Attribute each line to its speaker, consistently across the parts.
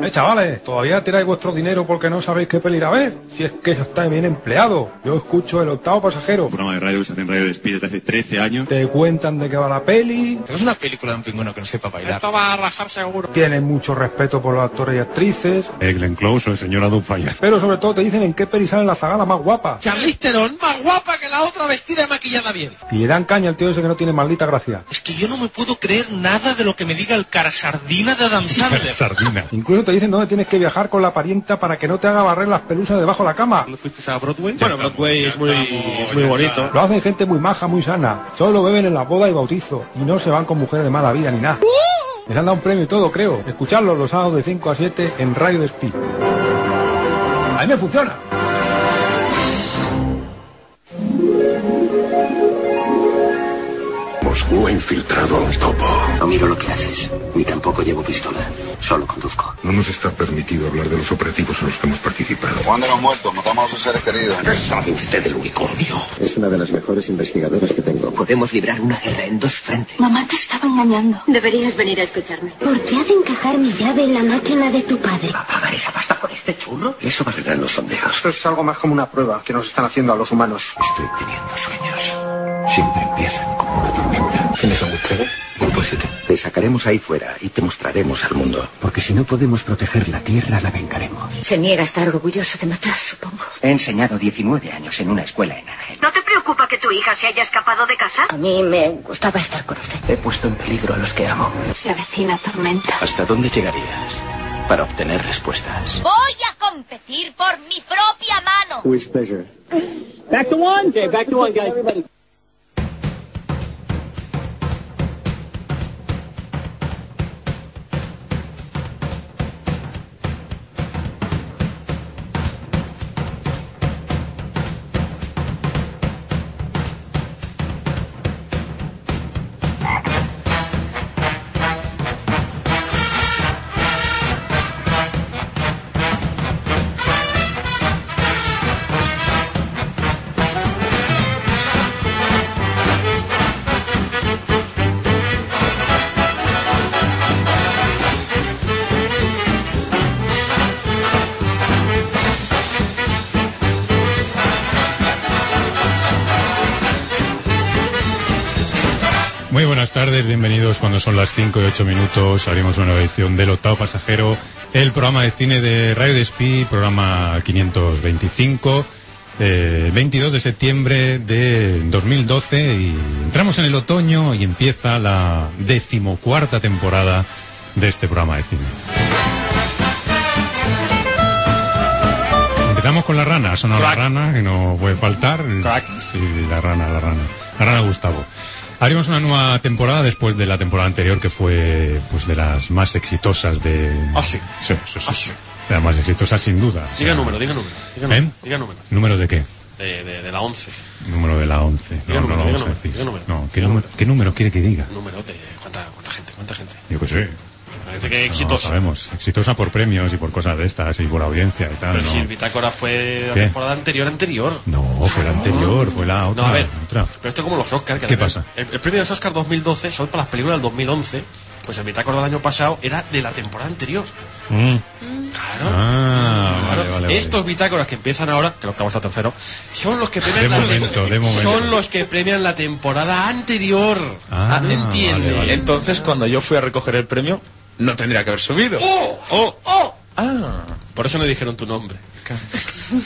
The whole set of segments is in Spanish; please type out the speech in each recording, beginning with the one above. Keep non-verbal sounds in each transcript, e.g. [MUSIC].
Speaker 1: Eh, chavales, todavía tiráis vuestro dinero porque no sabéis qué peli ir a ver. Si es que eso está bien empleado. Yo escucho el octavo pasajero.
Speaker 2: Un programa de radio que se hace en Radio Despide desde hace 13 años.
Speaker 1: Te cuentan de qué va la peli.
Speaker 3: Pero es una película de un pingüino que no sepa bailar.
Speaker 4: va a rajar seguro.
Speaker 1: Tienen mucho respeto por los actores y actrices.
Speaker 2: Eh, Glenn Close o el señor Adolf Fire.
Speaker 1: Pero sobre todo te dicen en qué peli salen las zagalas más guapas.
Speaker 4: Charlize Theron, más guapa que la otra vestida y maquillada bien.
Speaker 1: Y le dan caña al tío ese que no tiene maldita gracia.
Speaker 4: Es que yo no me puedo creer nada de lo que me diga el cara sardina de Adam Sandler.
Speaker 2: Sardina.
Speaker 1: Incluso te dicen dónde tienes que viajar con la parienta para que no te haga barrer las pelusas debajo de la cama.
Speaker 2: ¿Fuiste a Broadway?
Speaker 5: Bueno, Broadway es muy, es muy bonito.
Speaker 1: Lo hacen gente muy maja, muy sana. Solo beben en la boda y bautizo. Y no se van con mujeres de mala vida ni nada. Les han dado un premio y todo, creo. Escucharlos los sábados de 5 a 7 en Radio Despí. A mí me funciona.
Speaker 6: Moscú ha infiltrado a un topo.
Speaker 7: No miro lo que haces, ni tampoco llevo pistola. Solo conduzco.
Speaker 8: No nos está permitido hablar de los operativos en los que hemos participado.
Speaker 9: Cuando los muertos, matamos a sus seres queridos.
Speaker 6: ¿Qué sabe usted del unicornio?
Speaker 7: Es una de las mejores investigadoras que tengo. Podemos librar una guerra en dos frentes.
Speaker 10: Mamá te estaba engañando.
Speaker 11: Deberías venir a escucharme.
Speaker 10: ¿Por qué ha de encajar mi llave en la máquina de tu padre?
Speaker 7: ¿Va a pagar esa pasta por este churro? Eso va a quedar en los sondeos.
Speaker 12: Esto es algo más como una prueba que nos están haciendo a los humanos.
Speaker 6: Estoy teniendo sueños. Siempre empiezan como una tormenta.
Speaker 7: ¿Quiénes son ustedes?
Speaker 6: Grupo 7.
Speaker 7: Te sacaremos ahí fuera y te mostraremos al mundo.
Speaker 6: Porque si no podemos proteger la Tierra, la vengaremos.
Speaker 11: Se niega a estar orgulloso de matar, supongo.
Speaker 7: He enseñado 19 años en una escuela en Ángel.
Speaker 11: ¿No te preocupa que tu hija se haya escapado de casa?
Speaker 10: A mí me gustaba estar con usted.
Speaker 7: He puesto en peligro a los que amo.
Speaker 10: Se avecina tormenta.
Speaker 6: ¿Hasta dónde llegarías para obtener respuestas?
Speaker 13: Voy a competir por mi propia mano.
Speaker 7: With pleasure.
Speaker 2: Muy buenas tardes, bienvenidos cuando son las 5 y 8 minutos. Abrimos una nueva edición del Octavo Pasajero, el programa de cine de Radio Despí, programa 525, eh, 22 de septiembre de 2012. Y entramos en el otoño y empieza la decimocuarta temporada de este programa de cine. Empezamos con la rana, ha sonado la rana, que no puede faltar. Sí, la rana, la rana. La rana Gustavo. Haremos una nueva temporada después de la temporada anterior que fue pues de las más exitosas de.
Speaker 5: Ah, sí.
Speaker 2: Sí, sí, sí,
Speaker 5: Ah,
Speaker 2: sí.
Speaker 5: sí.
Speaker 2: De las más exitosas sin duda. O
Speaker 5: Diga
Speaker 2: sea,
Speaker 5: número, diga número. Diga número.
Speaker 2: ¿Eh?
Speaker 5: Diga número.
Speaker 2: ¿Números de qué?
Speaker 5: De, de, de la 11.
Speaker 2: Número de la 11. No,
Speaker 5: Diga
Speaker 2: no
Speaker 5: número,
Speaker 2: lo
Speaker 5: diga
Speaker 2: vamos a
Speaker 5: número,
Speaker 2: decir.
Speaker 5: diga número.
Speaker 2: No, ¿qué,
Speaker 5: Diga
Speaker 2: número, ¿qué número quiere que diga?
Speaker 5: Número de. ¿Cuánta, cuánta gente? ¿Cuánta gente?
Speaker 2: Yo que sé.
Speaker 5: Parece que
Speaker 2: No,
Speaker 5: exitosa.
Speaker 2: sabemos. Exitosa por premios y por cosas de estas y por audiencia y tal.
Speaker 5: Pero
Speaker 2: no,
Speaker 5: si el Bitácora fue la
Speaker 2: ¿Qué?
Speaker 5: temporada anterior, anterior.
Speaker 2: No, fue la anterior, fue la otra.
Speaker 5: No, a ver,
Speaker 2: la otra.
Speaker 5: pero esto es como los Oscars.
Speaker 2: ¿Qué pasa?
Speaker 5: El, el premio de los Oscars 2012 son para las películas del 2011. Pues el bitácora del año pasado era de la temporada anterior.
Speaker 2: Mm.
Speaker 5: Claro.
Speaker 2: Ah,
Speaker 5: claro.
Speaker 2: vale, vale, vale.
Speaker 5: Estos bitácoras que empiezan ahora, que lo octavo está tercero, son los que premian
Speaker 2: De
Speaker 5: la
Speaker 2: momento, de momento.
Speaker 5: son los que premian la temporada anterior.
Speaker 2: Ah,
Speaker 5: ¿Me entiende?
Speaker 2: vale, vale.
Speaker 5: Entonces,
Speaker 3: Cuando yo fui a recoger el premio, no tendría que haber subido.
Speaker 5: ¡Oh! ¡Oh! ¡Oh!
Speaker 3: Ah,
Speaker 5: Por eso no dijeron tu nombre.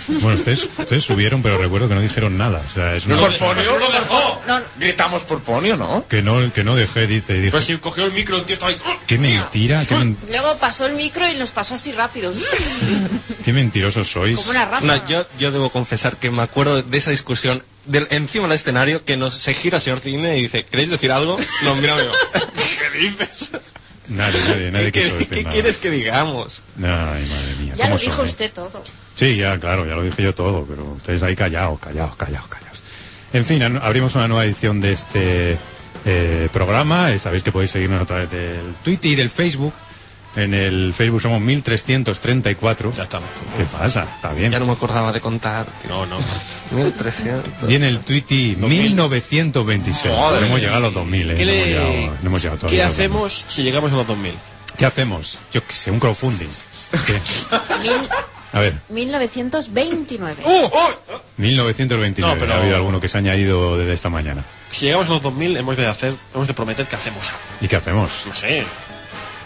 Speaker 2: Bueno, ustedes, ustedes subieron, pero recuerdo que no dijeron nada. O sea, es una
Speaker 3: por
Speaker 2: cosa
Speaker 3: ponio
Speaker 5: lo dejó.
Speaker 3: Gritamos por ponio, ¿no?
Speaker 2: que no, que no dejé, dice. y dijo,
Speaker 5: Pero si cogió el micro, el tío estaba ahí. ¡oh!
Speaker 2: qué mentira,
Speaker 5: [LAUGHS]
Speaker 2: qué, men-
Speaker 14: Luego pasó el micro y nos pasó así rápido.
Speaker 2: qué mentirosos sois.
Speaker 14: Como una rafa.
Speaker 4: No, yo, yo debo confesar que me acuerdo de esa discusión del, encima del escenario que nos, se gira el señor Cine y dice, ¿queréis decir algo? No, mira, amigo. ¿Qué dices?
Speaker 2: Nadie, nadie, nadie quiso
Speaker 4: ¿Qué,
Speaker 2: decir
Speaker 4: qué
Speaker 2: nada.
Speaker 4: quieres que digamos?
Speaker 2: Ay, madre mía.
Speaker 14: ya
Speaker 2: ¿cómo
Speaker 14: lo
Speaker 2: son,
Speaker 14: dijo
Speaker 2: eh?
Speaker 14: usted todo.
Speaker 2: Sí, ya, claro, ya lo dije yo todo, pero ustedes ahí callados, callados, callados, callados. En fin, an- abrimos una nueva edición de este eh, programa. Eh, sabéis que podéis seguirnos a través del Twitter y del Facebook. En el Facebook somos 1334. Ya estamos. ¿Qué pasa? Está bien.
Speaker 4: Ya no me acordaba de contar. No, no. 1300.
Speaker 2: Y en el Twitter 1926.
Speaker 4: Madre
Speaker 2: No hemos
Speaker 4: mía.
Speaker 2: llegado a los 2000. eh,
Speaker 4: ¿Qué
Speaker 2: no,
Speaker 4: le-
Speaker 2: hemos llegado, no hemos llegado todavía
Speaker 4: ¿Qué
Speaker 2: a los 2000.
Speaker 4: hacemos si llegamos a los 2000?
Speaker 2: ¿Qué hacemos? Yo qué sé, un crowdfunding. ¿Qué?
Speaker 14: Mil-
Speaker 2: A ver,
Speaker 14: 1929.
Speaker 2: ¡Oh,
Speaker 5: No,
Speaker 2: 1929.
Speaker 5: pero-
Speaker 2: Ha habido alguno que se ha añadido desde esta mañana.
Speaker 5: Si llegamos a los 2000 hemos de hacer, hemos de prometer que hacemos algo.
Speaker 2: ¿Y qué hacemos?
Speaker 5: No sé.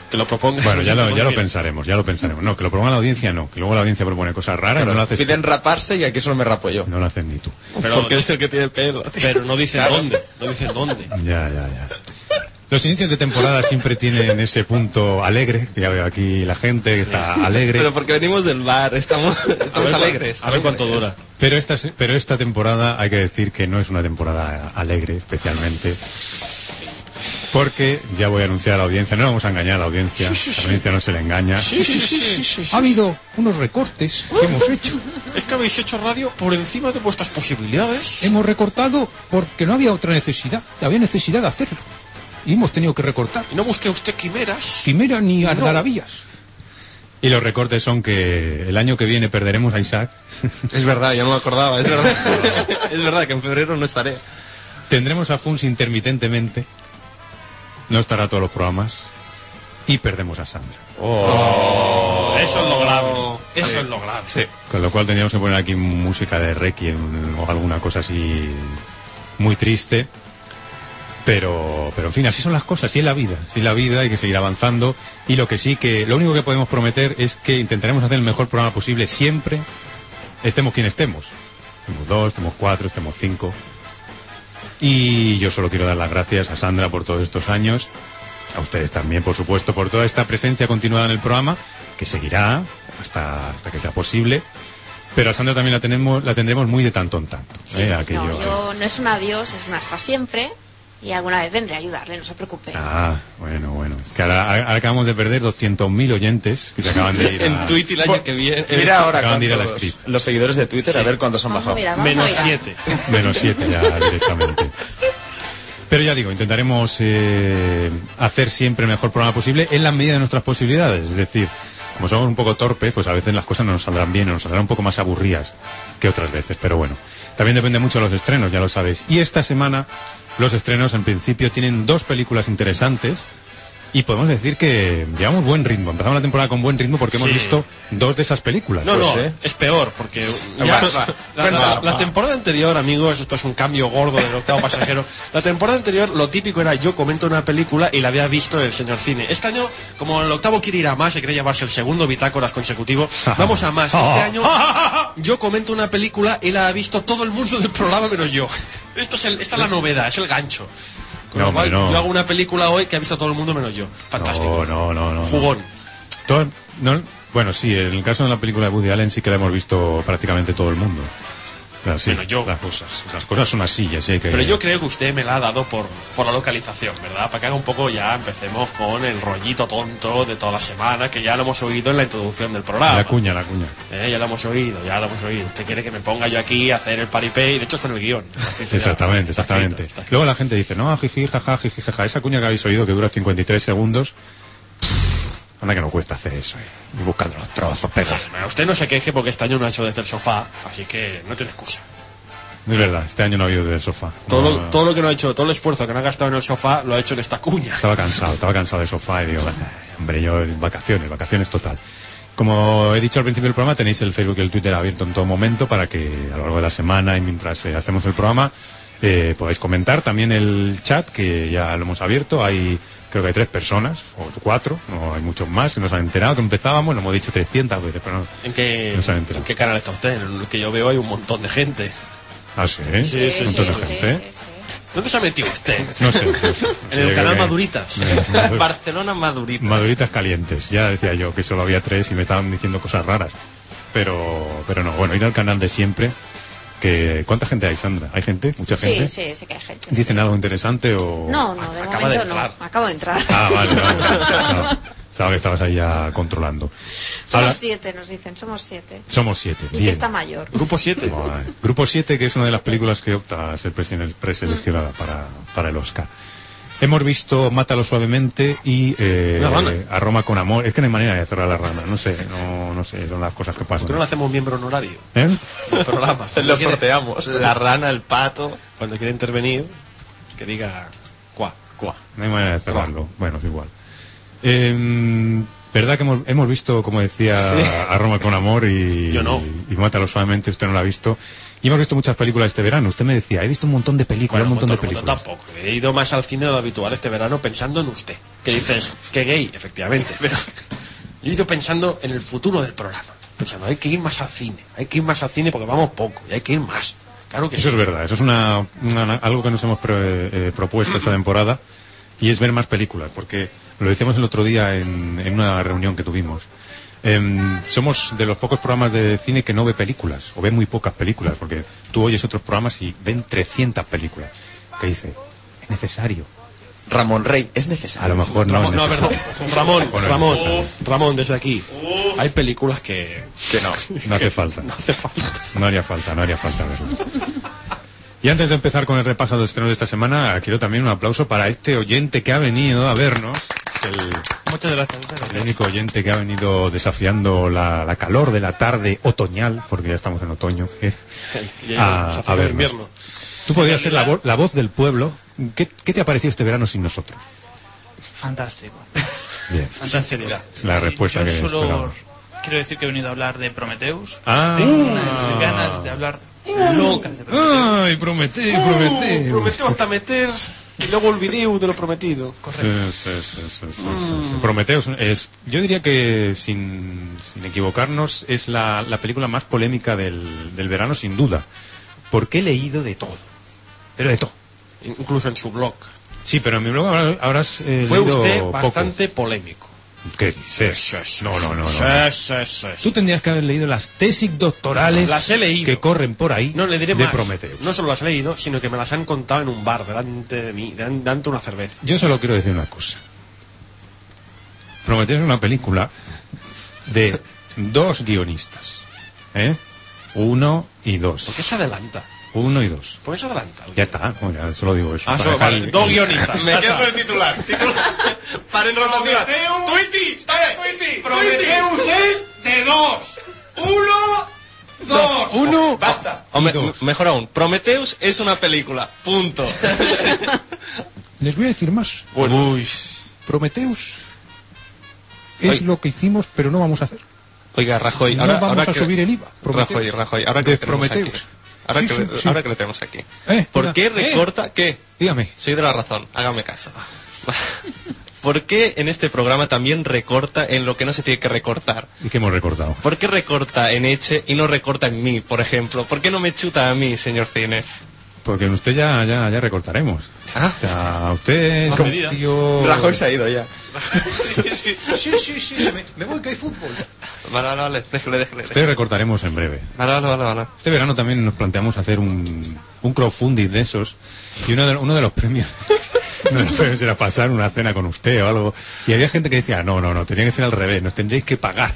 Speaker 5: Que lo propongas.
Speaker 2: Bueno, ya lo, ya lo
Speaker 5: Mira.
Speaker 2: pensaremos, ya lo pensaremos. No, que lo proponga la audiencia, no. Que luego la audiencia propone cosas raras y no lo haces
Speaker 3: Piden raparse y aquí solo me rapo yo.
Speaker 2: No lo hacen ni tú.
Speaker 5: Pero,
Speaker 3: Porque
Speaker 5: es el que tiene el pelo. Pero no dicen
Speaker 3: Claro.
Speaker 5: dónde. No dicen dónde.
Speaker 2: Ya, ya, ya. Los inicios de temporada siempre tienen ese punto alegre, que ya veo aquí la gente que está alegre.
Speaker 4: Pero porque venimos del bar, estamos, estamos
Speaker 5: cuán-
Speaker 4: alegres.
Speaker 5: a ver cuánto dura.
Speaker 2: Pero esta, se- pero esta temporada hay que decir que no es una temporada alegre, especialmente. Porque ya voy a anunciar a la audiencia, no vamos a engañar a la audiencia, la audiencia no se le engaña. Ha habido unos recortes que hemos hecho.
Speaker 5: Es que habéis hecho radio por encima de vuestras posibilidades.
Speaker 1: Hemos recortado porque no había otra necesidad. Había necesidad de hacerlo. Y hemos tenido que recortar.
Speaker 5: Y no busque usted quimeras.
Speaker 1: Quimera ni algarabías.
Speaker 2: Y los recortes son que el año que viene perderemos a Isaac.
Speaker 4: Es verdad, ya no me acordaba, es verdad. [LAUGHS] es verdad que en febrero no estaré.
Speaker 2: Tendremos a Funs intermitentemente. No estará todos los programas. Y perdemos a Sandra.
Speaker 3: Oh.
Speaker 2: Oh.
Speaker 4: Oh,
Speaker 5: Eso es lo grave. Eso es lo grave.
Speaker 2: Con lo cual teníamos que poner aquí música de Requiem o alguna cosa así muy triste. Pero, pero en fin, así son las cosas, así es la vida, así es la vida, hay que seguir avanzando. Y lo que sí que, lo único que podemos prometer es que intentaremos hacer el mejor programa posible siempre, estemos quien estemos. Estemos dos, estemos cuatro, estemos cinco. Y yo solo quiero dar las gracias a Sandra por todos estos años, a ustedes también, por supuesto, por toda esta presencia continuada en el programa, que seguirá hasta, hasta que sea posible. Pero a Sandra también la tenemos, la tendremos muy de tanto en tanto.
Speaker 14: Sí,
Speaker 2: ¿eh?
Speaker 14: no,
Speaker 2: Aquello-
Speaker 14: yo- no es un adiós, es un hasta siempre. Y alguna vez vendré a ayudarle, no se preocupe.
Speaker 2: Ah, bueno, bueno. Es que ahora, ahora acabamos de perder 200.000 oyentes que se acaban de ir a...
Speaker 4: En Twitter el año que viene.
Speaker 3: Mira ahora
Speaker 2: Acaban de ir a la
Speaker 3: cuántos-
Speaker 2: Split.
Speaker 3: los seguidores de Twitter, a ver cuántos han
Speaker 14: Vamos a
Speaker 3: bajado. Oh,
Speaker 14: mirar, vamos a Menos mirar.
Speaker 3: [LAUGHS]
Speaker 5: siete.
Speaker 2: Menos 7 ya directamente. Pero ya digo, intentaremos eh, hacer siempre el mejor programa posible en la medida de nuestras posibilidades. Es decir, como somos un poco torpes, pues a veces las cosas no nos saldrán bien, o nos saldrán un poco más aburridas que otras veces. Pero bueno, también depende mucho de los estrenos, ya lo sabéis. Y esta semana los estrenos en principio tienen dos películas interesantes. Y podemos decir que llevamos buen ritmo. Empezamos la temporada con buen ritmo porque hemos
Speaker 5: Sí.
Speaker 2: visto dos de esas películas.
Speaker 5: No,
Speaker 2: Pues,
Speaker 5: no,
Speaker 2: ¿eh?
Speaker 5: es peor, porque
Speaker 2: Va,
Speaker 5: ya-
Speaker 2: va.
Speaker 5: la, la-
Speaker 2: Va,
Speaker 5: la
Speaker 2: va.
Speaker 5: temporada anterior, amigos, esto es un cambio gordo del octavo pasajero. La temporada anterior lo típico era yo comento una película y la había visto el señor cine. Este año, como el octavo quiere ir a más, se quiere llevarse el segundo bitácoras
Speaker 2: [LAUGHS]
Speaker 5: consecutivo, vamos a más. Este año yo comento una película y la ha visto todo el mundo del programa menos yo. Esto es el- esta es la novedad, es el gancho. Con
Speaker 2: No,
Speaker 5: lo cual,
Speaker 2: hombre, no.
Speaker 5: Yo hago una película hoy que ha visto todo el mundo menos yo. Fantástico.
Speaker 2: No, no, no, no. no.
Speaker 5: Jugón.
Speaker 2: Todo- no- bueno, sí, en el caso de la película de Woody Allen sí que la hemos visto prácticamente todo el mundo. Así,
Speaker 5: Bueno, yo-
Speaker 2: Las cosas, las cosas son así, así hay que...
Speaker 5: Pero yo creo que usted me la ha dado por, por la localización, ¿verdad? Para que haga un poco ya empecemos con el rollito tonto de toda la semana, que ya lo hemos oído en la introducción del programa.
Speaker 2: La cuña, la cuña.
Speaker 5: Eh, ya lo hemos oído, ya lo hemos oído. Usted quiere que me ponga yo aquí a hacer el paripé y de hecho está en el
Speaker 2: [LAUGHS]
Speaker 5: guión.
Speaker 2: Exactamente, exactamente. Luego la gente dice, no, jiji, jaja, jiji, jaja, esa cuña que habéis oído que dura 53 segundos, pff, anda que no cuesta hacer eso, eh. Y buscando los trozos, pega.
Speaker 5: Bueno, usted no se queje porque este año no ha hecho desde el sofá, así que no tiene excusa.
Speaker 2: Es verdad, este año no ha habido del sofá.
Speaker 5: Todo,
Speaker 2: No,
Speaker 5: lo, todo lo que no ha hecho, todo el esfuerzo que no ha gastado en el sofá, lo ha hecho en esta cuña.
Speaker 2: Estaba cansado, estaba cansado del sofá y digo, "Ay, hombre, yo vacaciones, vacaciones total. Como he dicho al principio del programa, tenéis el Facebook y el Twitter abierto en todo momento para que a lo largo de la semana y mientras eh, hacemos el programa eh, podáis comentar. También el chat, que ya lo hemos abierto, hay creo que hay tres personas, o cuatro, no hay muchos más que nos han enterado que empezábamos, lo hemos dicho 300 veces, pero no.
Speaker 5: ¿En qué,
Speaker 2: No se ha enterado.
Speaker 5: ¿En qué canal está usted? En el que yo veo hay un montón de gente.
Speaker 2: Ah, sí, ¿eh?
Speaker 5: Sí, sí,
Speaker 2: Un
Speaker 5: sí,
Speaker 2: montón de
Speaker 5: sí,
Speaker 2: gente, ¿eh?
Speaker 5: ¿Dónde se ha metido usted?
Speaker 2: No sé.
Speaker 4: [LAUGHS]
Speaker 2: no sé. Sí,
Speaker 5: En
Speaker 2: yo
Speaker 5: el canal
Speaker 2: creo que- [LAUGHS]
Speaker 5: Maduritas.
Speaker 4: Barcelona Madurita.
Speaker 2: Maduritas calientes. Ya decía yo que solo había tres y me estaban diciendo cosas raras. Pero, pero no, bueno, ir al canal de siempre. Que, ¿Cuánta gente hay, Sandra? ¿Hay gente? ¿Mucha gente?
Speaker 14: Sí, sí, sé que hay gente.
Speaker 2: ¿Dicen algo interesante o...?
Speaker 14: No, no, de
Speaker 2: Acaba de
Speaker 14: momento
Speaker 2: entrar.
Speaker 14: no. Acabo de entrar.
Speaker 2: Ah, vale, vale. vale. Sabes que estabas ahí ya controlando.
Speaker 14: [LAUGHS] Somos
Speaker 2: Ahora-
Speaker 14: siete, nos dicen, somos siete.
Speaker 2: somos siete.
Speaker 14: Y
Speaker 2: bien.
Speaker 14: que está mayor.
Speaker 5: Grupo 7. Mm.
Speaker 2: Grupo 7, que es una de las películas que opta a ser presen- preseleccionada para, para el Oscar. Hemos visto Mátalo suavemente y eh,
Speaker 5: Una rana.
Speaker 2: A Roma con amor. Es que no hay manera de cerrar la rana. No sé, no, no sé, son las cosas que
Speaker 5: ¿Por
Speaker 2: pasan.
Speaker 5: qué no lo hacemos miembro honorario?
Speaker 2: ¿Eh?
Speaker 5: El programa.
Speaker 3: [LAUGHS] Lo sorteamos.
Speaker 5: La rana, el pato. Cuando quiera intervenir, que diga cuá, cuá.
Speaker 2: No hay manera de cerrarlo. Bueno, es igual. Eh, ¿Verdad que hemos, hemos visto, como decía,
Speaker 5: Sí.
Speaker 2: a Roma con amor y,
Speaker 5: Yo no.
Speaker 2: y, Mátalo suavemente? Usted no la ha visto. Y hemos visto muchas películas este verano. Usted me decía, he visto un montón de películas, un montón, de películas.
Speaker 5: tampoco. He ido más al cine de lo habitual este verano pensando en usted. Que dices, que gay, efectivamente.
Speaker 2: [LAUGHS]
Speaker 5: Pero yo he ido pensando en el futuro del programa. Pensando, hay que ir más al cine. Hay que ir más al cine porque vamos poco y hay que ir más. Claro que
Speaker 2: Eso
Speaker 5: sí.
Speaker 2: es verdad, eso es una, una- algo que nos hemos pro- eh, propuesto esta temporada y es ver más películas, porque lo decíamos el otro día en, en una reunión que tuvimos. Em, somos de los pocos programas de cine que no ve películas, o ve muy pocas películas, porque tú oyes otros programas y ven 300 películas. ¿Qué dice? Es necesario.
Speaker 3: Ramón Rey, es necesario.
Speaker 2: A lo mejor pues no
Speaker 5: Ramón,
Speaker 2: es
Speaker 5: no,
Speaker 2: necesario.
Speaker 5: perdón. Ramón,
Speaker 2: Bueno,
Speaker 5: Ramón,
Speaker 2: es necesario.
Speaker 5: Ramón, desde aquí.
Speaker 2: Uh.
Speaker 5: Hay películas [LAUGHS] que.
Speaker 2: Que no, no
Speaker 5: [LAUGHS]
Speaker 2: hace falta. No hace falta. No haría falta, no haría falta verlo. Y antes de empezar con el repaso de los estrenos de esta semana, quiero también un aplauso para este oyente que ha venido a vernos. El,
Speaker 5: Muchas gracias. muchas gracias.
Speaker 2: el único oyente que ha venido desafiando la, la calor de la tarde otoñal, porque ya estamos en otoño. eh,
Speaker 5: Ya se
Speaker 2: a,
Speaker 5: acerca
Speaker 2: Ah, a
Speaker 5: el
Speaker 2: vernos.
Speaker 5: invierno.
Speaker 2: Tú podrías ser la, vo- la voz del pueblo. ¿Qué, qué te ha parecido este verano sin nosotros?
Speaker 15: Fantástico.
Speaker 2: Bien.
Speaker 15: Fantástico.
Speaker 2: Es la respuesta
Speaker 15: Yo
Speaker 2: que
Speaker 15: solo
Speaker 2: esperaba.
Speaker 15: quiero decir que he venido a hablar de Prometheus.
Speaker 2: Ah.
Speaker 15: Tengo unas ganas de hablar locas de Prometheus.
Speaker 2: Uh. Ay, prometí, prometí.
Speaker 5: Uh, Prometió hasta meter y luego olvidé de lo prometido.
Speaker 2: Sí, sí, sí, sí, sí, sí, sí. Prometeos es, yo diría que sin, sin equivocarnos, es la, la película más polémica del, del verano, sin duda. Porque he leído de todo. Pero de todo.
Speaker 5: Incluso en su blog.
Speaker 2: Sí, pero en mi blog ahora, ahora has, eh,
Speaker 5: Fue
Speaker 2: leído
Speaker 5: usted
Speaker 2: poco.
Speaker 5: bastante polémico.
Speaker 2: ¿Qué dices? No, no, no. no, no.
Speaker 5: Sí, sí, sí.
Speaker 2: Tú tendrías que haber leído las tesis doctorales
Speaker 5: Las he leído.
Speaker 2: que corren por ahí
Speaker 5: No le diré
Speaker 2: de
Speaker 5: más.
Speaker 2: Prometeo.
Speaker 5: No solo las he leído, sino que me las han contado en un bar delante de mí, delan- delante de una cerveza.
Speaker 2: Yo solo quiero decir una cosa. Prometeo es una película de dos guionistas. ¿eh? Uno y dos.
Speaker 5: ¿Por qué se adelanta?
Speaker 2: Uno y dos.
Speaker 5: ¿Por qué se Pues adelanta?
Speaker 2: Ya está, bueno, ya solo digo eso.
Speaker 5: Ah,
Speaker 2: Para
Speaker 5: solo,
Speaker 2: dejar
Speaker 5: vale,
Speaker 2: el-
Speaker 5: dos guionistas.
Speaker 4: [LAUGHS] Me
Speaker 5: Ya
Speaker 4: quedo
Speaker 5: está.
Speaker 4: con el titular. titular. Para en rotativa. Twitty, ¡Para Twitty.
Speaker 16: Prometheus es de dos. Uno, dos.
Speaker 4: Uno. Basta. Hombre, mejor aún. Prometheus es una película.
Speaker 2: [LAUGHS]
Speaker 4: Punto.
Speaker 2: Les voy a decir más.
Speaker 4: Uy.
Speaker 2: Prometeus es lo que hicimos, pero no vamos a hacer.
Speaker 4: Oiga, Rajoy,
Speaker 2: No
Speaker 4: ahora,
Speaker 2: vamos
Speaker 4: ahora
Speaker 2: a
Speaker 4: que-
Speaker 2: subir el IVA, Prometeus.
Speaker 4: Rajoy, Rajoy, ahora que lo
Speaker 2: De
Speaker 4: tenemos aquí.
Speaker 2: Prometeus.
Speaker 4: Ahora,
Speaker 2: Sí,
Speaker 4: que,
Speaker 2: sí, sí.
Speaker 4: ahora que lo tenemos aquí.
Speaker 2: Eh,
Speaker 4: ¿Por
Speaker 2: mira,
Speaker 4: qué
Speaker 2: eh.
Speaker 4: recorta qué?
Speaker 2: Dígame.
Speaker 4: Soy de la razón, hágame caso. [LAUGHS] ¿Por qué en este programa también recorta en lo que no se tiene que recortar?
Speaker 2: [LAUGHS] ¿Y qué hemos recordado?
Speaker 4: ¿Por qué recorta en Eche y no recorta en mí, por ejemplo? ¿Por qué no me chuta a mí, señor Cine?
Speaker 2: Porque en usted ya, ya, ya recortaremos.
Speaker 4: Ah.
Speaker 2: O sea, usted es
Speaker 4: Más
Speaker 2: un
Speaker 4: medidas.
Speaker 2: tío...
Speaker 4: Rajoy se ha ido ya.
Speaker 16: Sí, sí, sí, me, me voy que hay fútbol.
Speaker 4: Vale, vale, vale, déjele, déjele.
Speaker 2: Usted recortaremos en breve.
Speaker 4: Vale, vale, vale, vale.
Speaker 2: Este verano también nos planteamos hacer un, un crowdfunding de esos y uno de, uno de los premios [LAUGHS] uno de los premios era pasar una cena con usted o algo y había gente que decía no, no, no, tenía que ser al revés, nos tendréis que pagar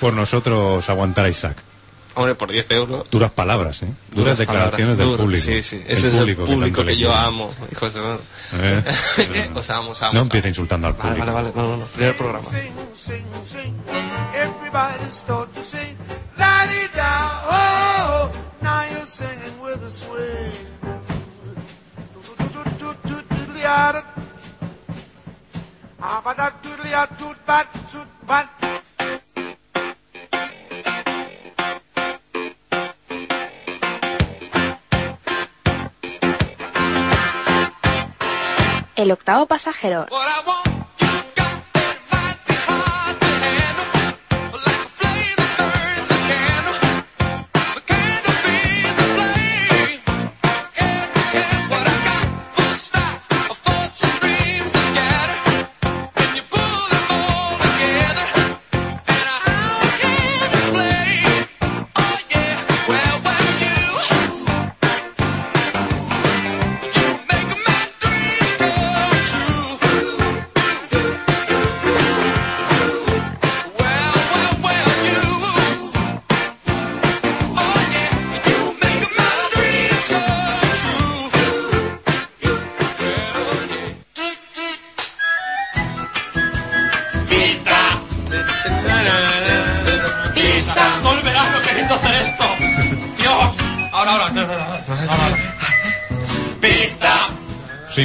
Speaker 2: por nosotros aguantar a Isaac.
Speaker 4: Hombre, por 10 euros.
Speaker 2: Duras palabras, ¿eh? Duras,
Speaker 4: palabras,
Speaker 2: declaraciones del
Speaker 4: duro,
Speaker 2: público.
Speaker 4: Sí, sí.
Speaker 2: El
Speaker 4: Ese es el público,
Speaker 2: tanto
Speaker 4: que
Speaker 2: le
Speaker 4: yo
Speaker 2: quiere.
Speaker 4: amo, hijos de madre. [LAUGHS]
Speaker 2: Eh,
Speaker 4: Eh, Os amo, os amo.
Speaker 2: No
Speaker 4: os
Speaker 2: empiece
Speaker 4: amo.
Speaker 2: insultando al
Speaker 4: Vale,
Speaker 2: público.
Speaker 4: vale, vale. No, no, no. Primer programa.
Speaker 16: Sing, sing, sing. Everybody start to sing. La di da, oh, oh. Now you're singing with a swing. Doodle-doodle-doodle-doodle-yada. Ah-ba-da-doodle-yada-doot-bat, doot-bat.
Speaker 17: El octavo pasajero.
Speaker 16: Make a man dream come true.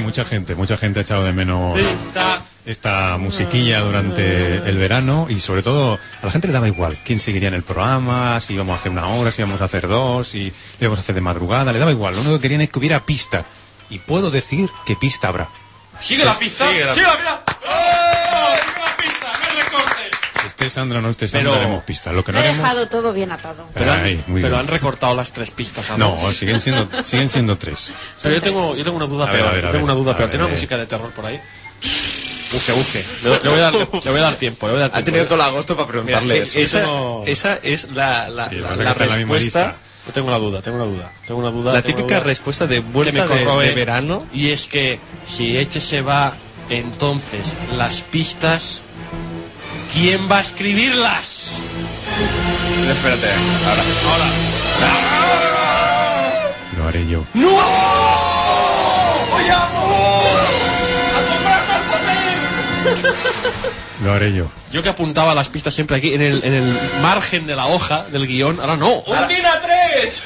Speaker 2: mucha gente, mucha gente ha echado de menos esta musiquilla durante el verano y sobre todo a la gente le daba igual quién seguiría en el programa, si íbamos a hacer una hora, si íbamos a hacer dos, si lo íbamos a hacer de madrugada, le daba igual, lo único que querían es que hubiera pista. Y puedo decir que pista habrá.
Speaker 5: Sigue la pista, sigue la pista.
Speaker 2: Si esté Sandra o no esté Sandra,
Speaker 5: Pero-
Speaker 2: haremos pista. Lo que no
Speaker 14: Lo he
Speaker 2: haremos...
Speaker 14: dejado todo bien atado.
Speaker 5: Pero, han,
Speaker 2: Ay, muy
Speaker 5: pero
Speaker 2: bien.
Speaker 5: han recortado las tres pistas.
Speaker 2: No,
Speaker 5: ambas.
Speaker 2: siguen siendo, siguen siendo tres.
Speaker 5: Pero yo tengo, yo tengo una duda
Speaker 2: A ver,
Speaker 5: peor.
Speaker 2: a ver,
Speaker 5: yo
Speaker 2: a
Speaker 5: tengo
Speaker 2: ver,
Speaker 5: una
Speaker 2: a
Speaker 5: duda peor.
Speaker 2: ver.
Speaker 5: ¿Tiene una música de terror por ahí? Busque, busque. Le, le
Speaker 2: [LAUGHS]
Speaker 5: voy, a dar, le voy a dar tiempo. Le voy a dar tiempo.
Speaker 4: Ha tenido todo el agosto para preguntarle
Speaker 5: Mira,
Speaker 4: eso.
Speaker 5: Esa,
Speaker 4: Yo tengo-
Speaker 5: esa es la, la,
Speaker 4: Sí,
Speaker 5: la-
Speaker 4: pasa que
Speaker 5: la
Speaker 4: está en la misma
Speaker 5: respuesta.
Speaker 4: lista.
Speaker 5: Yo tengo una duda, tengo una duda. Tengo una duda.
Speaker 4: La
Speaker 5: tengo una
Speaker 4: típica
Speaker 5: duda
Speaker 4: respuesta de
Speaker 5: que
Speaker 4: vuelta
Speaker 5: me
Speaker 4: de,
Speaker 5: corroe,
Speaker 4: de verano.
Speaker 5: Y es que si Eche se va, entonces las pistas. ¿Quién va a escribirlas?
Speaker 4: Espérate, ahora.
Speaker 2: Lo haré yo.
Speaker 5: ¡No!
Speaker 16: ¡Oye, amor! ¡A comprar más papel!
Speaker 2: Lo haré yo.
Speaker 5: Yo que apuntaba las pistas siempre aquí en el, en el margen de la hoja del guión, ahora no.
Speaker 16: ¡Un Dina 3!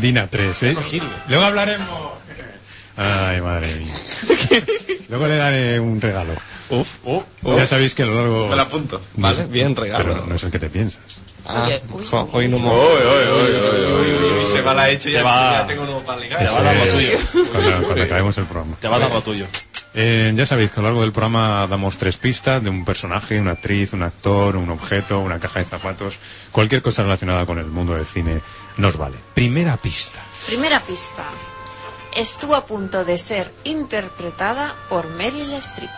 Speaker 2: Dina 3, ¿eh?
Speaker 5: No sirve.
Speaker 2: Luego hablaremos. Ay, madre mía. Luego le daré un regalo.
Speaker 4: Uf, uf,
Speaker 2: Ya sabéis que a lo largo...
Speaker 4: Me la apunto.
Speaker 2: No
Speaker 4: Vale,
Speaker 2: es-
Speaker 4: bien, regalo.
Speaker 2: Pero no es el que te piensas.
Speaker 4: Ah,
Speaker 5: Oye,
Speaker 4: jo, hoy no me... Se va la hecha y ya,
Speaker 5: Te va-
Speaker 4: ya tengo nuevo para ligar.
Speaker 5: Te va a dar lo tuyo.
Speaker 2: Cuando, Pues cuando acabemos el programa.
Speaker 5: Te va a dar lo tuyo.
Speaker 2: Eh, ya sabéis que a lo largo del programa damos tres pistas de un personaje, una actriz, un actor, un objeto, una caja de zapatos. Cualquier cosa relacionada con el mundo del cine nos vale. Primera pista.
Speaker 14: Primera pista. Estuvo a punto de ser interpretada por Meryl Streep.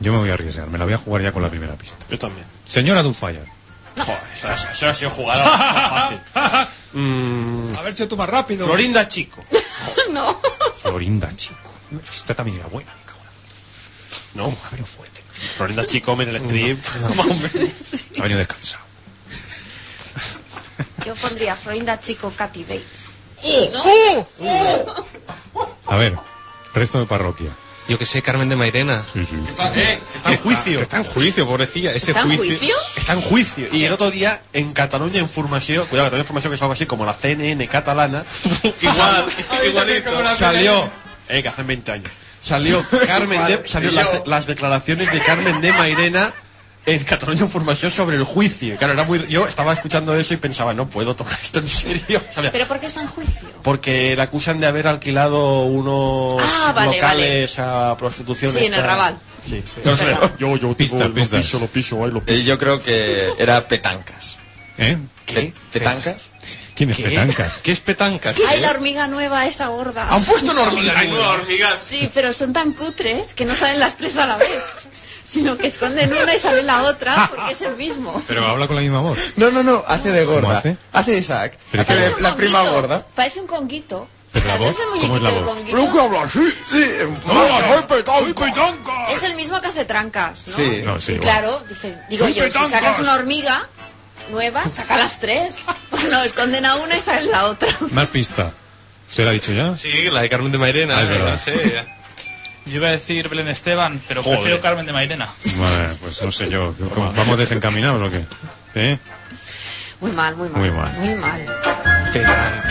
Speaker 2: Yo me voy a arriesgar, me la voy a jugar ya con la primera pista.
Speaker 5: Yo también.
Speaker 2: Señora Dufire.
Speaker 5: Joder, esa, esa- esa ha sido jugada [LAUGHS] fácil.
Speaker 2: A ver si tú más rápido.
Speaker 5: Florinda Chico.
Speaker 14: no.
Speaker 2: Florinda, chico. Esta también era buena. me cago en la- ¿Cómo? Ha venido fuerte.
Speaker 5: Florinda Chico, en el [LAUGHS] strip.
Speaker 2: Ha venido descansado.
Speaker 14: Yo pondría Florinda Chico Katy Bates. ¿No?
Speaker 2: A ver, resto de parroquia.
Speaker 4: Yo que sé, Carmen de Mairena.
Speaker 2: Sí, sí.
Speaker 5: Está en juicio.
Speaker 4: eh, Está en juicio, pobrecilla. Ese
Speaker 14: ¿Está en
Speaker 4: juicio.
Speaker 14: juicio?
Speaker 5: Está en juicio. Y el otro día, en Cataluña Información, cuidado, Cataluña Información que es algo así como la CNN catalana, [LAUGHS] igual, igualito,
Speaker 4: como la
Speaker 5: salió,
Speaker 4: CNN.
Speaker 5: eh, que hacen 20 años, salió Carmen de, salió las, las declaraciones de Carmen de Mairena en Cataluña Información sobre el juicio. Claro, era muy, yo estaba escuchando eso y pensaba, no puedo tomar esto en serio. [LAUGHS] O sea, mira,
Speaker 14: ¿Pero por qué está en juicio?
Speaker 5: porque la acusan de haber alquilado unos
Speaker 14: Ah, vale,
Speaker 5: locales a prostitución.
Speaker 14: Sí, en el
Speaker 5: esta-
Speaker 14: Raval.
Speaker 5: Sí, No sé, yo, yo,
Speaker 2: Pista,
Speaker 5: tengo- lo
Speaker 2: pistas.
Speaker 5: piso, lo piso, ahí lo piso.
Speaker 4: Eh, yo creo que era Petancas.
Speaker 2: ¿Eh?
Speaker 4: ¿Qué? ¿Petancas?
Speaker 2: ¿Quién es Petancas?
Speaker 4: ¿Qué es Petancas?
Speaker 14: Ay, la hormiga nueva, esa gorda.
Speaker 5: Han puesto una hormiga.
Speaker 14: Sí, pero son tan cutres que no salen las tres a la vez, sino que esconden una y sale la otra porque es el mismo.
Speaker 2: Pero habla con la misma voz.
Speaker 4: No, no, no, hace de gorda.
Speaker 2: ¿Cómo hace?
Speaker 4: hace? de Isaac.
Speaker 2: Pero
Speaker 4: Hace
Speaker 2: que-
Speaker 4: de
Speaker 14: Parece un
Speaker 4: la prima
Speaker 14: conguito,
Speaker 4: gorda.
Speaker 14: Parece un conguito.
Speaker 2: Pero la
Speaker 14: ¿No es
Speaker 2: voz,
Speaker 14: el
Speaker 2: ¿cómo es
Speaker 14: muñequito
Speaker 2: la
Speaker 14: del
Speaker 2: voz?
Speaker 14: conguito?
Speaker 4: Sí,
Speaker 5: soy
Speaker 14: Es el mismo que hace trancas, ¿no?
Speaker 4: Sí.
Speaker 2: No, sí,
Speaker 14: y
Speaker 2: bueno.
Speaker 14: claro, dices, digo
Speaker 5: ¡Soy
Speaker 14: yo, si
Speaker 5: petancas!
Speaker 14: sacas una hormiga nueva, saca las tres. Pues no, esconden a una y salen la otra.
Speaker 2: Más pista. ¿Usted la ha dicho ya?
Speaker 4: Sí, la de Carmen de Mairena.
Speaker 2: Ah, es verdad.
Speaker 4: no sé.
Speaker 15: Yo iba a decir Belén Esteban, pero
Speaker 5: Joder.
Speaker 15: prefiero Carmen de Mairena.
Speaker 2: Vale, pues no sé yo. ¿Cómo- ¿Vamos desencaminados o qué? ¿Eh?
Speaker 14: Muy mal, muy mal.
Speaker 2: Muy mal.
Speaker 14: Muy mal.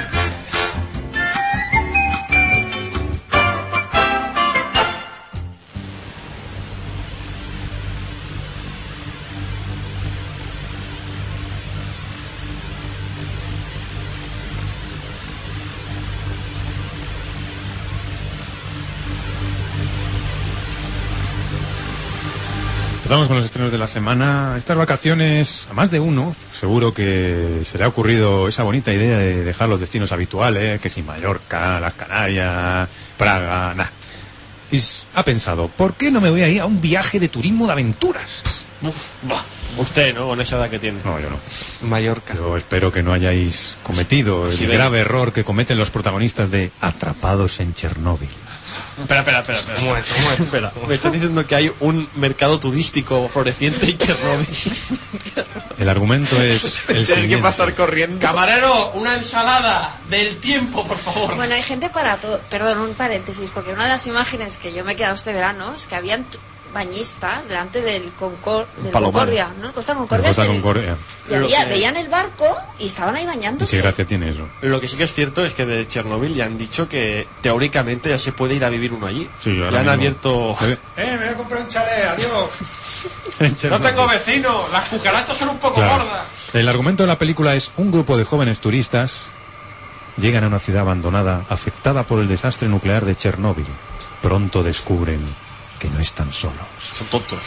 Speaker 2: Empezamos con los estrenos de la semana. Estas vacaciones, a más de uno, seguro que se le ha ocurrido esa bonita idea de dejar los destinos habituales, que si Mallorca, las Canarias, Praga, nada. Y s- ha pensado, ¿por qué no me voy a ir a un viaje de turismo de aventuras?
Speaker 5: Usted, ¿no? Con esa edad que tiene.
Speaker 2: No, yo no.
Speaker 4: Mallorca.
Speaker 2: Yo espero que no hayáis cometido el
Speaker 5: Sí, venga.
Speaker 2: grave error que cometen los protagonistas de Atrapados en Chernóbil.
Speaker 5: Espera, espera, espera. espera. Espera, me estás diciendo que hay un mercado turístico floreciente y que robe.
Speaker 2: El argumento es el
Speaker 4: Tienes que
Speaker 2: siguiente.
Speaker 4: pasar corriendo.
Speaker 5: Camarero, una ensalada del tiempo, por favor.
Speaker 14: Bueno, hay gente para todo. Perdón, un paréntesis, porque una de las imágenes que yo me he quedado este verano es que habían tu- bañistas delante del Concor del
Speaker 2: Palomar.
Speaker 14: Concordia, ¿no? Costa
Speaker 2: Pero
Speaker 14: Concordia.
Speaker 2: Costa
Speaker 14: se-
Speaker 2: Concordia.
Speaker 14: Y había- veían el barco y estaban ahí
Speaker 2: ¿Y qué
Speaker 14: bañándose.
Speaker 2: gracia tiene eso?
Speaker 5: Lo que sí que es cierto es que de Chernobyl ya han dicho que teóricamente ya se puede ir a vivir uno allí.
Speaker 2: Sí,
Speaker 5: ya han
Speaker 2: ahora mismo.
Speaker 5: abierto.
Speaker 1: Eh, me voy a comprar un chalet, adiós.
Speaker 5: no tengo vecino, las cucarachas son un poco
Speaker 2: Claro.
Speaker 5: gordas.
Speaker 2: El argumento de la película es un grupo de jóvenes turistas llegan a una ciudad abandonada afectada por el desastre nuclear de Chernóbil. Pronto descubren que no están solos.
Speaker 5: Son tontos.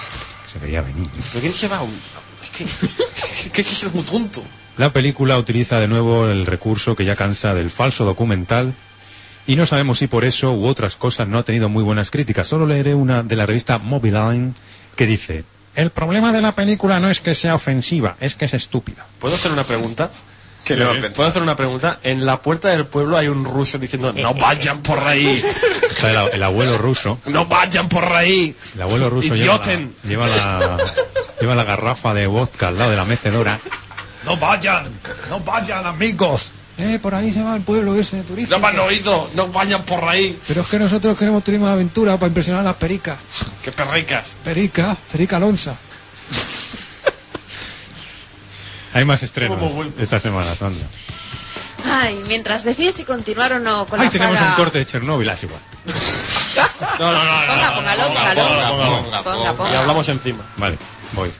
Speaker 2: Se veía venir.
Speaker 5: ¿Pero quién se va? a un- Es que. es que es muy tonto.
Speaker 2: La película utiliza de nuevo el recurso que ya cansa del falso documental y no sabemos si por eso u otras cosas no ha tenido muy buenas críticas. Solo leeré una de la revista Moviline que dice, el problema de la película no es que sea ofensiva, es que es estúpida.
Speaker 5: ¿Puedo hacer una pregunta?
Speaker 2: ¿Qué le va a
Speaker 5: Pero,
Speaker 2: pensar?
Speaker 5: ¿Puedo hacer una pregunta? En la puerta del pueblo hay un ruso diciendo, no vayan por ahí,
Speaker 2: Está El, el abuelo ruso,
Speaker 5: no vayan por ahí.
Speaker 2: el abuelo ruso lleva la,
Speaker 5: Idioten.
Speaker 2: lleva, la, lleva la garrafa de vodka al lado de la mecedora.
Speaker 1: No vayan, no vayan, amigos. Eh, por ahí se va el pueblo ese turista.
Speaker 5: No me han oído, no vayan por ahí.
Speaker 1: Pero es que nosotros queremos turismo de aventura para impresionar a las pericas.
Speaker 5: Qué perricas.
Speaker 1: Perica, Perica Alonso.
Speaker 2: Hay más estrenos
Speaker 14: Como vuelto.
Speaker 2: esta semana, Sandra.
Speaker 14: Ay, mientras decides si continuar o no con
Speaker 2: Ay,
Speaker 14: la
Speaker 2: tenemos
Speaker 14: saga.
Speaker 2: un corte de Chernóbil, ah, es igual.
Speaker 5: No, no, no.
Speaker 14: Ponga, póngalo, póngalo. Ponga, ponga.
Speaker 5: Y hablamos encima.
Speaker 2: Vale, voy.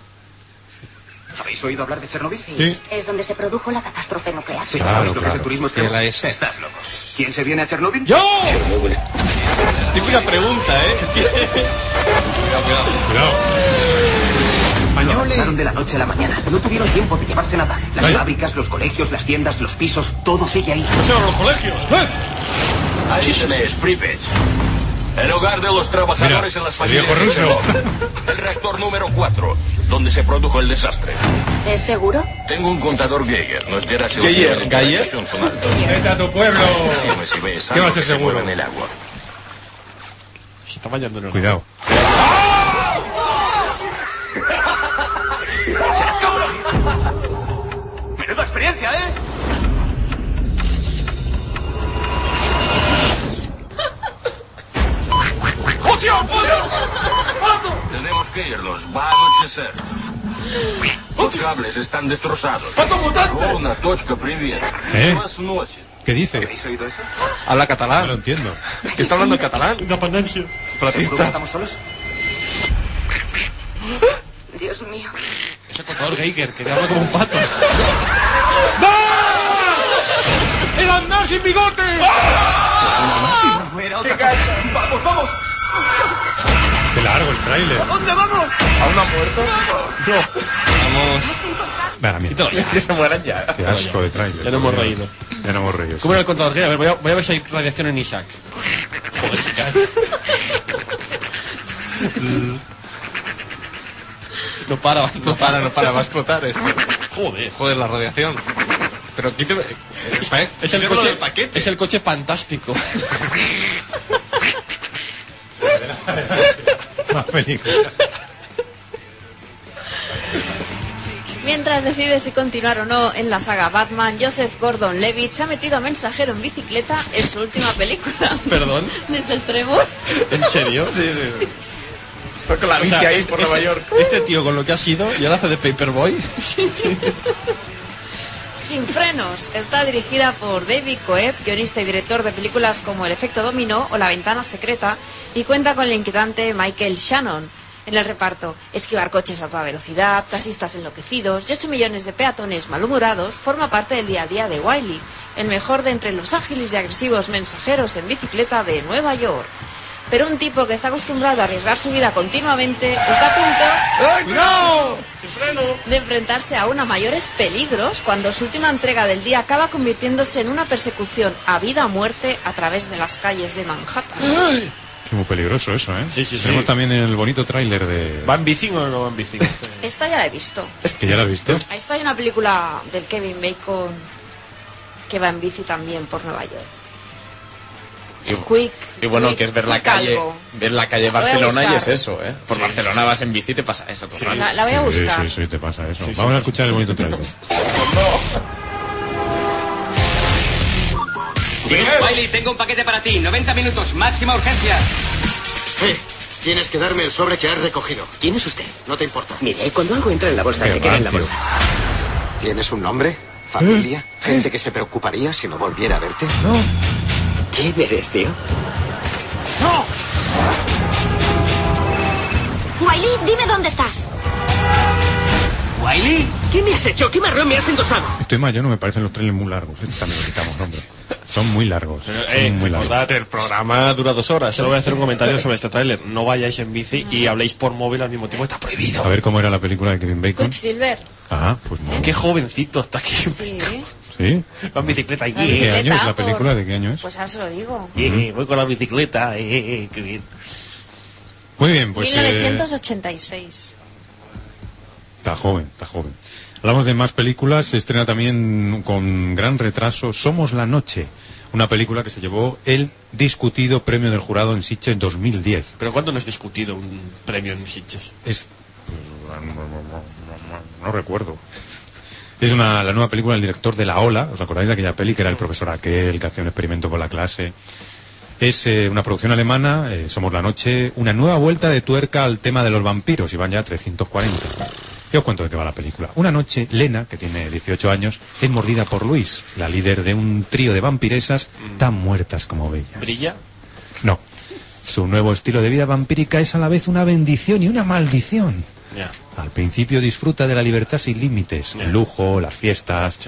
Speaker 18: ¿Habéis oído hablar de Chernobyl? Sí.
Speaker 10: Es donde se produjo la catástrofe nuclear.
Speaker 18: Sí,
Speaker 2: Claro,
Speaker 18: ¿sabes lo que es
Speaker 2: claro.
Speaker 18: el turismo extremo? Estás loco. ¿Quién se viene a Chernobyl?
Speaker 5: ¡Yo!
Speaker 4: Típica pregunta, ¿eh? Cuidado, cuidado.
Speaker 2: Cuidado.
Speaker 18: Lo avanzaron de la noche a la mañana. No tuvieron tiempo de llevarse nada. Las fábricas, los colegios, las tiendas, los pisos, todo sigue ahí.
Speaker 5: ¡No se van a los colegios! ¿eh?
Speaker 19: Ahí tenés, Pripet. El hogar de los trabajadores
Speaker 2: Mira,
Speaker 19: en las
Speaker 2: el viejo
Speaker 19: facilidades de
Speaker 2: ruso.
Speaker 19: Chernobyl. [LAUGHS] El reactor número 4, donde se produjo el desastre.
Speaker 10: ¿Es seguro?
Speaker 19: Tengo un contador Geiger. No estarás seguro.
Speaker 4: Geiger,
Speaker 19: Los precios
Speaker 4: Geiger.
Speaker 19: son- son altos.
Speaker 2: Vete a tu pueblo.
Speaker 19: Sígueme si ves
Speaker 2: ¿Qué va a
Speaker 19: algo
Speaker 2: ser
Speaker 19: que se
Speaker 2: seguro?
Speaker 19: mueva en el agua.
Speaker 5: Se está bañando en el
Speaker 2: Cuidado.
Speaker 19: Menuda experiencia, ¿eh?
Speaker 5: ¡Hostia, puto!
Speaker 19: Tenemos que irnos. Va a anochecer. Los cables están destrozados.
Speaker 5: ¡Pato mutante!
Speaker 19: Una точка, привет.
Speaker 2: ¿Eh?
Speaker 19: Вас носит.
Speaker 2: ¿Qué dice?
Speaker 18: ¿Habéis oído eso?
Speaker 4: Habla
Speaker 2: No lo
Speaker 4: catalán.
Speaker 2: entiendo.
Speaker 4: ¿Qué está hablando en catalán?
Speaker 5: Independencia.
Speaker 18: ¿Seguro que
Speaker 4: Platista.
Speaker 18: estamos solos? Dios mío.
Speaker 5: Ese contador Geiger que te habla como un pato. ¡No! ¡El andar sin bigote!
Speaker 19: ¡Ah! ¡Vamos, vamos!
Speaker 2: Qué largo el tráiler.
Speaker 19: ¿Dónde vamos?
Speaker 4: ¿Aún no ha muerto? Vamos.
Speaker 2: Vale, mierda.
Speaker 19: [LAUGHS]
Speaker 4: Que se mueran ya.
Speaker 2: Qué asco de tráiler.
Speaker 5: Ya no hemos reído.
Speaker 2: Ya no hemos reído. sí.
Speaker 5: ¿Cómo era el contador Geiger? A ver, voy a, voy a ver si hay radiación en Isaac. Joder, se cae. No para,
Speaker 4: No para, no para, va a explotar esto.
Speaker 5: Joder.
Speaker 4: Joder, la radiación. Pero quíteme. eh, pa-
Speaker 5: Es el,
Speaker 4: quitémoslo
Speaker 5: coche,
Speaker 4: del paquete.
Speaker 5: es el coche fantástico.
Speaker 2: Más película.
Speaker 14: Mientras decides si continuar o no en la saga Batman, Joseph Gordon-Levitt se ha metido a mensajero en bicicleta en su última película.
Speaker 5: [LAUGHS]
Speaker 14: [LAUGHS]
Speaker 5: Perdón.
Speaker 14: Desde el trébol.
Speaker 5: ¿En serio?
Speaker 4: Sí, sí, sí. Pero con la
Speaker 5: O sea,
Speaker 4: bici ahí por
Speaker 5: este-
Speaker 4: Nueva York.
Speaker 5: Este tío con lo que ha sido y ahora hace
Speaker 4: [LAUGHS]
Speaker 5: de Paperboy.
Speaker 14: Sin frenos. Está dirigida por David Coeb, guionista y director de películas como El efecto dominó o La ventana secreta, y cuenta con el inquietante Michael Shannon. En el reparto, esquivar coches a toda velocidad, taxistas enloquecidos y 8 millones de peatones malhumorados forma parte del día a día de Wiley, el mejor de entre los ágiles y agresivos mensajeros en bicicleta de Nueva York. Pero un tipo que está acostumbrado a arriesgar su vida continuamente está a punto
Speaker 5: ¡No! ¡Sin freno!
Speaker 14: de enfrentarse aún a mayores peligros cuando su última entrega del día acaba convirtiéndose en una persecución a vida o muerte a través de las calles de Manhattan.
Speaker 2: Qué muy peligroso eso, ¿eh?
Speaker 5: Sí, sí, sí.
Speaker 2: Tenemos también el bonito tráiler de...
Speaker 5: ¿Va en bici o no va en bici?
Speaker 14: Esta ya la he visto.
Speaker 2: Que ya lo has visto.
Speaker 14: A Esto hay una película del Kevin Bacon que va en bici también por Nueva York. El Quick.
Speaker 4: Y bueno,
Speaker 14: Quick,
Speaker 4: que es ver la
Speaker 14: Quick
Speaker 4: calle,
Speaker 14: algo.
Speaker 4: ver la calle
Speaker 14: La voy a
Speaker 4: Barcelona y
Speaker 14: buscar.
Speaker 4: es eso, ¿eh? Por Barcelona vas en bici y te pasa eso todo el rato.
Speaker 14: La, la voy a
Speaker 2: Sí,
Speaker 14: buscar.
Speaker 2: sí, sí, te pasa eso. Vamos a escuchar el bonito tráiler.
Speaker 18: Wiley, tengo un paquete para ti. 90 minutos, máxima urgencia.
Speaker 20: Tienes que darme el sobre que has recogido.
Speaker 18: ¿Quién es usted?
Speaker 20: No te importa.
Speaker 18: Mire, cuando algo entra en la bolsa,
Speaker 20: Qué
Speaker 18: se queda en la
Speaker 20: rancio.
Speaker 18: bolsa.
Speaker 20: ¿Tienes un nombre? ¿Familia?
Speaker 2: ¿Eh?
Speaker 20: ¿Gente que se preocuparía si no volviera a verte? No.
Speaker 18: ¿Quién eres, tío?
Speaker 10: Wiley, dime dónde estás.
Speaker 18: ¿Wiley? ¿Qué me has hecho? ¿Qué marrón me has endosado?
Speaker 2: Estoy mayor, no me parecen los trailers muy largos. Este también lo quitamos, hombre. Son muy largos. Son
Speaker 5: eh,
Speaker 2: muy largos.
Speaker 5: Recordad, el programa dura dos horas. Solo voy a hacer un comentario sobre este tráiler. No vayáis en bici y habléis por móvil al mismo tiempo. Está prohibido.
Speaker 2: A ver cómo era la película de Kevin Bacon.
Speaker 14: Quicksilver.
Speaker 2: Ah, pues no.
Speaker 5: Qué jovencito está aquí.
Speaker 14: Sí.
Speaker 2: ¿Sí?
Speaker 5: Va en bicicleta.
Speaker 2: ¿De qué
Speaker 14: Bicicleta,
Speaker 2: año es la
Speaker 14: por-
Speaker 2: película? ¿De qué año es?
Speaker 14: Pues ahora se lo digo.
Speaker 5: Eh, eh, voy con la bicicleta. eh, eh, qué bien.
Speaker 2: Muy bien, pues... eh,
Speaker 14: 1986.
Speaker 2: Está joven, está joven. Hablamos de más películas. Se estrena también con gran retraso Somos la Noche, una película que se llevó el discutido premio del jurado en Sitges 2010.
Speaker 5: Pero ¿cuándo no has discutido un premio en Sitges?
Speaker 2: Es, no recuerdo. Es una, la nueva película del director de La Ola. ¿Os acordáis de aquella peli que era el profesor aquel que hacía un experimento con la clase? Es eh, una producción alemana, eh, Somos la Noche, una nueva vuelta de tuerca al tema de los vampiros, y van ya 340. Yo os cuento de qué va la película. Una noche, Lena, que tiene 18 años, es mordida por Luis, la líder de un trío de vampiresas tan muertas como bellas.
Speaker 5: ¿Brilla?
Speaker 2: No. Su nuevo estilo de vida vampírica es a la vez una bendición y una maldición.
Speaker 5: Ya.
Speaker 2: Al principio disfruta de la libertad sin límites, el lujo, las fiestas.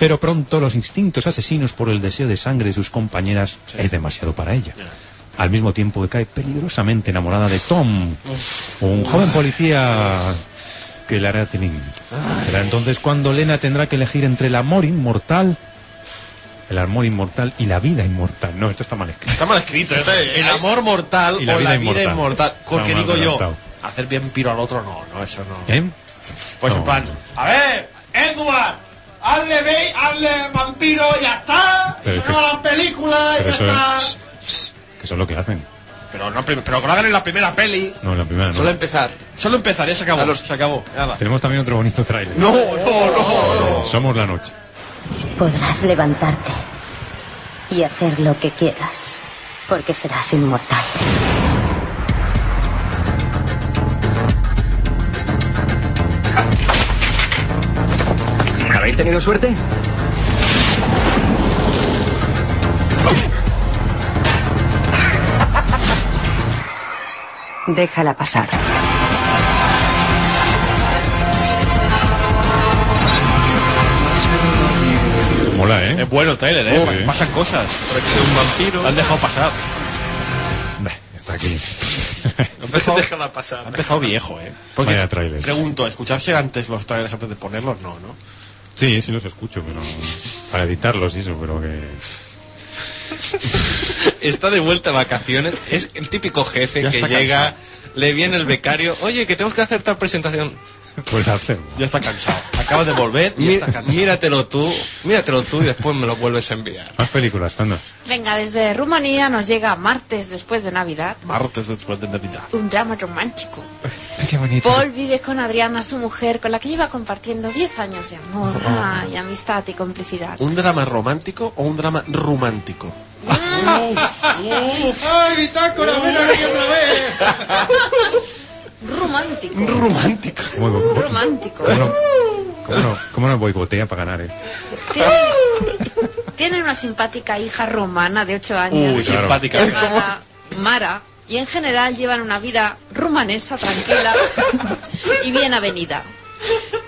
Speaker 2: Pero pronto los instintos asesinos por el deseo de sangre de sus compañeras es demasiado para ella. Al mismo tiempo que cae peligrosamente enamorada de Tom, un joven policía que le hará tener. Será entonces cuando Lena tendrá que elegir entre el amor inmortal, el amor inmortal y la vida inmortal. No, esto está mal escrito.
Speaker 5: Está mal escrito. ¿eh? está- El amor mortal
Speaker 2: Y la
Speaker 5: o
Speaker 2: vida
Speaker 5: la vida
Speaker 2: inmortal.
Speaker 5: inmortal. Porque
Speaker 2: Está
Speaker 5: digo
Speaker 2: mal
Speaker 5: yo,
Speaker 2: redactado.
Speaker 5: hacer bien piro al otro, no, no, eso no.
Speaker 2: ¿Eh?
Speaker 5: Pues
Speaker 2: No.
Speaker 5: en plan, a ver, Edward, hazle ve, hazle vampiro, ya está.
Speaker 2: Pero
Speaker 5: Eso
Speaker 2: es que-
Speaker 5: no hagan películas,
Speaker 2: Pero
Speaker 5: ya
Speaker 2: eso
Speaker 5: está.
Speaker 2: es, que eso es lo que hacen.
Speaker 5: Pero, no, prim- pero que lo hagan en la primera peli.
Speaker 2: No, la primera Ah, no.
Speaker 5: Solo empezar. Solo empezar, ya se acabó. Se acabó. nada.
Speaker 2: Tenemos también otro bonito tráiler.
Speaker 5: No, no, no.
Speaker 2: Eh, Somos la noche.
Speaker 10: Podrás levantarte y hacer lo que quieras, porque serás inmortal.
Speaker 18: ¿Habéis tenido suerte?
Speaker 10: Déjala pasar.
Speaker 2: Mola, ¿eh?
Speaker 5: Es bueno el trailer, ¿eh?
Speaker 2: Oh, eh.
Speaker 5: Pasan cosas. un vampiro. Lo han dejado pasar.
Speaker 2: Está aquí. [LAUGHS]
Speaker 5: Déjala pasar. Ha empezado viejo, ¿eh? Porque
Speaker 2: Vaya trailers.
Speaker 5: Pregunto, ¿escucharse antes los trailers antes de ponerlos? No, ¿no?
Speaker 2: Sí, sí los escucho, pero para editarlos y eso, pero que
Speaker 4: Está de vuelta a vacaciones. Es el típico jefe
Speaker 2: Ya
Speaker 4: que
Speaker 2: está
Speaker 4: llega, le viene el becario. Oye, que tenemos que hacer tal presentación.
Speaker 2: pues hacer.
Speaker 5: Ya está cansado. Acabas de volver y
Speaker 4: Mí-
Speaker 5: está cansado.
Speaker 4: Míratelo tú, míratelo tú y después me lo vuelves a enviar.
Speaker 2: Más películas, Sandra.
Speaker 14: Venga, desde Rumanía nos llega martes después de Navidad
Speaker 5: Martes después de Navidad.
Speaker 14: un drama romántico.
Speaker 2: Qué bonito.
Speaker 14: Paul vive con Adriana, su mujer, con la que lleva compartiendo 10 años de amor
Speaker 2: Oh.
Speaker 14: ah, y amistad y complicidad.
Speaker 5: ¿Un drama romántico o un drama romántico?
Speaker 2: Oh.
Speaker 16: ¡Ay, bitácora! ¡Ven aquí otra vez!
Speaker 14: Romántico.
Speaker 5: Romántico.
Speaker 2: ¿Cómo, cómo-
Speaker 14: Romántico.
Speaker 2: cómo no, cómo no- cómo no boicotea para ganar, eh?
Speaker 14: Tiene, tiene una simpática hija romana de 8 años.
Speaker 2: Uy, claro. simpática.
Speaker 14: llamada Mara. Y en general llevan una vida rumanesa, tranquila y bien avenida.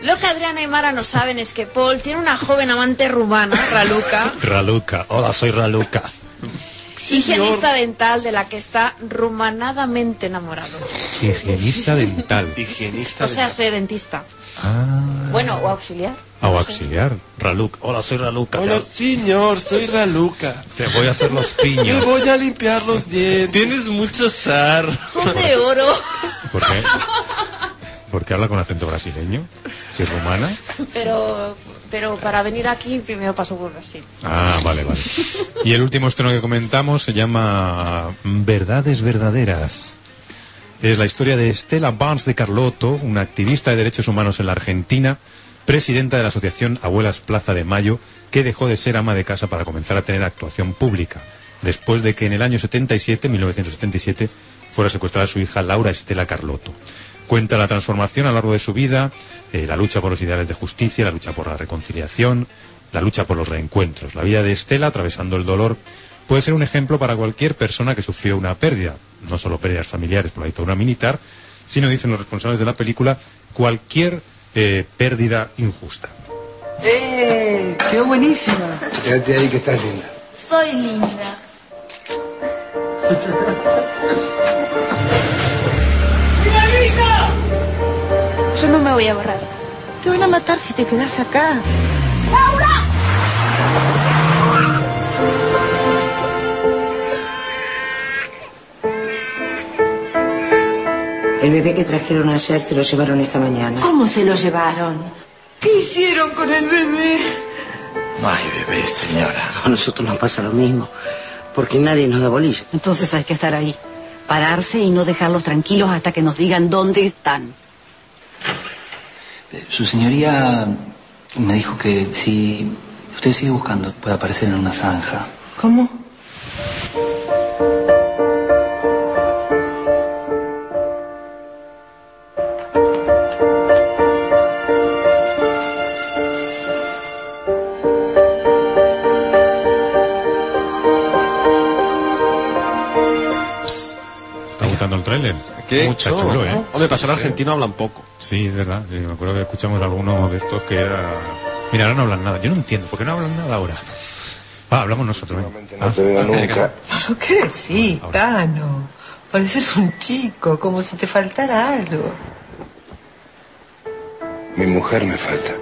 Speaker 14: Lo que Adriana y Mara no saben es que Paul tiene una joven amante rumana, Raluca,
Speaker 2: Raluca. Hola, soy Raluca.
Speaker 14: higienista dental de la que está rumanadamente enamorado.
Speaker 2: Higienista dental.
Speaker 5: Higienista
Speaker 14: O sea, sé dentista.
Speaker 2: Ah,
Speaker 14: Bueno, o auxiliar.
Speaker 2: a auxiliar. Raluca. Hola, soy Raluca.
Speaker 5: Hola, señor, soy Raluca.
Speaker 2: Te voy a hacer los
Speaker 5: Te
Speaker 2: piños.
Speaker 5: voy a limpiar los dientes.
Speaker 4: Tienes mucho zar.
Speaker 14: Son de oro. [LAUGHS]
Speaker 2: ¿Por qué? ¿Por qué habla con acento brasileño? ¿Si es rumana?
Speaker 14: Pero, pero para venir aquí primero paso por Brasil.
Speaker 2: Ah, vale, vale. Y el último estreno que comentamos se llama Verdades Verdaderas. Es la historia de Estela Barnes de Carlotto, una activista de derechos humanos en la Argentina, presidenta de la asociación Abuelas Plaza de Mayo, que dejó de ser ama de casa para comenzar a tener actuación pública, después de que en el año 77, 1977, fuera secuestrada su hija Laura Estela Carlotto. Cuenta la transformación a lo largo de su vida, eh, la lucha por los ideales de justicia, la lucha por la reconciliación, la lucha por los reencuentros. La vida de Estela, atravesando el dolor, puede ser un ejemplo para cualquier persona que sufrió una pérdida, no solo pérdidas familiares por la dictadura militar, sino, dicen los responsables de la película, cualquier eh, pérdida injusta.
Speaker 21: ¡Eh! ¡Qué buenísima!
Speaker 6: Quédate ahí que estás linda.
Speaker 13: Soy linda.
Speaker 17: Yo no me voy a borrar.
Speaker 21: Te van a matar si te quedas acá.
Speaker 7: El bebé que trajeron ayer se lo llevaron esta mañana.
Speaker 21: ¿Cómo se lo llevaron? ¿Qué hicieron con el bebé?
Speaker 7: Ay, bebé, señora. A nosotros nos pasa lo mismo, porque nadie nos da bolilla.
Speaker 22: Entonces hay que estar ahí, pararse y no dejarlos tranquilos hasta que nos digan dónde están.
Speaker 23: Su señoría me dijo que si usted sigue buscando, puede aparecer en una zanja.
Speaker 21: ¿Cómo?
Speaker 2: ¿Está gustando el tráiler?
Speaker 5: ¿Qué?
Speaker 2: Mucho
Speaker 5: chulo,
Speaker 2: chulo, ¿eh?
Speaker 5: Hombre, para ser
Speaker 2: Sí, sí.
Speaker 5: argentino hablan poco.
Speaker 2: Sí, es verdad. Eh, me acuerdo que escuchamos algunos de estos que era... Mira, ahora no hablan nada. Yo no entiendo. ¿Por qué no hablan nada ahora? Va, hablamos nosotros. venga. Ah,
Speaker 6: No te veo nunca.
Speaker 21: ¿Pero qué decís, Tano? Pareces un chico, como si te faltara algo.
Speaker 6: Mi mujer me falta.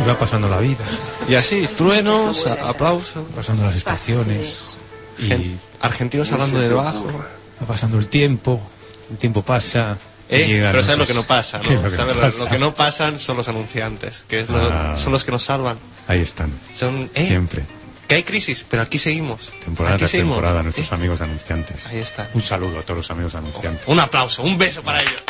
Speaker 2: Y va pasando la vida,
Speaker 5: Y así, truenos, a- aplausos,
Speaker 2: pasando las estaciones. Y
Speaker 5: gen- argentinos hablando de bajo.
Speaker 2: va pasando el tiempo. El tiempo pasa.
Speaker 4: Eh,
Speaker 2: y llegan
Speaker 4: pero sabes lo
Speaker 2: otros-
Speaker 4: que no pasa, ¿no?
Speaker 2: ¿Qué es lo [LAUGHS] que
Speaker 4: ¿Sabes?
Speaker 2: no
Speaker 4: Lo-
Speaker 2: pasa?
Speaker 4: Lo que no pasan son los anunciantes, que es lo-
Speaker 2: Ah.
Speaker 4: son los que nos salvan.
Speaker 2: Ahí están.
Speaker 4: Son, eh,
Speaker 2: Siempre.
Speaker 4: que hay crisis, pero aquí seguimos.
Speaker 2: Temporada
Speaker 4: aquí
Speaker 2: tras
Speaker 4: seguimos. Eh.
Speaker 2: temporada, nuestros amigos anunciantes.
Speaker 4: Ahí está.
Speaker 2: Un saludo a todos los amigos anunciantes.
Speaker 4: Un aplauso, un beso para ellos.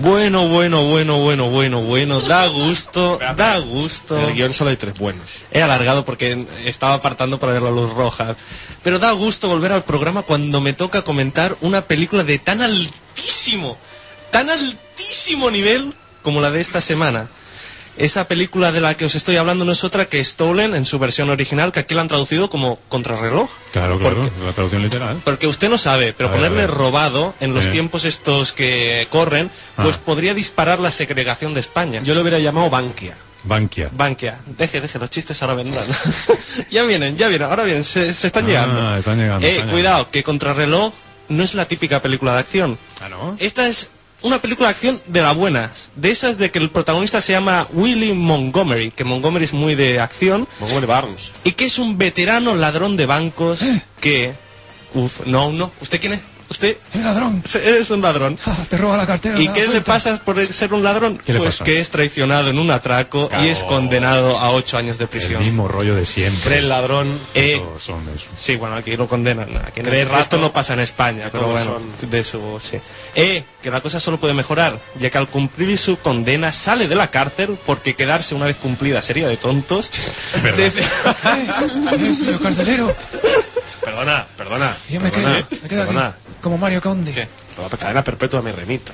Speaker 4: Bueno, bueno, bueno, bueno, bueno, bueno.
Speaker 5: [LAUGHS]
Speaker 4: Da gusto, da gusto.
Speaker 5: El guión solo hay tres buenos.
Speaker 4: He alargado porque estaba apartando para ver la luz roja. Pero da gusto volver al programa cuando me toca comentar una película de tan altísimo, tan altísimo nivel como la de esta semana. Esa película de la que os estoy hablando no es otra que Stolen en su versión original, que aquí la han traducido como Contrarreloj.
Speaker 2: Claro, claro. La traducción literal.
Speaker 4: Porque usted no sabe, pero
Speaker 2: A ver,
Speaker 4: ponerle
Speaker 2: a ver.
Speaker 4: robado en los
Speaker 2: Eh.
Speaker 4: tiempos estos que corren, pues
Speaker 2: Ah.
Speaker 4: podría disparar la segregación de España.
Speaker 5: Yo lo hubiera llamado Bankia.
Speaker 2: Bankia.
Speaker 4: Bankia, deje, deje, los chistes ahora vendrán. [LAUGHS] ya vienen, ya vienen, ahora bien, se, se están
Speaker 2: Ah,
Speaker 4: llegando.
Speaker 2: están llegando,
Speaker 4: Eh,
Speaker 2: están
Speaker 4: cuidado, que Contrarreloj no es la típica película de acción.
Speaker 2: Ah, ¿no?
Speaker 4: Esta es una película de acción de las buenas, de esas de que el protagonista se llama Willie Montgomery, que Montgomery es muy de acción,
Speaker 5: Montgomery Barnes.
Speaker 4: y que es un veterano ladrón de bancos
Speaker 2: ¿Eh?
Speaker 4: que... Uf, no, no, ¿usted quién es? ¿Usted?
Speaker 1: El ladrón.
Speaker 4: Eres un ladrón.
Speaker 1: [LAUGHS] Te roba la cartera.
Speaker 4: ¿Y qué le pasa por ser un ladrón?
Speaker 2: ¿Qué le
Speaker 4: pues
Speaker 2: pasa?
Speaker 4: que es traicionado en un atraco y es condenado a ocho años de
Speaker 2: El
Speaker 4: prisión.
Speaker 2: mismo rollo de siempre.
Speaker 5: El ladrón.
Speaker 4: Eh,
Speaker 2: Todos son eso.
Speaker 4: sí, bueno, aquí lo condenan. Aquí en
Speaker 5: Tres
Speaker 4: el resto
Speaker 5: ratos.
Speaker 4: no pasa en España, pero
Speaker 5: todos
Speaker 4: bueno, de su... Sí. Eh, que la cosa solo puede mejorar, ya que al cumplir su condena sale de la cárcel porque quedarse una vez cumplida sería de tontos. [LAUGHS]
Speaker 2: Verdad.
Speaker 4: De-
Speaker 1: Eh, señor carcelero.
Speaker 5: Perdona, perdona.
Speaker 1: Yo me quedo,
Speaker 5: perdona,
Speaker 1: me quedo
Speaker 5: perdona.
Speaker 1: aquí. Como Mario Conde.
Speaker 5: Pero la cadena perpetua me remito.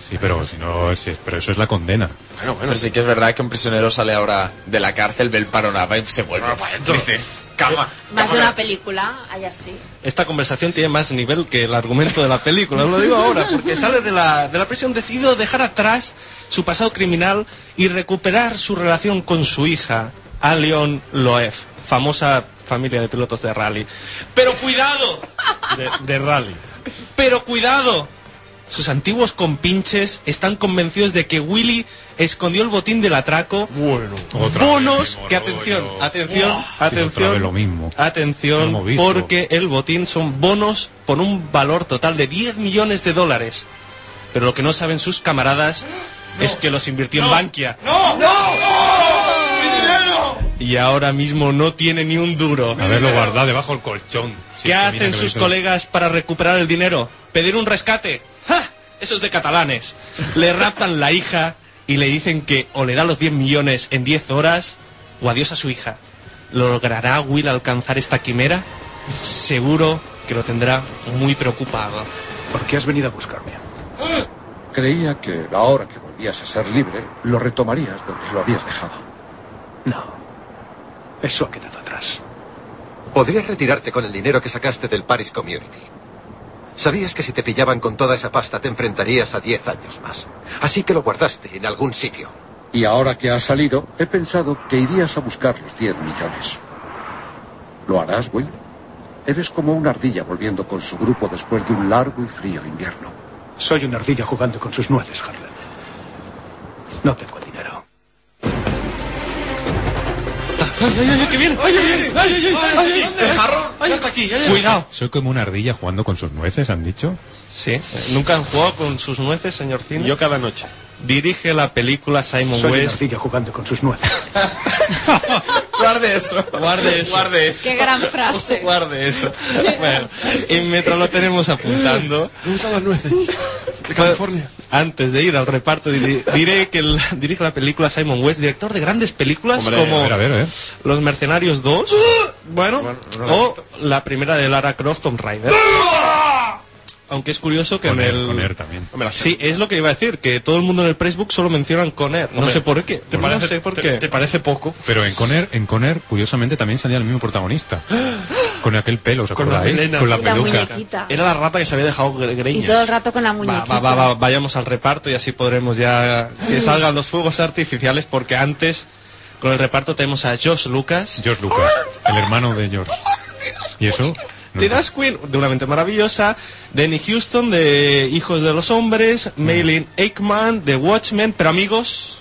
Speaker 2: Sí, pero si no, sí, pero eso es la condena.
Speaker 5: Bueno, bueno.
Speaker 3: Pero sí que es verdad que un prisionero sale ahora de la cárcel, ve el panorama y se vuelve
Speaker 5: pues,
Speaker 3: para adentro. Dice, cama.
Speaker 14: Más de una película, hay así.
Speaker 4: Esta conversación tiene más nivel que el argumento de la película, os lo digo ahora, porque sale de la, de la prisión decidido dejar atrás su pasado criminal y recuperar su relación con su hija, Alion Loef, famosa familia de pilotos de rally. Pero cuidado,
Speaker 5: De, de rally.
Speaker 4: pero cuidado. Sus antiguos compinches están convencidos de que Willy escondió el botín del atraco.
Speaker 5: Bueno.
Speaker 2: Otra
Speaker 4: bonos
Speaker 2: vez,
Speaker 4: que
Speaker 2: rollo.
Speaker 4: atención, atención,
Speaker 2: otra
Speaker 4: atención.
Speaker 2: vez lo mismo. Lo
Speaker 4: Atención,
Speaker 2: hemos visto.
Speaker 4: porque el botín son bonos por un valor total de 10 millones de dólares. Pero lo que no saben sus camaradas es que los invirtió en Bankia.
Speaker 16: ¡No! ¡No! ¡Mi dinero!
Speaker 4: Y ahora mismo no tiene ni un duro.
Speaker 2: Haberlo guardado debajo del colchón. Sí,
Speaker 4: ¿Qué
Speaker 2: es que mira
Speaker 4: hacen
Speaker 2: que
Speaker 4: sus
Speaker 2: bonito.
Speaker 4: colegas para recuperar el dinero? Pedir un rescate. ¡Ja! Eso es de catalanes. Le raptan la hija y le dicen que o le da los 10 millones en 10 horas o adiós a su hija. ¿Logrará Will alcanzar esta quimera? Seguro que lo tendrá muy preocupado. ¿Por qué has venido a buscarme?
Speaker 6: Creía que la hora que volvías a ser libre, lo retomarías donde lo habías dejado.
Speaker 24: No. Eso ha quedado atrás. Podrías retirarte con el dinero que sacaste del Paris Community. Sabías que si te pillaban con toda esa pasta te enfrentarías a 10 años más. Así que lo guardaste en algún sitio.
Speaker 6: Y ahora que has salido, he pensado que irías a buscar los 10 millones. ¿Lo harás, Will? Eres como una ardilla volviendo con su grupo después de un largo y frío invierno.
Speaker 24: Soy una ardilla jugando con sus nueces, Harlan. No tengo el dinero.
Speaker 4: ¡Ay, ay, ay! ¡Que viene! ¡Ay, ay, ay! ¡Ay, ay, ay! ay, ay, ay!
Speaker 5: ¿El jarro?
Speaker 4: ¡Ay, está aquí! ay, ay! ¡Cuidado!
Speaker 2: Soy como una ardilla jugando con sus nueces, han dicho.
Speaker 4: Sí, eh, nunca han jugado con sus nueces, señor Cine. Yo cada noche. Dirige la película Simon
Speaker 24: Soy una
Speaker 4: West.
Speaker 24: ardilla jugando con sus nueces.
Speaker 4: Guarde eso. Guarde eso. Guarde eso.
Speaker 14: Qué gran frase.
Speaker 4: Guarde eso. Bueno, y mientras lo tenemos apuntando. Pues,
Speaker 5: Me gustan las nueces. De California.
Speaker 4: Antes de ir al reparto, diri- diré que el- dirige la película Simon West, director de grandes películas
Speaker 2: Hombre,
Speaker 4: como
Speaker 2: a ver, a ver, ¿eh?
Speaker 4: Los Mercenarios 2,
Speaker 14: ¡Ah!
Speaker 4: bueno,
Speaker 2: no la he
Speaker 4: o la primera de Lara Croft, Tomb Raider.
Speaker 14: ¡Ah!
Speaker 4: Aunque es curioso que
Speaker 2: Con
Speaker 4: en
Speaker 2: él,
Speaker 4: el...
Speaker 2: con él también.
Speaker 4: Sí, es lo que iba a decir, que todo el mundo en el Facebook solo mencionan Conner. No
Speaker 5: Hombre,
Speaker 4: sé por qué.
Speaker 5: ¿te
Speaker 4: no
Speaker 5: parece-
Speaker 4: sé por
Speaker 5: te-
Speaker 4: qué.
Speaker 5: te parece poco?
Speaker 2: Pero en Conner, en Conner, curiosamente, también salía el mismo protagonista. Con aquel pelo, ¿se
Speaker 4: Con la
Speaker 2: acordáis?
Speaker 4: melena.
Speaker 2: Con
Speaker 14: Y
Speaker 2: la
Speaker 14: la
Speaker 2: peluca. Eh,
Speaker 14: muñequita.
Speaker 4: Era la rata que se había dejado gre-
Speaker 14: Y
Speaker 4: greñas.
Speaker 14: todo el rato con la
Speaker 4: Va,
Speaker 14: muñequita.
Speaker 4: va, va, va, vayamos al reparto y así podremos ya que salgan los fuegos artificiales porque antes con el reparto tenemos a Josh Lucas.
Speaker 2: George Lucas, el hermano de George. ¿Y eso? No.
Speaker 4: De Das Queen, de una mente maravillosa, Danny Houston, de Hijos de los Hombres,
Speaker 2: Mm.
Speaker 4: Maylin Aikman, de Watchmen, pero amigos,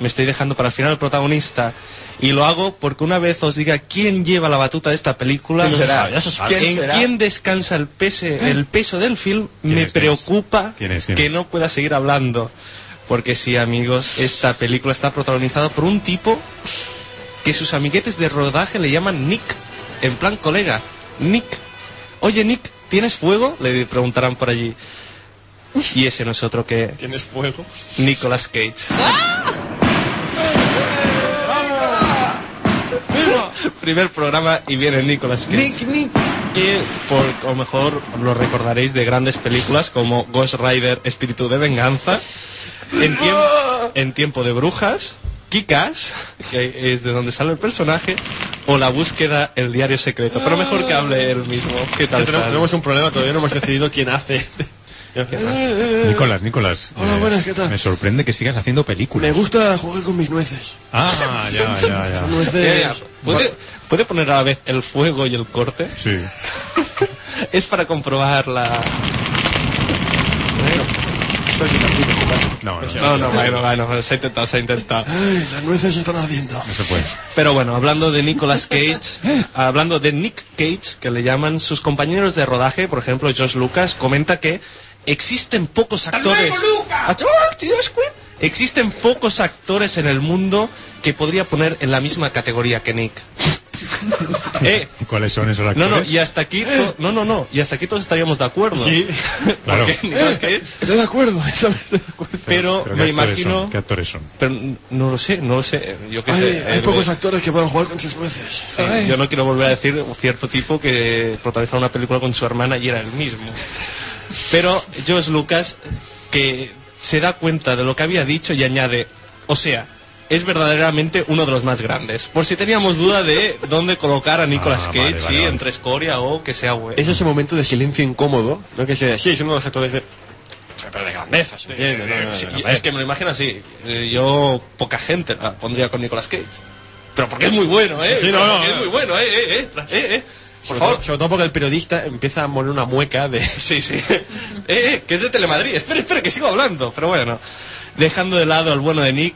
Speaker 4: me estoy dejando para el final el protagonista. Y lo hago porque una vez os diga quién lleva la batuta de esta película,
Speaker 5: ¿Quién será? Ya se sabe.
Speaker 4: en
Speaker 5: ¿Quién será?
Speaker 4: quién descansa el, pese- el peso del film, me
Speaker 2: es?
Speaker 4: preocupa
Speaker 2: ¿Quién es? ¿Quién
Speaker 4: que
Speaker 2: es?
Speaker 4: no pueda seguir hablando. Porque sí, amigos, esta película está protagonizada por un tipo que sus amiguetes de rodaje le llaman Nick, en plan colega. Nick, oye Nick, ¿tienes fuego? Le preguntarán por allí. Y ese no es otro que
Speaker 5: ¿Tienes fuego?
Speaker 4: Nicolas Cage. Primer programa y viene Nicolas Cage. Que por a lo mejor lo recordaréis de grandes películas como Ghost Rider, Espíritu de Venganza, En, Tiemp- en Tiempo de Brujas, Kikas, que es de donde sale el personaje, o La Búsqueda, el diario secreto. Pero mejor que hable él mismo. ¿Qué tal?
Speaker 5: tenemos,
Speaker 4: Fran?
Speaker 5: tenemos un problema, todavía no hemos decidido
Speaker 4: [LAUGHS]
Speaker 5: quién hace.
Speaker 2: Nicolás, Nicolás.
Speaker 5: Hola, buenas, ¿qué tal?
Speaker 2: Me sorprende que sigas haciendo
Speaker 5: Me
Speaker 2: películas.
Speaker 5: gusta jugar con mis nueces.
Speaker 2: Ah, ya,
Speaker 4: [LAUGHS]
Speaker 2: ya, ya.
Speaker 4: Eh,
Speaker 5: Nueces.
Speaker 4: ¿Puede, [LAUGHS] puede poner a la vez el fuego y el corte?
Speaker 2: Sí.
Speaker 4: [LAUGHS] Es para comprobar la... No,
Speaker 2: No, no, no,
Speaker 4: no, bueno, bueno, bueno, se ha intentado, se ha intentado.
Speaker 5: Ay, las nueces están ardiendo.
Speaker 2: no se puede.
Speaker 4: Pero bueno, hablando de Nicolas Cage, hablando de Nick Cage, que le llaman sus compañeros de rodaje, por ejemplo, Josh Lucas, comenta que existen pocos actores. Ach- ¡Oh, tío, es Queen! Existen pocos actores en el mundo que podría poner en la misma categoría que
Speaker 2: [LAUGHS]
Speaker 4: Nick. eh,
Speaker 2: ¿Cuáles son esos
Speaker 4: no,
Speaker 2: actores?
Speaker 4: no, y hasta aquí, to- no, no, no, y hasta aquí todos estaríamos de acuerdo. [LAUGHS]
Speaker 5: Sí.
Speaker 2: Claro.
Speaker 4: Porque Nicolas Cage,
Speaker 5: Estoy de
Speaker 1: [LAUGHS]
Speaker 5: acuerdo. estoy de acuerdo.
Speaker 4: pero,
Speaker 2: Pero ¿qué
Speaker 4: me
Speaker 2: actores
Speaker 4: imagino,
Speaker 2: son? ¿Qué actores son?
Speaker 4: pero no lo sé, no lo sé, yo qué
Speaker 5: Ay,
Speaker 4: sé.
Speaker 5: hay
Speaker 4: el-
Speaker 5: pocos actores que puedan jugar con sus nueces.
Speaker 4: Sí,
Speaker 5: Ay.
Speaker 4: yo no quiero volver a decir un cierto tipo que protagonizaba una película con su hermana y era el mismo. Pero George Lucas, que se da cuenta de lo que había dicho y añade, o sea, es verdaderamente uno de los más grandes. Por si teníamos duda de dónde colocar a Nicolas
Speaker 2: Ah,
Speaker 4: Cage,
Speaker 2: vale, vale,
Speaker 4: sí,
Speaker 2: vale.
Speaker 4: entre escoria o que sea güey.
Speaker 5: Es ese momento de silencio incómodo, ¿no? Que se, sí, es uno de los actores de... Pero de grandeza, ¿se entiende? No, no, no,
Speaker 4: Sí,
Speaker 5: no,
Speaker 4: y-
Speaker 5: no,
Speaker 4: es que me lo imagino así. Eh, Yo poca gente la pondría con Nicolas Cage. Pero porque es muy bueno, ¿eh?
Speaker 5: Sí,
Speaker 4: Pero
Speaker 5: no, no,
Speaker 4: porque es
Speaker 5: no.
Speaker 4: muy bueno, ¿eh? eh, eh, eh, eh. Por
Speaker 5: Sobre,
Speaker 4: favor,
Speaker 5: todo, sobre todo porque el periodista empieza a poner una mueca de...
Speaker 4: [LAUGHS] Sí, sí. Eh, eh, que es de Telemadrid. Espera, espera, que sigo hablando. Pero bueno, dejando de lado al bueno de Nick,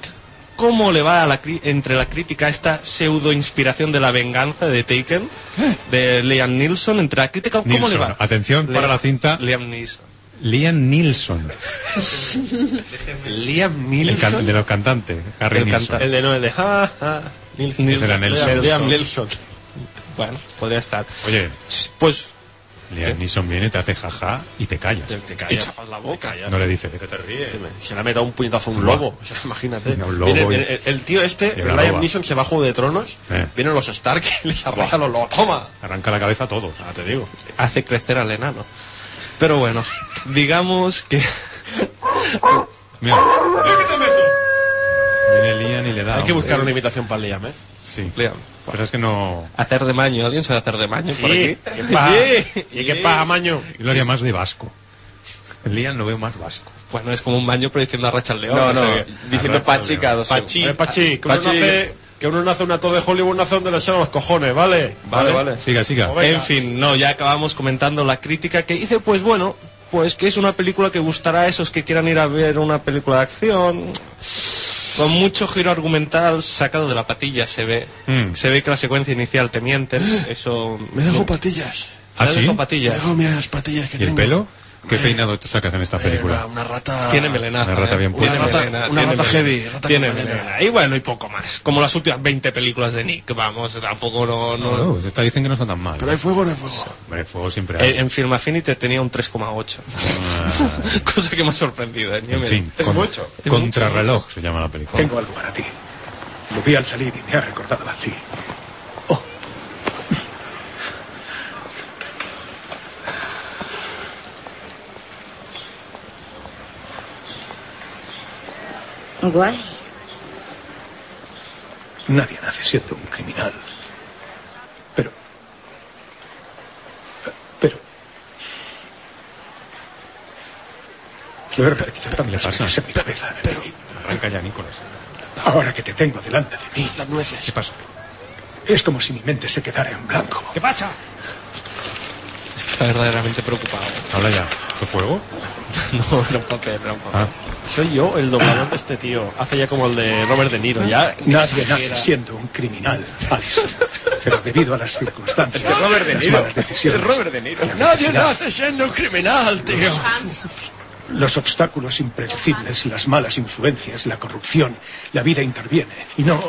Speaker 4: ¿cómo le va a la cri- entre la crítica esta pseudo-inspiración de la venganza de Taken, de Liam Nilsson, entre la crítica, ¿cómo
Speaker 2: Nilsson,
Speaker 4: le va?
Speaker 2: atención para
Speaker 4: Liam-
Speaker 2: la cinta.
Speaker 4: Liam Neeson.
Speaker 2: Liam Nilsson.
Speaker 4: Liam
Speaker 2: El
Speaker 4: Nilsson.
Speaker 2: can- de los cantantes. Harry
Speaker 4: el,
Speaker 2: Nilsson.
Speaker 4: canta- el de no, el de ja, ja, Nilsson.
Speaker 2: Ese era Nelson.
Speaker 4: Liam- Liam Nilsson. Bueno, podría estar.
Speaker 2: Oye,
Speaker 4: pues.
Speaker 2: Liam Neeson viene, te hace jaja y te callas.
Speaker 4: Te, te
Speaker 2: Y
Speaker 4: callas,
Speaker 2: chapas
Speaker 4: la boca.
Speaker 2: No le dices de qué te ríes.
Speaker 4: Se le ha metido un puñetazo a un
Speaker 2: Buah.
Speaker 4: lobo. [LAUGHS] O sea, imagínate.
Speaker 2: Venga, un lobo
Speaker 4: Viene-
Speaker 2: y-
Speaker 4: el, el tío este,
Speaker 2: y una
Speaker 4: Liam
Speaker 2: loba.
Speaker 4: Neeson, se va a Juego de Tronos.
Speaker 2: Eh.
Speaker 4: Vienen los Stark [LAUGHS] y les arranca los lobos. ¡Toma!
Speaker 2: Arranca la cabeza a todos.
Speaker 4: Ah, te digo. Hace crecer al enano. Pero bueno, digamos que.
Speaker 2: Mira. Viene Liam y le da.
Speaker 4: Hay que
Speaker 2: un-
Speaker 4: buscar una imitación para Liam, ¿eh?
Speaker 2: Sí.
Speaker 4: Liam.
Speaker 2: Pero es que no.
Speaker 4: Hacer de maño, ¿alguien sabe hacer de maño por
Speaker 2: Sí.
Speaker 4: aquí?
Speaker 2: ¿Qué pa-
Speaker 4: ¿Y qué paja, maño?
Speaker 2: Yo lo haría más de vasco. Liam lo veo más vasco.
Speaker 4: Bueno, es como un maño pero diciendo a Rachel León.
Speaker 3: No, no,
Speaker 2: diciendo Pachi cada dos
Speaker 4: Pachi.
Speaker 2: segundos.
Speaker 4: Pachi,
Speaker 3: que uno no hace-
Speaker 4: que uno no hace una torre de Hollywood, no hace donde le echan los cojones, ¿vale?
Speaker 3: Vale, vale.
Speaker 2: Siga, siga.
Speaker 4: En fin, no, ya acabamos comentando la crítica que hice, pues bueno, pues que es una película que gustará a esos que quieran ir a ver una película de acción. Con mucho giro argumental sacado de la patilla se ve.
Speaker 2: Mm.
Speaker 4: Se ve que la secuencia inicial te
Speaker 5: [GASPS]
Speaker 4: mienten. Eso. [LAUGHS]
Speaker 5: Me dejo patillas.
Speaker 2: ¿Ah,
Speaker 4: Me
Speaker 2: sí?
Speaker 4: dejo
Speaker 5: Me
Speaker 4: patillas.
Speaker 5: dejo mira las patillas que
Speaker 2: ¿Y el
Speaker 5: tengo.
Speaker 2: pelo? ¿Qué peinado te sacas en esta película?
Speaker 5: Una rata.
Speaker 4: Tiene melenaza.
Speaker 2: Una rata
Speaker 4: ¿eh?
Speaker 2: bien
Speaker 4: Tiene
Speaker 2: puesta.
Speaker 4: melena,
Speaker 5: Una
Speaker 4: tiene
Speaker 5: rata
Speaker 4: melena,
Speaker 5: heavy, rata
Speaker 4: tiene
Speaker 5: con melena.
Speaker 4: melena. Y bueno, y poco más. Como las últimas 20 películas de Nick, vamos, tampoco no... no-
Speaker 2: No, esta dicen que no están tan mal.
Speaker 5: Pero hay fuego, no hay fuego.
Speaker 2: Hombre, fuego siempre hay.
Speaker 4: Eh, En Film Affinity tenía un 3,8. Ah. [LAUGHS] Cosa que me ha sorprendido. ¿eh? Ni
Speaker 2: En
Speaker 4: me-
Speaker 2: fin,
Speaker 4: es
Speaker 2: con-
Speaker 4: mucho.
Speaker 2: Contrarreloj se llama la película.
Speaker 25: Tengo algo para ti. Lo vi al salir y me ha recordado a ti.
Speaker 10: Guay.
Speaker 25: Nadie nace siendo un criminal. Pero. Pero. Lo he repetido tantas veces en mi cabeza. Pero
Speaker 2: Arranca ya, Nicolás.
Speaker 25: ahora que te tengo delante de mí.
Speaker 5: Las nueces.
Speaker 2: ¿Qué pasa?
Speaker 25: Es como si mi mente se quedara en blanco.
Speaker 2: ¿Qué pasa?
Speaker 4: Está verdaderamente preocupado.
Speaker 2: Habla ya. ¿Su fuego?
Speaker 4: [LAUGHS] No, era un papel, era un papel.
Speaker 2: Ah.
Speaker 4: Soy yo el doblador de este tío. Hace ya como el de Robert De Niro. Ya
Speaker 25: Nadie nace
Speaker 4: Era-
Speaker 25: siendo un criminal, Alison. Pero debido a las circunstancias.
Speaker 4: Es que Robert [LAUGHS] De
Speaker 25: las
Speaker 4: Niro.
Speaker 25: malas decisiones,
Speaker 4: Es Robert De Niro.
Speaker 25: la
Speaker 4: Nadie
Speaker 25: necesidad,
Speaker 4: nace siendo un criminal, tío.
Speaker 25: Los obstáculos impredecibles, las malas influencias, la corrupción, la vida interviene. Y no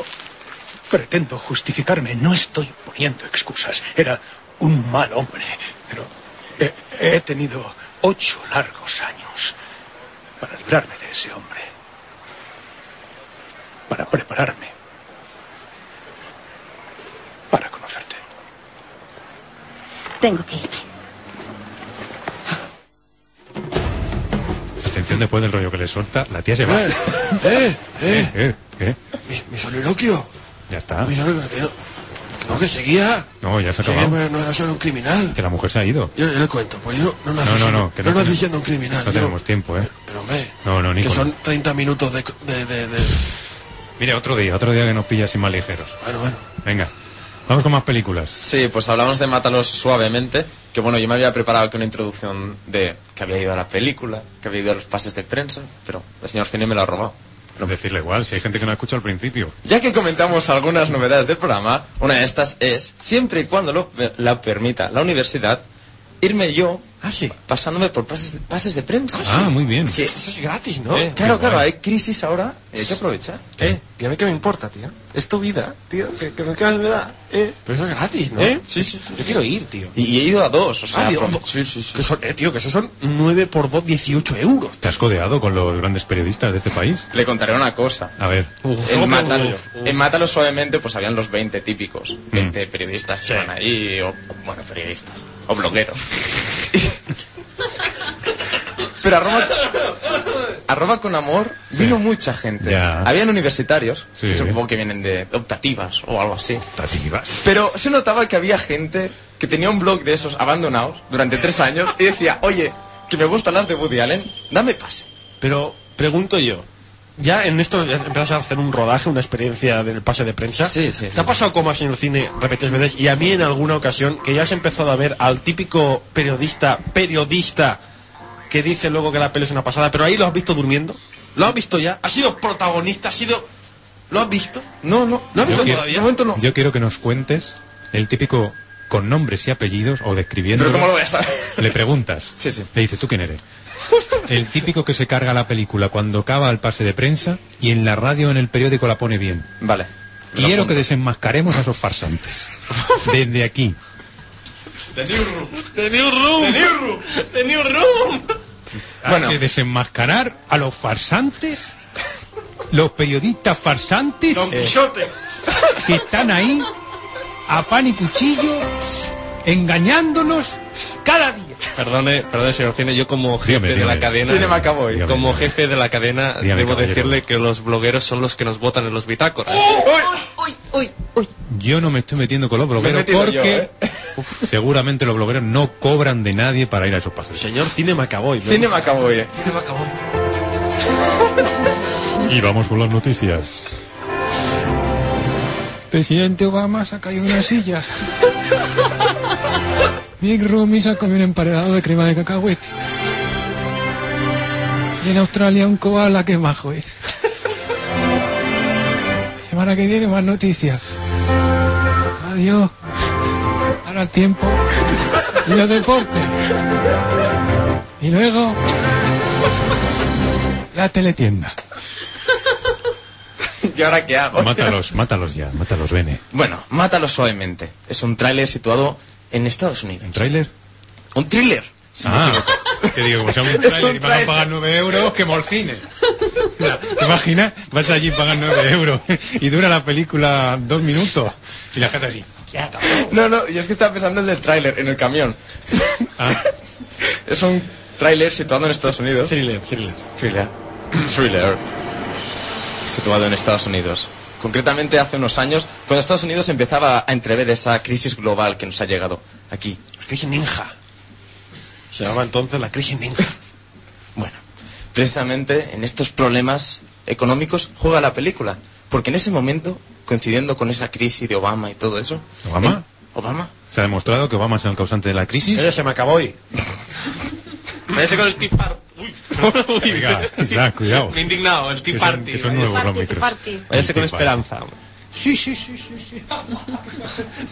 Speaker 25: pretendo justificarme, no estoy poniendo excusas. Era un mal hombre, pero he, he tenido ocho largos años para librarme de ese hombre, para prepararme, para conocerte.
Speaker 10: Tengo que irme.
Speaker 2: Atención después del rollo que le suelta, la tía se va.
Speaker 5: Eh, eh, eh.
Speaker 2: ¿Qué? ¿Qué?
Speaker 5: Mi, mi soliloquio.
Speaker 2: Ya está.
Speaker 5: Mi soliloquio. Que no, que no, que seguía.
Speaker 2: No, ya se ha
Speaker 5: Que yo
Speaker 2: acabado.
Speaker 5: me- no era solo un criminal.
Speaker 2: Que la mujer se ha ido.
Speaker 5: Yo, yo le cuento, pues yo no nací,
Speaker 2: No, no,
Speaker 5: siendo-
Speaker 2: no, que no
Speaker 5: nací
Speaker 2: tenemos-
Speaker 5: siendo un criminal.
Speaker 2: No
Speaker 5: yo-
Speaker 2: tenemos tiempo, ¿eh?
Speaker 5: Pero hombre,
Speaker 2: No, no,
Speaker 5: que
Speaker 2: Nicolás.
Speaker 5: son 30 minutos de, de, de, de-
Speaker 2: Mire, otro día, otro día que nos pilla así más ligeros.
Speaker 5: Bueno, bueno.
Speaker 2: Venga, vamos con más películas.
Speaker 3: Sí, pues hablamos de Mátalos suavemente, que bueno, yo me había preparado con una introducción de que había ido a la película, que había ido a los pases de prensa, pero el señor Cine me lo ha robado.
Speaker 2: Pero decirle igual, si hay gente que no escucha al principio.
Speaker 3: Ya que comentamos algunas novedades del programa, una de estas es, siempre y cuando lo, la permita la universidad, irme yo pasándome por pases de, pases de prensa.
Speaker 2: Ah, muy bien.
Speaker 3: Sí.
Speaker 5: Eso es gratis, ¿no?
Speaker 3: Eh, claro, claro, hay crisis ahora, hay que aprovechar.
Speaker 4: Eh, ¿y a mí qué me importa, tío? Es tu vida, tío. Que, que me quedas me da. Eh.
Speaker 5: Pero eso es gratis, ¿no?
Speaker 4: ¿Eh?
Speaker 3: Sí, sí, sí.
Speaker 5: Yo quiero ir, tío.
Speaker 3: Y, y he ido a dos, o sea,
Speaker 5: Ah, Dios,
Speaker 3: por-
Speaker 5: no.
Speaker 3: sí, sí, sí.
Speaker 5: Que son, eh, tío, que esos son 9 por 2, 18 euros.
Speaker 2: ¿Te has codeado con los grandes periodistas de este país?
Speaker 3: Le contaré una cosa.
Speaker 2: A ver.
Speaker 5: Oh,
Speaker 3: En Mátalo, en Mátalo suavemente pues habían los 20 típicos, 20 periodistas que van ahí, o bueno, periodistas, o blogueros. Pero arroba, arroba con amor vino mucha gente.
Speaker 2: Ya.
Speaker 3: Habían universitarios,
Speaker 2: Sí.
Speaker 3: que supongo que vienen de optativas o algo así.
Speaker 2: Tativas.
Speaker 3: Pero se notaba que había gente que tenía un blog de esos abandonados durante tres años y decía, oye, que me gustan las de Woody Allen, dame pase.
Speaker 4: Pero pregunto yo,
Speaker 5: Ya en esto ya empiezas a hacer un rodaje, una experiencia del pase de prensa.
Speaker 3: Sí, sí,
Speaker 5: ¿Te
Speaker 3: sí.
Speaker 5: ha pasado como a señor cine repetidas veces y a mí en alguna ocasión que ya has empezado a ver al típico periodista, periodista que dice luego que la peli es una pasada, pero ahí lo has visto durmiendo? ¿Lo has visto ya? ¿Ha sido protagonista? ¿Ha sido... ¿Lo has visto?
Speaker 3: No, no.
Speaker 5: ¿Lo has
Speaker 2: Yo
Speaker 5: visto
Speaker 2: quiero,
Speaker 5: todavía?
Speaker 2: yo quiero que nos cuentes el típico con nombres y apellidos o
Speaker 3: [LAUGHS]
Speaker 2: describiendo.
Speaker 3: Pero ¿cómo lo voy a saber?
Speaker 2: Le preguntas.
Speaker 3: Sí, sí.
Speaker 2: Le dices, ¿tú quién eres? El típico que se carga la película cuando acaba el pase de prensa y en la radio o en el periódico la pone bien.
Speaker 3: Vale.
Speaker 2: Quiero que desenmascaremos a esos farsantes. Desde aquí.
Speaker 4: The New Room. The New Room. The New Room. The New Room.
Speaker 2: Hay que desenmascarar a los farsantes, los periodistas farsantes
Speaker 4: Don
Speaker 2: eh,
Speaker 4: Quixote.
Speaker 2: que están ahí a pan y cuchillo engañándonos cada día.
Speaker 4: Perdone, perdone, señor Cine, yo como jefe
Speaker 2: Dígame,
Speaker 4: de
Speaker 2: dígame.
Speaker 4: la cadena,
Speaker 2: Cinema Cowboy. Dígame,
Speaker 4: como jefe de la cadena,
Speaker 2: Dígame,
Speaker 4: debo
Speaker 2: caballero.
Speaker 4: decirle que los blogueros son los que nos votan en los bitácoras.
Speaker 14: Uy, uy, uy.
Speaker 2: Yo no me estoy metiendo con los blogueros
Speaker 4: metido
Speaker 2: porque
Speaker 4: yo, ¿eh?
Speaker 2: [LAUGHS] uf, seguramente los blogueros no cobran de nadie para ir a esos pases.
Speaker 4: Señor Cine Macaboy.
Speaker 3: Cine
Speaker 16: eh.
Speaker 3: Macaboy.
Speaker 2: Y vamos con las noticias.
Speaker 1: Presidente Obama se ha caído de una silla. Big Rumi se ha comido un emparedado de crema de cacahuete. Y en Australia un koala que majo es. Semana que viene más noticias. Adiós. Ahora el tiempo. Y los deportes. Y luego. La teletienda.
Speaker 3: [LAUGHS] ¿Y ahora qué hago?
Speaker 2: Mátalos, mátalos ya, mátalos, Bene.
Speaker 3: Bueno, Mátalo suavemente. Es un tráiler situado en Estados Unidos. ¿Un
Speaker 2: tráiler?
Speaker 3: Un thriller. si no me
Speaker 2: Ah,
Speaker 3: equivoco.
Speaker 2: te digo, como sea un
Speaker 3: Es
Speaker 2: trailer
Speaker 3: un
Speaker 2: y van a
Speaker 3: tráiler.
Speaker 2: pagar 9 euros, que morcine. ¿Te imaginas? Vas allí y pagas 9 euros y dura la película dos minutos y la gente así.
Speaker 3: No, no, yo es que estaba pensando en el tráiler, en el camión.
Speaker 4: Ah.
Speaker 3: [LAUGHS] Es un tráiler situado en Estados Unidos.
Speaker 4: Thriller, thriller.
Speaker 3: Thriller. Thriller. Situado en Estados Unidos. Concretamente hace unos años, cuando Estados Unidos empezaba a entrever esa crisis global que nos ha llegado aquí. La crisis ninja.
Speaker 5: Se llamaba entonces la crisis
Speaker 3: [LAUGHS]
Speaker 5: ninja.
Speaker 3: Precisamente en estos problemas económicos juega la película. Porque en ese momento, coincidiendo con esa crisis de Obama y todo eso...
Speaker 2: ¿Obama?
Speaker 3: ¿Obama?
Speaker 2: ¿Se ha demostrado que Obama es el causante de la crisis?
Speaker 3: Ella se me acabó hoy.
Speaker 4: [LAUGHS] Parece con el Tea Party. Uy.
Speaker 2: Venga, Isaac, cuidado.
Speaker 4: Me he indignado, el Tea
Speaker 2: Que son-
Speaker 4: Party.
Speaker 2: que son nuevos los Party, micros.
Speaker 14: party.
Speaker 4: Váyase con
Speaker 2: El Tea
Speaker 4: esperanza.
Speaker 1: Sí, sí, sí, sí, sí.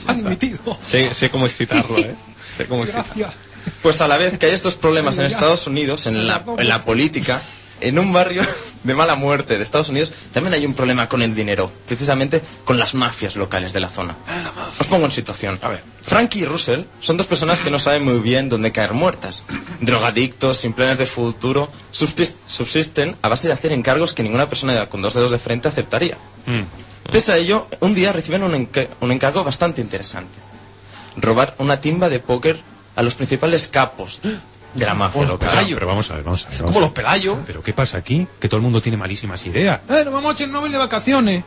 Speaker 1: Admitido.
Speaker 4: Sé, sé cómo excitarlo, ¿eh? Sé cómo excitarlo.
Speaker 1: Gracias.
Speaker 3: Pues a la vez que hay estos problemas en Estados Unidos, en la, en la política, en un barrio [LAUGHS] de mala muerte de Estados Unidos, también hay un problema con el dinero, precisamente con las mafias locales de Ah, la zona. Os pongo en situación. A ver, Frankie y Russell son dos personas que no saben muy bien dónde caer muertas. Drogadictos, sin planes de futuro, subsist- subsisten a base de hacer encargos que ninguna persona con dos dedos de frente aceptaría. Pese a ello, un día reciben un, enca- un encargo bastante interesante. Robar una timba de póker a los principales capos de la mafia
Speaker 2: Pero,
Speaker 3: local.
Speaker 2: pero vamos a ver, vamos a ver.
Speaker 3: como
Speaker 2: vamos
Speaker 3: los
Speaker 2: a ver. ¿Pero qué pasa aquí? Que todo el mundo tiene malísimas ideas.
Speaker 1: Eh, nos vamos a echar Nobel de vacaciones.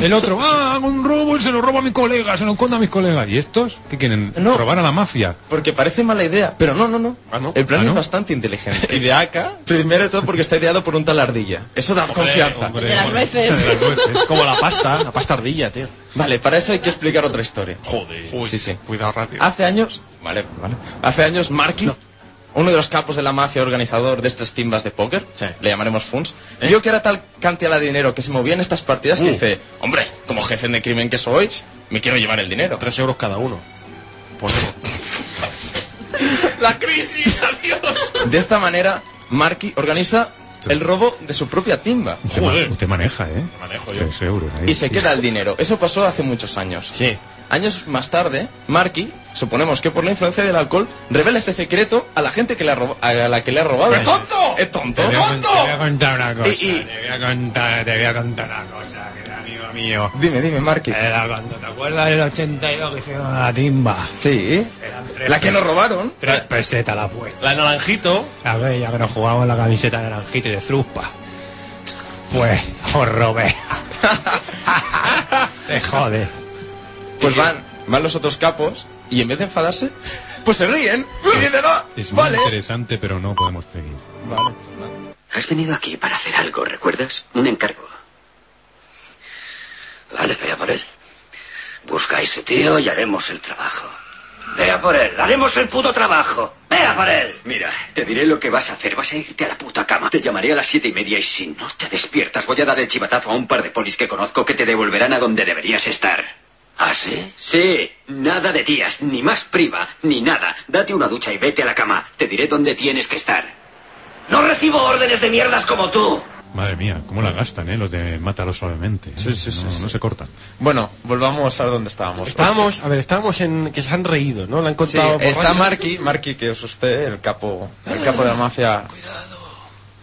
Speaker 1: El otro, ah, hago un robo y se lo robo a mi colega, se lo escondo a mis colegas.
Speaker 2: ¿Y estos? ¿Qué quieren? ¿Robar a la Ah, mafia?
Speaker 3: Porque parece mala idea, pero no, no, no. El plan es bastante
Speaker 2: [LAUGHS]
Speaker 3: inteligente. ¿Ideaca? Primero de todo porque está ideado por un tal Ardilla. Eso da confianza.
Speaker 14: De las
Speaker 3: [LAUGHS]
Speaker 14: nueces.
Speaker 3: Como la pasta, la pasta ardilla, tío. ¿eh? Vale, para eso hay que explicar otra historia.
Speaker 4: Joder.
Speaker 3: Sí, sí.
Speaker 4: Cuidado rápido.
Speaker 3: Hace años, vale, vale. Hace años Marky, uno de los capos de la mafia organizador de estas timbas de póker, le llamaremos Funs, vio que era tal cantidad de dinero que se movía en estas partidas que dice, hombre, como jefe de crimen que soy, me quiero llevar el dinero. Tres euros cada uno. [LAUGHS]
Speaker 4: ¡La crisis! ¡Adiós!
Speaker 3: De esta manera, Marky organiza el robo de su propia timba.
Speaker 2: Usted, ma- usted maneja, ¿eh?
Speaker 3: Manejo yo.
Speaker 2: Tres euros. ahí.
Speaker 3: y se queda el dinero. Eso pasó hace muchos años. Años más tarde, Marky, suponemos que por la influencia del alcohol, revela este secreto a la gente que le ha, rob- a la que le ha robado.
Speaker 2: ¡Es tonto!
Speaker 3: ¡Es tonto!
Speaker 2: Te voy, a, con- te voy a contar una cosa. eh.
Speaker 3: Y- y-
Speaker 2: Te voy a contar, te voy a contar una cosa, que amigo mío.
Speaker 3: Dime, dime, Marky.
Speaker 2: Era cuando te acuerdas del 82 que hicieron la timba.
Speaker 3: Sí.
Speaker 2: tres
Speaker 3: La que nos robaron.
Speaker 2: Tres pesetas la apuesta.
Speaker 4: La naranjito.
Speaker 2: La bella que nos jugamos la camiseta de naranjita y de zruspa. Pues, os robé. te jodes.
Speaker 3: Pues van, van los otros capos y en vez de enfadarse, pues se ríen. Y dicen, "Ah,
Speaker 2: Es muy
Speaker 3: vale.
Speaker 2: interesante, pero no podemos seguir.
Speaker 3: Vale.
Speaker 20: Has venido aquí para hacer algo, ¿recuerdas? Un encargo. Vale, vea por él. Busca a ese tío y haremos el trabajo. Vea por él, haremos el puto trabajo. Vea por él. Mira, te diré lo que vas a hacer. Vas a irte a la puta cama. Te llamaré a las siete y media y si no te despiertas voy a dar el chivatazo a un par de polis que conozco que te devolverán a donde deberías estar. ¿Ah, sí? Sí, nada de tías, ni más priva, ni nada. Date una ducha y vete a la cama. Te diré dónde tienes que estar. No recibo órdenes de mierdas como tú.
Speaker 2: Madre mía, cómo la gastan, ¿eh? Los de Mátalo suavemente. ¿eh? no, no se cortan.
Speaker 3: Bueno, volvamos a donde estábamos.
Speaker 5: Estábamos, Pues, a ver, estábamos en que se han reído, ¿no? Le han
Speaker 3: Sí,
Speaker 5: contado.
Speaker 3: está Marky, Marky que es usted, el capo, el capo de la mafia.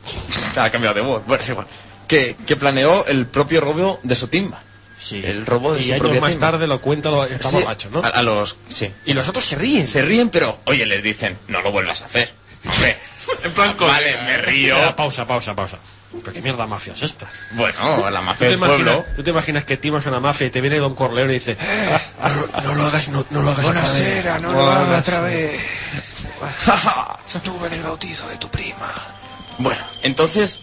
Speaker 3: Cuidado. Ha cambiado de voz, bueno, es igual. Que, que planeó el propio robo de su timba. Sí. El robo de
Speaker 5: Y
Speaker 3: su
Speaker 5: años
Speaker 3: propia
Speaker 5: más
Speaker 3: timba.
Speaker 5: tarde lo cuenta, lo, está
Speaker 3: Sí,
Speaker 5: borracho, ¿no?
Speaker 3: A, a los, sí.
Speaker 5: Y los otros se ríen.
Speaker 3: Se ríen, pero, oye, les dicen, no lo vuelvas a hacer. Hombre. [LAUGHS] en plan Vale, me río.
Speaker 5: Ya, pausa, pausa, pausa. ¿Pero qué mierda mafia es esta?
Speaker 3: Bueno, la mafia
Speaker 5: ¿Tú te
Speaker 3: del pueblo.
Speaker 5: imaginas- ¿Tú te imaginas que timas a una mafia y te viene Don Corleone y dice, "Ah, no, no lo hagas, no, no lo hagas otra vez.
Speaker 16: Buenasera, no lo hagas otra vez. Estuve en el bautizo de tu prima.
Speaker 3: Bueno, entonces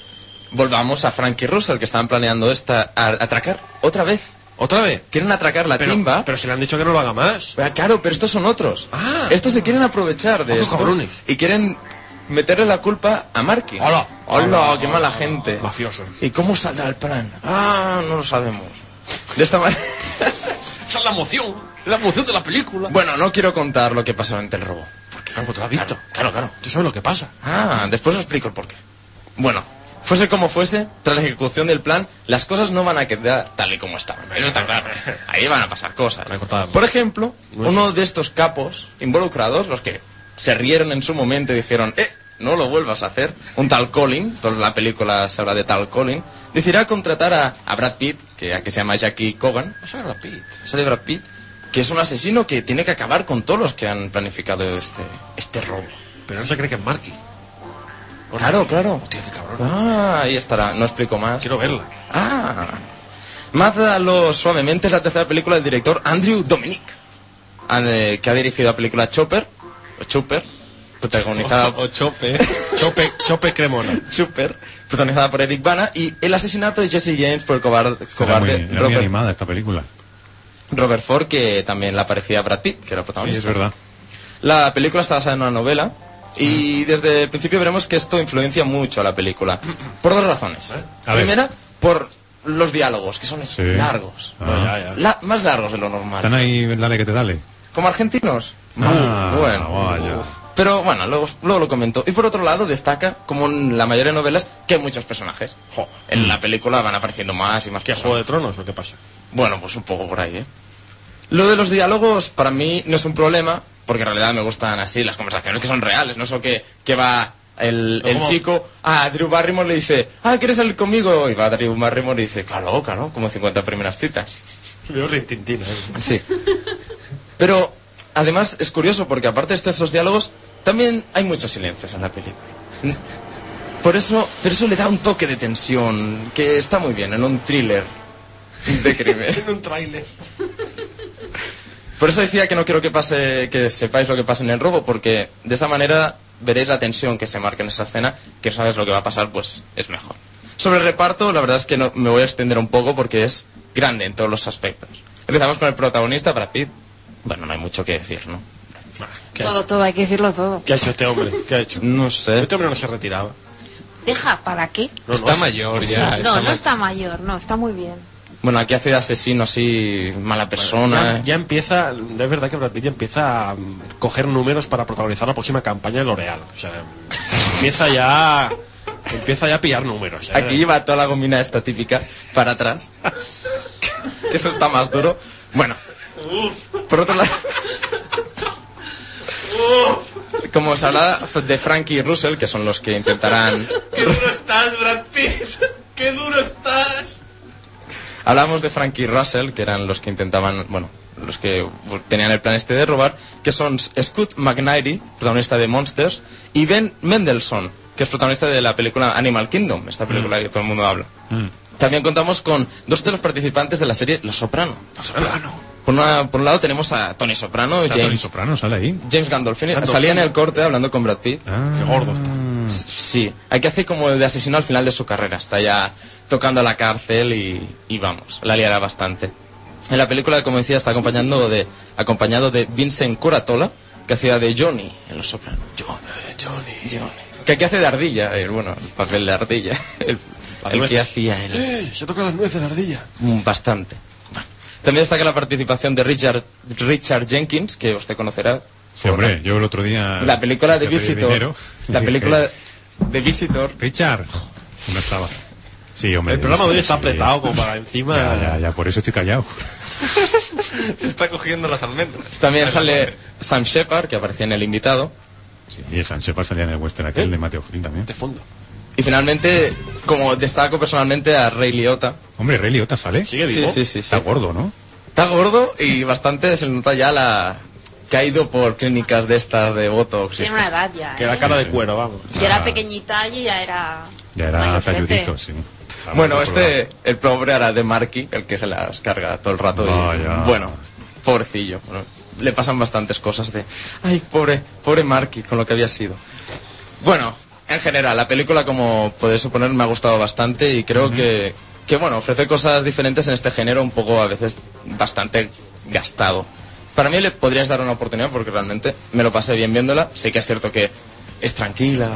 Speaker 3: volvamos a Frankie Russell, que estaban planeando esta a- atracar otra vez.
Speaker 5: ¿Otra vez?
Speaker 3: Quieren atracar la timba. Ah,
Speaker 5: Pero se le han dicho que no lo haga más. Ah.
Speaker 3: claro, pero estos son otros. Estos se quieren aprovechar de
Speaker 5: Ojo,
Speaker 3: esto
Speaker 5: cabrones.
Speaker 3: y quieren meterle la culpa a Marky.
Speaker 5: Hola.
Speaker 3: Hola, qué mala gente.
Speaker 5: Mafioso.
Speaker 3: ¿Y cómo saldrá el plan? Ah, no lo sabemos. De esta manera.
Speaker 5: [LAUGHS] Esa es la emoción, la emoción de la película.
Speaker 3: Bueno, no quiero contar lo que pasó ante el robo. Porque
Speaker 5: claro, tú lo has visto.
Speaker 3: Claro, claro.
Speaker 5: Tú sabes lo que pasa.
Speaker 3: Ah, después os explico el porqué. Bueno, fuese como fuese, tras la ejecución del plan, las cosas no van a quedar tal y como estaban. Eso está claro. Ahí van a pasar cosas. Por ejemplo, uno de estos capos involucrados, los que se rieron en su momento y dijeron, eh, no lo vuelvas a hacer, un tal Colin, toda la película se habla de tal Colin, decidirá contratar a, a Brad Pitt, que aquí se llama Jackie Cogan,
Speaker 5: Eso era Pete.
Speaker 3: sale Brad Pitt, que es un asesino que tiene que acabar con todos los que han planificado este, este robo.
Speaker 5: Pero no se cree que es Marky.
Speaker 3: Claro, claro.
Speaker 5: Hostia, qué cabrón.
Speaker 3: Ah, ahí estará, no explico más.
Speaker 5: Quiero verla.
Speaker 3: Ah. Mátalo suavemente es la tercera película del director Andrew Dominic, al- eh, que ha dirigido la película Chopper, o Chopper, protagonizada
Speaker 5: O Chope. Chope, Chope Cremona.
Speaker 3: [LAUGHS] Chopper, protagonizada por Eric Bana y El asesinato de Jesse James por el cobar-
Speaker 2: Era muy,
Speaker 3: cobarde
Speaker 2: era muy
Speaker 3: Robert,
Speaker 2: animada esta película.
Speaker 3: Robert Ford, que también la aparecía Brad Pitt, que era el
Speaker 2: Sí,
Speaker 3: protagonista.
Speaker 2: es verdad.
Speaker 3: La película está basada en una novela
Speaker 2: Mm.
Speaker 3: y desde el principio veremos que esto influencia mucho a la película. Por dos razones.
Speaker 2: A ver.
Speaker 3: Primera, por los diálogos, que son
Speaker 2: Sí.
Speaker 3: largos.
Speaker 2: Ah.
Speaker 3: La- más largos de lo
Speaker 2: Están
Speaker 3: normal.
Speaker 2: ahí, dale que te dale.
Speaker 3: Como argentinos.
Speaker 2: Ah,
Speaker 3: Muy bueno.
Speaker 2: vaya.
Speaker 3: Pero bueno, luego, luego lo comento. Y por otro lado, destaca, como en la mayoría de novelas, que hay muchos personajes. Jo, en la película van apareciendo más y más.
Speaker 5: ¿Qué
Speaker 3: personajes.
Speaker 5: juego de tronos lo que pasa?
Speaker 3: Bueno, pues un poco por ahí, ¿eh? Lo de los diálogos para mí no es un problema, porque en realidad me gustan así las conversaciones que son reales, no eso que, que va el, el
Speaker 5: ¿Cómo?
Speaker 3: chico a Drew Barrymore le dice, ah, ¿quieres salir conmigo? Y va Drew Barrymore y dice, claro, claro, como 50 primeras citas.
Speaker 5: Veo Rintintina.
Speaker 3: Sí. Pero además es curioso porque aparte de estos diálogos, también hay muchos silencios en la película. [LAUGHS] Por eso, pero eso le da un toque de tensión que está muy bien en un thriller de
Speaker 5: [LAUGHS]
Speaker 3: crimen.
Speaker 5: un trailer.
Speaker 3: Por eso decía que no quiero que pase, que sepáis lo que pasa en el robo, porque de esa manera veréis la tensión que se marca en esa escena, que sabes lo que va a pasar, pues es mejor. Sobre el reparto, la verdad es que no, me voy a extender un poco porque es grande en todos los aspectos. Empezamos con el protagonista, Brad Pitt. Bueno, no hay mucho que decir, ¿no?
Speaker 5: ¿Qué ha
Speaker 14: todo,
Speaker 5: hecho?
Speaker 14: todo, hay que decirlo todo.
Speaker 5: ¿Qué ha hecho este hombre? ¿Qué ha hecho?
Speaker 3: No sé.
Speaker 5: Este hombre no se retiraba.
Speaker 14: Deja, ¿para qué?
Speaker 5: No,
Speaker 3: Está
Speaker 5: no,
Speaker 3: mayor
Speaker 14: Sí, no, no está mayor, no, está muy bien.
Speaker 3: Bueno, aquí hace de asesino así, mala persona. eh.
Speaker 5: Ya, ya empieza, es verdad que Brad Pitt ya empieza a mm, coger números para protagonizar la próxima campaña de L'Oreal. O sea, empieza ya, empieza ya a pillar números. ¿eh?
Speaker 3: Aquí lleva toda la gomina esta típica para
Speaker 5: [LAUGHS]
Speaker 3: atrás. Que Eso está más duro. Bueno. Por otro lado. Como os hablaba de Frankie y Russell, que son los que intentarán.
Speaker 4: ¡Qué duro estás, Brad Pitt! [LAUGHS] ¡Qué duro estás!
Speaker 3: Hablamos de Frankie y Russell, que eran los que intentaban. Bueno, los que tenían el plan este de robar, que son Scott McNairy, protagonista de Monsters, y Ben Mendelssohn, que es protagonista de la película Animal Kingdom, esta
Speaker 2: Mm.
Speaker 3: película que todo el mundo habla. También contamos con dos de los participantes de la serie Los Soprano. Los Soprano. Por, una- por un lado tenemos a Tony Soprano,
Speaker 2: Está Tony
Speaker 3: James,
Speaker 2: Soprano, sale ahí.
Speaker 3: James Gandolfini. Salía en el corte hablando con Brad Pitt.
Speaker 2: Ah.
Speaker 5: Qué gordo está.
Speaker 3: Sí, hay que hacer como el de asesino al final de su carrera. Está ya tocando a la cárcel y, y vamos, la liará bastante. En la película, como decía, está acompañando de, acompañado de Vincent Curatola, que hacía de Johnny en Los Soprano. Johnny, Johnny, Johnny. Que aquí hace de ardilla, eh, bueno, el papel de ardilla. [LAUGHS] El, el que hacía el,
Speaker 5: ¡Eh! Se tocan las nueces de la ardilla.
Speaker 3: Mm, Bastante. Bueno, También destaca la participación de Richard, Richard Jenkins, que usted conocerá.
Speaker 2: Sí, hombre, yo el otro día...
Speaker 3: La película de
Speaker 2: fui a pedir
Speaker 3: Visitor.
Speaker 2: dinero.
Speaker 3: La
Speaker 2: Y
Speaker 3: película-
Speaker 2: dije,
Speaker 3: de Visitor.
Speaker 2: [LAUGHS] Richard. No estaba. Sí, hombre.
Speaker 5: El programa de hoy está
Speaker 2: sí.
Speaker 5: apretado como para encima.
Speaker 2: Ya, ya, ya, por eso estoy callado.
Speaker 5: Se está cogiendo las almendras.
Speaker 3: También sale Sam Shepard, que aparecía en el invitado. ¿Eh?
Speaker 2: Y San Shepard salía en el western aquel de Mateo Gil también.
Speaker 5: De fondo.
Speaker 3: Y finalmente, como destaco personalmente a Ray Liotta.
Speaker 2: Hombre, Ray Liotta sale.
Speaker 3: Sigue vivo. Sí, sí, sí,
Speaker 2: Está gordo, ¿no?
Speaker 3: Está gordo y bastante se le nota ya la caído por clínicas de estas de Botox. y
Speaker 14: Tiene una
Speaker 3: estas.
Speaker 14: edad ya.
Speaker 3: Que
Speaker 14: ¿eh?
Speaker 3: la cara Ah. de cuero, vamos.
Speaker 14: Yo
Speaker 2: Ah,
Speaker 14: era pequeñita y ya era.
Speaker 2: Ya era
Speaker 14: mayorcete.
Speaker 2: talludito, sí.
Speaker 3: Bueno, este, el pobre era de Marky, el que se las carga todo el rato. y,
Speaker 2: Vaya.
Speaker 3: bueno, pobrecillo. ¿no? Le pasan bastantes cosas de, ay, pobre, pobre Marky, con lo que había sido. Bueno, en general, la película, como podéis suponer, me ha gustado bastante y creo que, que, bueno, ofrece cosas diferentes en este género, un poco a veces bastante gastado. Para mí le podrías dar una oportunidad porque realmente me lo pasé bien viéndola. Sí que es cierto que es tranquila,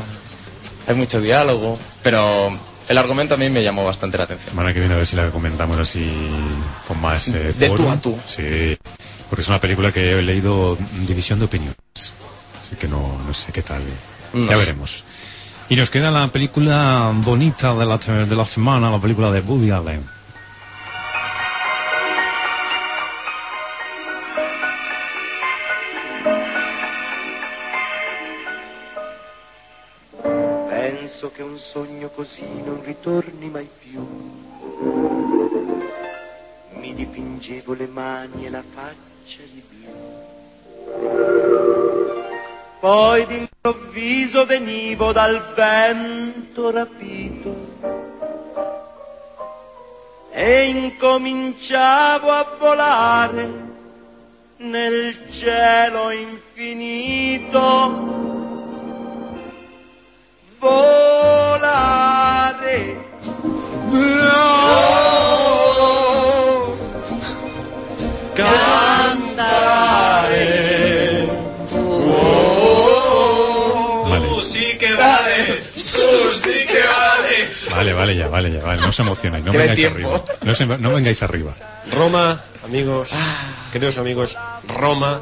Speaker 3: hay mucho diálogo, pero el argumento a mí me llamó bastante la atención.
Speaker 2: semana que viene a ver si la comentamos así con más eh,
Speaker 3: De tú
Speaker 2: foro.
Speaker 3: a tú.
Speaker 2: Sí, porque es una película que he leído mm, división de opiniones, así que no, no sé qué tal.
Speaker 5: No
Speaker 2: ya
Speaker 5: sé.
Speaker 2: veremos. Y nos queda la película bonita de la, de la semana, la película de Woody Allen.
Speaker 16: Penso che un sogno così non ritorni mai più. Mi dipingevo le mani e la faccia di blu. Poi d'improvviso venivo dal vento rapito e incominciavo a volare nel cielo infinito. Volare.
Speaker 5: Cantare. Tú sí que vales. Tú sí que vales.
Speaker 2: Vale, vale, ya, vale, ya, vale. No se emocionéis, no
Speaker 5: Que no hay
Speaker 2: vengáis
Speaker 5: tiempo.
Speaker 2: arriba. No, se- no vengáis arriba.
Speaker 5: Roma, amigos, queridos amigos, Roma,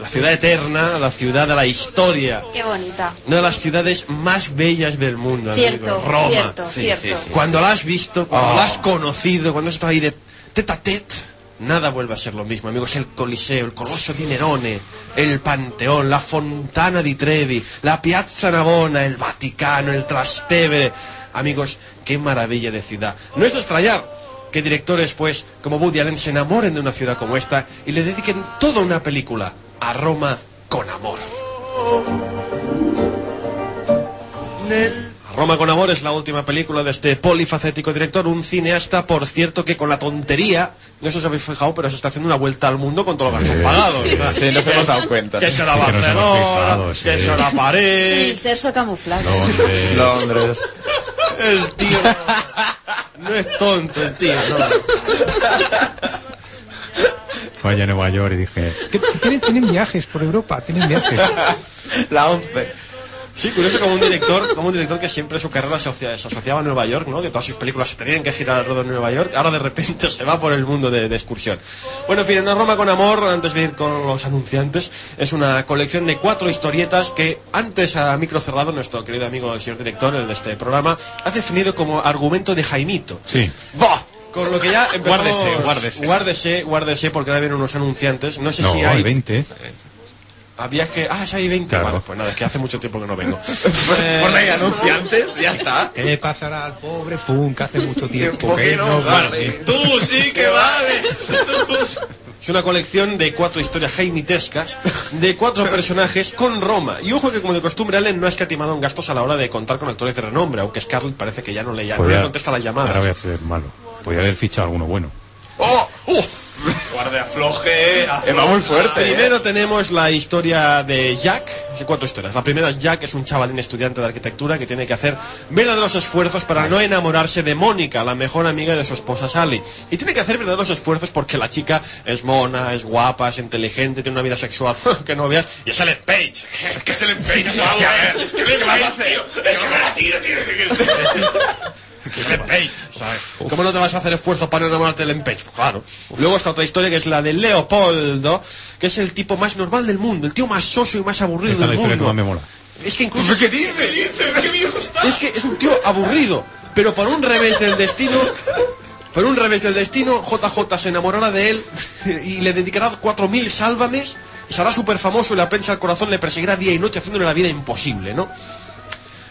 Speaker 5: la ciudad eterna, la ciudad de la historia.
Speaker 14: Qué bonita.
Speaker 5: Una de las ciudades más bellas del mundo.
Speaker 14: Cierto,
Speaker 5: amigos. Roma.
Speaker 14: cierto, Sí, cierto. sí, sí,
Speaker 5: cuando la has visto, cuando
Speaker 4: Oh.
Speaker 5: la has conocido, cuando has estado ahí de tete a tete, nada vuelve a ser lo mismo, amigos. El Coliseo, el Coloso di Nerone, el Panteón, la Fontana di Trevi, la Piazza Navona, el Vaticano, el Trastevere. Amigos, qué maravilla de ciudad. No es de extrañar que directores, pues, como Woody Allen se enamoren de una ciudad como esta y le dediquen toda una película a Roma con amor. Roma con amor es la última película de este polifacético director, un cineasta, por cierto, que con la tontería, no sé si os habéis fijado, pero se está haciendo una vuelta al mundo con todos los gastos pagados.
Speaker 3: sí,
Speaker 5: ¿verdad?
Speaker 3: sí, nos
Speaker 5: Que
Speaker 3: hemos
Speaker 5: es-
Speaker 3: dado cuenta.
Speaker 5: Que se la
Speaker 3: Sí, que nos hemos
Speaker 5: Barcelona,
Speaker 3: fijado, sí.
Speaker 5: que se la
Speaker 14: Sí,
Speaker 5: París,
Speaker 14: Cerso camuflaje.
Speaker 2: Londres.
Speaker 3: Londres.
Speaker 5: el tío... No es tonto el tío, no.
Speaker 2: Vaya a Nueva York y dije,
Speaker 1: ¿Qué- qué Tienen, tienen viajes por Europa, tienen viajes.
Speaker 5: [LAUGHS] La 11. Sí, curioso como un director, como un director que siempre su carrera se, asocia- se asociaba a Nueva York, ¿no? Que todas sus películas tenían que girar alrededor de Nueva York, ahora de repente [LAUGHS] se va por el mundo de, de excursión. Bueno, en fin, una Roma con amor, antes de ir con los anunciantes, es una colección de cuatro historietas que antes a micro cerrado, nuestro querido amigo el señor director, el de este programa, ha definido como argumento de Jaimito.
Speaker 2: sí,
Speaker 5: ¡Bah! Con lo que ya empezamos-
Speaker 4: Guárdese, guárdese.
Speaker 5: Guárdese, guárdese, porque ahora vienen unos anunciantes. No sé
Speaker 2: no,
Speaker 5: si
Speaker 2: hay
Speaker 5: hay
Speaker 2: 20.
Speaker 5: había que. Ah, ya hay 20.
Speaker 2: Claro.
Speaker 5: Vale, pues nada, es que hace mucho tiempo que no
Speaker 1: [LAUGHS]
Speaker 5: vengo.
Speaker 3: Por ahí anunciantes, ya está.
Speaker 1: ¿Qué le pasará al pobre Funk
Speaker 5: [LAUGHS]
Speaker 1: hace mucho
Speaker 5: Tiempo
Speaker 1: tiempo que
Speaker 5: que no
Speaker 1: no
Speaker 5: sale.
Speaker 1: vale?
Speaker 5: Tú sí que vales. Es una colección de cuatro historias jaimitescas de cuatro personajes con Roma. Y ojo que como de costumbre Allen no ha escatimado en gastos a la hora de contar con actores de renombre, aunque Scarlett parece que ya no le,
Speaker 1: Pues
Speaker 5: ya, no
Speaker 2: Podía-
Speaker 5: le contesta las llamadas.
Speaker 2: Ahora voy a ser malo. Podría haber fichado alguno bueno.
Speaker 5: ¡Oh! ¡Uf! Guarde, afloje.
Speaker 3: Eh, va muy fuerte,
Speaker 5: Primero tenemos la historia de Jack. Hay cuatro historias. La primera es Jack, es un chavalín estudiante de arquitectura que tiene que hacer verdaderos esfuerzos para no enamorarse de Mónica, la mejor amiga de su esposa Sally. Y tiene que hacer verdaderos esfuerzos porque la chica es mona, es guapa, es inteligente, tiene una vida sexual [LAUGHS] que no veas. Y es el Page. [LAUGHS]
Speaker 4: que se le empeña, vamos a ver. Es que me vas a hacer. Es que me la tiro, tío.
Speaker 5: ¿sabes? ¿Cómo no te vas a hacer esfuerzo para enamorarte del empeño? Pues Claro. Luego está otra historia que es la de Leopoldo, que es el tipo más normal del mundo, el tío más soso y más aburrido
Speaker 2: Esta es la
Speaker 5: del
Speaker 2: historia que
Speaker 5: mundo.
Speaker 2: más me mola.
Speaker 5: Es que incluso...
Speaker 4: ¿Qué dice? ¿Qué dice? ¿Qué viejo está?
Speaker 5: Es que es un tío aburrido. Pero por un revés del destino... Por un revés del destino, JJ se enamorará de él y le dedicará 4.000 sálvames. Será súper famoso y la prensa al corazón le perseguirá día y noche haciéndole la vida imposible, ¿no?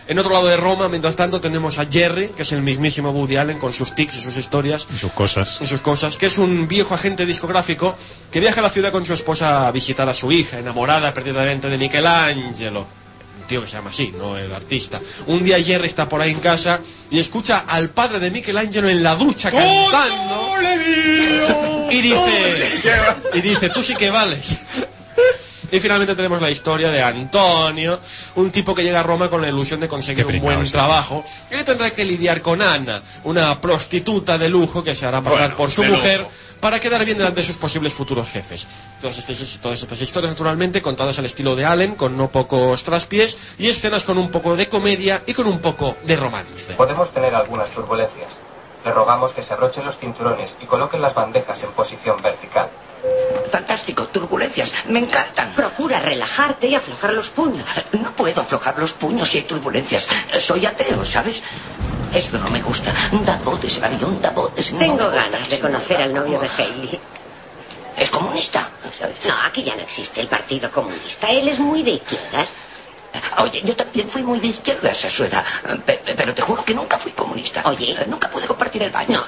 Speaker 5: En otro lado de Roma, mientras tanto, tenemos a Jerry, que es el mismísimo Woody Allen, con sus tics y sus historias
Speaker 2: Sus cosas.
Speaker 5: y sus cosas, que es un viejo agente discográfico que viaja a la ciudad con su esposa a visitar a su hija, enamorada perdidamente de Michelangelo. Un tío que se llama así, no el artista. Un día Jerry está por ahí en casa y escucha al padre de Michelangelo en la ducha cantando. Y dice, y dice, tú sí que vales. Y finalmente tenemos la historia de Antonio, un tipo que llega a Roma con la ilusión de conseguir un buen trabajo, que tendrá que lidiar con Ana, una prostituta de lujo que se hará pasar
Speaker 4: Bueno,
Speaker 5: por su
Speaker 4: de
Speaker 5: mujer
Speaker 4: lujo.
Speaker 5: para quedar bien delante de sus posibles futuros jefes. Todas estas, todas estas historias, naturalmente, contadas al estilo de Allen, con no pocos traspiés y escenas con un poco de comedia y con un poco de romance.
Speaker 3: Podemos tener algunas turbulencias. Le rogamos que se abrochen los cinturones y coloquen las bandejas en posición vertical.
Speaker 7: Fantástico, turbulencias, me encantan. Procura relajarte y aflojar los puños. No puedo aflojar los puños si hay turbulencias. Soy ateo, ¿sabes? Esto no me gusta. Da botes, avión, da botes. no me
Speaker 19: Tengo
Speaker 7: gusta.
Speaker 19: ganas de conocer al novio de Hailey.
Speaker 7: Es comunista.
Speaker 19: No, aquí ya no existe el Partido Comunista. Él es muy de izquierdas.
Speaker 7: Oye, yo también fui muy de izquierdas a su edad, pe- pe- pero te juro que nunca fui comunista. Oye, nunca pude compartir el baño.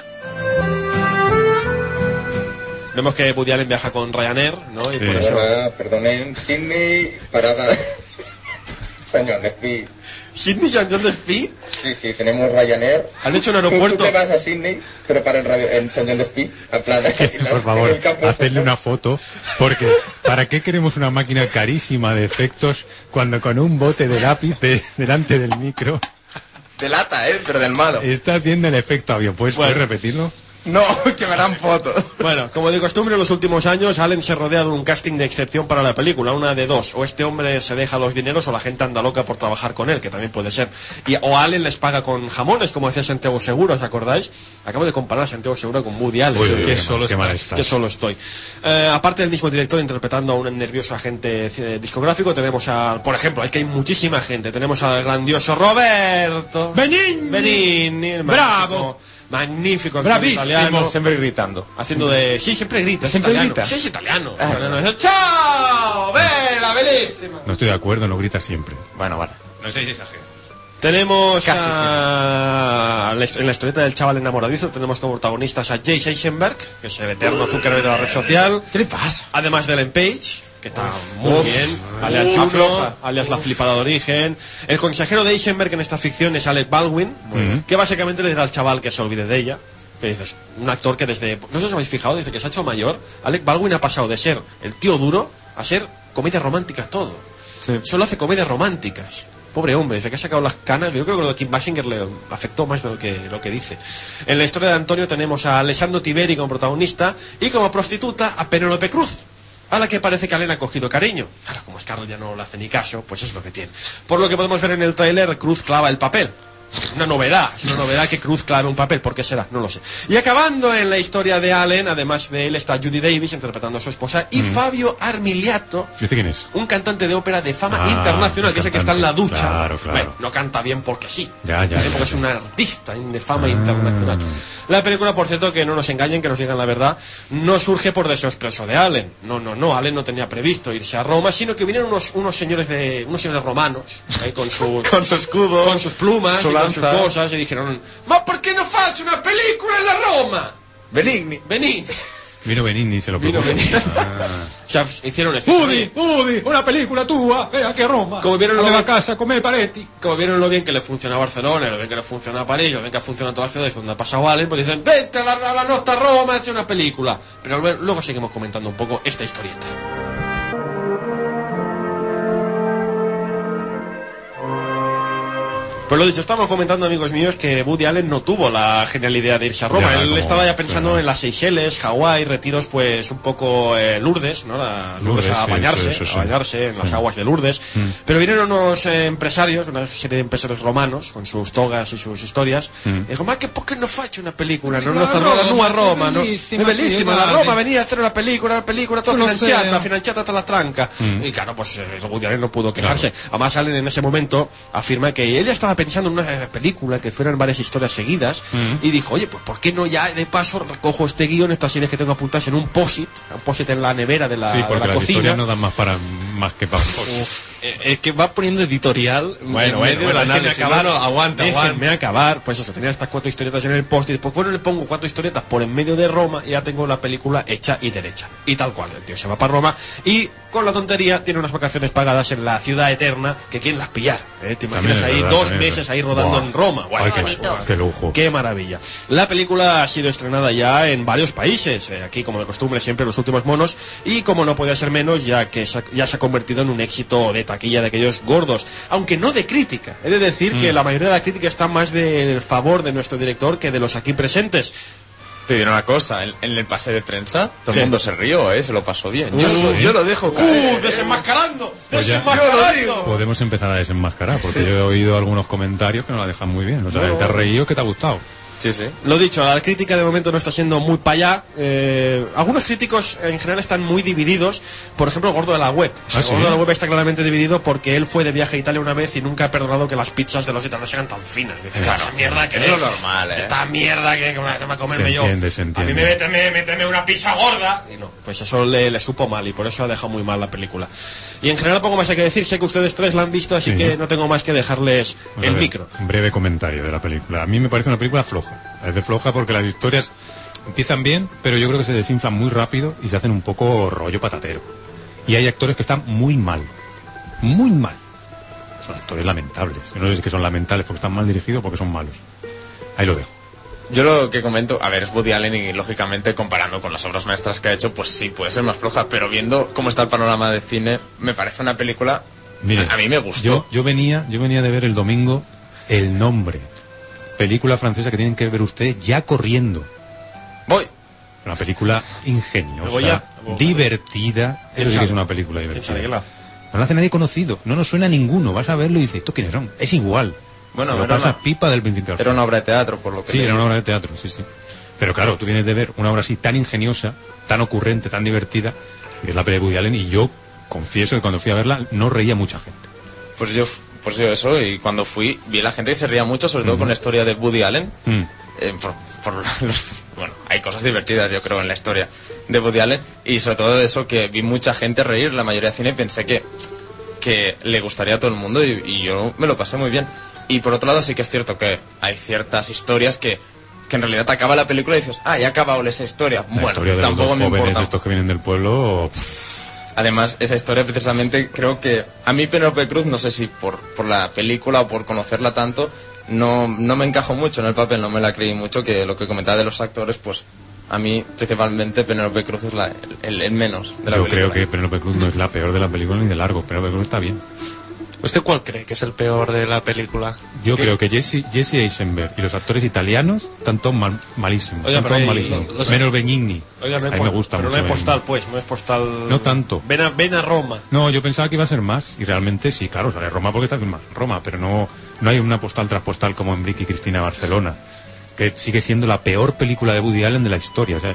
Speaker 5: Vemos que Woody Allen viaja con Ryanair, ¿no? Y por eso...
Speaker 3: perdonen, Sydney, parada. San John Despí.
Speaker 5: ¿Sydney San John Despí?
Speaker 3: Sí, sí, tenemos Ryanair.
Speaker 5: ¿Han hecho un
Speaker 3: Tú-
Speaker 5: aeropuerto?
Speaker 3: Tú, te vas a Sydney, pero para el radio, en San John Despí, a [LAUGHS] plan
Speaker 2: Por favor,
Speaker 3: Ah,
Speaker 2: hacedle una foto, porque ¿para qué queremos una máquina carísima de efectos cuando con un bote de lápiz de- delante del micro
Speaker 26: De lata, ¿eh? Pero del malo.
Speaker 2: está haciendo el efecto avión? ¿Puedes, puedes repetirlo?
Speaker 5: No, [LAUGHS] que me dan fotos. Bueno, como de costumbre en los últimos años, Allen se rodea de un casting de excepción para la película, una de dos. O este hombre se deja los dineros o la gente anda loca por trabajar con él, que también puede ser. Y, o Allen les paga con jamones, como decía Santiago Seguro, ¿os acordáis? Acabo de comparar a Santiago Seguro con Woody Allen.
Speaker 2: Uy,
Speaker 5: Qué
Speaker 2: uy, qué mal- qué mal
Speaker 5: estoy,
Speaker 2: estás.
Speaker 5: qué solo estoy. Eh, aparte del mismo director interpretando a un nervioso agente eh, discográfico, tenemos a, por ejemplo, es que hay muchísima gente. Tenemos al grandioso Roberto. Benigni. el
Speaker 4: Bravo.
Speaker 5: Magnífico. actor
Speaker 4: Bravísimo.
Speaker 5: italiano.
Speaker 4: Siempre gritando.
Speaker 5: Haciendo de... Sí, siempre grita. es
Speaker 4: Siempre
Speaker 5: italiano.
Speaker 4: grita.
Speaker 5: Sí, es italiano. Italiano, es el ¡Chao! ¡Vela, bellísima!
Speaker 2: No estoy de acuerdo, lo grita siempre.
Speaker 5: Bueno, vale.
Speaker 2: No seáis exagerados.
Speaker 5: Tenemos
Speaker 2: Casi
Speaker 5: a... la hist- en la historieta del chaval enamoradizo tenemos como protagonistas a Jay Eisenberg, que es el eterno Zuckerberg de la red social. ¿Qué le pasa? Además de Ellen Page, que está muy
Speaker 4: Uf.
Speaker 5: bien, alias
Speaker 4: Uf.
Speaker 5: Chulo,
Speaker 4: Afloja.
Speaker 5: alias la flipada de origen. El consejero de Eisenberg en esta ficción es Alec Baldwin,
Speaker 4: Ujú.
Speaker 5: que básicamente le dirá al chaval que se olvide de ella. Que dices, un actor que desde, no sé si os habéis fijado, desde que se ha hecho mayor, Alec Baldwin ha pasado de ser el tío duro a ser comedias románticas todo. Solo hace comedias románticas. Pobre hombre, dice que ha sacado las canas. Yo creo que lo de Kim Basinger le afectó más de lo que, lo que dice. En la historia de Antonio tenemos a Alessandro Tiberi como protagonista y como prostituta a Penélope Cruz, a la que parece que Allen ha cogido cariño. Ahora, como Scarlett ya no le hace ni caso, pues es lo que tiene. Por lo que podemos ver en el tráiler, Cruz clava el papel. Una novedad, es una novedad que Cruz clave un papel, ¿por qué será? No lo sé. Y acabando en la historia de Allen, además de él está Judy Davis interpretando a su esposa y
Speaker 2: Mm.
Speaker 5: Fabio Armiliato,
Speaker 2: ¿Y este quién es?
Speaker 5: un cantante de ópera de fama
Speaker 2: Ah,
Speaker 5: internacional, que es el que está en la
Speaker 2: cantante.
Speaker 5: ducha.
Speaker 2: Claro, claro.
Speaker 5: Bueno, no canta bien porque sí.
Speaker 2: Ya, Ah, ya,
Speaker 5: ¿eh?
Speaker 2: ya,
Speaker 5: Porque es un artista de fama internacional. La película, por cierto, que no nos engañen, que nos digan la verdad, no surge por deseo expreso de Allen. No, no, no, Allen no tenía previsto irse a Roma, sino que vinieron unos, unos señores de unos señores romanos, ¿eh? con
Speaker 2: [LAUGHS]
Speaker 5: su
Speaker 4: Con su escudo.
Speaker 5: con sus plumas,
Speaker 4: su
Speaker 5: y con sus
Speaker 4: lanza.
Speaker 5: cosas y dijeron, "Ma perché non faccio una película en la Roma?" Benigni, Benigni.
Speaker 2: Vino Benigni, se lo
Speaker 5: Vino
Speaker 2: propuso.
Speaker 5: Benigni.
Speaker 2: Ah.
Speaker 5: [LAUGHS] O sea, hicieron este esto.
Speaker 1: Woody, Woody, una película tuya, vea que Roma.
Speaker 5: Como vieron
Speaker 1: Dale
Speaker 5: lo-
Speaker 1: a casa, come paretti.
Speaker 5: Como vieron lo bien que le funciona a Barcelona, lo bien que le funciona a París, lo bien que funciona a todas las ciudades donde ha pasado Allen, pues dicen, vente a la, a la nuestra Roma, hace una película. Pero luego- luego seguimos comentando un poco esta historieta. Pero Pues lo dicho, estamos comentando, amigos míos, que Woody Allen no tuvo la genial idea de irse a Roma.
Speaker 2: Ya,
Speaker 5: Él
Speaker 2: como-
Speaker 5: estaba ya pensando en las Seychelles, Hawái, retiros pues un poco eh, Lourdes, ¿no? La- Lourdes,
Speaker 2: Lourdes,
Speaker 5: a
Speaker 2: sí,
Speaker 5: bañarse,
Speaker 2: eso, eso,
Speaker 5: a
Speaker 2: sí.
Speaker 5: bañarse en las
Speaker 2: Sí.
Speaker 5: aguas de Lourdes.
Speaker 2: Mm.
Speaker 5: Pero vinieron unos eh, empresarios, una serie de empresarios romanos, con sus togas y sus historias.
Speaker 2: Mm.
Speaker 5: Y dijo, más que por qué no fache una película, no,
Speaker 4: Una
Speaker 5: no, no, la
Speaker 4: "Ah, Roma,
Speaker 5: nueva
Speaker 4: sí,
Speaker 5: Roma, no?
Speaker 4: bellísima,
Speaker 5: Es bellísima,
Speaker 4: tío,
Speaker 5: la Roma
Speaker 4: dale.
Speaker 5: venía a hacer una película, una película, toda
Speaker 4: No lo
Speaker 5: financiata,
Speaker 4: sé.
Speaker 5: financiata hasta la tranca.
Speaker 2: Mm.
Speaker 5: Y claro, pues eh, Woody Allen no pudo quejarse. Además, Allen en ese momento afirma que ella estaba pensando en una eh, película que fueran varias historias seguidas
Speaker 2: Mm.
Speaker 5: y dijo, oye, pues ¿por qué no ya de paso recojo este guión, estas series que tengo apuntadas en un posit, un posit en la nevera de la,
Speaker 2: sí,
Speaker 5: de
Speaker 2: porque
Speaker 5: la
Speaker 2: las
Speaker 5: cocina? eh,
Speaker 2: historias no dan más para más que para
Speaker 5: Es que va poniendo editorial
Speaker 4: en medio del análisis. Claro, aguanta,
Speaker 5: Me
Speaker 4: aguanta.
Speaker 5: acabar, pues eso, tenía estas cuatro historietas en el post y después, bueno, le pongo cuatro historietas por en medio de Roma y ya tengo la película hecha y derecha. Y tal cual, el tío se va para Roma y con la tontería tiene unas vacaciones pagadas en la ciudad eterna que quieren las pillar. ¿eh? Te
Speaker 2: También
Speaker 5: imaginas
Speaker 2: es
Speaker 5: ahí
Speaker 2: verdad,
Speaker 5: dos
Speaker 2: también es
Speaker 5: meses
Speaker 2: verdad.
Speaker 5: ahí rodando
Speaker 2: Buah.
Speaker 5: en Roma. Guau,
Speaker 2: Ay,
Speaker 5: guau,
Speaker 2: qué,
Speaker 5: guau.
Speaker 2: qué lujo.
Speaker 5: Qué maravilla. La película ha sido estrenada ya en varios países, eh, aquí como de costumbre siempre los últimos monos, y como no podía ser menos, ya que se ha- ya se ha convertido en un éxito de taquilla de aquellos gordos, aunque no de crítica. He de decir que la mayoría de la crítica está más del favor de nuestro director que de los aquí presentes.
Speaker 3: Te diré una cosa, en, en el pase de prensa todo el mundo se rió, ¿eh? se lo pasó bien. Yo,
Speaker 2: Uh,
Speaker 3: yo lo dejo
Speaker 5: Eh.
Speaker 3: caer.
Speaker 5: ¡Desenmascarando!
Speaker 2: Pues ya-
Speaker 5: ¡Desenmascarando!
Speaker 2: Podemos empezar a desenmascarar, porque yo he oído algunos comentarios que no la dejan muy bien. O sea,
Speaker 5: No.
Speaker 2: que te has reído, que te ha gustado.
Speaker 3: Sí, sí.
Speaker 5: Lo dicho, la crítica de momento no está siendo muy para allá. Eh, algunos críticos en general están muy divididos. Por ejemplo, el gordo de la web.
Speaker 2: Ah,
Speaker 5: el
Speaker 2: ¿sí?
Speaker 5: gordo de la web está claramente dividido porque él fue de viaje a Italia una vez y nunca ha perdonado que las pizzas de los italianos sean tan finas. Dice,
Speaker 3: Claro.
Speaker 5: esta mierda que
Speaker 3: Es lo normal, ¿eh?
Speaker 5: Esta mierda que, que me voy a comerme
Speaker 2: Se
Speaker 5: yo.
Speaker 2: entiende, se
Speaker 5: A mí
Speaker 2: entiende.
Speaker 5: me méteme, méteme una pizza gorda. Y no, pues eso le, le supo mal y por eso ha dejado muy mal la película. Y en general poco más hay que decir. Sé que ustedes tres la han visto, así
Speaker 2: Sí.
Speaker 5: que no tengo más que dejarles
Speaker 2: Vamos a
Speaker 5: el
Speaker 2: ver,
Speaker 5: micro.
Speaker 2: un Breve comentario de la película. A mí me parece una película floja. Es de floja porque las historias empiezan bien, pero yo creo que se desinflan muy rápido y se hacen un poco rollo patatero. Y hay actores que están muy mal. Muy mal. Son actores lamentables. Yo no sé si es que son lamentables porque están mal dirigidos o porque son malos. Ahí lo dejo.
Speaker 3: Yo lo que comento, a ver, es Woody Allen y lógicamente comparando con las obras maestras que ha hecho, pues sí, puede ser más floja, pero viendo cómo está el panorama de cine, me parece una película...
Speaker 2: Mire,
Speaker 3: a mí me gustó.
Speaker 2: Yo, yo venía, yo venía de ver el domingo El Nombre. Película francesa que tienen que ver ustedes ya corriendo.
Speaker 3: Voy.
Speaker 2: Una película ingeniosa,
Speaker 5: Me voy ya.
Speaker 2: divertida. Eso sí que es una película divertida. No la hace nadie conocido, no nos suena a ninguno. Vas a verlo y dices, ¿estos quiénes son? Es igual.
Speaker 3: Bueno,
Speaker 2: Te lo
Speaker 3: era
Speaker 2: pasas
Speaker 3: una-
Speaker 2: pipa del principio al
Speaker 3: Era
Speaker 2: fin.
Speaker 3: una obra de teatro, por lo que...
Speaker 2: Sí,
Speaker 3: leí.
Speaker 2: era una obra de teatro, sí, sí. Pero claro, tú vienes de ver una obra así tan ingeniosa, tan ocurrente, tan divertida, y es la pelea de Woody Allen, y yo confieso que cuando fui a verla no reía mucha gente.
Speaker 3: Pues yo, pues yo eso, y cuando fui, vi a la gente que se ría mucho, sobre todo con la historia de Woody Allen.
Speaker 2: Mm.
Speaker 3: eh, por- por [LAUGHS] los- bueno, hay cosas divertidas, yo creo, en la historia de Woody Allen. Y sobre todo eso, que vi mucha gente reír, la mayoría de cine, y pensé que, que le gustaría a todo el mundo y, y yo me lo pasé muy bien. Y por otro lado, sí que es cierto que hay ciertas historias que, que en realidad te acaba la película y dices, ah, ya ha acabado esa historia.
Speaker 2: La
Speaker 3: bueno,
Speaker 2: historia de los
Speaker 3: tampoco
Speaker 2: dos
Speaker 3: me
Speaker 2: jóvenes,
Speaker 3: importa.
Speaker 2: estos que vienen del pueblo, pff,
Speaker 3: Además, esa historia precisamente creo que a mí Penélope Cruz, no sé si por, por la película o por conocerla tanto, no, no me encajó mucho en el papel, no me la creí mucho, que lo que comentaba de los actores, pues a mí principalmente Penélope Cruz es la, el- el, el menos de la
Speaker 2: yo
Speaker 3: película.
Speaker 2: creo que Penélope Cruz no es la peor de la película ni de largo. Penélope Cruz está bien.
Speaker 4: ¿Usted cuál cree que es el peor de la película?
Speaker 2: Yo creo que Jesse, Jesse Eisenberg y los actores italianos están todos mal- malísimos.
Speaker 4: Oiga,
Speaker 2: están
Speaker 4: pero
Speaker 2: todos
Speaker 4: ahí-
Speaker 2: malísimos.
Speaker 4: los-
Speaker 2: Menos Benigni.
Speaker 5: Oiga, no
Speaker 2: a
Speaker 5: es
Speaker 2: mí me
Speaker 5: po-
Speaker 2: gusta
Speaker 5: pero no
Speaker 2: mucho
Speaker 5: es
Speaker 2: Benigni.
Speaker 5: postal, pues, no es postal.
Speaker 2: No tanto.
Speaker 5: Ven a, ven a Roma.
Speaker 2: No, yo pensaba que iba a ser más. Y realmente sí, claro, sale Roma porque está filmada en Roma. Pero no, no hay una postal tras postal como en Brick y Cristina Barcelona. Que sigue siendo la peor película de Woody Allen de la historia. O sea,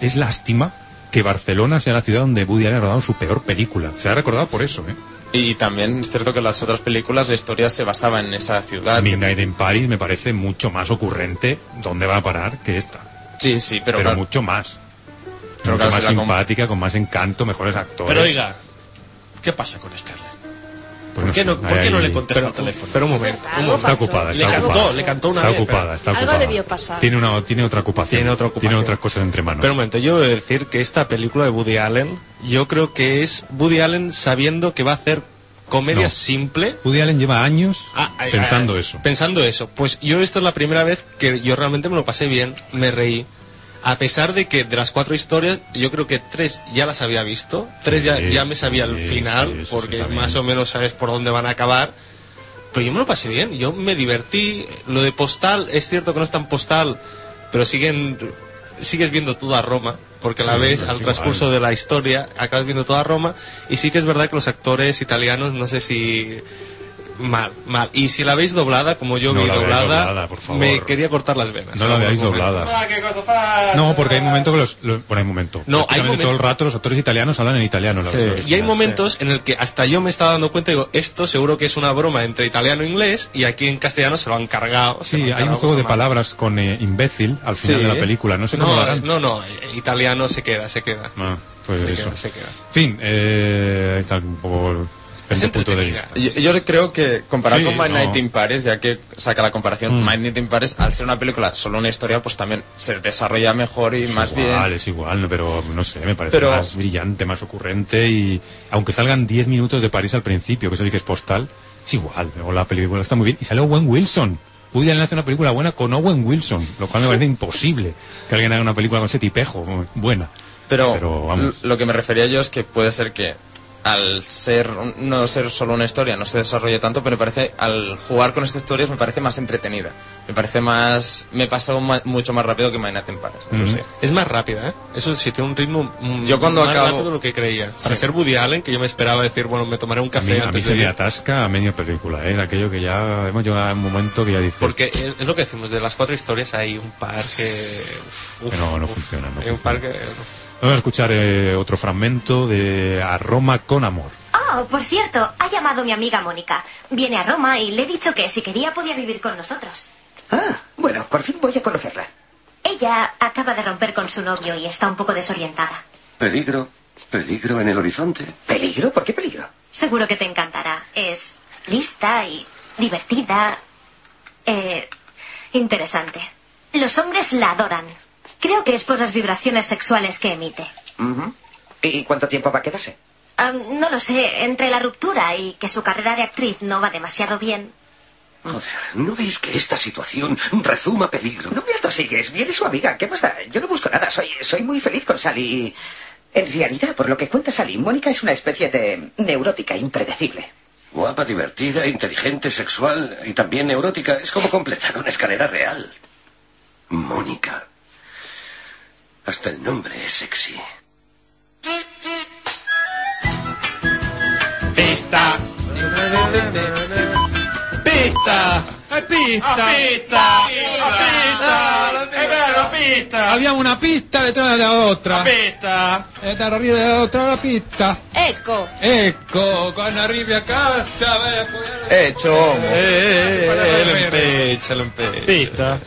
Speaker 2: es lástima que Barcelona sea la ciudad donde Woody Allen ha rodado su peor película. Se ha recordado por eso, ¿eh?
Speaker 3: Y también es cierto que en las otras películas la historia se basaba en esa ciudad.
Speaker 2: Midnight in Paris me parece mucho más ocurrente dónde va a parar que esta.
Speaker 3: Sí, sí, pero,
Speaker 2: Pero,
Speaker 3: claro,
Speaker 2: mucho más.
Speaker 3: Pero
Speaker 2: mucho
Speaker 3: claro,
Speaker 2: más
Speaker 3: si la com-
Speaker 2: simpática, con más encanto, mejores actores.
Speaker 5: Pero oiga, ¿qué pasa con Scarlett?
Speaker 2: Pues
Speaker 5: ¿Por qué
Speaker 2: sé,
Speaker 5: no, ¿por qué
Speaker 2: ahí-
Speaker 5: no le contesta el teléfono?
Speaker 4: Pero un momento.
Speaker 5: un momento.
Speaker 2: Está ocupada, está
Speaker 5: le cantó,
Speaker 2: ocupada.
Speaker 5: le cantó una
Speaker 2: Está
Speaker 5: vez,
Speaker 2: ocupada,
Speaker 5: pero-
Speaker 2: está
Speaker 17: Algo
Speaker 2: ocupada.
Speaker 17: debió pasar.
Speaker 2: Tiene, una, tiene otra ocupación.
Speaker 4: Tiene otra ocupación.
Speaker 2: otras cosas entre manos.
Speaker 4: Pero un momento, yo he de decir que esta película de Woody Allen, yo creo que es Woody Allen sabiendo que va a hacer comedia
Speaker 2: No.
Speaker 4: simple.
Speaker 2: Woody Allen lleva años
Speaker 4: Ah, ah,
Speaker 2: pensando
Speaker 4: ah,
Speaker 2: eso.
Speaker 4: Pensando eso. Pues yo esta es la primera vez que yo realmente me lo pasé bien, me reí. A pesar de que de las cuatro historias, yo creo que tres ya las había visto, tres ya,
Speaker 2: Sí,
Speaker 4: ya me sabía el
Speaker 2: sí,
Speaker 4: final,
Speaker 2: sí, sí, sí,
Speaker 4: porque
Speaker 2: también.
Speaker 4: más o menos sabes por dónde van a acabar. Pero yo me lo pasé bien, yo me divertí. Lo de postal, es cierto que no es tan postal, pero siguen, sigues viendo toda Roma, porque a la
Speaker 5: Sí,
Speaker 4: vez,
Speaker 5: es
Speaker 4: al
Speaker 5: igual.
Speaker 4: transcurso de la historia, acabas viendo toda Roma. Y sí que es verdad que los actores italianos, no sé si. Mal, mal. Y si la veis doblada, como yo
Speaker 2: No
Speaker 4: vi
Speaker 2: la veáis
Speaker 4: doblada,
Speaker 2: doblada, por favor.
Speaker 4: me quería cortar las venas.
Speaker 2: No la veáis doblada.
Speaker 4: Ah,
Speaker 2: No, porque hay momentos que los... lo- bueno, hay momentos.
Speaker 4: No, hay
Speaker 2: Prácticamente
Speaker 4: momen-
Speaker 2: todo el rato los actores italianos hablan en italiano. la verdad.
Speaker 4: Y hay momentos en el que hasta yo me estaba dando cuenta y digo, esto seguro que es una broma entre italiano e inglés y aquí en castellano se lo han cargado. se lo
Speaker 2: Sí,
Speaker 4: han
Speaker 2: hay un
Speaker 4: cargado
Speaker 2: juego de
Speaker 4: cosa mala.
Speaker 2: palabras con eh, imbécil al final
Speaker 4: Sí.
Speaker 2: de la película. No sé cómo lo
Speaker 4: no,
Speaker 2: harán.
Speaker 4: eh, no, no, eh, italiano se queda, se queda.
Speaker 2: Ah, pues
Speaker 4: Se
Speaker 2: eso.
Speaker 4: queda, se queda.
Speaker 2: Fin, eh, ahí está un poco ese punto de vista.
Speaker 3: Yo, yo creo que comparado
Speaker 2: Sí,
Speaker 3: con My
Speaker 2: no.
Speaker 3: Night in Paris, ya que saca la comparación,
Speaker 2: Mm.
Speaker 3: My Night in Paris, al ser una película solo una historia, pues también se desarrolla mejor y más bien.
Speaker 2: igual, es igual, no, pero no sé, me parece
Speaker 3: Pero-
Speaker 2: más brillante, más ocurrente y aunque salgan 10 minutos de París al principio, que eso sí que es postal, es igual, o la película está muy bien y sale Owen Wilson. Woody Allen hace una película buena con Owen Wilson, lo cual me parece imposible que alguien haga una película con ese tipejo buena.
Speaker 3: Pero,
Speaker 2: vamos.
Speaker 3: l- lo que me refería yo es que puede ser que al ser un- no ser solo una historia no se desarrolle tanto, pero me parece al jugar con estas historias me parece más entretenida. Me parece más me he pasado ma- mucho más rápido que My Night in Paris. no
Speaker 4: Ujú.
Speaker 3: sé.
Speaker 4: Es más rápida, ¿eh? Eso sí tiene un ritmo mm,
Speaker 3: Yo cuando
Speaker 4: más
Speaker 3: acabo-
Speaker 4: rápido de lo que creía. Para
Speaker 3: Sí.
Speaker 4: ser Woody Allen, que yo me esperaba decir, bueno, me tomaré un
Speaker 2: A mí,
Speaker 4: café
Speaker 2: a mí
Speaker 4: antes
Speaker 2: se
Speaker 4: de
Speaker 2: me
Speaker 4: ir.
Speaker 2: atasca a media película, ¿eh? aquello que ya hemos llegado a un momento que ya dice
Speaker 4: Porque es, es lo que decimos, de las cuatro historias hay un par que... uf,
Speaker 2: que
Speaker 4: uf,
Speaker 2: no, no
Speaker 4: uf.
Speaker 2: funciona. no
Speaker 4: Hay un
Speaker 2: funciona.
Speaker 4: par que...
Speaker 2: Vamos a escuchar eh, otro fragmento de A Roma con amor.
Speaker 19: Oh, por cierto, ha llamado mi amiga Mónica. Viene a Roma y le he dicho que si quería podía vivir con nosotros.
Speaker 7: Ah, Bueno, por fin voy a conocerla.
Speaker 19: Ella acaba de romper con su novio y está un poco desorientada.
Speaker 6: Peligro, peligro en el horizonte.
Speaker 7: ¿Peligro? ¿Por qué peligro?
Speaker 19: Seguro que te encantará. Es lista y divertida. Eh, interesante. Los hombres la adoran. Creo que es por las vibraciones sexuales que emite.
Speaker 7: Ujú. ¿Y cuánto tiempo va a quedarse?
Speaker 19: Ah, no lo sé, entre la ruptura y que su carrera de actriz no va demasiado bien.
Speaker 7: Joder, ¿no veis que esta situación rezuma peligro? No me atosigues, viene su amiga, ¿qué más da? Yo no busco nada, soy, soy muy feliz con Sally. En realidad, por lo que cuenta Sally, Mónica es una especie de neurótica impredecible.
Speaker 6: Guapa, divertida, inteligente, sexual y también neurótica. Es como completar una escalera real. Mónica. Hasta el nombre es sexy.
Speaker 4: ¡Pista! ¡Pista!
Speaker 5: Ah,
Speaker 4: ¡Pista! ¡Pista! ¡Pista! ¡Pista!
Speaker 1: Había una pista detrás de la otra.
Speaker 4: ¡Pista!
Speaker 1: Detrás arriba de la otra la pista.
Speaker 14: Eco.
Speaker 1: Ecco, con arriba a casa, vaya a poder-
Speaker 3: Hecho homo.
Speaker 2: Eh, Pista.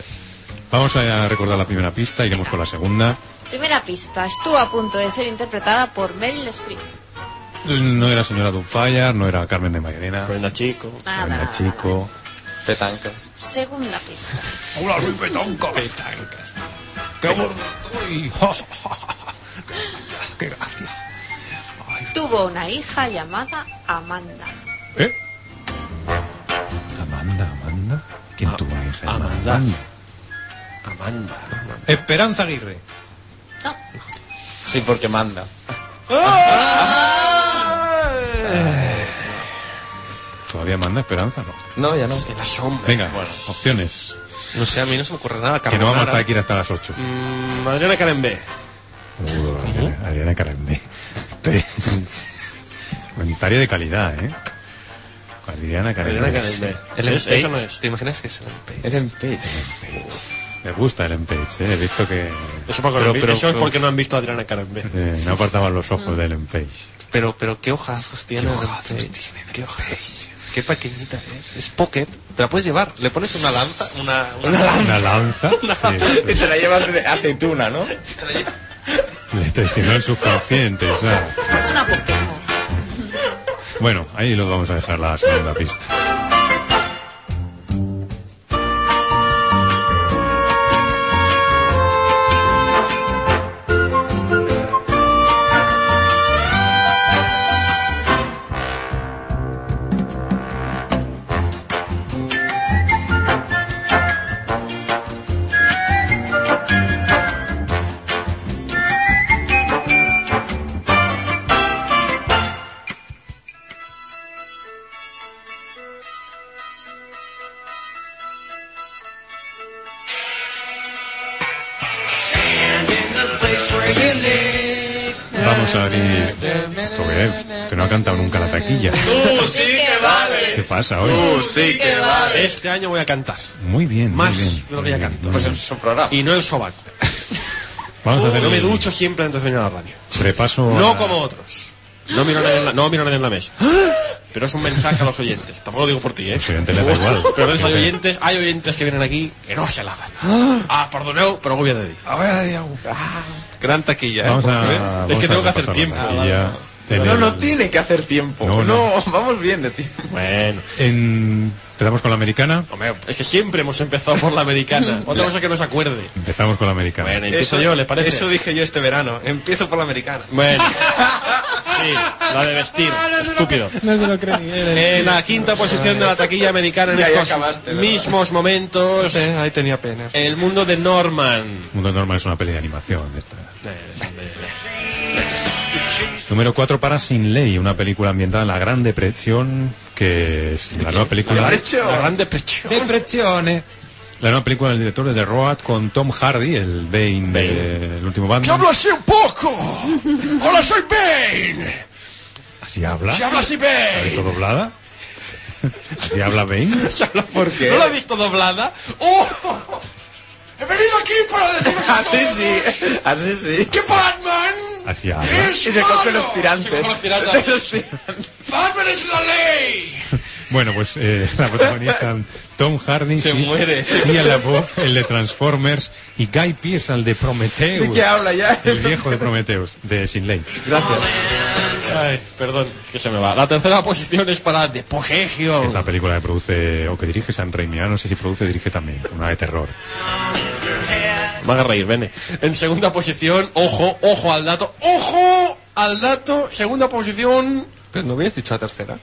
Speaker 2: Vamos a recordar la primera pista, iremos con la segunda.
Speaker 14: Primera pista, estuvo a punto de ser interpretada por Meryl Streep.
Speaker 2: No era señora Dunfire, no era Carmen de Mairena.
Speaker 4: Brenda Chico.
Speaker 14: Nada.
Speaker 2: Chico.
Speaker 3: Petancas.
Speaker 14: Segunda pista.
Speaker 1: Hola, soy Petancas.
Speaker 4: Petancas.
Speaker 1: ¡Qué gordo estoy! ¡Qué gracia!
Speaker 14: Tuvo una hija llamada Amanda.
Speaker 1: Amanda, Amanda. ¿Quién tuvo una hija? Amanda.
Speaker 4: Ah, Amanda.
Speaker 1: Esperanza Aguirre.
Speaker 3: Sí, porque manda.
Speaker 5: Ah!
Speaker 2: Todavía manda esperanza, ¿no?
Speaker 3: No, ya no.
Speaker 4: La sombra.
Speaker 2: Venga, opciones.
Speaker 4: No sé, a mí no se me ocurre nada.
Speaker 2: Que no vamos
Speaker 4: Carbonara.
Speaker 2: a estar aquí hasta las 8.
Speaker 4: Mm, Adriana Karen B.
Speaker 2: Adriana, eh, Adriana Carambé. Esto es un Comentario de calidad, ¿eh? Adriana Carambé.
Speaker 4: Adriana Karen B.
Speaker 2: Ellen
Speaker 4: ¿Es- eso no
Speaker 2: Page.
Speaker 4: es. ¿Te imaginas que es Ellen Page?
Speaker 3: Ellen Page.
Speaker 2: Me gusta Ellen Page, ¿eh? He visto que...
Speaker 4: Eso, porque
Speaker 2: Pero-
Speaker 4: no-
Speaker 2: pero-
Speaker 4: eso es
Speaker 2: pero-
Speaker 4: porque no han visto a Adriana Karen B.
Speaker 2: eh, no apartaban los ojos de Ellen Page.
Speaker 4: Pero, pero qué ojazos tiene.
Speaker 2: Qué
Speaker 4: Ellen
Speaker 2: ojazos
Speaker 4: Page. Qué ojazos. Qué pequeñita es. Es pocket. Te la puedes llevar. Le pones una lanza. Una, una
Speaker 2: Una lanza.
Speaker 4: [LAUGHS]
Speaker 2: Sí.
Speaker 3: Y te la llevas de aceituna, ¿no?
Speaker 2: Le traicionó el subconsciente. o sea.
Speaker 14: Es una Pokémon.
Speaker 2: Bueno, ahí lo vamos a dejar la segunda pista. Vamos a abrir. ¿Esto qué es? Usted no ha cantado nunca la taquilla.
Speaker 4: ¡Tú sí que vale!
Speaker 2: ¿Qué pasa hoy?
Speaker 5: Uh,
Speaker 4: ¡Tú sí que vale!
Speaker 5: Este año voy a cantar.
Speaker 2: Ah, Muy bien,
Speaker 5: Más
Speaker 2: muy bien.
Speaker 5: de lo que ya canto.
Speaker 2: Pues
Speaker 5: es un programa. Y no el sobaco.
Speaker 2: Vamos a
Speaker 5: Uy,
Speaker 2: hacer
Speaker 5: no Uh, me
Speaker 2: el
Speaker 5: ducho siempre antes de venir a la radio.
Speaker 2: repaso. a-
Speaker 5: No como otros. No miro nadie en la, no miro nadie en la mesa. Pero es un mensaje a los oyentes. Tampoco lo digo por ti, ¿eh?
Speaker 2: Obviamente le da igual.
Speaker 5: Pero a veces hay oyentes, hay oyentes que vienen aquí que no se lavan. Ah, perdoneo, pero voy a decir.
Speaker 4: Gran taquilla, ¿eh?
Speaker 2: Vamos a-
Speaker 4: ¿Eh?
Speaker 2: vamos
Speaker 4: Es que
Speaker 2: a Ah,
Speaker 4: tengo que hacer
Speaker 2: repasar la
Speaker 4: tiempo. Ah,
Speaker 2: taquilla. En
Speaker 4: No,
Speaker 2: el-
Speaker 4: no tiene que hacer tiempo.
Speaker 2: No,
Speaker 4: No,
Speaker 2: no.
Speaker 4: vamos bien de tiempo.
Speaker 5: Bueno.
Speaker 2: En... Empezamos con la americana.
Speaker 5: Hombre, es que siempre hemos empezado por
Speaker 4: [LAUGHS]
Speaker 5: la americana. Otra cosa que no se acuerde.
Speaker 2: Empezamos con la americana.
Speaker 5: Bueno, empiezo yo, ¿le parece?
Speaker 4: Eso dije yo este verano. Empiezo por la americana. [LAUGHS] Ah,
Speaker 5: Bueno. Sí, la de vestir. Estúpido.
Speaker 4: No se lo creo ni ¿eh?
Speaker 5: En la quinta posición de la taquilla americana en
Speaker 4: Ya, ya
Speaker 5: estos
Speaker 4: acabaste, ¿verdad? Eh,
Speaker 5: mismos momentos.
Speaker 4: ahí tenía pena.
Speaker 5: El mundo de Norman.
Speaker 2: Mundo Normal es una peli de animación. esta. Número 4 para Sin Ley, una película ambientada en la Gran Depresión, que es la nueva película.
Speaker 5: La gran depresión.
Speaker 2: La nueva película del director de The Road con Tom Hardy, el Bane, del último
Speaker 16: ¡Que
Speaker 2: Batman.
Speaker 16: hablo así un poco! ¡Hola, soy Bane!
Speaker 2: Así habla.
Speaker 16: ¡Se habla así
Speaker 2: ¿La has
Speaker 16: Bane!
Speaker 2: visto doblada? Así habla Bane.
Speaker 4: ¿Por qué?
Speaker 5: ¿No la he visto doblada? ¡Oh!
Speaker 16: ¡He venido aquí para deciros a
Speaker 4: Así
Speaker 16: todos
Speaker 4: Ah, sí, así sí.
Speaker 16: que Batman
Speaker 2: Así habla.
Speaker 4: Y se coge los tirantes. De los ti-
Speaker 16: Batman es la ley.
Speaker 2: Bueno, pues eh, la protagonizan Tom Hardy.
Speaker 4: Se muere.
Speaker 2: Sí, a la voz, el de Transformers. Y Guy Pearce, el de Prometheus.
Speaker 4: ¿De qué habla ya?
Speaker 2: El viejo de Prometheus, de Sin Ley.
Speaker 4: Gracias.
Speaker 5: Ay, perdón, que se me va. La tercera posición es para Depogegio.
Speaker 2: Esta película que produce o que dirige San Raimi, ah, no sé si produce, dirige también, una de terror.
Speaker 5: Me haga reír, vene. En segunda posición, ojo, ojo al dato, ojo al dato. Segunda posición,
Speaker 4: Pero no habías dicho la tercera.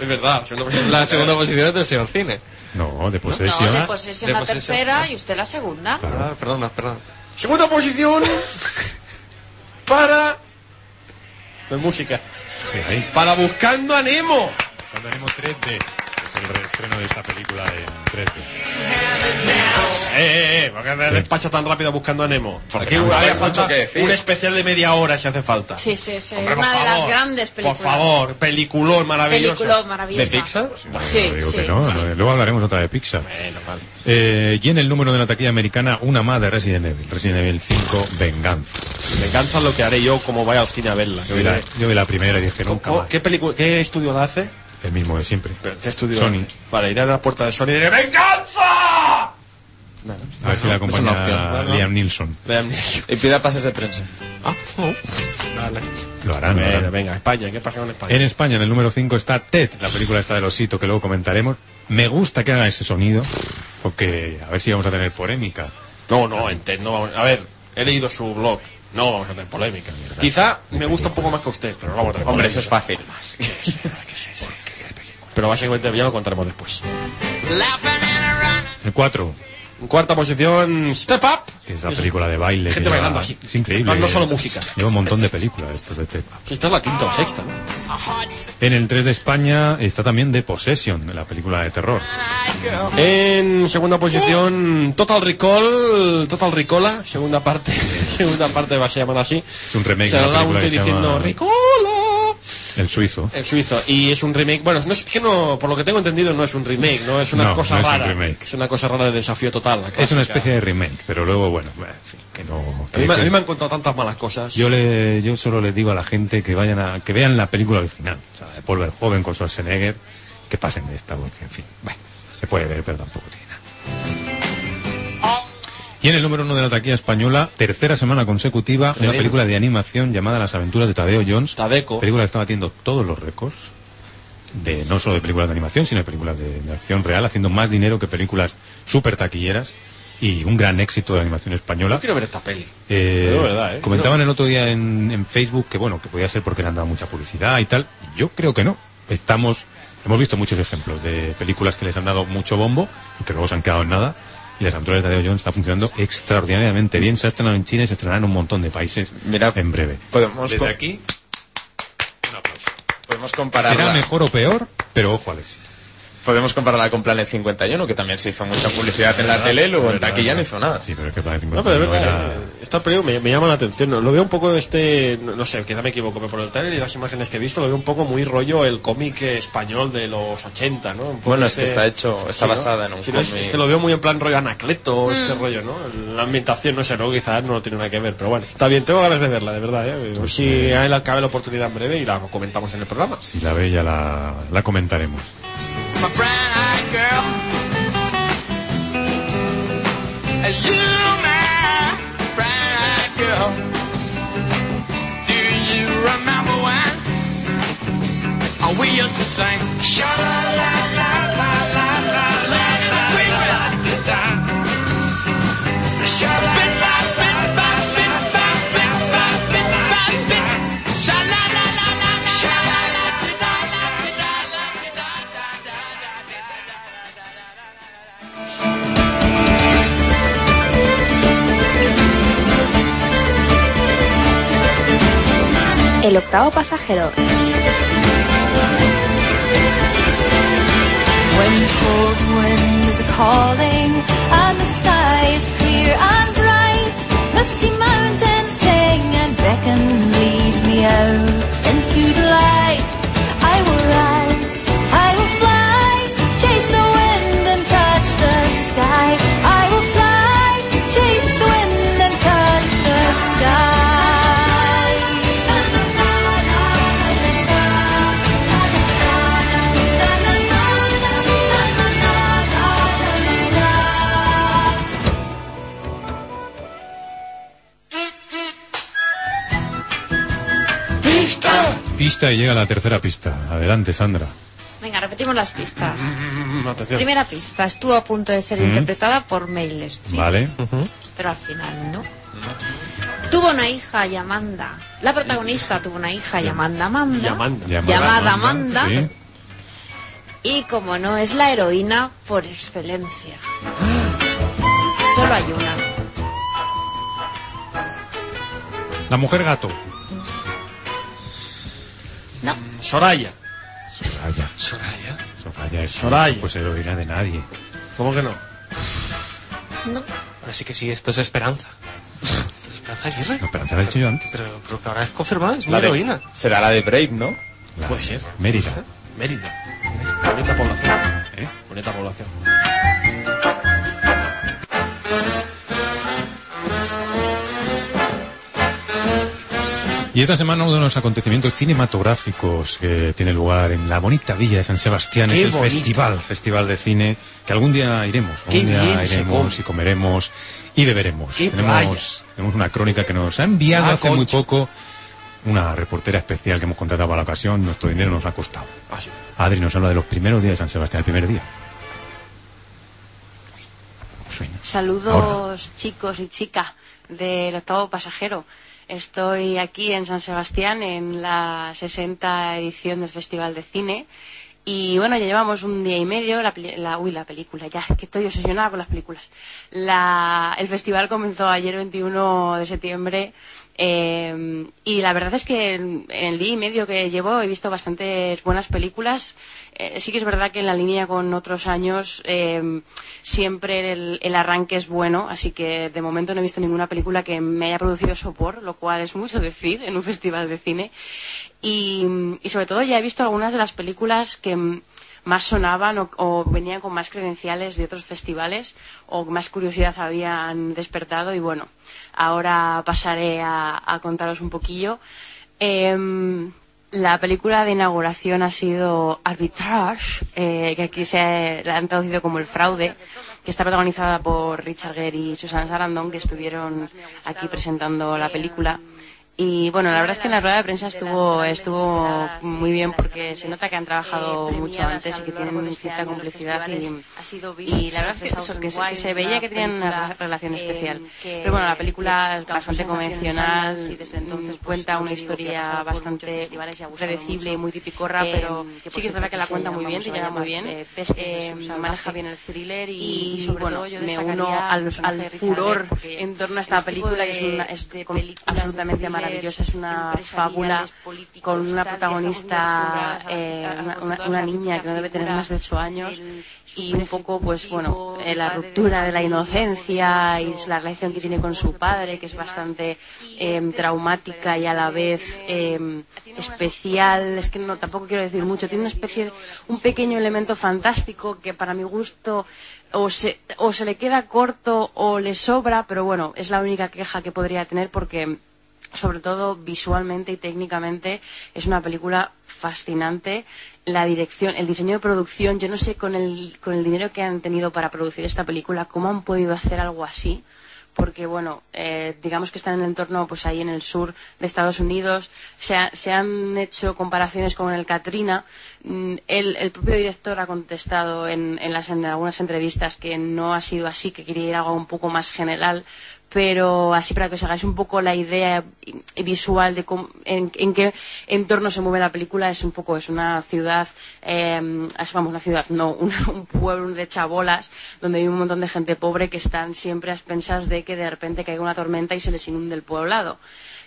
Speaker 5: es verdad, segunda posición.
Speaker 4: La segunda posición es del señor cine.
Speaker 2: No, de posesión.
Speaker 14: No, de posesión
Speaker 4: De
Speaker 14: la
Speaker 4: posesión.
Speaker 14: tercera y usted la segunda.
Speaker 4: Ah, perdona, perdona.
Speaker 5: Segunda posición para. No hay música.
Speaker 2: Sí, ahí.
Speaker 5: Para Buscando a Nemo.
Speaker 2: Cuando haremos 3D, es el reestreno de esta película en 3D.
Speaker 5: Eh, eh, eh, ¿por qué me despacha tan rápido Buscando a Nemo? Aquí
Speaker 4: no
Speaker 5: haría
Speaker 4: hay mucho
Speaker 5: falta
Speaker 4: que decir.
Speaker 5: un especial de media hora si hace falta.
Speaker 14: Sí, sí, sí.
Speaker 5: Hombre, por
Speaker 14: Una de las
Speaker 5: favor,
Speaker 14: grandes películas.
Speaker 5: Por favor, peliculón maravilloso.
Speaker 14: Peliculón maravillosa.
Speaker 5: ¿De Pixar?
Speaker 14: Sí,
Speaker 2: No digo
Speaker 14: sí,
Speaker 2: que no,
Speaker 14: sí.
Speaker 2: eh, luego hablaremos otra de Pixar.
Speaker 5: Bueno, vale.
Speaker 2: Eh, y en el número de la taquilla americana, una más de Resident Evil, Resident Evil 5, Venganza.
Speaker 5: Me encanta lo que haré yo como vaya al cine a verla.
Speaker 2: Yo vi la, yo vi la primera y dije nunca
Speaker 5: ¿Cómo-
Speaker 2: más.
Speaker 5: ¿Qué, pelicu- ¿Qué estudio la hace?
Speaker 2: El mismo de siempre.
Speaker 5: ¿Qué estudio?
Speaker 2: Sony.
Speaker 5: Vale, iré a la puerta de Sony y diré ¡Venganza!
Speaker 2: A ver si
Speaker 5: Ah,
Speaker 2: la acompaña
Speaker 4: es una opción, ¿no?
Speaker 2: Liam Nilsson.
Speaker 4: Y pida pases de prensa.
Speaker 5: Ah, no. Vale.
Speaker 2: Lo harán. lo
Speaker 5: Bueno,
Speaker 2: harán.
Speaker 5: venga, España, ¿qué pasa con España?
Speaker 2: En España, en el número 5 está Ted, la película está del osito que luego comentaremos. Me gusta que haga ese sonido, porque a ver si vamos a tener polémica.
Speaker 5: No, no, en TED no vamos. A ver, he leído su blog. No vamos a tener polémica. Quizá me gusta un poco más que usted, pero no vamos a tener
Speaker 4: Hombre, eso
Speaker 5: polémica.
Speaker 4: es fácil.
Speaker 5: [LAUGHS] Pero básicamente ya lo contaremos después.
Speaker 2: El 4,
Speaker 5: En cuarta posición, Step Up.
Speaker 2: que es la película de baile.
Speaker 5: Gente
Speaker 2: que lleva-
Speaker 5: bailando así.
Speaker 2: Es increíble.
Speaker 5: No, no solo música.
Speaker 2: Lleva un montón de películas estos de Ted.
Speaker 5: Sí, Esta es la quinta o la sexta, ¿no?
Speaker 2: En el 3 de España está también The Possession, la película de terror.
Speaker 5: En segunda posición, Total Recall, Total Ricola, segunda parte, [LAUGHS] segunda parte va a ser llamada así.
Speaker 2: Es un remake
Speaker 5: Se
Speaker 2: de
Speaker 5: lo
Speaker 2: una
Speaker 5: da un
Speaker 2: película
Speaker 5: tío
Speaker 2: que se
Speaker 5: diciendo
Speaker 2: llama
Speaker 5: Ricola,
Speaker 2: El Suizo.
Speaker 5: el suizo, y es un remake, bueno, no es que no, por lo que tengo entendido no es un remake, no es una
Speaker 2: No,
Speaker 5: cosa
Speaker 2: no es un
Speaker 5: rara,
Speaker 2: remake.
Speaker 5: es una cosa rara de desafío total. la
Speaker 2: Es
Speaker 5: clásica.
Speaker 2: una especie de remake, pero luego, bueno, en fin, que no...
Speaker 5: A mí, me- a mí me han contado tantas malas cosas.
Speaker 2: Yo le, yo solo les digo a la gente que vayan a, que vean la película original, o sea, de Paul joven con Schwarzenegger, que pasen de esta, porque en fin, bueno, se puede ver, pero tampoco tiene nada. Y en el número uno de la taquilla española, tercera semana consecutiva, una
Speaker 5: Tremendo.
Speaker 2: película de animación llamada Las aventuras de Tadeo Jones.
Speaker 5: Tadeco.
Speaker 2: Película que está batiendo todos los récords, de no solo de películas de animación, sino de películas de, de acción real, haciendo más dinero que películas super taquilleras y un gran éxito de la animación española.
Speaker 5: Yo quiero ver esta peli.
Speaker 2: Eh,
Speaker 5: Pero de verdad, ¿eh?
Speaker 2: Comentaban el otro día en, en Facebook que bueno, que podía ser porque le han dado mucha publicidad y tal. Yo creo que no. Estamos, hemos visto muchos ejemplos de películas que les han dado mucho bombo y que luego se han quedado en nada. Y las aventuras de Tadeo Jones está funcionando extraordinariamente bien. Se ha estrenado en China y se estrenará en un montón de países
Speaker 4: Mira,
Speaker 2: en breve.
Speaker 4: podemos,
Speaker 2: Desde
Speaker 4: co-
Speaker 2: aquí
Speaker 4: podemos
Speaker 2: será
Speaker 4: compararla.
Speaker 2: mejor o peor, pero ojo al éxito.
Speaker 3: Podemos compararla con Planet 51, que también se hizo mucha publicidad en la tele, luego en taquilla no hizo nada.
Speaker 2: Sí, pero es que Planet
Speaker 5: No, pero es verdad, eh, esta película me, me llama la atención. ¿no? Lo veo un poco este, no, no sé, quizá me equivoco, pero por el trailer y las imágenes que he visto, lo veo un poco muy rollo el cómic eh, español de los 80, ¿no? Un poco
Speaker 3: Bueno, es que
Speaker 5: este-
Speaker 3: está hecho- está
Speaker 5: ¿no?
Speaker 3: basada en un
Speaker 5: Sí, ¿no? Es-
Speaker 3: cómic.
Speaker 5: Es que lo veo muy en plan rollo anacleto,
Speaker 14: Mm.
Speaker 5: este rollo, ¿no? La ambientación, no sé, luego quizás no tiene nada que ver, pero bueno. Está bien, tengo ganas de verla, de verdad, ¿eh?
Speaker 3: Pues
Speaker 5: si a él acabe la oportunidad en breve y la comentamos en el programa.
Speaker 2: Si la ve ya la, la comentaremos.
Speaker 16: girl. And you, my bright-eyed girl. Do you remember when uh, we used to sing? Sha la la la la la la la la la la Sha la la la la la la la la la Sha la la la la la Sha la la la la la la
Speaker 17: El octavo pasajero.
Speaker 18: When cold winds are calling and the sky is clear and bright, misty mountains sing and beckon, lead me out into the light. I will ride, I will fly, chase the wind and touch the sky. I will fly, chase the wind and touch the sky.
Speaker 2: Pista y llega la tercera pista. Adelante, Sandra.
Speaker 14: Venga, repetimos las pistas.
Speaker 2: atención.
Speaker 14: Primera pista, estuvo a punto de ser
Speaker 2: Mm.
Speaker 14: interpretada por Meryl Streep,
Speaker 2: Vale.
Speaker 14: pero al final no. Tuvo una hija llamada, la protagonista tuvo una hija llamada Amanda,
Speaker 5: Yamanda.
Speaker 14: llamada Amanda,
Speaker 5: Sí.
Speaker 14: y como no es la heroína por excelencia. [GASPS] Solo hay una.
Speaker 2: La mujer gato.
Speaker 5: Soraya.
Speaker 2: Soraya.
Speaker 5: Soraya.
Speaker 2: Soraya es
Speaker 5: Soraya.
Speaker 2: Pues heroína de nadie.
Speaker 5: ¿Cómo que no?
Speaker 14: No.
Speaker 4: Así que sí, esto es Esperanza. Esto es Esperanza Aguirre.
Speaker 2: Esperanza la he dicho yo antes.
Speaker 4: Pero, pero que ahora es confirmada, es
Speaker 3: La
Speaker 4: muy
Speaker 3: de-
Speaker 4: heroína.
Speaker 3: Será la de Brave, ¿no?
Speaker 2: Puede ser. Mérida.
Speaker 5: Mérida. Bonita población. Bonita población.
Speaker 2: Y esta semana uno de los acontecimientos cinematográficos que tiene lugar en la bonita villa de San Sebastián
Speaker 5: ¡Qué
Speaker 2: es el
Speaker 5: bonito!
Speaker 2: festival, festival de cine, que algún día iremos,
Speaker 5: ¡Qué
Speaker 2: algún día
Speaker 5: bien se
Speaker 2: iremos
Speaker 5: come!
Speaker 2: y comeremos y beberemos.
Speaker 5: ¡Qué
Speaker 2: Tenemos, tenemos una crónica que nos ha enviado
Speaker 5: Ah,
Speaker 2: hace muy poco una reportera especial que hemos contratado para la ocasión, nuestro dinero nos ha costado.
Speaker 5: Ah,
Speaker 2: Adri nos habla de los primeros días de San Sebastián, el primer día.
Speaker 27: Saludos chicos y chicas del octavo pasajero. Estoy aquí en San Sebastián en la 60 edición del Festival de Cine y bueno, ya llevamos un día y medio, la, peli- la- uy, la película, ya es que estoy obsesionada con las películas. La- el festival comenzó ayer 21 de septiembre eh, y la verdad es que en en el día y medio que llevo he visto bastantes buenas películas. Eh, sí que es verdad que en la línea con otros años eh, siempre el, el arranque es bueno, así que de momento no he visto ninguna película que me haya producido sopor, lo cual es mucho decir en un [LAUGHS] festival de cine. Y, y sobre todo ya he visto algunas de las películas que mm, más sonaban o, o venían con más credenciales de otros festivales o más curiosidad habían despertado y bueno, ahora pasaré a, a contaros un poquillo. Em, la película de inauguración ha sido Arbitrage, eh, que aquí se la han traducido como El Fraude, que está protagonizada por Richard Gere y Susan Sarandon, que estuvieron aquí presentando la película. Y bueno, la verdad es que en la rueda de prensa estuvo, estuvo muy bien porque se nota que han trabajado mucho antes y que tienen cierta complicidad y, y la verdad es que eso, que se, que se veía que tenían una eh, re- relación especial. Pero bueno, la película es bastante convencional, mm, cuenta una historia bastante predecible y muy tipicorra, eh, pero que por sí que es verdad que la supuesto cuenta se muy bien, llamamos se a lleva muy llamar, bien, eh, bestias de eh, subsalvaje. maneja bien el thriller y, y, sobre bueno, todo, yo me destacaría uno al al, personaje al de Richard furor Gere, porque en torno a esta este tipo película que de- es, una, es con- absolutamente thriller maravillosa, es una fábula con una protagonista, eh, una, una- una niña que no debe tener más de ocho años y un poco, pues bueno, eh, la ruptura de la inocencia y la relación que tiene con su padre, que es bastante eh, traumática y a la vez eh, especial. Es que no, tampoco quiero decir mucho. Tiene una especie, de- un pequeño elemento fantástico que para mi gusto o se, o se le queda corto o le sobra, pero bueno, es la única queja que podría tener porque sobre todo visualmente y técnicamente es una película fascinante la dirección el diseño de producción yo no sé con el con el dinero que han tenido para producir esta película cómo han podido hacer algo así porque bueno eh, digamos que están en el entorno pues ahí en el sur de Estados Unidos se, ha- se han hecho comparaciones con el Katrina Mm, el, el propio director ha contestado en, en las- en algunas entrevistas que no ha sido así que quería ir a algo un poco más general pero así para que os hagáis un poco la idea i- eh, visual de cómo- en, en qué entorno se mueve la película es un poco es una ciudad eh, es, vamos una ciudad no [LAUGHS] un, un pueblo de chabolas donde hay un montón de gente pobre que están siempre a expensas de que de repente caiga una tormenta y se les inunde el poblado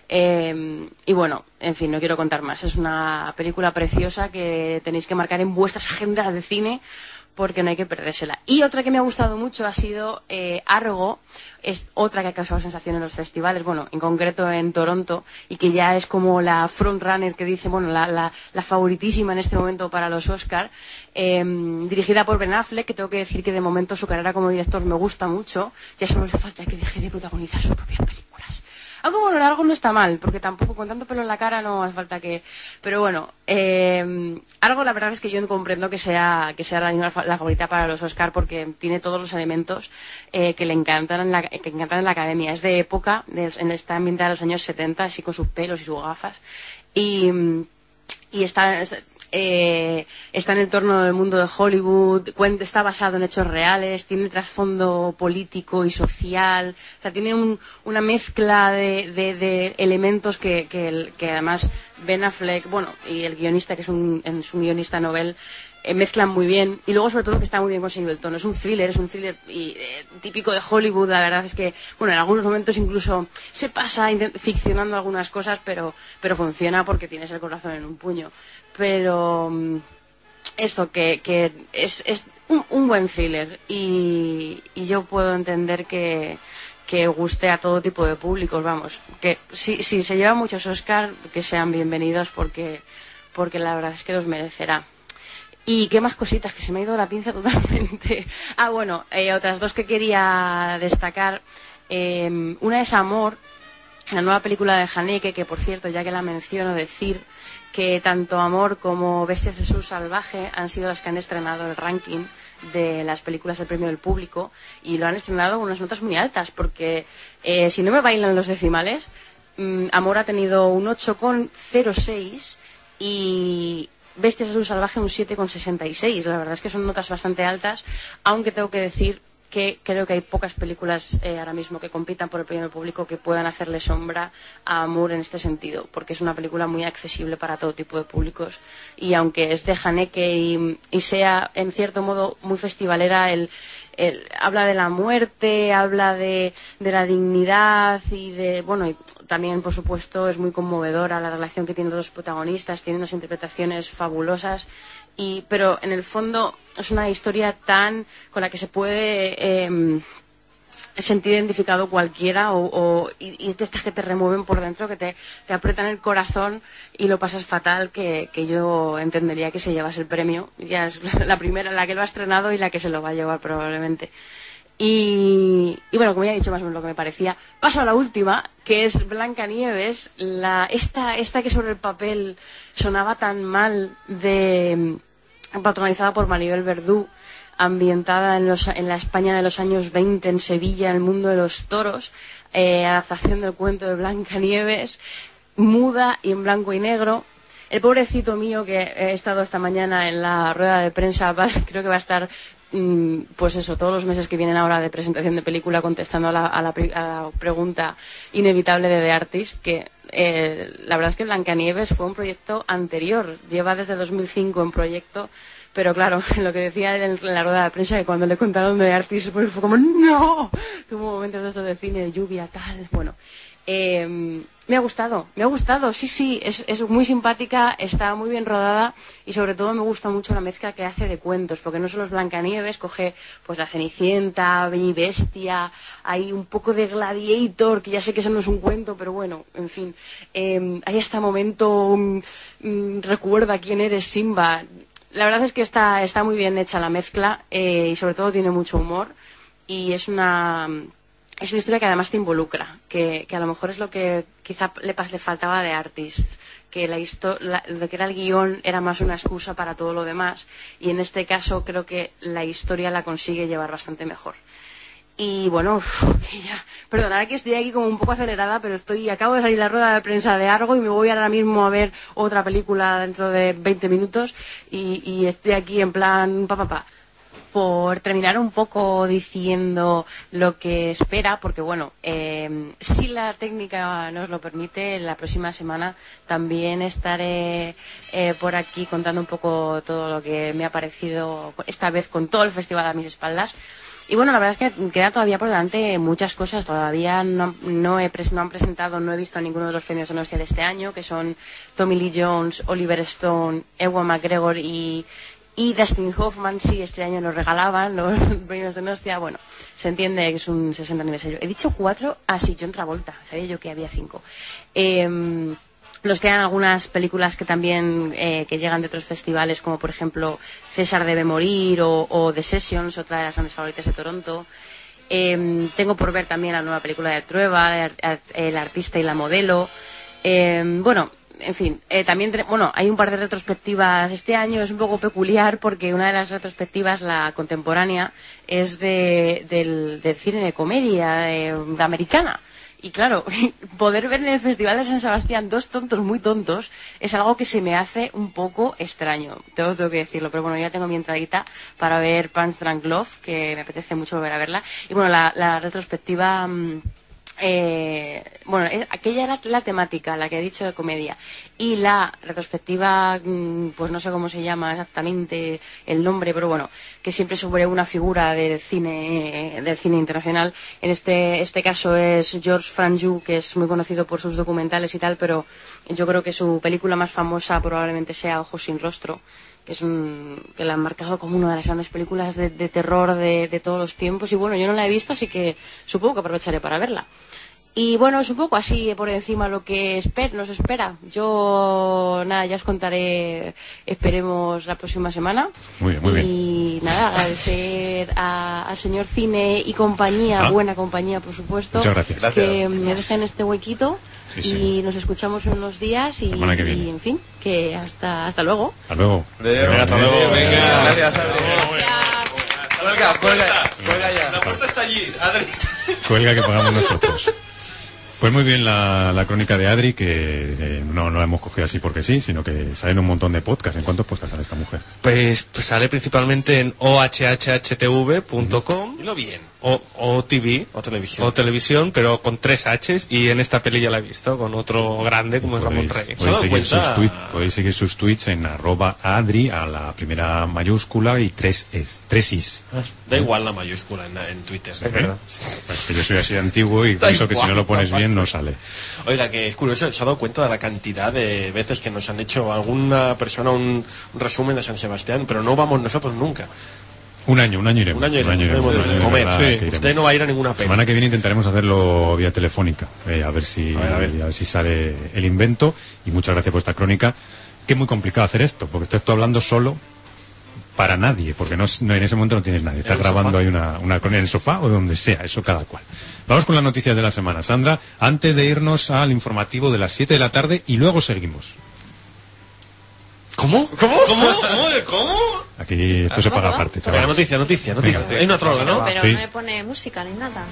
Speaker 27: Eh, y bueno en fin no quiero contar más es una película preciosa que tenéis que marcar en vuestras agendas de cine porque no hay que perdérsela. Y otra que me ha gustado mucho ha sido eh, Argo, es otra que ha causado sensación en los festivales, bueno, en concreto en Toronto, y que ya es como la frontrunner que dice, bueno, la, la- la favoritísima en este momento para los Oscar, eh, dirigida por Ben Affleck, que tengo que decir que de momento su carrera como director me gusta mucho, ya solo le falta que deje de protagonizar su propia aunque bueno, largo no está mal, porque tampoco con tanto pelo en la cara no hace falta que... Pero bueno, eh, algo la verdad es que yo comprendo que sea, que sea la, la fa- la favorita para los Oscar porque tiene todos los elementos eh, que le encantan en la, que encantan en la academia. Es de época, de- en- está ambientada en los años 70, así con sus pelos y sus gafas. Y, mm, y está... es- eh, está en el torno del mundo de Hollywood, cuen- está basado en hechos reales, tiene trasfondo político y social, o sea, tiene un- una mezcla de, de- de elementos que, que el- que además Ben Affleck, bueno, y el guionista, que es un, es un guionista novel, eh, mezclan muy bien y luego sobre todo que está muy bien conseguido el tono es un thriller es un thriller y, eh, típico de Hollywood la verdad es que bueno en algunos momentos incluso se pasa inte- ficcionando algunas cosas pero pero funciona porque tienes el corazón en un puño pero mm, esto que, que es, es un, un buen thriller y, y yo puedo entender que que guste a todo tipo de públicos vamos que si, si se lleva muchos Oscar que sean bienvenidos porque porque la verdad es que los merecerá ¿Y qué más cositas? Que se me ha ido la pinza [LAUGHS] totalmente. Ah, bueno, eh, otras dos que quería destacar. Eh, una es Amor, la nueva película de Haneke, que por cierto, ya que la menciono, decir que tanto Amor como Bestias de Sur Salvaje han sido las que han estrenado el ranking de las películas del premio del público y lo han estrenado con unas notas muy altas porque eh, si no me bailan los decimales, mm, Amor ha tenido un 8,06 y Bestias de Sur Salvaje un 7,66. La verdad es que son notas bastante altas, aunque tengo que decir que creo que hay pocas películas eh, ahora mismo que compitan por el premio del público que puedan hacerle sombra a Moore en este sentido, porque es una película muy accesible para todo tipo de públicos. Y aunque es de Haneke y, y sea, en cierto modo, muy festivalera, el, el- habla de la muerte, habla de, de la dignidad y de, bueno, y también, por supuesto, es muy conmovedora la relación que tienen los protagonistas, tiene unas interpretaciones fabulosas y pero en el fondo es una historia tan con la que se puede eh, sentir identificado cualquiera o, o- y, y de estas que te remueven por dentro que te, te aprietan el corazón y lo pasas fatal que, que yo entendería que se llevas el premio ya es [LAUGHS] la primera la que lo ha estrenado y la que se lo va a llevar probablemente y, y bueno, como ya he dicho más o menos lo que me parecía, paso a la última, que es Blancanieves, la, esta, esta que sobre el papel sonaba tan mal, de, patronizada por Maribel Verdú, ambientada en, los- en la España de los años 20, en Sevilla, en el mundo de los toros, eh, adaptación del cuento de Blancanieves, muda y en blanco y negro. El pobrecito mío que he estado esta mañana en la rueda de prensa, [LAUGHS] va- creo que va a estar mm, pues eso, todos los meses que vienen ahora de presentación de película contestando a la, a la pri- a la pregunta inevitable de The Artist, que eh, la verdad es que Blancanieves fue un proyecto anterior, lleva desde 2005 en proyecto, Pero claro, [LAUGHS] lo que decía él en la rueda de prensa, que cuando le contaron de Artis, pues fue como, ¡no! Tuvo momentos de estos de cine, de lluvia, tal. Bueno, eh, me ha gustado, me ha gustado, sí, sí, es, es muy simpática, está muy bien rodada y sobre todo me gusta mucho la mezcla que hace de cuentos, porque no solo es Blancanieves, coge pues la Cenicienta, Bella y Bestia, hay un poco de Gladiator, que ya sé que eso no es un cuento, pero bueno, en fin, eh, hay hasta momento, mm, mm, recuerda quién eres Simba. La verdad es que está, está muy bien hecha la mezcla eh, y sobre todo tiene mucho humor y es una es una historia que además te involucra, que, que a lo mejor es lo que quizá le, pas- le faltaba de Artist, que la histo- la- lo que era el guión era más una excusa para todo lo demás, y en este caso creo que la historia la consigue llevar bastante mejor. Y bueno, [LAUGHS] uf, que ya, perdonad que estoy aquí como un poco acelerada, pero estoy acabo de salir la rueda de prensa de Argo y me voy ahora mismo a ver otra película dentro de 20 minutos y, y estoy aquí en plan pa pa pa por terminar un poco diciendo lo que espera, porque bueno, eh, si la técnica nos lo permite, la próxima semana también estaré eh, por aquí contando un poco todo lo que me ha parecido, esta vez con todo el festival a mis espaldas. Y bueno, la verdad es que queda todavía por delante muchas cosas. Todavía no, no he pres- no han presentado, no he visto ninguno de los premios Donostia de este año, que son Tommy Lee Jones, Oliver Stone, Ewan McGregor y, y Dustin Hoffman, sí, este año nos regalaban los [LAUGHS] premios de Nostia. Bueno, se entiende que es un 60 aniversario. He dicho cuatro, así John Travolta. Sabía yo que había cinco. Eh, nos quedan algunas películas que también eh, que llegan de otros festivales, como por ejemplo César debe morir o, o The Sessions, otra de las grandes favoritas de Toronto. Eh, tengo por ver también la nueva película de Trueba, El ar- El artista y la modelo. Eh, bueno, en fin, eh, también ten- bueno, hay un par de retrospectivas. Este año es un poco peculiar porque una de las retrospectivas, la contemporánea, es de, del, del cine de comedia eh, de americana. Y claro, [LAUGHS] poder ver en el Festival de San Sebastián dos tontos muy tontos es algo que se me hace un poco extraño. Tengo, tengo que decirlo, pero bueno, ya tengo mi entradita para ver Pants Drunk Love, que me apetece mucho volver a verla. Y bueno, la, la retrospectiva. mm, eh, bueno, eh, aquella era la temática, la que he dicho de comedia. Y la retrospectiva, mm, pues no sé cómo se llama exactamente el nombre, pero bueno, que siempre sobre una figura del cine, eh, del cine internacional. En este, este caso es George Franju, que es muy conocido por sus documentales y tal, pero yo creo que su película más famosa probablemente sea Ojos sin rostro que es un, que la han marcado como una de las grandes películas de, de terror de, de todos los tiempos y bueno yo no la he visto así que supongo que aprovecharé para verla y bueno es un poco así por encima lo que esper- nos espera yo nada ya os contaré esperemos la próxima semana
Speaker 2: Muy bien, muy bien.
Speaker 27: y nada agradecer a- al señor cine y compañía
Speaker 2: Ah.
Speaker 27: buena compañía por supuesto
Speaker 2: Muchas gracias.
Speaker 27: que
Speaker 2: Gracias.
Speaker 27: me dejen este huequito
Speaker 2: Sí,
Speaker 27: y nos escuchamos en unos días y,
Speaker 2: Semana que viene.
Speaker 27: y en fin que hasta hasta luego
Speaker 2: Hasta luego. Venga, hasta luego.
Speaker 3: Gracias, Adri. Cuelga, cuelga, cuelga ya. La puerta está allí, Adri.
Speaker 2: Cuelga que pagamos nosotros. Pues muy bien la, la crónica de Adri, que eh, no, no la hemos cogido así porque sí, sino que salen un montón de podcasts. ¿En cuántos podcasts sale esta mujer?
Speaker 4: Pues, pues sale principalmente en ohhhtv.com. Dilo bien. O, o TV. O televisión. O televisión, pero con tres Hs. Y en esta peli ya la he visto, con otro grande como es Ramón Reyes.
Speaker 2: Podéis Pues seguir, sus tuit- podéis seguir sus tweets en arroba Adri a la primera mayúscula y tres, es, tres is.
Speaker 5: Ah, Da igual la mayúscula en, en Twitter.
Speaker 2: ¿eh?
Speaker 5: [LAUGHS]
Speaker 2: Pues que yo soy así de antiguo y
Speaker 5: Da
Speaker 2: pienso que si
Speaker 5: igual,
Speaker 2: no lo pones
Speaker 5: papá.
Speaker 2: bien no sale.
Speaker 5: Oiga, que es curioso, se ha dado cuenta de la cantidad de veces que nos han hecho alguna persona un, un resumen de San Sebastián, pero no vamos nosotros nunca.
Speaker 2: Un año, un año iremos.
Speaker 5: Un año iremos,
Speaker 2: un
Speaker 5: iremos,
Speaker 2: año de
Speaker 5: comer,
Speaker 2: verdad
Speaker 5: sí.
Speaker 2: que iremos.
Speaker 5: Usted no va a ir a ninguna
Speaker 2: La
Speaker 5: peli.
Speaker 2: semana que viene intentaremos hacerlo vía telefónica, eh, a, ver si, a, ver, si sale el invento. Y muchas gracias por esta crónica. Que es muy complicado hacer esto, porque estás tú hablando solo para nadie, porque no, es- no- en ese momento no tienes nadie. Estás
Speaker 5: En el
Speaker 2: grabando
Speaker 5: sofá.
Speaker 2: ahí una, una crónica en el sofá o donde sea, eso cada cual. Vamos con las noticias de la semana. Sandra, antes de irnos al informativo de las 7 de la tarde y luego seguimos.
Speaker 5: ¿Cómo? ¿Cómo? ¿Cómo? [LAUGHS] ¿Cómo?
Speaker 2: Aquí esto se paga aparte,
Speaker 5: Venga,
Speaker 2: chaval.
Speaker 5: noticia, noticia, noticia. Hay una trola, ¿no? Ah.
Speaker 17: Pero
Speaker 2: Sí.
Speaker 17: no me pone música ni nada.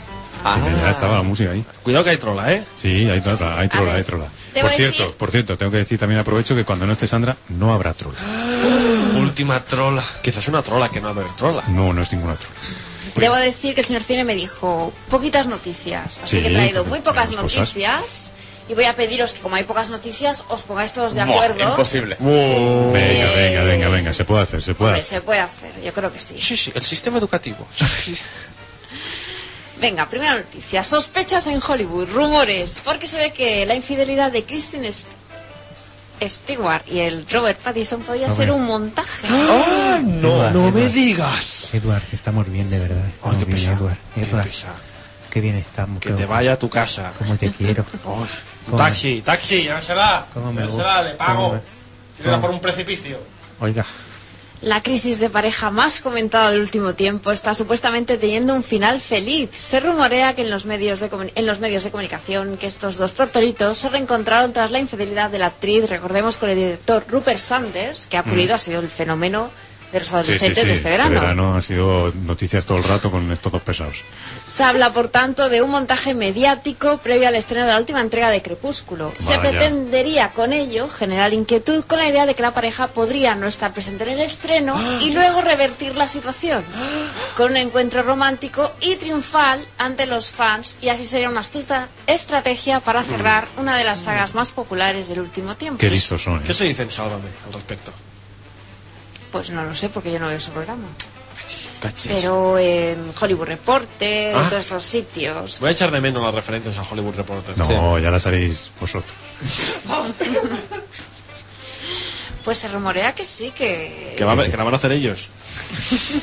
Speaker 2: Ya estaba la música ahí.
Speaker 5: Cuidado que hay trola, ¿eh?
Speaker 2: Sí, hay trola, hay trola,
Speaker 17: ver.
Speaker 2: hay trola.
Speaker 17: Debo
Speaker 2: Por cierto,
Speaker 17: decir-
Speaker 2: por cierto, tengo que decir también aprovecho que cuando no esté Sandra no habrá trola.
Speaker 5: [GASPS] Última trola. Quizás una trola que no va a haber trola.
Speaker 2: No, no es ninguna trola.
Speaker 17: Debo decir que el señor Cine me dijo poquitas noticias, así
Speaker 2: Sí,
Speaker 17: que he traído muy
Speaker 2: tenemos
Speaker 17: pocas
Speaker 2: cosas.
Speaker 17: noticias
Speaker 14: Y voy a pediros que, como hay pocas noticias, os pongáis todos de
Speaker 2: Buah,
Speaker 14: acuerdo.
Speaker 3: Imposible.
Speaker 2: Venga, venga, venga, venga, se puede hacer, se puede
Speaker 14: Hombre,
Speaker 2: hacer.
Speaker 14: se puede hacer, yo creo que sí.
Speaker 4: Sí, sí, el sistema educativo.
Speaker 14: Venga, primera noticia. Sospechas en Hollywood, rumores, porque se ve que la infidelidad de Kristen St- Stewart y el Robert Pattinson podría
Speaker 13: Hombre.
Speaker 14: ser un montaje.
Speaker 2: ¡Ah!
Speaker 13: Edward, Edward.
Speaker 4: digas.
Speaker 13: Edward, que estamos bien de verdad. Estamos bien, Edward. Edward, qué bien estamos.
Speaker 4: Que
Speaker 13: qué
Speaker 4: te
Speaker 13: guapo.
Speaker 4: vaya a tu casa.
Speaker 13: Cómo te
Speaker 5: [LAUGHS]
Speaker 13: quiero.
Speaker 4: Un Taxi, taxi, llévasela.
Speaker 13: Cómo me
Speaker 4: Llévasela,
Speaker 13: gusta,
Speaker 4: le pago.
Speaker 13: cómo me-
Speaker 4: Tírala
Speaker 13: cómo-
Speaker 4: por un precipicio.
Speaker 13: Oiga,
Speaker 14: La crisis de pareja más comentada del último tiempo está supuestamente teniendo un final feliz. Se rumorea que en los medios de, comuni- en los medios de comunicación que estos dos tortolitos se reencontraron tras la infidelidad de la actriz, recordemos con el director Rupert Sanders, que ha pulido,
Speaker 2: Mm.
Speaker 14: ha sido el fenómeno de los
Speaker 2: Sí,
Speaker 14: adolescentes
Speaker 2: sí, sí,
Speaker 14: de
Speaker 2: este verano ha sido noticias todo el rato con estos dos pesados.
Speaker 14: Se habla, por tanto, de un montaje mediático previo al estreno de la última entrega de Crepúsculo. Se
Speaker 2: Vaya.
Speaker 14: pretendería con ello generar inquietud con la idea de que la pareja podría no estar presente en el estreno y luego revertir la situación con un encuentro romántico y triunfal ante los fans y así sería una astuta estrategia para cerrar una de las sagas más populares del último tiempo.
Speaker 2: Qué listos son. eh.
Speaker 4: ¿Qué se dice en Sálvame al respecto?
Speaker 14: Pues no lo sé porque yo no veo su programa. Pero en Hollywood Reporter,
Speaker 4: Ah.
Speaker 14: en todos esos sitios.
Speaker 4: Voy a echar de menos las referencias a Hollywood Reporter.
Speaker 2: No, ya las haréis vosotros.
Speaker 14: [LAUGHS] Pues se rumorea que sí, que...
Speaker 4: Que, va a ver- que la van a hacer ellos.
Speaker 2: [LAUGHS]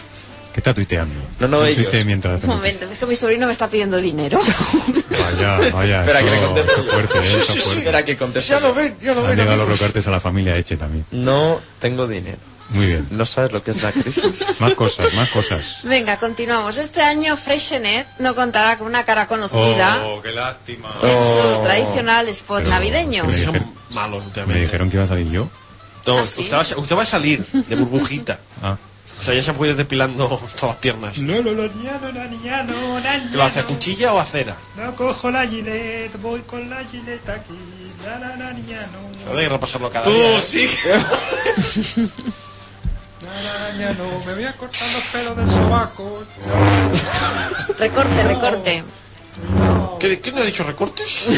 Speaker 2: ¿Qué está tuiteando?
Speaker 4: No, no, ellos.
Speaker 2: Tuitee mientras
Speaker 14: Un
Speaker 2: hacen-
Speaker 14: momento, es que mi sobrino me está pidiendo dinero.
Speaker 2: Vaya, vaya.
Speaker 3: Espera que le
Speaker 2: esto-
Speaker 3: conteste
Speaker 2: esto es fuerte, ¿eh? Está fuerte.
Speaker 3: Espera que conteste.
Speaker 4: [LAUGHS] Ya lo ven, ya
Speaker 2: Han llegado los recortes a la familia Eche también.
Speaker 3: No tengo dinero.
Speaker 2: Muy bien.
Speaker 3: No sabes lo que es la crisis.
Speaker 2: [LAUGHS] Más cosas, más cosas.
Speaker 14: Venga, continuamos. Este año Freshenet no contará con una cara conocida
Speaker 2: Oh, qué lástima.
Speaker 14: en su tradicional spot navideño.
Speaker 2: Me, dijeron-
Speaker 4: Malos,
Speaker 2: me dijeron que iba a salir yo.
Speaker 14: ¿Ah,
Speaker 4: No, usted, va, a sa- usted va a salir de burbujita.
Speaker 2: Ah.
Speaker 4: O sea, ya se puede ir depilando todas las piernas.
Speaker 15: No, no, no, ya no, na, ya no, na, ya
Speaker 4: ¿Lo hace a
Speaker 15: no.
Speaker 4: cuchilla o a cera?
Speaker 15: No cojo la gilet, voy con la gilet aquí. La, la, la, ya no.
Speaker 4: Habrá que repasarlo cada
Speaker 15: Tú
Speaker 4: día.
Speaker 5: [LAUGHS]
Speaker 4: ¿eh?
Speaker 15: sigue.
Speaker 4: [LAUGHS]
Speaker 1: Ya no, me voy a cortar los pelos del sobaco.
Speaker 14: Recorte, recorte.
Speaker 4: ¿Qué, ¿Qué no ha dicho
Speaker 5: [LAUGHS]
Speaker 4: recortes?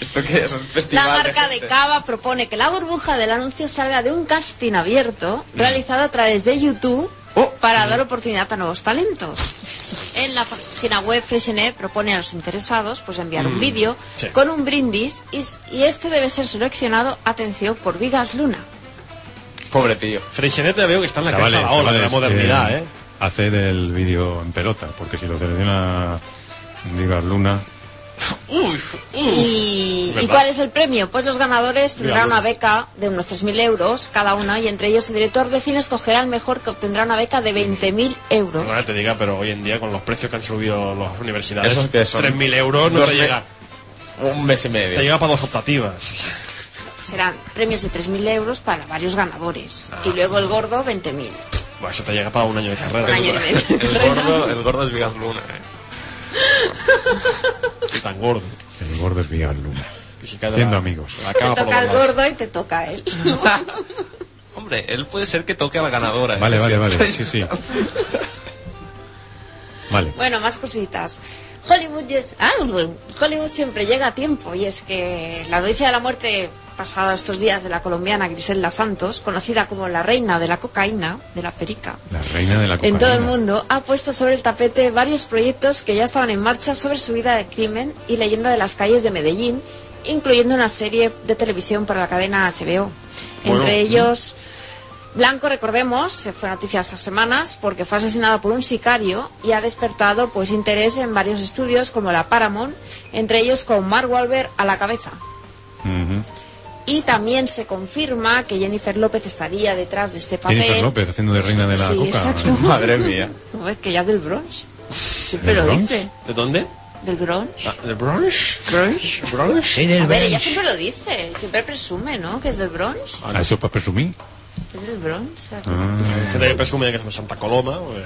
Speaker 3: ¿Esto qué es? ¿Un
Speaker 14: La
Speaker 3: festival
Speaker 14: marca de
Speaker 3: gente?
Speaker 14: cava propone que la burbuja del anuncio salga de un casting abierto realizado a través de YouTube
Speaker 4: Oh.
Speaker 14: para dar oportunidad a nuevos talentos. En la página web Freshenet propone a los interesados pues enviar un
Speaker 22: Mm,
Speaker 14: vídeo
Speaker 22: sí.
Speaker 14: con un brindis y, s- y este debe ser seleccionado, atención, por Vigas Luna.
Speaker 3: Pobre tío.
Speaker 4: Freixenet ya veo que está en la cresta de la ola de la
Speaker 2: chavales,
Speaker 4: modernidad,
Speaker 2: que
Speaker 4: ¿eh?
Speaker 2: Haced el vídeo en pelota, porque si lo selecciona Vigas Luna,
Speaker 4: Uf,
Speaker 14: ¿Y,
Speaker 2: ¿Verdad?
Speaker 14: ¿y cuál es el premio? Pues los ganadores tendrán
Speaker 2: Mira,
Speaker 14: una beca de unos 3.000 euros cada una y entre ellos el director de cine escogerá el mejor que obtendrá una beca de 20.000 euros.
Speaker 4: Perdona que te diga, pero hoy en día con los precios que han subido las universidades,
Speaker 3: ¿Esos qué son?
Speaker 4: 3.000 euros no
Speaker 3: Dos
Speaker 4: te
Speaker 3: me-
Speaker 4: llega.
Speaker 3: Un mes y medio.
Speaker 4: Te llega para dos optativas.
Speaker 14: Serán premios de 3.000 euros para varios ganadores y luego el gordo 20.000.
Speaker 4: Bueno, eso te llega para un año de carrera.
Speaker 14: Un año y medio.
Speaker 4: El gordo, el gordo es Vigas Luna, Tan gordo.
Speaker 2: el gordo es Vigas Luna.
Speaker 4: cada-
Speaker 2: Siendo amigos.
Speaker 4: la
Speaker 14: Te toca el gordo y te toca a él.
Speaker 4: Hombre, él puede ser que toque a la ganadora.
Speaker 2: Vale,
Speaker 4: eso
Speaker 2: vale,
Speaker 4: sí.
Speaker 2: vale. Sí, sí. Vale.
Speaker 14: Bueno, más cositas. Hollywood, yes- ah, Hollywood siempre llega a tiempo y es que la noticia de la muerte pasada estos días de la colombiana Griselda Santos, conocida como la reina de la cocaína, de la perica,
Speaker 2: La reina de la cocaína.
Speaker 14: en todo el mundo, ha puesto sobre el tapete varios proyectos que ya estaban en marcha sobre su vida de crimen y leyenda de las calles de Medellín, incluyendo una serie de televisión para la cadena HBO.
Speaker 22: Bueno,
Speaker 14: Entre ellos, Blanco, recordemos, eh, fue noticia estas semanas porque fue asesinado por un sicario y ha despertado pues interés en varios estudios como la Paramount, entre ellos con Mark Wahlberg a la cabeza. Y también se confirma que Jennifer López estaría detrás de este papel.
Speaker 2: Jennifer López haciendo de reina de la
Speaker 14: Sí,
Speaker 2: coca.
Speaker 14: exacto.
Speaker 4: Madre mía.
Speaker 14: Joder, que ya del Bronx. Siempre
Speaker 4: ¿Del
Speaker 14: lo
Speaker 4: Bronx?
Speaker 14: dice.
Speaker 4: ¿De dónde?
Speaker 14: Del Bronx.
Speaker 4: Ah, ¿Del Bronx? ¿Bronx? ¿Bronx? Sí,
Speaker 14: A ver, ella siempre lo dice, siempre presume, ¿no? Que es del Bronx.
Speaker 2: Ah, eso para presumir.
Speaker 14: Es del Bronx.
Speaker 2: Ah.
Speaker 5: Ah.
Speaker 4: Gente que presume que es de Santa Coloma. o, eh.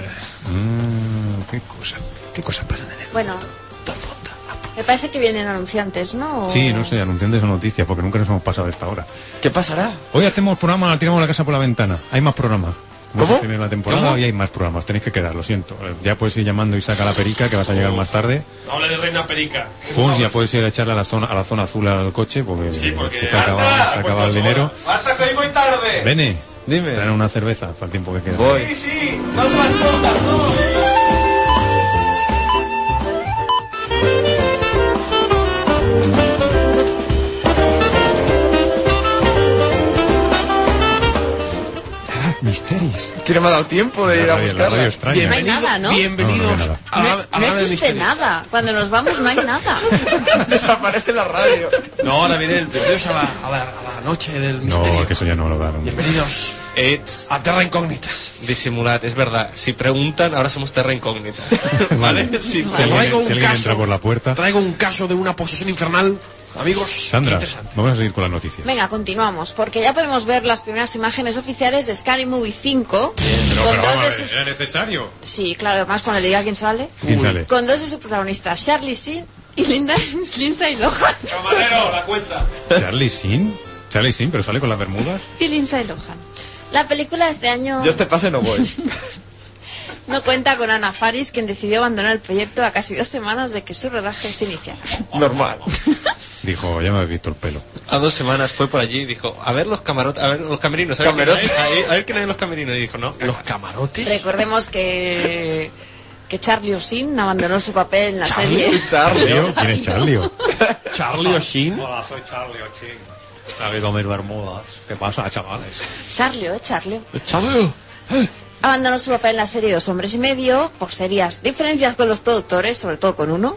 Speaker 2: Mm, qué cosa. Qué cosa pasan en el.
Speaker 14: Bueno. Me parece que vienen anunciantes, ¿no? O-
Speaker 2: Sí, no sé, anunciando esa noticia, porque nunca nos hemos pasado de esta hora.
Speaker 3: ¿Qué pasará?
Speaker 2: Hoy hacemos programa, tiramos la casa por la ventana. Hay más programas. ¿Cómo? a tener la temporada y hay más programas. Tenéis que quedar, lo siento. Eh, Ya puedes ir llamando y saca la perica, que vas a llegar más tarde.
Speaker 5: Hable de Reina Perica.
Speaker 2: Funs, ya puedes ir a echarle a la zona, a la zona azul al coche, porque, se te ha acabado, se te ha acabado el dinero.
Speaker 5: ¡Hasta que hoy voy tarde!
Speaker 2: Vene, dime. Traen una cerveza para el tiempo que queda.
Speaker 5: Sí, sí. Vamos más cosas, no.
Speaker 13: Misteris.
Speaker 3: ¿Quién me ha dado tiempo de
Speaker 2: La
Speaker 3: ir a
Speaker 2: radio, la
Speaker 3: buscarla?
Speaker 2: radio extraña.
Speaker 14: No hay nada, ¿no?
Speaker 3: Bienvenidos a la- a
Speaker 14: No
Speaker 3: la hora de
Speaker 14: existe
Speaker 3: misterio.
Speaker 14: nada. Cuando nos vamos
Speaker 2: [LAUGHS]
Speaker 14: no hay nada.
Speaker 3: Desaparece la radio.
Speaker 5: No, ahora viene el bienvenidos a la, a la, a la noche del misterio.
Speaker 2: No, que eso ya no lo dan. hombre.
Speaker 5: Bienvenidos a Terra Incógnitas.
Speaker 4: Disimulad, es verdad. Si preguntan, ahora somos terra
Speaker 2: [LAUGHS]
Speaker 4: incógnita. [LAUGHS] ¿Vale?
Speaker 5: Sí,
Speaker 2: Si alguien-
Speaker 5: traigo
Speaker 2: si
Speaker 5: un
Speaker 2: alguien entra
Speaker 5: caso.
Speaker 2: por la puerta.
Speaker 5: Traigo un caso de una posesión infernal. Amigos,
Speaker 2: Sandra,
Speaker 5: qué interesante.
Speaker 2: vamos a seguir con las noticias.
Speaker 14: Venga, continuamos, porque ya podemos ver las primeras imágenes oficiales de Scary Movie 5.
Speaker 2: Pero,
Speaker 14: con
Speaker 2: pero
Speaker 14: dos
Speaker 2: vamos a
Speaker 14: de
Speaker 2: ver,
Speaker 14: sus...
Speaker 2: ¿era necesario?
Speaker 14: Sí, claro, además cuando le diga quién sale.
Speaker 2: ¿Quién sale?
Speaker 14: Con dos de sus protagonistas, Charlie Sheen y Linda [LAUGHS] Lindsay Lohan.
Speaker 5: la cuenta.
Speaker 2: Charlie Sin. Charlie Sin, pero sale con las bermudas.
Speaker 14: Y Lindsay Lohan. La película este año
Speaker 2: este pase no voy.
Speaker 14: no cuenta con Ana Faris, quien decidió abandonar el proyecto a casi dos semanas de que su rodaje se iniciara.
Speaker 4: Normal.
Speaker 2: [LAUGHS] Dijo, ya me habéis visto el [LAUGHS] pelo.
Speaker 4: A dos semanas fue por allí y dijo, a ver los camarotes, a ver los camerinos. A ver, quién hay, a ver- a ver quién hay en los camerinos. Y dijo, no, los camarotes.
Speaker 14: Recordemos que, que Charlie Sheen abandonó su papel en la serie.
Speaker 2: Charlie. ¿Quién es [LAUGHS] Charlie?
Speaker 4: Charlie O'Sheen.
Speaker 2: Hola, soy Charlie O'Sheen. David Omer Bermudas. ¿Qué pasa, chavales?
Speaker 14: Charlie, ¿eh? Charlie.
Speaker 2: Charlie.
Speaker 14: Abandonó su papel en la serie Dos Hombres y Medio por serias diferencias con los productores, sobre todo con uno.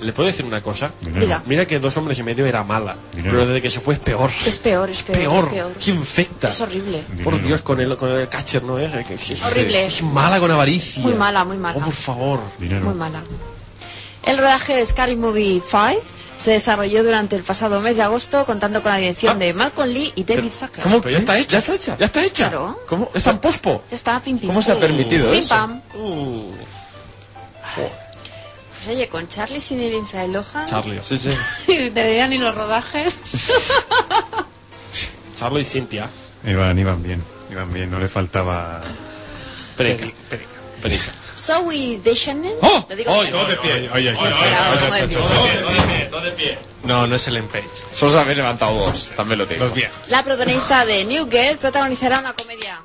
Speaker 5: ¿Le puedo decir una cosa?
Speaker 14: Diga.
Speaker 5: Mira que dos hombres y medio era mala, pero desde que se fue es peor.
Speaker 14: Es peor, es peor,
Speaker 5: peor,
Speaker 14: es peor.
Speaker 5: que infecta.
Speaker 14: Es horrible.
Speaker 5: Por Dios, con el, con el catcher, ¿no es? Que- que-
Speaker 14: Horrible.
Speaker 5: Es mala con avaricia.
Speaker 14: Muy mala, muy mala.
Speaker 5: Oh, por favor.
Speaker 14: Muy mala. El rodaje de Scary Movie 5 se desarrolló durante el pasado mes de agosto contando con la dirección de Malcolm Lee y David Zucker.
Speaker 5: ¿Cómo? Ah. Pero ya está hecha. Ya está hecha. Ya está hecha.
Speaker 14: Claro.
Speaker 5: ¿Cómo? Es tan pospo.
Speaker 14: Ya está, pim pim.
Speaker 5: ¿Cómo se ha permitido
Speaker 14: Pim
Speaker 5: eso?
Speaker 14: pam. Pues oye, con Charlie sin ir inside Lohan. [LAUGHS]
Speaker 5: Charlie. Sí, sí.
Speaker 14: Deberían ir los rodajes.
Speaker 5: [LAUGHS] Charlie y Cintia.
Speaker 2: Iban, iban bien. Iban bien, no le faltaba.
Speaker 5: Perica. Perica. Perica.
Speaker 14: Zoe Deschanel.
Speaker 5: ¡Oh!
Speaker 14: Lo digo
Speaker 5: ¡Oh!
Speaker 14: bien.
Speaker 5: ¡Todo de pie!
Speaker 2: Oye, oye,
Speaker 4: No, no es el Page.
Speaker 3: Solo se habéis levantado vos, también lo digo. Dos viejos.
Speaker 14: La protagonista de New Girl protagonizará una comedia.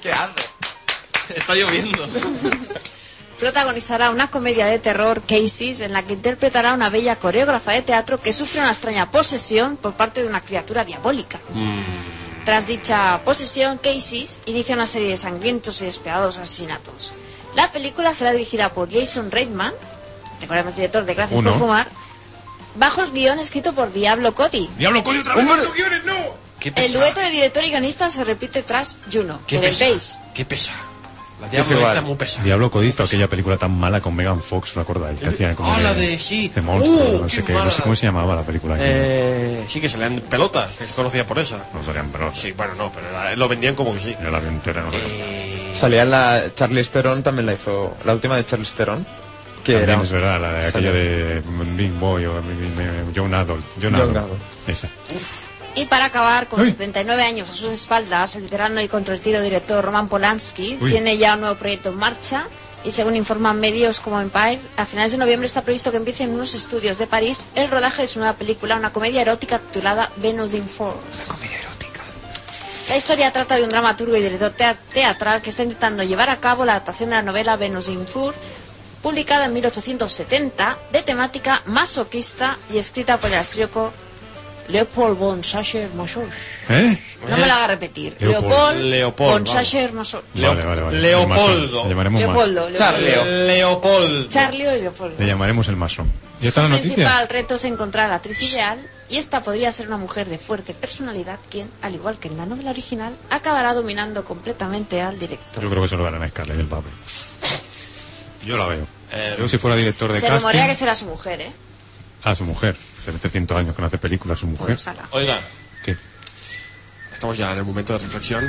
Speaker 4: ¿Qué hace? Está lloviendo.
Speaker 14: Protagonizará una comedia de terror, Casey's, en la que interpretará a una bella coreógrafa de teatro que sufre una extraña posesión por parte de una criatura diabólica.
Speaker 5: Mm.
Speaker 14: Tras dicha posesión, Casey's inicia una serie de sangrientos y despiadados asesinatos. La película será dirigida por Jason Reitman, recordemos director de Gracias
Speaker 2: Uno.
Speaker 14: por Fumar, bajo el guión escrito por Diablo Cody.
Speaker 2: ¡Diablo, coño, otra vez! ¡No guiones, no!
Speaker 14: El dueto de director y guionista se repite tras Juno,
Speaker 5: Qué
Speaker 14: que
Speaker 5: pesa.
Speaker 14: veis.
Speaker 5: Qué pesa. La
Speaker 2: Es
Speaker 5: diablo
Speaker 2: igual.
Speaker 5: está muy pesada.
Speaker 2: Diablo Codizo, aquella película tan mala con Megan Fox, ¿lo acordáis? Que hacía como
Speaker 5: Ah,
Speaker 2: de-
Speaker 5: la de sí.
Speaker 2: de monstruo,
Speaker 5: Uh,
Speaker 2: no
Speaker 5: qué
Speaker 2: sé qué, no sé
Speaker 5: mala.
Speaker 2: cómo se llamaba la película.
Speaker 5: Eh, sí que se le dan pelotas, que es conocida por esa.
Speaker 2: No salían pelotas.
Speaker 5: Sí, bueno, no, pero era- lo vendían como que sí. Eh,
Speaker 2: Yo la vi entera, no
Speaker 3: Salía en la Charlize Theron, también la hizo. La última de Charlize Theron. Que
Speaker 2: También
Speaker 3: era.
Speaker 2: es verdad, la de
Speaker 3: Salió.
Speaker 2: aquella de Big Boy o John Adult. Young
Speaker 3: Young
Speaker 2: Adult.
Speaker 3: Adult.
Speaker 2: Esa.
Speaker 14: Y para acabar, con 79 años a sus espaldas, el veterano y controvertido director Roman Polanski
Speaker 2: Uy.
Speaker 14: tiene ya un nuevo proyecto en marcha y según informan medios como Empire, a finales de noviembre está previsto que empiece en unos estudios de París el rodaje de su nueva película, una comedia erótica titulada Venus in Force. La historia trata de un dramaturgo y director tea- teatral que está intentando llevar a cabo la adaptación de la novela Venus in Fur, publicada en 1870, de temática masoquista y escrita por el austríaco Leopold von Sacher-Masoch.
Speaker 2: ¿Eh?
Speaker 14: No me la va a repetir.
Speaker 2: Leopold.
Speaker 14: Leopold,
Speaker 5: Leopold,
Speaker 14: von
Speaker 5: vamos.
Speaker 14: Sacher-Masoch.
Speaker 2: Vale, vale, vale.
Speaker 5: Leopoldo.
Speaker 2: Le llamaremos ma-
Speaker 14: Leopoldo,
Speaker 5: Charleo. Leopoldo.
Speaker 14: Charlie o Leopoldo.
Speaker 2: Le llamaremos el masón. ¿Ya está la
Speaker 14: Su
Speaker 2: noticia?
Speaker 14: principal reto es encontrar la actriz ideal y esta podría ser una mujer de fuerte personalidad quien, al igual que en la novela original, acabará dominando completamente al director.
Speaker 2: Yo creo que se lo darán a Scarlett el papel. Yo la veo. Yo si fuera director de
Speaker 14: Se rumorea que
Speaker 2: casting...
Speaker 14: será su mujer, ¿eh?
Speaker 2: A su mujer. 700 años que no hace películas, su mujer.
Speaker 5: Oiga.
Speaker 2: ¿Qué?
Speaker 5: Estamos ya en el momento de reflexión.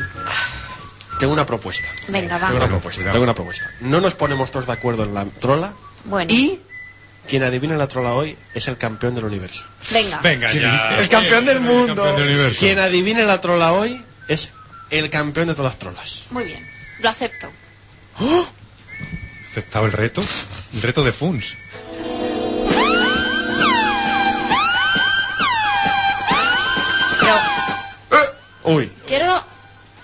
Speaker 5: Tengo una propuesta.
Speaker 14: Venga,
Speaker 5: Tengo una
Speaker 14: Ah, va.
Speaker 5: propuesta. Tengo una propuesta. No nos ponemos todos de acuerdo en la trola.
Speaker 14: Bueno.
Speaker 5: Quien adivina la trola hoy es el campeón del universo.
Speaker 14: Venga.
Speaker 2: Venga
Speaker 5: ¿Qué
Speaker 2: ya.
Speaker 5: dices? El campeón del mundo.
Speaker 2: del universo.
Speaker 5: Quien adivine la trola hoy es el campeón de todas las trolas.
Speaker 17: Muy bien, lo acepto.
Speaker 5: ¡Oh!
Speaker 2: ¿Aceptado el reto? El reto de Funs.
Speaker 5: Uy.
Speaker 14: Quiero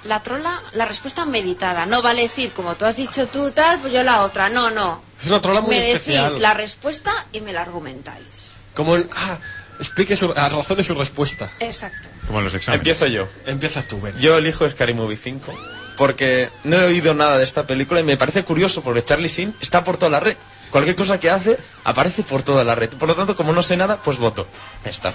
Speaker 14: la trola, la respuesta meditada. No vale decir, como tú has dicho tú tal, pues yo la otra. No, no.
Speaker 5: Es una trola muy
Speaker 14: me
Speaker 5: especial.
Speaker 14: decís la respuesta y me la argumentáis.
Speaker 5: Como el... Ah, explique su... ah, razone su respuesta.
Speaker 14: Exacto.
Speaker 2: Como los exámenes.
Speaker 3: Empiezo yo.
Speaker 5: Empiezas tú, Ben.
Speaker 3: Yo elijo Scary Movie 5 porque no he oído nada de esta película y me parece curioso porque Charlie Sin está por toda la red. Cualquier cosa que hace aparece por toda la red. Por lo tanto, como no sé nada, pues voto. Ya Está.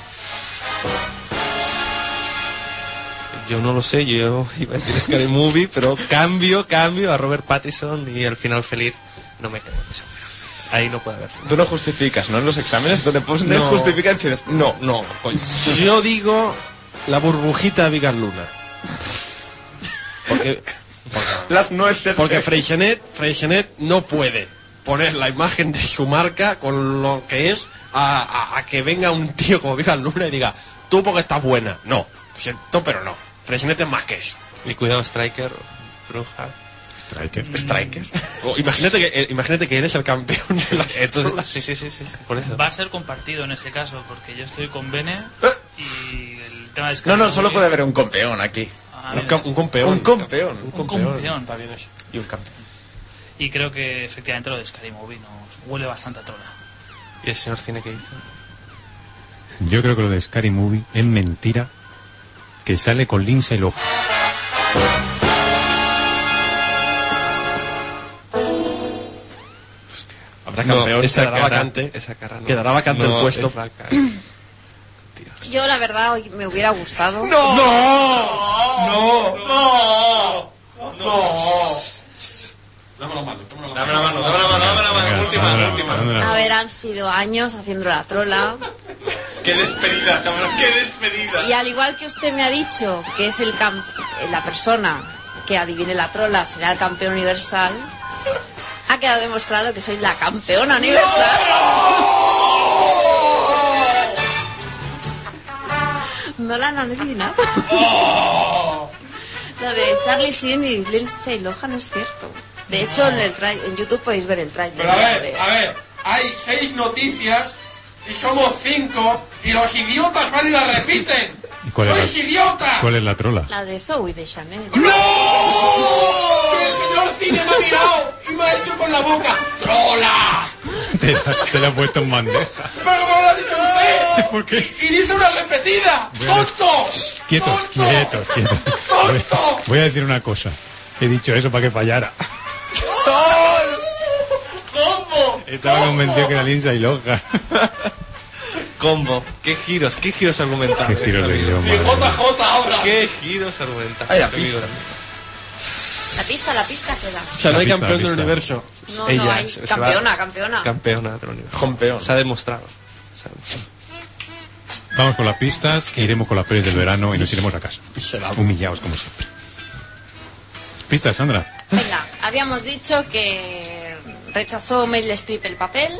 Speaker 4: Yo no lo sé, yo iba a decir Scary Movie, pero cambio, cambio a Robert Pattinson y al final feliz no me quedo en esa oferta. Ahí no puede haber.
Speaker 3: Tú no justificas, ¿no? En los exámenes donde pones no.
Speaker 4: No.
Speaker 3: justifican tienes- No, no, coño.
Speaker 5: Yo digo la burbujita de Vigar Luna. Porque,
Speaker 3: Las nueces.
Speaker 5: porque Freixenet, Freixenet no puede poner la imagen de su marca con lo que es a, a- a que venga un tío como Vigar Luna y diga, tú porque estás buena. No, lo siento, pero no. Freixenet es más que eso.
Speaker 4: Y cuidado, Striker, Bruja.
Speaker 2: Striker.
Speaker 5: [LAUGHS]
Speaker 4: Striker.
Speaker 5: O imagínate, que, eh, imagínate que eres el campeón de
Speaker 4: [LAUGHS]
Speaker 5: las
Speaker 4: Entonces, sí, sí, sí, sí, sí, por eso.
Speaker 21: Va a ser compartido en ese caso, porque yo estoy con Bene y el tema de
Speaker 3: No,
Speaker 21: Scary
Speaker 3: no, solo
Speaker 21: Movie-
Speaker 3: puede haber un campeón aquí.
Speaker 21: Ah,
Speaker 3: Un
Speaker 21: mira.
Speaker 3: cam-
Speaker 5: un campeón.
Speaker 3: Un campeón.
Speaker 21: Un campeón. campeón.
Speaker 5: Está bien eso.
Speaker 3: Y un campeón.
Speaker 21: Y creo que efectivamente lo de Scary Movie nos huele bastante a trola.
Speaker 4: ¿Y el señor Cine qué hizo?
Speaker 2: Yo creo que lo de Scary Movie es mentira que sale con Lindsay Lohan.
Speaker 5: Habrá
Speaker 4: No,
Speaker 5: campeón,
Speaker 4: esa
Speaker 5: quedará
Speaker 4: cara-
Speaker 5: vacante.
Speaker 4: esa cara no.
Speaker 5: Quedará vacante
Speaker 4: No,
Speaker 5: el puesto.
Speaker 4: esa
Speaker 5: [CLEARS THROAT]
Speaker 4: cara.
Speaker 14: Yo, la verdad, hoy me hubiera gustado.
Speaker 16: ¡No!
Speaker 5: ¡No!
Speaker 16: ¡No!
Speaker 5: Dame la mano, dame la mano.
Speaker 4: Dame la mano, dame la mano, dame la mano. Última,
Speaker 14: A
Speaker 4: última.
Speaker 14: ver, han sido años haciendo la trola.
Speaker 4: Qué despedida, cabrón, qué despedida.
Speaker 14: Y al igual que usted me ha dicho que es el cam- eh, la persona que adivine la trola será el campeón universal, ha quedado demostrado que soy la campeona universal. No la han adivinado.
Speaker 5: ¡Oh!
Speaker 14: Lo de Charlie Sheen y Lindsay Lohan es cierto. De hecho, en, el trai- en YouTube podéis ver el trailer.
Speaker 5: Pero a ver, a ver, hay seis noticias y somos cinco y los idiotas van y las repiten.
Speaker 2: ¿Y cuál es la-
Speaker 5: ¡Sois idiotas!
Speaker 2: ¿Cuál es la trola?
Speaker 14: La de Zoe de Chanel.
Speaker 5: El señor cine me ha mirado y me ha hecho con la boca. ¡Trola!
Speaker 2: Te la, te la he puesto en bandeja.
Speaker 5: ¡Pero cómo lo ha dicho usted!
Speaker 2: ¿Por qué?
Speaker 5: ¡Y dice una repetida!
Speaker 2: Bueno.
Speaker 5: ¡Tonto!
Speaker 2: Quietos, quietos, quietos. Voy, voy a decir una cosa. He dicho eso para que fallara.
Speaker 5: ¡Combo!
Speaker 2: Estaba convencido que era Lindsay Lohan.
Speaker 4: Combo. Qué giros, qué giros argumentales.
Speaker 2: Qué giros de guión, madre
Speaker 4: JJ ahora. Qué giros argumentales.
Speaker 5: Vaya pista.
Speaker 14: La pista, la pista queda.
Speaker 4: O sea, no hay campeón del universo.
Speaker 14: No, no hay.
Speaker 4: se va-
Speaker 14: Campeona, campeona.
Speaker 4: Campeona del universo. Campeón. Se ha demostrado.
Speaker 2: Vamos con las pistas, iremos con las pelis del verano y nos iremos a casa. Humillados como siempre. Pistas, Sandra.
Speaker 14: Venga, habíamos dicho que rechazó Meryl Streep el papel,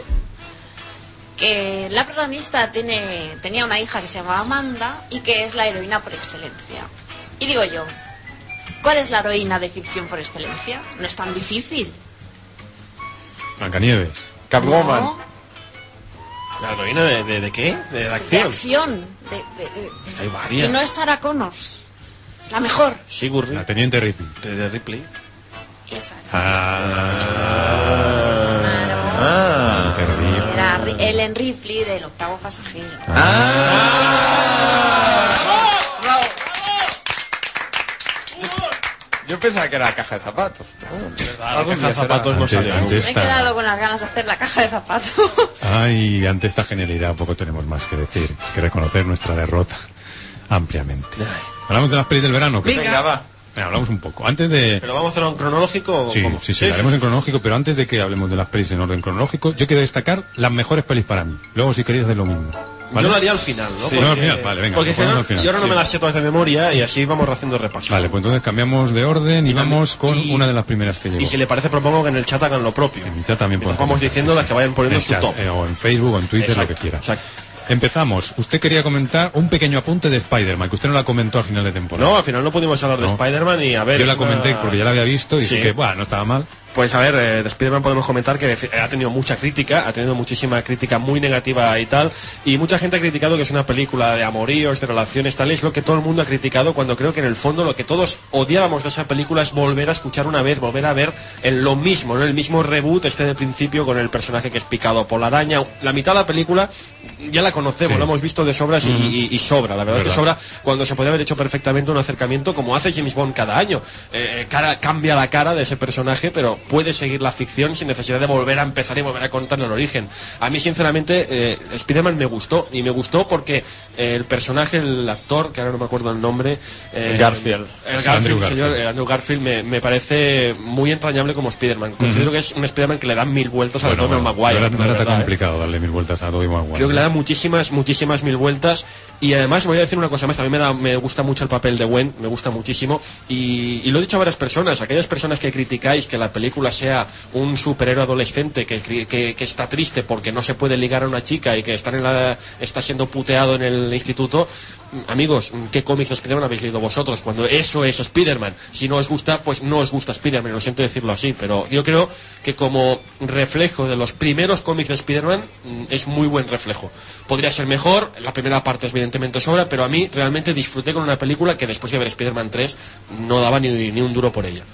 Speaker 14: que la protagonista tiene, tenía una hija que se llamaba Amanda y que es la heroína por excelencia. Y digo yo, ¿cuál es la heroína de ficción por excelencia? No es tan difícil.
Speaker 2: Blancanieves.
Speaker 14: No,
Speaker 5: ¿La heroína de, de, de qué? ¿De la
Speaker 14: de
Speaker 5: acción?
Speaker 14: acción. de- de- de-
Speaker 5: Hay
Speaker 14: Y no
Speaker 5: varias.
Speaker 14: es Sarah Connors. La mejor.
Speaker 5: Sigur Ripley.
Speaker 2: La teniente Ripley.
Speaker 5: De, de Ripley.
Speaker 14: Esa.
Speaker 2: Ah, terrible.
Speaker 14: Era Ri- Ellen Ripley del octavo pasajero.
Speaker 3: Yo pensaba que era la caja de zapatos.
Speaker 5: Ah, la caja de zapatos
Speaker 2: no Ante- salió. ante
Speaker 14: Me he
Speaker 2: esta-
Speaker 14: quedado con las ganas de hacer la caja de zapatos.
Speaker 2: Ay, ante esta genialidad poco tenemos más que decir que reconocer nuestra derrota ampliamente. Hablamos de las pelis del verano. que-
Speaker 5: Venga. Venga, va.
Speaker 2: Venga, hablamos un poco. Antes de...
Speaker 5: ¿Pero vamos a hacer un cronológico o
Speaker 2: Sí,
Speaker 5: cómo?
Speaker 2: sí, sí, lo haremos en cronológico, pero antes de que hablemos de las pelis en orden cronológico, yo quiero destacar las mejores pelis para mí. Luego, si queréis, de lo mismo. ¿vale?
Speaker 5: Yo lo haría al final, ¿no?
Speaker 2: Sí. No, al final, vale, venga,
Speaker 5: Porque
Speaker 2: lo
Speaker 5: es que
Speaker 2: ponemos
Speaker 5: no-
Speaker 2: al final.
Speaker 5: yo ahora no
Speaker 2: Sí.
Speaker 5: me las sé todas de memoria y así vamos haciendo repaso.
Speaker 2: Vale, pues entonces cambiamos de orden y, vamos con una de las primeras que llegó.
Speaker 5: Y si le parece, propongo que en el chat hagan lo propio.
Speaker 2: Ya también podemos eh,
Speaker 5: Vamos diciendo las que vayan poniendo su top.
Speaker 2: o en Facebook o en Twitter, lo que quiera. Empezamos. Usted quería comentar un pequeño apunte de Spider-Man, que usted no la comentó a final de temporada.
Speaker 5: No, al final no pudimos hablar de Spider-Man y a ver.
Speaker 2: Yo la
Speaker 5: es una-
Speaker 2: comenté porque ya la había visto y
Speaker 5: Sí.
Speaker 2: dije que, bueno, no estaba mal.
Speaker 5: Pues a ver, eh, de Spider-Man podemos comentar que eh, ha tenido mucha crítica, ha tenido muchísima crítica muy negativa y tal, y mucha gente ha criticado que es una película de amoríos, de relaciones, tal, es lo que todo el mundo ha criticado cuando creo que en el fondo lo que todos odiábamos de esa película es volver a escuchar una vez, volver a ver en lo mismo, ¿no? el mismo reboot este de principio con el personaje que es picado por la araña, la mitad de la película ya la conocemos, la hemos visto de sobras y- y, y sobra, la verdad,
Speaker 2: Verdad.
Speaker 5: que sobra cuando se podía haber hecho perfectamente un acercamiento como hace James Bond cada año. Eh, cara, cambia la cara de ese personaje, pero puede seguir la ficción sin necesidad de volver a empezar y volver a contar el origen. A mí, sinceramente, eh, Spider-Man me gustó, y me gustó porque eh, el personaje, el actor, que ahora no me acuerdo el nombre... eh,
Speaker 4: Garfield.
Speaker 5: El
Speaker 4: Es
Speaker 5: Garfield,
Speaker 4: Andrew
Speaker 5: señor,
Speaker 4: Garfield.
Speaker 5: eh, Andrew Garfield me, me parece muy entrañable como Spider-Man. Considero que es un Spider-Man que le dan mil vueltas al
Speaker 2: Bueno,
Speaker 5: Tobey
Speaker 2: bueno,
Speaker 5: Maguire.
Speaker 2: no era, no
Speaker 5: la
Speaker 2: era tan
Speaker 5: verdad, ¿eh?
Speaker 2: complicado darle mil vueltas a Tobey Maguire.
Speaker 5: Creo que le da muchísimas, muchísimas mil vueltas. Y además voy a decir una cosa más, también me, da, me gusta mucho el papel de Gwen, me gusta muchísimo. Y, y lo he dicho a varias personas, aquellas personas que criticáis que la película sea un superhéroe adolescente que, cri- que- que está triste porque no se puede ligar a una chica y que están en la- está siendo puteado en el instituto, Mm, amigos, mm, ¿qué cómics de Spider-Man habéis leído vosotros? Cuando eso es Spider-Man. Si no os gusta, pues no os gusta Spider-Man, lo siento decirlo así, pero yo creo que como reflejo de los primeros cómics de Spider-Man mm, es muy buen reflejo. Podría ser mejor, la primera parte evidentemente sobra, pero a mí realmente disfruté con una película que después de ver Spider-Man 3 no daba ni, ni un duro por ella.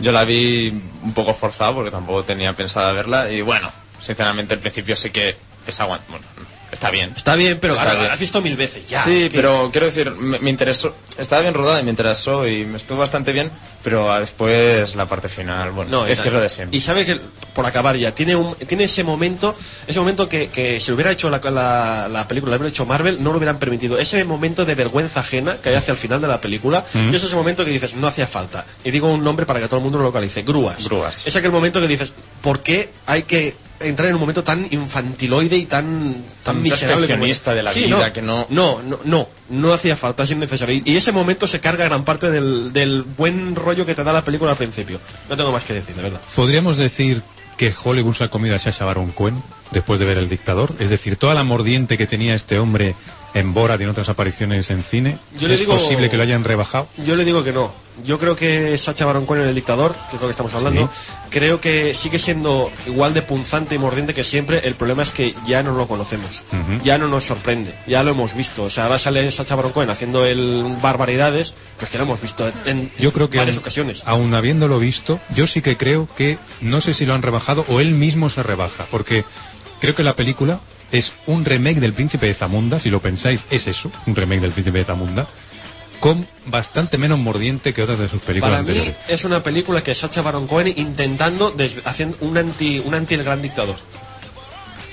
Speaker 3: Yo la vi un poco forzada porque tampoco tenía pensada verla y bueno, sinceramente al principio sí que es aguant... Bueno, está bien.
Speaker 5: Está bien, pero
Speaker 3: Está
Speaker 5: claro,
Speaker 3: bien.
Speaker 5: la has visto mil veces ya.
Speaker 3: sí,
Speaker 5: es que-
Speaker 3: pero quiero decir, me, me interesó, estaba bien rodada y me interesó y me estuvo bastante bien, pero ah, después la parte final, bueno,
Speaker 5: No,
Speaker 3: es
Speaker 5: y-
Speaker 3: que es lo de siempre.
Speaker 5: Y sabe que, por acabar ya, tiene un, tiene ese momento, ese momento que, que si lo hubiera hecho la, la, la película, lo hubiera hecho Marvel, no lo hubieran permitido. Ese momento de vergüenza ajena que hay hacia el final de la película,
Speaker 4: Mm.
Speaker 5: y es ese momento que dices, no hacía falta. Y digo un nombre para que todo el mundo lo localice, grúas.
Speaker 3: Grúas.
Speaker 5: Es aquel momento que dices, ¿por qué hay que entrar en un momento tan infantiloide y tan, tan
Speaker 3: Tan
Speaker 5: miserable? como
Speaker 3: perfeccionista
Speaker 5: este?
Speaker 3: de la
Speaker 5: Sí,
Speaker 3: vida,
Speaker 5: no,
Speaker 3: que no-
Speaker 5: no, no, no, no hacía falta, es innecesario. Y, y ese momento se carga gran parte del, del buen rollo que te da la película al principio. No tengo más que decir, de verdad.
Speaker 2: ¿eh? ¿Podríamos decir que Hollywood se ha comido a Sasha Baron Cohen después de ver El Dictador? Es decir, toda la mordiente que tenía este hombre en Borat y en otras apariciones en cine,
Speaker 5: Yo le
Speaker 2: ¿es
Speaker 5: digo-
Speaker 2: posible que lo hayan rebajado?
Speaker 5: Yo le digo que no. Yo creo que Sacha Baron Cohen, el dictador, que es lo que estamos hablando, creo que sigue siendo igual de punzante y mordiente que siempre. El problema es que ya no lo conocemos. Ya no nos sorprende. Ya lo hemos visto. O sea, ahora sale Sacha Baron Cohen haciendo el barbaridades, pues que lo hemos visto en
Speaker 2: Yo creo que
Speaker 5: varias
Speaker 2: aun-
Speaker 5: ocasiones.
Speaker 2: Pues, Aun habiéndolo visto, yo sí que creo que no sé si lo han rebajado o él mismo se rebaja, porque creo que la película es un remake del Príncipe de Zamunda, si lo pensáis, es eso, un remake del Príncipe de Zamunda, con bastante menos mordiente que otras de sus películas
Speaker 5: Para mí
Speaker 2: anteriores.
Speaker 5: es una película que Sacha Baron Cohen intentando des- haciendo un anti un anti el gran dictador.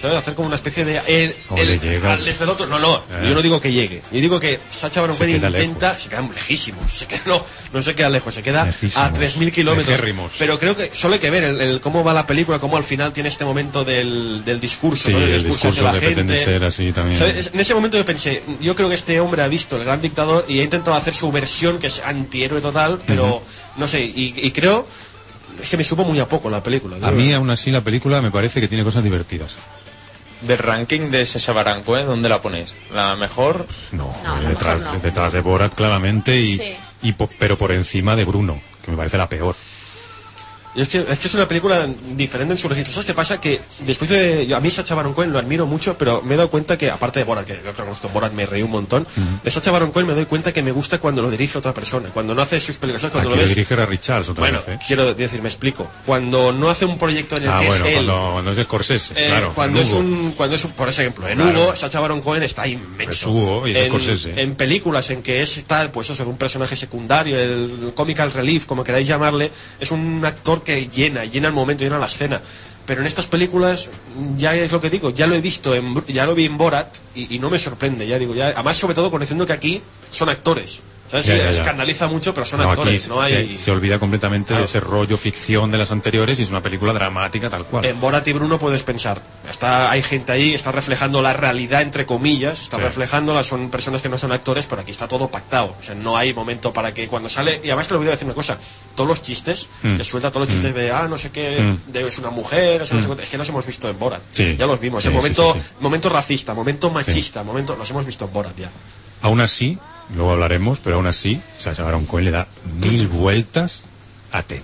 Speaker 5: ¿Sabes? Hacer como una especie de el,
Speaker 2: O le llega-
Speaker 5: al desde el otro. No, no,
Speaker 2: Eh.
Speaker 5: yo no digo que llegue. Yo digo que Sacha Baron
Speaker 2: Se
Speaker 5: Cohen
Speaker 2: queda
Speaker 5: intenta, se queda lejísimos, se queda, no, no se queda lejos, se queda
Speaker 2: Lejísimos,
Speaker 5: a 3.000 kilómetros.
Speaker 2: lejérrimos.
Speaker 5: Pero creo que solo hay que ver el, el cómo va la película, cómo al final tiene este momento del, del discurso,
Speaker 2: Sí,
Speaker 5: ¿no? Del
Speaker 2: el
Speaker 5: hacia
Speaker 2: discurso
Speaker 5: la
Speaker 2: que pretende
Speaker 5: gente.
Speaker 2: ser así también.
Speaker 5: ¿Sabes? Es- En ese momento yo pensé, yo creo que este hombre ha visto el gran dictador y ha intentado hacer su versión, que es antihéroe total, pero no sé, y, y creo, es que me supo muy a poco la película.
Speaker 2: A mí, aún así, la película me parece que tiene cosas divertidas.
Speaker 3: Del ranking de Sasha Baron Cohen, ¿dónde la ponéis? ¿La mejor?
Speaker 2: No, detrás, detrás de Borat, claramente, y,
Speaker 3: Sí.
Speaker 2: y po- pero por encima de Bruno, que me parece la peor.
Speaker 5: Y es, que, es que es una película diferente en su registro. ¿Sabes qué pasa? Que después de... yo- a mí Sacha Baron Cohen lo admiro mucho, pero me he dado cuenta que, aparte de Borat, que yo reconozco, Borat me reí un montón, de Sacha Baron Cohen me doy cuenta que me gusta cuando lo dirige otra persona, cuando no hace sus películas, ¿sabes? cuando
Speaker 2: Aquí
Speaker 5: lo
Speaker 2: Ah, lo
Speaker 5: ves...
Speaker 2: dirige a Richards otra
Speaker 5: Bueno,
Speaker 2: vez, ¿eh?
Speaker 5: quiero decir, me explico. Cuando no hace un proyecto en el
Speaker 2: Ah,
Speaker 5: que
Speaker 2: bueno,
Speaker 5: es él...
Speaker 2: cuando, cuando es de Scorsese,
Speaker 5: Eh,
Speaker 2: claro.
Speaker 5: cuando es
Speaker 2: Hugo.
Speaker 5: un cuando es un por ejemplo en
Speaker 2: Claro.
Speaker 5: Hugo Sacha Baron Cohen está inmenso
Speaker 2: Es Hugo y es Scorsese.
Speaker 5: en, en películas en que es tal pues eso un personaje secundario el comical relief como queráis llamarle es un actor que llena llena el momento llena la escena pero en estas películas ya es lo que digo ya lo he visto en, Br- ya lo vi en Borat y, y no me sorprende ya digo ya además sobre todo conociendo que aquí son actores ¿Sabes?
Speaker 2: Ya,
Speaker 5: Sí,
Speaker 2: ya, ya.
Speaker 5: Escandaliza mucho, pero son
Speaker 2: No, aquí
Speaker 5: actores, no
Speaker 2: se-
Speaker 5: hay... Ah.
Speaker 2: se, olvida completamente de ese rollo ficción de las anteriores y es una película dramática tal cual.
Speaker 5: En Borat y Bruno puedes pensar, está, hay gente ahí, está reflejando la realidad entre comillas, está
Speaker 2: Sí.
Speaker 5: reflejándola, son personas que no son actores, pero aquí está todo pactado. O sea, no hay momento para que cuando sale, y además te olvido decir una cosa, todos los chistes,
Speaker 2: Mm.
Speaker 5: que suelta todos los chistes de ah, no sé qué,
Speaker 2: Mm.
Speaker 5: de, es una mujer, o sea, no sé
Speaker 2: Mm.
Speaker 5: cuánto", es que los hemos visto en Borat.
Speaker 2: Sí.
Speaker 5: Ya los vimos.
Speaker 2: Sí,
Speaker 5: el
Speaker 2: sí,
Speaker 5: momento,
Speaker 2: sí,
Speaker 5: momento racista, momento machista, momento. Los hemos visto en Borat ya.
Speaker 2: Aún así, luego hablaremos, pero aún así, o sea, Sharon Cohen le da mil vueltas a Ted.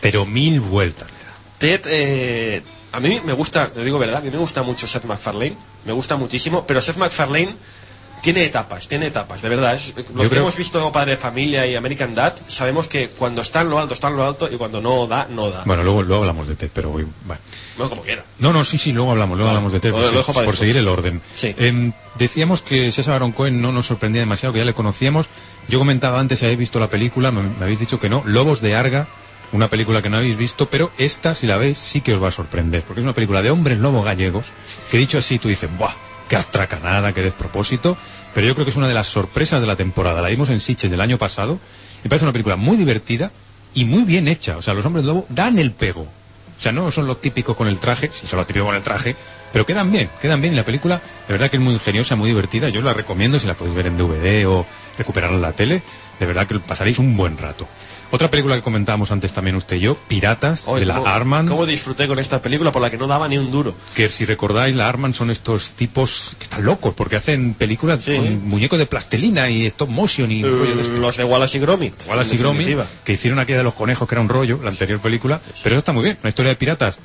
Speaker 2: Pero mil vueltas.
Speaker 5: Ted, eh, a mí me gusta, te digo verdad, a mí me gusta mucho Seth MacFarlane, me gusta muchísimo, pero Seth MacFarlane tiene etapas, tiene etapas, de verdad. es- eh, los que
Speaker 2: creo-
Speaker 5: hemos visto Padre de Familia y American Dad, sabemos que cuando está en lo alto, está en lo alto, y cuando no da, no da.
Speaker 2: Bueno, luego, luego hablamos de Ted, pero voy, vale.
Speaker 5: Bueno, como quiera.
Speaker 2: No, no, sí, sí, luego hablamos, Pues luego hablamos de Ted,
Speaker 5: lo-
Speaker 2: por,
Speaker 5: lo
Speaker 2: se-
Speaker 5: dejo para
Speaker 2: por
Speaker 5: después.
Speaker 2: seguir el orden.
Speaker 5: Sí.
Speaker 2: Em, decíamos que César Aaron Cohen no nos sorprendía demasiado, que ya le conocíamos. Yo comentaba antes, si habéis visto la película, me, me habéis dicho que no, Lobos de Arga, una película que no habéis visto, pero esta, si la veis, sí que os va a sorprender, porque es una película de hombres lobo gallegos, que dicho así, tú dices, ¡buah! ¡Qué atracanada, qué despropósito! Pero yo creo que es una de las sorpresas de la temporada. La vimos en Sitges del año pasado, me parece una película muy divertida y muy bien hecha. O sea, los hombres lobo dan el pego. O sea, no son los típicos con el traje, sí son los típicos con el traje, pero quedan bien, quedan bien. Y la película, de verdad que es muy ingeniosa, muy divertida. Yo la recomiendo si la podéis ver en DVD o recuperarla en la tele. De verdad que pasaréis un buen rato. Otra película que comentábamos antes también usted y yo, Piratas,
Speaker 5: Oye,
Speaker 2: de la
Speaker 5: ¿cómo-
Speaker 2: Arman.
Speaker 5: ¿Cómo disfruté con esta película por la que no daba ni un duro?
Speaker 2: Que si recordáis, la Arman son estos tipos que están locos, porque hacen películas con muñecos de plastilina y stop motion y... rollo de este.
Speaker 5: Eh, Los de Wallace y Gromit.
Speaker 2: Wallace y
Speaker 5: en
Speaker 2: Gromit,
Speaker 5: definitiva.
Speaker 2: que hicieron aquella de los conejos, que era un rollo, la anterior película. Pero eso está muy bien, una historia de piratas.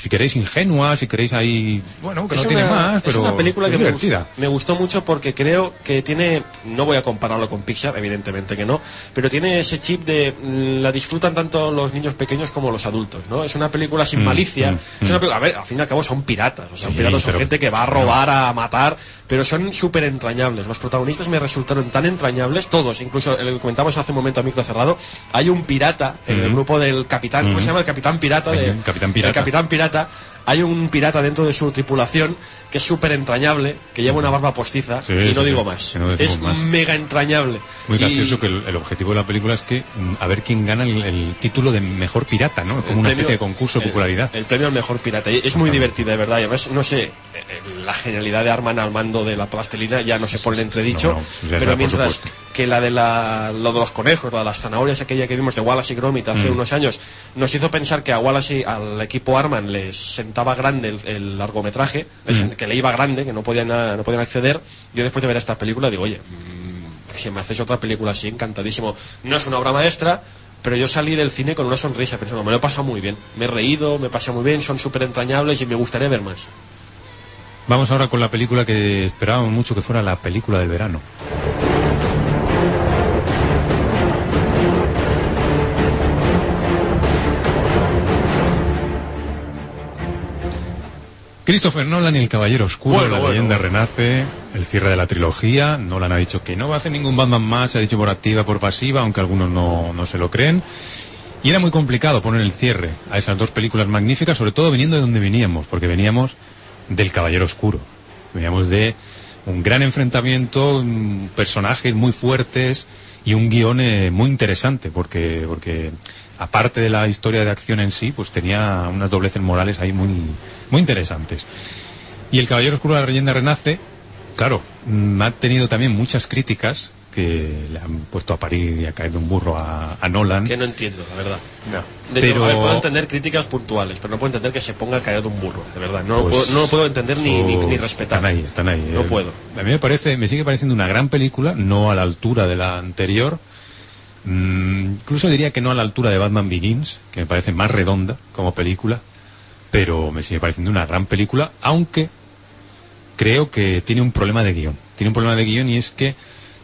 Speaker 2: Si queréis ingenua, si queréis ahí... Bueno, que
Speaker 5: Es
Speaker 2: no tiene
Speaker 5: una-
Speaker 2: más, pero...
Speaker 5: es una película
Speaker 2: es
Speaker 5: que me gustó,
Speaker 2: divertida.
Speaker 5: me gustó mucho porque creo que tiene no voy a compararlo con Pixar evidentemente que no pero tiene ese chip de mm, la disfrutan tanto los niños pequeños como los adultos no es una película sin
Speaker 2: Mm,
Speaker 5: malicia
Speaker 2: mm,
Speaker 5: es una película- a ver al fin y al cabo son piratas o sea,
Speaker 2: Sí,
Speaker 5: piratas son
Speaker 2: pero-
Speaker 5: gente que va a
Speaker 2: pero-
Speaker 5: robar a matar pero son súper entrañables los protagonistas me resultaron tan entrañables todos incluso eh, lo comentamos hace un momento a micro cerrado hay un pirata en el
Speaker 2: Mm.
Speaker 5: grupo del capitán ¿cómo
Speaker 2: Mm.
Speaker 5: se llama el capitán pirata de,
Speaker 2: Ay, Capitán Pirata.
Speaker 5: el capitán pirata, hay un pirata dentro de su tripulación que es súper entrañable, que lleva una barba postiza
Speaker 2: Sí,
Speaker 5: y no
Speaker 2: sí,
Speaker 5: digo
Speaker 2: sí,
Speaker 5: más.
Speaker 2: que no decimos
Speaker 5: es
Speaker 2: más.
Speaker 5: mega entrañable.
Speaker 2: Muy
Speaker 5: Y-
Speaker 2: gracioso que el, el objetivo de la película es que mm, a ver quién gana el, el título de mejor pirata, ¿no? Como una
Speaker 5: premio-
Speaker 2: especie de concurso de
Speaker 5: el-
Speaker 2: popularidad.
Speaker 5: El premio al mejor pirata. Y Es muy divertida, de verdad. Y además, no sé, eh, eh, la genialidad de Arman al mando de la plastilina ya no se pone en entredicho.
Speaker 2: No, no, ya está,
Speaker 5: pero
Speaker 2: por
Speaker 5: mientras
Speaker 2: supuesto.
Speaker 5: que la de, la, lo de los conejos, la de las zanahorias, aquella que vimos de Wallace y Gromit hace
Speaker 2: Mm.
Speaker 5: unos años, nos hizo pensar que a Wallace y al equipo Arman les sentaba grande el, el largometraje, les-
Speaker 2: Mm.
Speaker 5: que le iba grande, que no podían, no podían acceder. Yo después de ver esta película digo, oye, mm, si me hacéis otra película así, encantadísimo. No es una obra maestra, pero yo salí del cine con una sonrisa pensando, me lo he pasado muy bien. Me he reído, me he pasado muy bien, son súper entrañables y me gustaría ver más.
Speaker 2: Vamos ahora con la película que esperábamos mucho que fuera la película del verano. Christopher Nolan y el Caballero Oscuro,
Speaker 5: Bueno,
Speaker 2: la
Speaker 5: bueno,
Speaker 2: leyenda renace, el cierre de la trilogía. Nolan ha dicho que no va a hacer ningún Batman más, se ha dicho por activa, por pasiva, aunque algunos no, no se lo creen. Y era muy complicado poner el cierre a esas dos películas magníficas, sobre todo viniendo de donde veníamos, porque veníamos del Caballero Oscuro. Veníamos de un gran enfrentamiento, mm, personajes muy fuertes y un guión eh, muy interesante, porque, porque aparte de la historia de acción en sí, pues tenía unas dobleces morales ahí muy, muy interesantes. Y el Caballero Oscuro de la Leyenda Renace, claro, mm, ha tenido también muchas críticas que le han puesto a parir y a caer de un burro a, a Nolan.
Speaker 5: Que no entiendo, la verdad. De hecho,
Speaker 2: Pero...
Speaker 5: a ver, puedo entender críticas puntuales, pero no puedo entender que se ponga a caer de un burro, de verdad. No, lo
Speaker 2: Pues,
Speaker 5: puedo, no lo puedo entender ni, ni, ni
Speaker 2: oh,
Speaker 5: respetar.
Speaker 2: Están ahí, están ahí.
Speaker 5: No
Speaker 2: Eh,
Speaker 5: puedo.
Speaker 2: A mí me parece, me sigue pareciendo una gran película, no a la altura de la anterior. Mm, incluso diría que no a la altura de Batman Begins, que me parece más redonda como película, pero me sigue pareciendo una gran película, aunque creo que tiene un problema de guión. Tiene un problema de guión y es que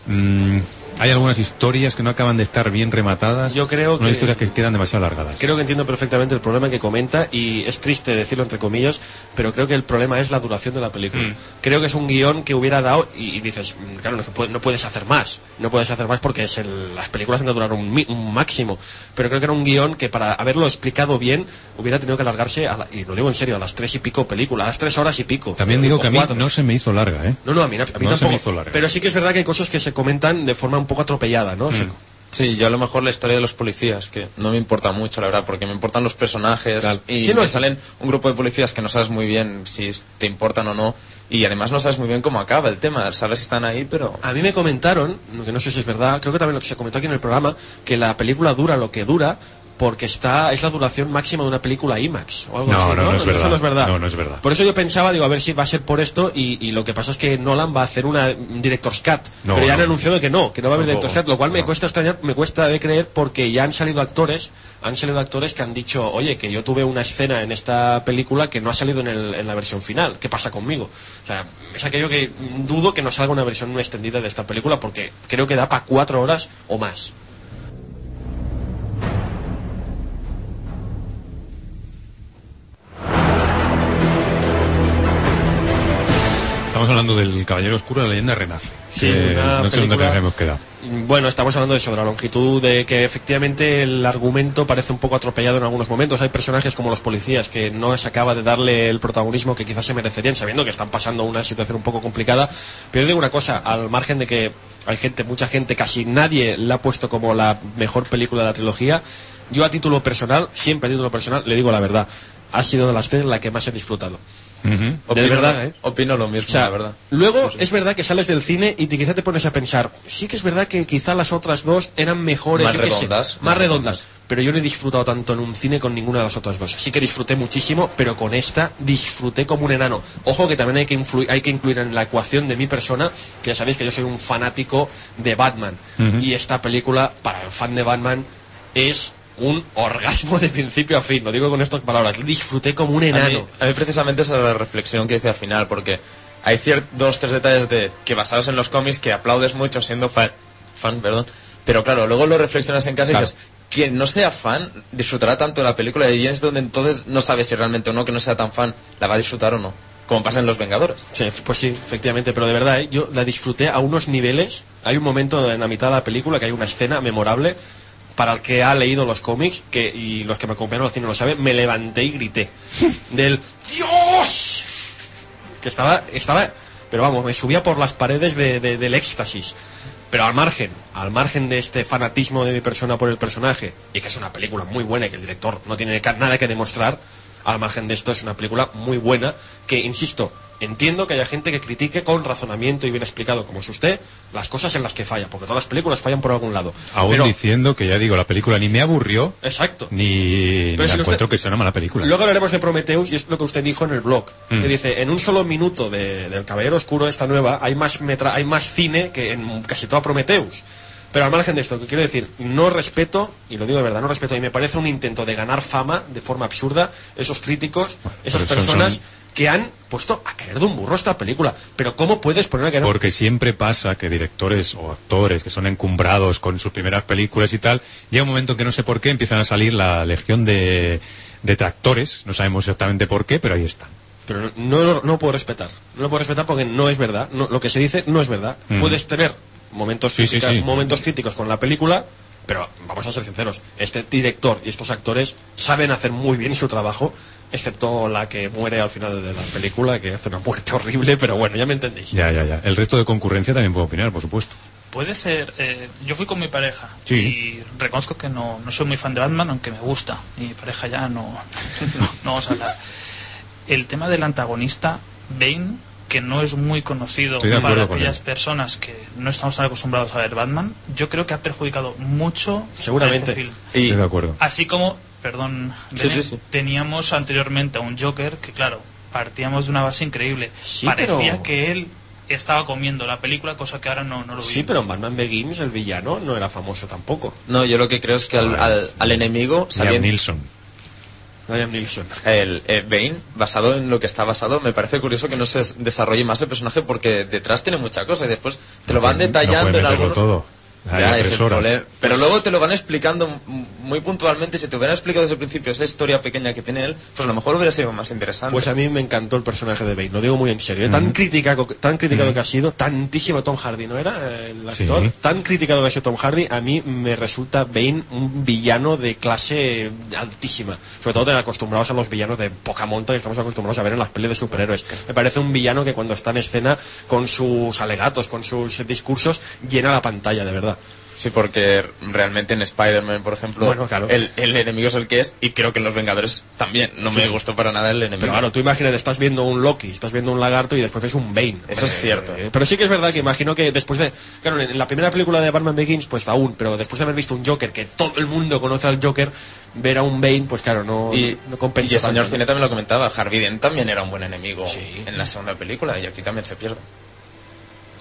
Speaker 2: mm, hay algunas historias que no acaban de estar bien rematadas. Yo creo
Speaker 5: que-
Speaker 2: historias que quedan demasiado alargadas.
Speaker 5: Creo que entiendo perfectamente el problema que comenta y es triste decirlo entre comillas, pero creo que el problema es la duración de la película. Creo que es un guión que hubiera dado y, y dices, mm, claro, no, se puede- no puedes hacer más, no puedes hacer más porque es el- las películas han de durar un, mi- un máximo, pero creo que era un guión que para haberlo explicado bien hubiera tenido que alargarse, a la- y lo digo en serio, a las tres y pico películas, a las tres horas y pico.
Speaker 2: También digo
Speaker 5: o
Speaker 2: que a mí
Speaker 5: cuatro.
Speaker 2: no se me hizo larga, ¿eh?
Speaker 5: No, no, a mí, no- a mí
Speaker 2: No se me
Speaker 5: tampoco.
Speaker 2: hizo larga.
Speaker 5: Pero sí que es verdad que hay cosas que se comentan de forma un poco atropellada, ¿no?
Speaker 2: Mm.
Speaker 5: Se-
Speaker 3: Sí, yo a lo mejor la historia de los policías, que no me importa mucho, la verdad, porque me importan los personajes. Y
Speaker 5: ¿Quién
Speaker 3: me
Speaker 5: lo es?
Speaker 3: salen un grupo de policías que no sabes muy bien si es- te importan o no. Y además no sabes muy bien cómo acaba el tema. Sabes que están ahí, pero.
Speaker 5: A mí me comentaron, que no sé si es verdad, creo que también lo que se comentó aquí en el programa, que la película dura lo que dura porque está es la duración máxima de una película IMAX o algo así.
Speaker 2: No, no, no es
Speaker 5: Eso
Speaker 2: verdad.
Speaker 5: no es verdad.
Speaker 2: No, no es verdad.
Speaker 5: Por eso yo pensaba, digo, a ver si va a ser por esto y, y lo que pasa es que Nolan va a hacer una un director's cut,
Speaker 2: No,
Speaker 5: pero ya han
Speaker 2: no.
Speaker 5: anunciado que no, que no va a haber
Speaker 2: Tampoco.
Speaker 5: director's cut, lo cual me cuesta extrañar, me cuesta de creer porque ya han salido actores, han salido actores que han dicho, "Oye, que yo tuve una escena en esta película que no ha salido en, el- en la versión final, ¿qué pasa conmigo?" O sea, es aquello que dudo que nos salga una versión extendida de esta película porque creo que da para cuatro horas o más.
Speaker 2: Estamos hablando del Caballero Oscuro, la leyenda renace.
Speaker 5: Sí,
Speaker 2: Eh,
Speaker 5: una
Speaker 2: no sé dónde
Speaker 5: película-
Speaker 2: nos hemos quedado.
Speaker 5: Bueno, estamos hablando de eso, de la longitud, de que efectivamente el argumento parece un poco atropellado en algunos momentos. Hay personajes como los policías que no se acaba de darle el protagonismo que quizás se merecerían, sabiendo que están pasando una situación un poco complicada. Pero yo digo una cosa, al margen de que hay gente, mucha gente, casi nadie la ha puesto como la mejor película de la trilogía, yo a título personal, siempre a título personal, le digo la verdad, ha sido de las tres la que más he disfrutado. De verdad, ¿eh?
Speaker 3: Opino lo mismo,
Speaker 5: O sea,
Speaker 3: la verdad.
Speaker 5: Luego es verdad que sales del cine y te, quizá te pones a pensar, sí que es verdad que quizá las otras dos eran mejores,
Speaker 3: Más
Speaker 5: yo qué sé,
Speaker 3: redondas.
Speaker 5: más redondas, pero yo no he disfrutado tanto en un cine con ninguna de las otras dos. Sí que disfruté muchísimo, pero con esta disfruté como un enano. Ojo que también hay que, influ- hay que incluir en la ecuación de mi persona, que ya sabéis que yo soy un fanático de Batman.
Speaker 2: Ujú.
Speaker 5: Y esta película, para el fan de Batman, es un orgasmo de principio a fin. Lo digo con estas palabras, disfruté como un
Speaker 3: A mí,
Speaker 5: enano.
Speaker 3: a mí precisamente esa es la reflexión que hice al final, porque hay ciertos tres detalles de que basados en los cómics que aplaudes mucho siendo fan, fan perdón, pero claro, luego lo reflexionas en casa y dices, quien no sea fan disfrutará tanto de la película y es donde entonces no sabes si realmente o no que no sea tan fan la va a disfrutar o no, como pasa en Los Vengadores.
Speaker 5: Sí, pues sí, efectivamente, pero de verdad, ¿eh? yo la disfruté a unos niveles. Hay un momento en la mitad de la película que hay una escena memorable para el que ha leído los cómics que, y los que me acompañaron al cine lo saben, me levanté y grité. Del ¡Dios! Que estaba, estaba, pero vamos, me subía por las paredes de- de- del éxtasis. Pero al margen, al margen de este fanatismo de mi persona por el personaje, y que es una película muy buena y que el director no tiene ca- nada que demostrar, al margen de esto es una película muy buena que, insisto, entiendo que haya gente que critique con razonamiento y bien explicado, como es usted, las cosas en las que falla, porque todas las películas fallan por algún lado.
Speaker 2: Aún
Speaker 5: Pero-
Speaker 2: diciendo que ya digo, la película ni me aburrió,
Speaker 5: Exacto.
Speaker 2: ni, ni
Speaker 5: Pero
Speaker 2: la
Speaker 5: si lo
Speaker 2: encuentro que sea una mala película.
Speaker 5: Luego hablaremos de Prometheus y es lo que usted dijo en el blog.
Speaker 2: Mm.
Speaker 5: Que dice, en un solo minuto de- del Caballero Oscuro, esta nueva, hay más, metra- hay más cine que en casi toda Prometheus. Pero al margen de esto, que quiero decir, no respeto, y lo digo de verdad, no respeto, y me parece un intento de ganar fama de forma absurda, esos críticos, esas
Speaker 2: pero son-
Speaker 5: personas que han puesto a caer de un burro esta película. Pero ¿cómo puedes poner a caer
Speaker 2: Porque siempre pasa que directores o actores que son encumbrados con sus primeras películas y tal, llega un momento en que no sé por qué empiezan a salir la legión de detractores, no sabemos exactamente por qué, pero ahí están.
Speaker 5: Pero no, no, no puedo respetar. No lo puedo respetar porque no es verdad. No- lo que se dice no es verdad.
Speaker 2: Mm.
Speaker 5: Puedes tener momentos,
Speaker 2: Sí, sí,
Speaker 5: crítica-
Speaker 2: sí.
Speaker 5: momentos críticos con la película, pero vamos a ser sinceros. Este director y estos actores saben hacer muy bien su trabajo, excepto la que muere al final de la película, que hace una muerte [LAUGHS] horrible, pero bueno, ya me entendéis.
Speaker 2: Ya, ya, ya. El resto de concurrencia también puedo opinar, por supuesto.
Speaker 21: Puede ser. eh, yo fui con mi pareja.
Speaker 2: Sí.
Speaker 21: Y reconozco que no, no soy muy fan de Batman, aunque me gusta. Mi pareja ya no, [LAUGHS] no, no vamos a hablar. El tema del antagonista, Bane, que no es muy conocido
Speaker 2: Estoy de
Speaker 21: para
Speaker 2: acuerdo con
Speaker 21: aquellas personas que no estamos tan acostumbrados a ver Batman, yo creo que ha perjudicado mucho a
Speaker 5: Seguramente.
Speaker 21: este film.
Speaker 2: Estoy de acuerdo.
Speaker 21: Así como, perdón,
Speaker 5: Sí,
Speaker 21: Bene,
Speaker 5: sí, sí.
Speaker 21: teníamos anteriormente a un Joker que, claro, partíamos de una base increíble.
Speaker 5: Sí,
Speaker 21: Parecía
Speaker 5: pero-
Speaker 21: que él estaba comiendo la película, cosa que ahora no, no lo
Speaker 5: Sí, pero en Batman Begins el villano no era famoso tampoco.
Speaker 3: No, yo lo que creo es que al, al- al enemigo
Speaker 5: Liam
Speaker 3: saliendo...
Speaker 2: Nilsson.
Speaker 5: Liam Nilsson.
Speaker 3: El, eh, Bane, basado en lo que está basado, me parece curioso que no se s- desarrolle más el personaje porque detrás tiene mucha cosa y después te lo van detallando
Speaker 2: no puede
Speaker 3: en
Speaker 2: meterlo
Speaker 3: algunos...
Speaker 2: todo. Hay
Speaker 3: Ya,
Speaker 2: tres
Speaker 3: es el
Speaker 2: horas. Pues-
Speaker 3: problema. Pero luego te lo van explicando m- muy puntualmente. Si te hubieran explicado desde el principio esa historia pequeña que tiene él, pues a lo mejor hubiera sido más interesante.
Speaker 5: Pues a mí me encantó el personaje de Bane, lo digo muy en serio. ¿eh?
Speaker 2: Mm.
Speaker 5: Tan, criticado, tan criticado que ha sido, tantísimo Tom Hardy, ¿no era
Speaker 4: ah,
Speaker 5: eh, el actor?
Speaker 2: Sí.
Speaker 5: Tan criticado que ha sido Tom Hardy, a mí me resulta Bane un villano de clase altísima. Sobre todo acostumbrados a los villanos de poca monta que estamos acostumbrados a ver en las pelis de superhéroes. Me parece un villano que cuando está en escena, con sus alegatos, con sus discursos, llena la pantalla, de verdad.
Speaker 3: nada. Sí, porque realmente en Spider-Man, por ejemplo,
Speaker 5: Bueno, claro.
Speaker 3: el, el enemigo es el que es, y creo que en Los Vengadores también. No
Speaker 5: Sí,
Speaker 3: me
Speaker 5: sí.
Speaker 3: gustó para nada el enemigo.
Speaker 5: Pero claro, tú imagínate, estás viendo un Loki, estás viendo un lagarto y después ves un Bane. Eh,
Speaker 3: Eso es cierto.
Speaker 5: Pero sí que es verdad que imagino que después de... Claro, en la primera película de Batman Begins, pues aún, pero después de haber visto un Joker, que todo el mundo conoce al Joker, ver a un Bane, pues claro, no,
Speaker 3: Y,
Speaker 5: no compensa.
Speaker 3: y el señor
Speaker 5: tanto, ¿no?
Speaker 3: Cine también lo comentaba, Harvey Dent también era un buen enemigo en la segunda película y aquí también se pierde.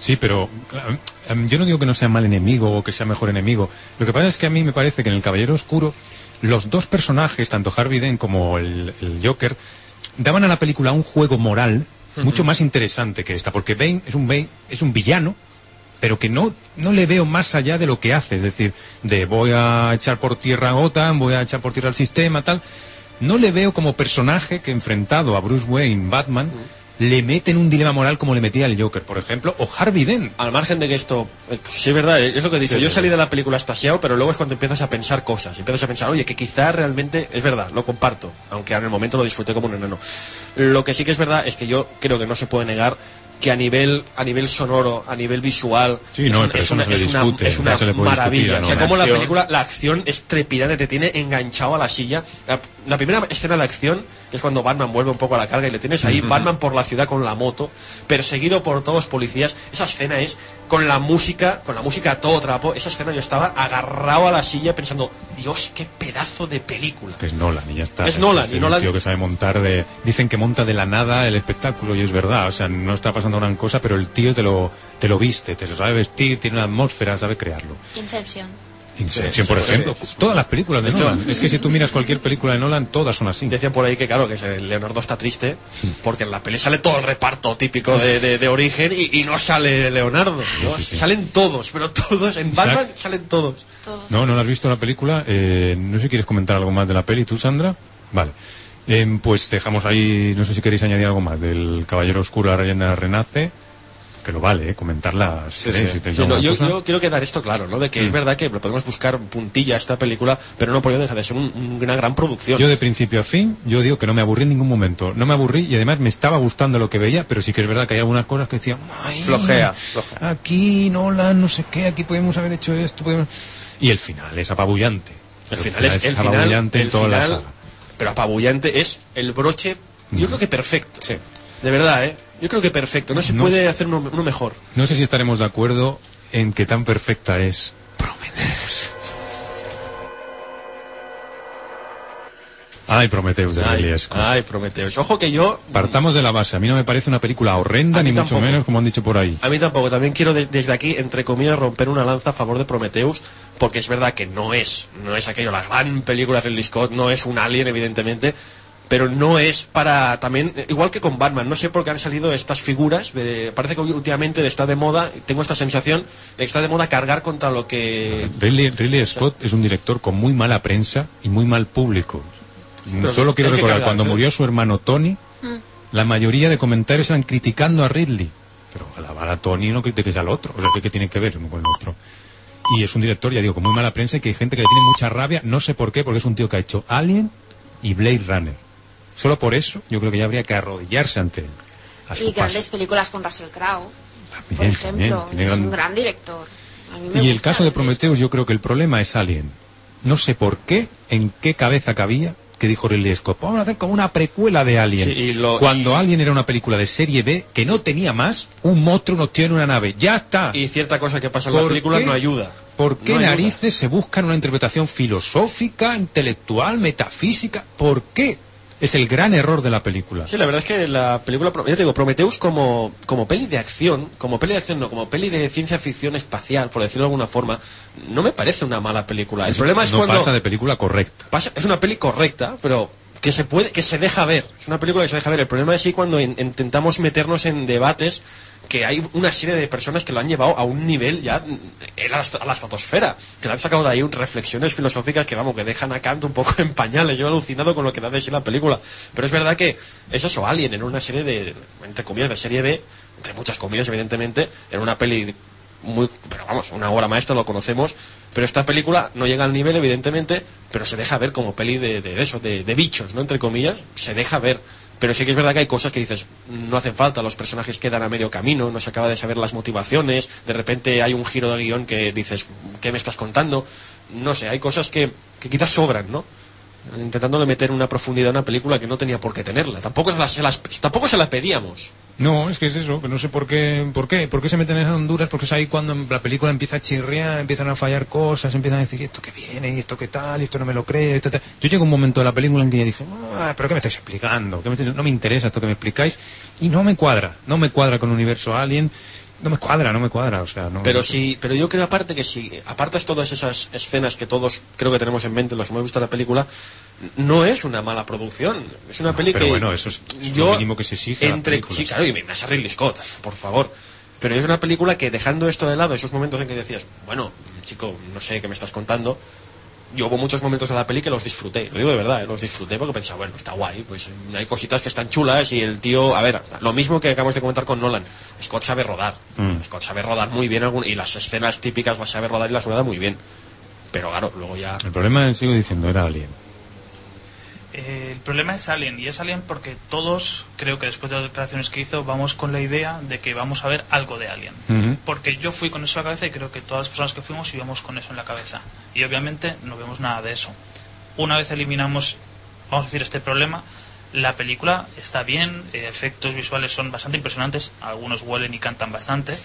Speaker 2: Sí, pero claro, em, yo no digo que no sea mal enemigo o que sea mejor enemigo. Lo que pasa es que a mí me parece que en El Caballero Oscuro los dos personajes, tanto Harvey Dent como el, el Joker, daban a la película un juego moral mucho más interesante que esta, porque Bane es un Bane, es un villano, pero que no, no le veo más allá de lo que hace, es decir, de voy a echar por tierra a Gotham, voy a echar por tierra al sistema, tal. No le veo como personaje que enfrentado a Bruce Wayne, Batman, le mete en un dilema moral como le metía el Joker, por ejemplo, o Harvey Dent.
Speaker 5: Al margen de que esto, eh, sí es verdad, eh, es lo que he dicho,
Speaker 2: Sí,
Speaker 5: yo
Speaker 2: sí.
Speaker 5: salí de la película estasiado, pero luego es cuando empiezas a pensar cosas, empiezas a pensar, oye, que quizás realmente, es verdad, lo comparto, aunque en el momento lo disfruté como un enano. Lo que sí que es verdad es que yo creo que no se puede negar que a nivel a nivel sonoro, a nivel visual,
Speaker 2: Sí, no, pero eso no se le
Speaker 5: una-
Speaker 2: discute,
Speaker 5: es una
Speaker 2: no se le puede
Speaker 5: maravilla.
Speaker 2: discutir, ¿no?
Speaker 5: O sea, como la
Speaker 2: Acción.
Speaker 5: película, la acción es trepidante, te tiene enganchado a la silla. La, la primera escena de la acción es cuando Batman vuelve un poco a la carga y le tienes ahí
Speaker 2: Ujú.
Speaker 5: Batman por la ciudad con la moto, perseguido por todos los policías. Esa escena es con la música, con la música a todo trapo. Esa escena yo estaba agarrado a la silla pensando, Dios, qué pedazo de película.
Speaker 2: Pues Que es Nolan y ya está.
Speaker 5: Es Nolan, y
Speaker 2: un
Speaker 5: Nolan-
Speaker 2: tío que sabe montar de... Dicen que monta de la nada el espectáculo y es verdad. O sea, no está pasando gran cosa, pero el tío te lo, te lo viste, te lo sabe vestir, tiene una atmósfera, sabe crearlo.
Speaker 17: Inception.
Speaker 2: Inception,
Speaker 5: Sí, sí,
Speaker 2: por
Speaker 5: sí,
Speaker 2: ejemplo.
Speaker 5: sí, sí.
Speaker 2: Todas las películas de
Speaker 5: De hecho,
Speaker 2: Nolan. Es que si tú miras cualquier película de Nolan, todas son así.
Speaker 5: Decían por ahí que claro, que se- Leonardo está triste porque en la peli sale todo el reparto típico de, de- de origen y, y no sale Leonardo. ¿no?
Speaker 2: sí, sí.
Speaker 5: Salen todos, pero todos, en
Speaker 2: Isaac.
Speaker 5: Batman salen todos.
Speaker 2: No, no la has visto la película. Eh, no sé si quieres comentar algo más de la peli, tú, Sandra. Vale. Em, pues dejamos ahí, no sé si queréis añadir algo más del Caballero Oscuro, la leyenda renace. Que lo vale, eh, comentarla. si queréis, si tenéis
Speaker 5: Sí, no,
Speaker 2: alguna
Speaker 5: yo,
Speaker 2: cosa. Mm.
Speaker 5: yo quiero quedar esto claro, ¿no? De que es verdad que podemos buscar puntilla a esta película, pero no por ello deja de ser un- un- una gran producción.
Speaker 2: Yo de principio a fin, yo digo que no me aburrí en ningún momento. No me aburrí y además me estaba gustando lo que veía, pero sí que es verdad que hay algunas cosas que decía, "Ay,
Speaker 1: Flojea,
Speaker 2: Aquí Nolan, no sé qué, aquí podemos haber hecho esto. podemos-". Y el final es apabullante.
Speaker 5: El final es, el final,
Speaker 2: apabullante
Speaker 5: el
Speaker 2: en toda la
Speaker 5: final,
Speaker 2: saga. Mm.
Speaker 5: Pero apabullante es el broche, yo creo que perfecto. De verdad, ¿eh? Yo creo que perfecto. No se
Speaker 2: No
Speaker 5: puede hacer uno, uno mejor.
Speaker 2: No sé si estaremos de acuerdo en que tan perfecta es. Prometeus. Ay, Prometeus de
Speaker 5: Ay,
Speaker 2: Ridley Scott.
Speaker 5: Ay, Prometeus. Ojo que yo
Speaker 2: Partamos de la base. A mí no me parece una película horrenda,
Speaker 5: A mí
Speaker 2: ni mucho
Speaker 5: tampoco.
Speaker 2: menos, como han dicho por ahí.
Speaker 5: A mí tampoco, también quiero de- desde aquí, entre comillas, romper una lanza a favor de Prometheus, porque es verdad que no es, no es aquello, la gran película de Ridley Scott, no es un alien, evidentemente, pero no es para también, eh, igual que con Batman, no sé por qué han salido estas figuras, de- parece que últimamente está de moda, tengo esta sensación de que está de moda cargar contra lo que...
Speaker 2: Ridley, Ridley Scott es un director con muy mala prensa y muy mal público.
Speaker 5: Pero
Speaker 2: Solo quiero
Speaker 5: hay que
Speaker 2: recordar,
Speaker 5: cargar,
Speaker 2: cuando
Speaker 5: ¿sí?
Speaker 2: murió su hermano Tony,
Speaker 14: Mm.
Speaker 2: la mayoría de comentarios eran criticando a Ridley. Pero alabar a Tony no critiques al otro. O sea, ¿qué, qué tiene que ver uno con el otro? Y es un director, ya digo, con muy mala prensa y que hay gente que le tiene mucha rabia, no sé por qué, porque es un tío que ha hecho Alien y Blade Runner. Solo por eso, yo creo que ya habría que arrodillarse ante él. A su
Speaker 14: Y
Speaker 2: paso.
Speaker 14: grandes películas con Russell Crowe, por
Speaker 2: Bien,
Speaker 14: ejemplo.
Speaker 2: bien, tiene
Speaker 14: es
Speaker 2: gran-
Speaker 14: un gran director. A mí me
Speaker 2: Y el
Speaker 14: gusta.
Speaker 2: caso de Prometheus, yo creo que el problema es Alien. No sé por qué, en qué cabeza cabía que dijo Ridley Scott, vamos a hacer como una precuela de Alien.
Speaker 5: Sí, y lo-
Speaker 2: Cuando Alien era una película de serie B que no tenía más, un monstruo nos tiene una nave. Ya está.
Speaker 5: Y cierta cosa que pasa en la
Speaker 2: ¿Por
Speaker 5: película
Speaker 2: qué?
Speaker 5: no ayuda.
Speaker 2: ¿Por qué
Speaker 5: No ayuda.
Speaker 2: narices se buscan una interpretación filosófica, intelectual, metafísica? ¿Por qué? Es el gran error de la película.
Speaker 5: Sí, la verdad es que la película, ya te digo, Prometheus como, como peli de acción, como peli de acción no, como peli de ciencia ficción espacial, por decirlo de alguna forma, no me parece una mala película. El problema es
Speaker 2: no
Speaker 5: cuando
Speaker 2: pasa de película correcta.
Speaker 5: pasa- es una peli correcta, pero que se puede, que se deja ver. Es una película que se deja ver. El problema es sí cuando in- intentamos meternos en debates que hay una serie de personas que lo han llevado a un nivel ya mm, en la est- a la estratosfera, que le han sacado de ahí un- reflexiones filosóficas que vamos, que dejan a Kant un poco en pañales. Yo he alucinado con lo que da de sí la película. Pero es verdad que es eso, Alien, en una serie de, entre comillas, de serie B, entre muchas comillas, evidentemente, en una peli muy, pero vamos, una obra maestra, lo conocemos, pero esta película no llega al nivel, evidentemente, pero se deja ver como peli de, de eso, de, de bichos, ¿no? Entre comillas, se deja ver. Pero sí que es verdad que hay cosas que dices, no hacen falta, los personajes quedan a medio camino, no se acaba de saber las motivaciones, de repente hay un giro de guión que dices, ¿qué me estás contando? No sé, hay cosas que, que quizás sobran, ¿no? Intentándole meter una profundidad a una película que no tenía por qué tenerla. Tampoco se las- se las- tampoco se las pedíamos.
Speaker 2: No, es que es eso, que no sé por qué, por qué, por qué se meten en Honduras, porque es ahí cuando la película empieza a chirriar, empiezan a fallar cosas, empiezan a decir esto que viene, y esto que tal, y esto no me lo creo, esto tal. Yo llego a un momento de la película en que ya dije, "Ah, pero ¿qué me estáis explicando? ¿Qué me estáis- No me interesa esto que me explicáis, y no me cuadra, no me cuadra con Universo Alien, no me cuadra, no me cuadra, o sea, no.
Speaker 5: Pero sí, pero yo creo aparte que si apartas todas esas escenas que todos creo que tenemos en mente, los que hemos visto la película, no es una mala producción. Es una película
Speaker 2: pero
Speaker 5: que
Speaker 2: bueno, eso es, es
Speaker 5: yo
Speaker 2: lo mínimo que se exige. a las
Speaker 5: entre
Speaker 2: películas.
Speaker 5: sí, claro, y me vas a Ridley Scott, por favor. Pero es una película que dejando esto de lado, esos momentos en que decías, bueno, chico, no sé qué me estás contando. Yo hubo muchos momentos de la peli que los disfruté, lo digo de verdad, ¿eh? los disfruté porque pensaba, bueno, está guay, pues eh, hay cositas que están chulas y el tío, a ver, lo mismo que acabamos de comentar con Nolan, Scott sabe rodar,
Speaker 2: Mm.
Speaker 5: Scott sabe rodar muy bien algún- y las escenas típicas las sabe rodar y las rueda muy bien. Pero claro, luego ya...
Speaker 2: El problema, sigo diciendo, era Alien.
Speaker 21: Eh, el problema es Alien, y es Alien porque todos, creo que después de las declaraciones que hizo, vamos con la idea de que vamos a ver algo de Alien.
Speaker 2: Ujú.
Speaker 21: Porque yo fui con eso en la cabeza y creo que todas las personas que fuimos íbamos con eso en la cabeza. Y obviamente no vemos nada de eso. Una vez eliminamos, vamos a decir, este problema, la película está bien, eh, efectos visuales son bastante impresionantes, algunos huelen y cantan bastante,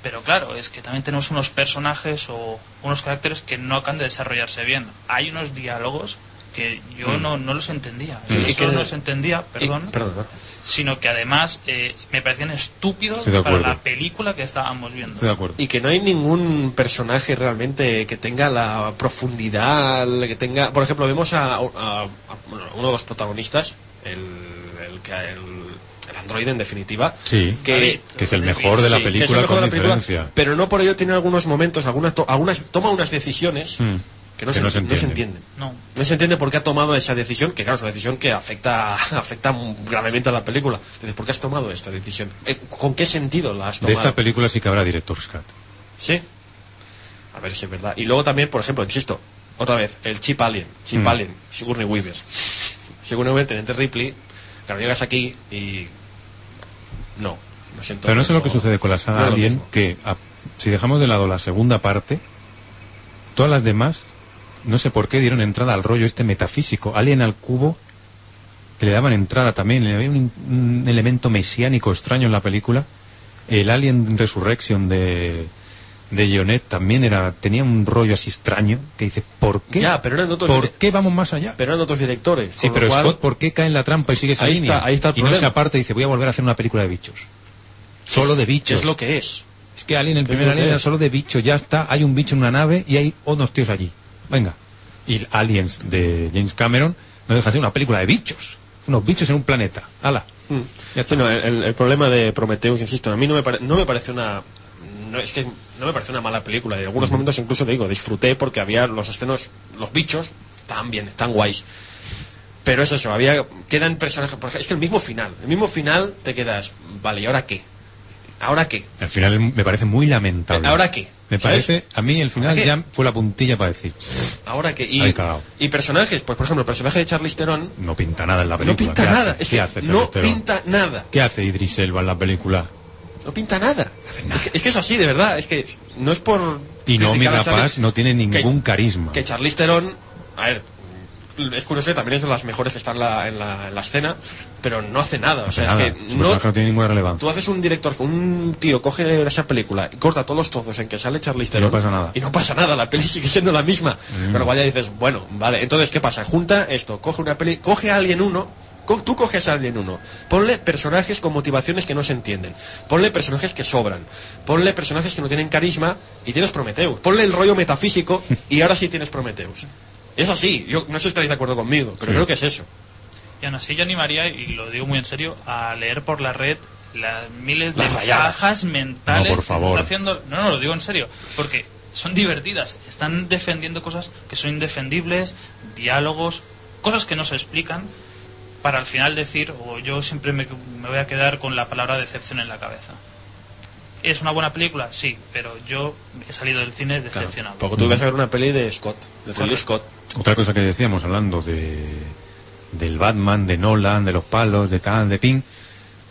Speaker 21: pero claro, es que también tenemos unos personajes o unos caracteres que no acaban de desarrollarse bien. Hay unos diálogos que yo
Speaker 5: Mm.
Speaker 21: no, no los entendía.
Speaker 5: Sí,
Speaker 21: no
Speaker 5: Hmm. y
Speaker 21: solo
Speaker 5: que-
Speaker 21: no los entendía, perdón,
Speaker 5: Y- perdón.
Speaker 21: sino que además eh, me parecían estúpidos
Speaker 5: Estoy de
Speaker 21: para
Speaker 5: acuerdo.
Speaker 21: la película que estábamos viendo.
Speaker 5: Y que no hay ningún personaje realmente que tenga la profundidad, que tenga... Por ejemplo, vemos a, a- a- bueno, a uno de los protagonistas, el, el, que- el- el androide en definitiva.
Speaker 2: Sí,
Speaker 5: Que,
Speaker 2: que es el mejor de la
Speaker 5: Sí, que es el
Speaker 2: película
Speaker 5: mejor
Speaker 2: con
Speaker 5: de la película,
Speaker 2: diferencia.
Speaker 5: Pero no por ello tiene algunos momentos, algunas, to- algunas toma unas decisiones
Speaker 2: Mm.
Speaker 5: Hmm. que no, se, no se entienden.
Speaker 21: No.
Speaker 5: No se entiende por qué ha tomado esa decisión, que claro, es una decisión que afecta, [LAUGHS] afecta gravemente a la película. Dices, ¿por qué has tomado esta decisión? Eh, ¿Con qué sentido la has
Speaker 2: De
Speaker 5: tomado?
Speaker 2: esta película sí que habrá director's cut.
Speaker 5: Sí. A ver si es verdad. Y luego también, por ejemplo, insisto, otra vez, el Chip Alien. Chip
Speaker 2: Mm.
Speaker 5: Alien, Sigourney Weaver. Sigourney Weaver, Teniente Ripley. Claro, llegas aquí y... No, lo siento.
Speaker 2: Pero no sé lo que sucede con la saga
Speaker 5: no es lo
Speaker 2: Alien, que a- si dejamos de lado la segunda parte, todas las demás, no sé por qué dieron entrada al rollo este metafísico, Alien al cubo, que le daban entrada también, le había un, un elemento mesiánico extraño en la película, el Alien Resurrection de de Jonet también era tenía un rollo así extraño que dice ¿por qué?
Speaker 5: Ya, pero eran otros,
Speaker 2: ¿Por
Speaker 5: dire-
Speaker 2: qué vamos más allá?
Speaker 5: pero eran otros directores. con
Speaker 2: Sí,
Speaker 5: lo
Speaker 2: pero
Speaker 5: cual-
Speaker 2: Scott, ¿por qué cae en la trampa y sigue esa
Speaker 5: Ahí
Speaker 2: línea?
Speaker 5: está- ahí está el
Speaker 2: y no
Speaker 5: problema.
Speaker 2: se aparta y dice, voy a volver a hacer una película de bichos. Solo de bichos.
Speaker 5: Es lo que es.
Speaker 2: Es que Alien, el
Speaker 5: ¿Qué es
Speaker 2: primer
Speaker 5: lo
Speaker 2: Alien
Speaker 5: que
Speaker 2: era
Speaker 5: es?
Speaker 2: solo de bichos, ya está. Hay un bicho en una nave y hay unos tíos allí. Venga. Y Aliens de James Cameron no deja de ser una película de bichos. Unos bichos en un planeta. Ala.
Speaker 5: Mm. Bueno, el, el problema de Prometheus, insisto, a mí no me, pare- no me parece una... No, es que no me parece una mala película. En algunos momentos incluso te digo, disfruté porque había los escenos, los bichos, tan bien, tan guays. Pero es eso, había, quedan personajes... por ejemplo, Es que el mismo final, el mismo final te quedas, vale, ¿y ahora qué? ¿Ahora qué?
Speaker 2: Al final me parece muy lamentable.
Speaker 5: ¿Ahora qué?
Speaker 2: Me
Speaker 5: ¿Sabes?
Speaker 2: parece, a mí el final
Speaker 5: ¿Ahora qué?
Speaker 2: ya fue la puntilla para decir,
Speaker 5: ¿Ahora qué?
Speaker 2: Ahí
Speaker 5: Y,
Speaker 2: cagao.
Speaker 5: y personajes, pues por ejemplo, el personaje de Charlize Theron
Speaker 2: no pinta nada en la
Speaker 5: no
Speaker 2: película.
Speaker 5: pinta
Speaker 2: ¿Qué
Speaker 5: nada.
Speaker 2: hace?
Speaker 5: Es
Speaker 2: ¿Qué
Speaker 5: que
Speaker 2: hace
Speaker 5: no
Speaker 2: Charlize Theron?
Speaker 5: pinta nada.
Speaker 2: ¿Qué hace Idris Elba en la película?
Speaker 5: No pinta nada. Es que- Es que es así, de verdad. Es que no es por...
Speaker 2: Y no,
Speaker 5: criticar a
Speaker 2: mega
Speaker 5: Charlize-
Speaker 2: Paz no tiene ningún carisma.
Speaker 5: Que Charlize Theron, a ver, es curioso que también es de las mejores que están en la, en la, en la escena, pero no hace nada. O sea,
Speaker 2: Nada,
Speaker 5: es
Speaker 2: su
Speaker 5: que
Speaker 2: personaje
Speaker 5: no,
Speaker 2: no tiene ninguna relevancia.
Speaker 5: tú haces un director, un tío coge esa película, y corta todos los trozos en que sale Charlize Theron.
Speaker 2: no pasa nada.
Speaker 5: Y no pasa nada, la peli sigue siendo la misma.
Speaker 2: Mm.
Speaker 5: Pero vaya, dices, bueno, vale, entonces, ¿qué pasa? Junta esto, coge una peli, coge a alguien uno. co- Tú coges a alguien uno, ponle personajes con motivaciones que no se entienden, ponle personajes que sobran, ponle personajes que no tienen carisma y tienes Prometheus, ponle el rollo
Speaker 2: [LAUGHS]
Speaker 5: metafísico y ahora sí tienes Prometheus. Es así, yo no sé si estáis de acuerdo conmigo, pero
Speaker 21: Sí.
Speaker 5: creo que es eso.
Speaker 21: Y aún así yo animaría, y lo digo muy en serio, a leer por la red las miles de
Speaker 5: Las rayadas.
Speaker 21: bajas mentales
Speaker 2: No, por
Speaker 21: que se
Speaker 2: favor.
Speaker 21: está haciendo. No, no, lo digo en serio, porque son divertidas, están defendiendo cosas que son indefendibles, diálogos, cosas que no se explican, para al final decir, o yo siempre me, me voy a quedar con la palabra decepción en la cabeza. ¿Es una buena película? Sí, pero yo he salido del cine decepcionado.
Speaker 5: Poco tú vas a ver una peli de Scott, de Ridley Scott.
Speaker 2: Otra cosa que decíamos hablando de, del Batman, de Nolan, de los palos, de tal, de Pink,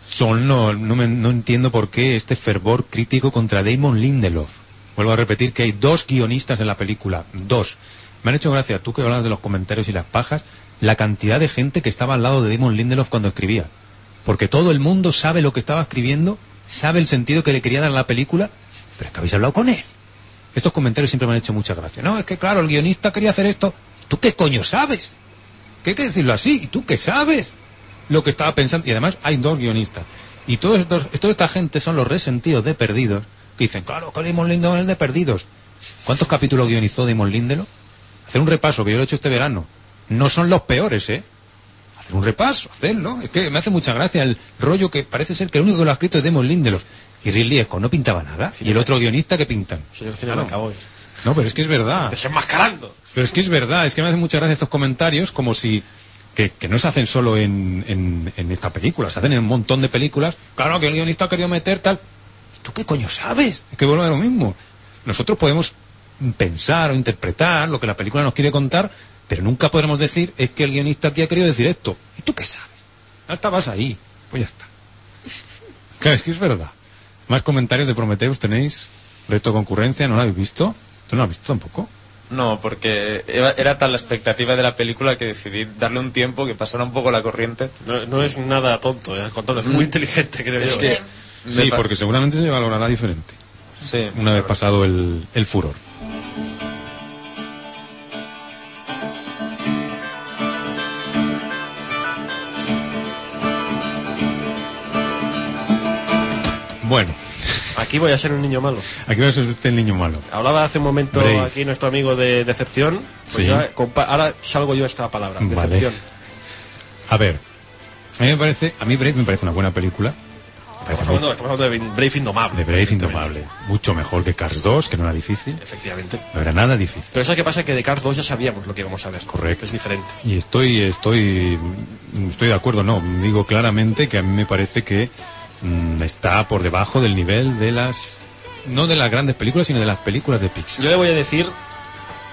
Speaker 2: son no, no, me- no entiendo por qué este fervor crítico contra Damon Lindelof. Vuelvo a repetir que hay dos guionistas en la película, dos. Me han hecho gracia, tú que hablas de los comentarios y las pajas, la cantidad de gente que estaba al lado de Damon Lindelof cuando escribía. Porque todo el mundo sabe lo que estaba escribiendo, sabe el sentido que le quería dar a la película, pero es que habéis hablado con él. Estos comentarios siempre me han hecho mucha gracia. No, es que claro, el guionista quería hacer esto. ¿Tú qué coño sabes? Que hay que decirlo así. ¿Y tú qué sabes? Lo que estaba pensando. Y además hay dos guionistas. Y todos estos, toda esta gente son los resentidos de perdidos que dicen, claro, que Damon Lindelof es el de perdidos. ¿Cuántos capítulos guionizó Damon Lindelof? Hacer un repaso, que yo lo he hecho este verano. No son los peores, ¿eh? Hacer un repaso, hacerlo. Es que me hace mucha gracia el rollo que parece ser que el único que lo ha escrito es Damon Lindelof. Y Ridley Scott no pintaba nada. Y el otro guionista que pintan.
Speaker 5: Señor Cinema,
Speaker 2: Claro. No, pero es que es verdad.
Speaker 5: Desenmascarando.
Speaker 2: Pero es que es verdad, es que me hacen muchas gracias estos comentarios como si... Que, que no se hacen solo en, en- en esta película, se hacen en un montón de películas. Claro que el guionista ha querido meter tal... ¿Tú qué coño sabes? Es que vuelvo a lo mismo. Nosotros podemos pensar o interpretar lo que la película nos quiere contar, pero nunca podremos decir es que el guionista aquí ha querido decir esto. ¿Y tú qué sabes? Ya estabas ahí. Pues ya está. [LAUGHS] Claro, es que es verdad. Más comentarios de Prometheus tenéis. Reto concurrencia, ¿no lo habéis visto? ¿Tú no lo has visto tampoco?
Speaker 24: No, porque era, era tal la expectativa de la película que decidí darle un tiempo que pasara un poco la corriente. Mm.
Speaker 5: No, no es nada tonto, eh, al contrario, es muy inteligente, creo
Speaker 24: Es
Speaker 5: yo.
Speaker 24: que-
Speaker 2: Sí, porque seguramente se valorará diferente.
Speaker 24: Sí.
Speaker 2: Una vez pasado el, el furor. Bueno,
Speaker 5: Aquí voy a ser un niño malo.
Speaker 2: aquí va a ser el niño malo.
Speaker 5: Hablaba hace un momento
Speaker 2: Brave.
Speaker 5: aquí nuestro amigo de decepción. Pues
Speaker 2: Sí.
Speaker 5: ya compa- ahora salgo yo esta palabra,
Speaker 2: Vale.
Speaker 5: decepción.
Speaker 2: A ver, a mí me parece, a mí Brave me parece una buena película. Me parece
Speaker 5: Estamos
Speaker 2: muy-
Speaker 5: hablando, estamos hablando de Brave Indomable.
Speaker 2: de Brave Indomable, mucho mejor que Cars 2, que no era difícil.
Speaker 5: Efectivamente.
Speaker 2: No era nada difícil.
Speaker 5: Pero ¿sabes qué pasa? Que de Cars 2 ya sabíamos lo que íbamos a ver. Correcto. Es diferente.
Speaker 2: Y estoy, estoy, estoy de acuerdo, no. Digo claramente que a mí me parece que mm, está por debajo del nivel de las, no de las grandes películas, sino de las películas de Pixar.
Speaker 5: Yo le voy a decir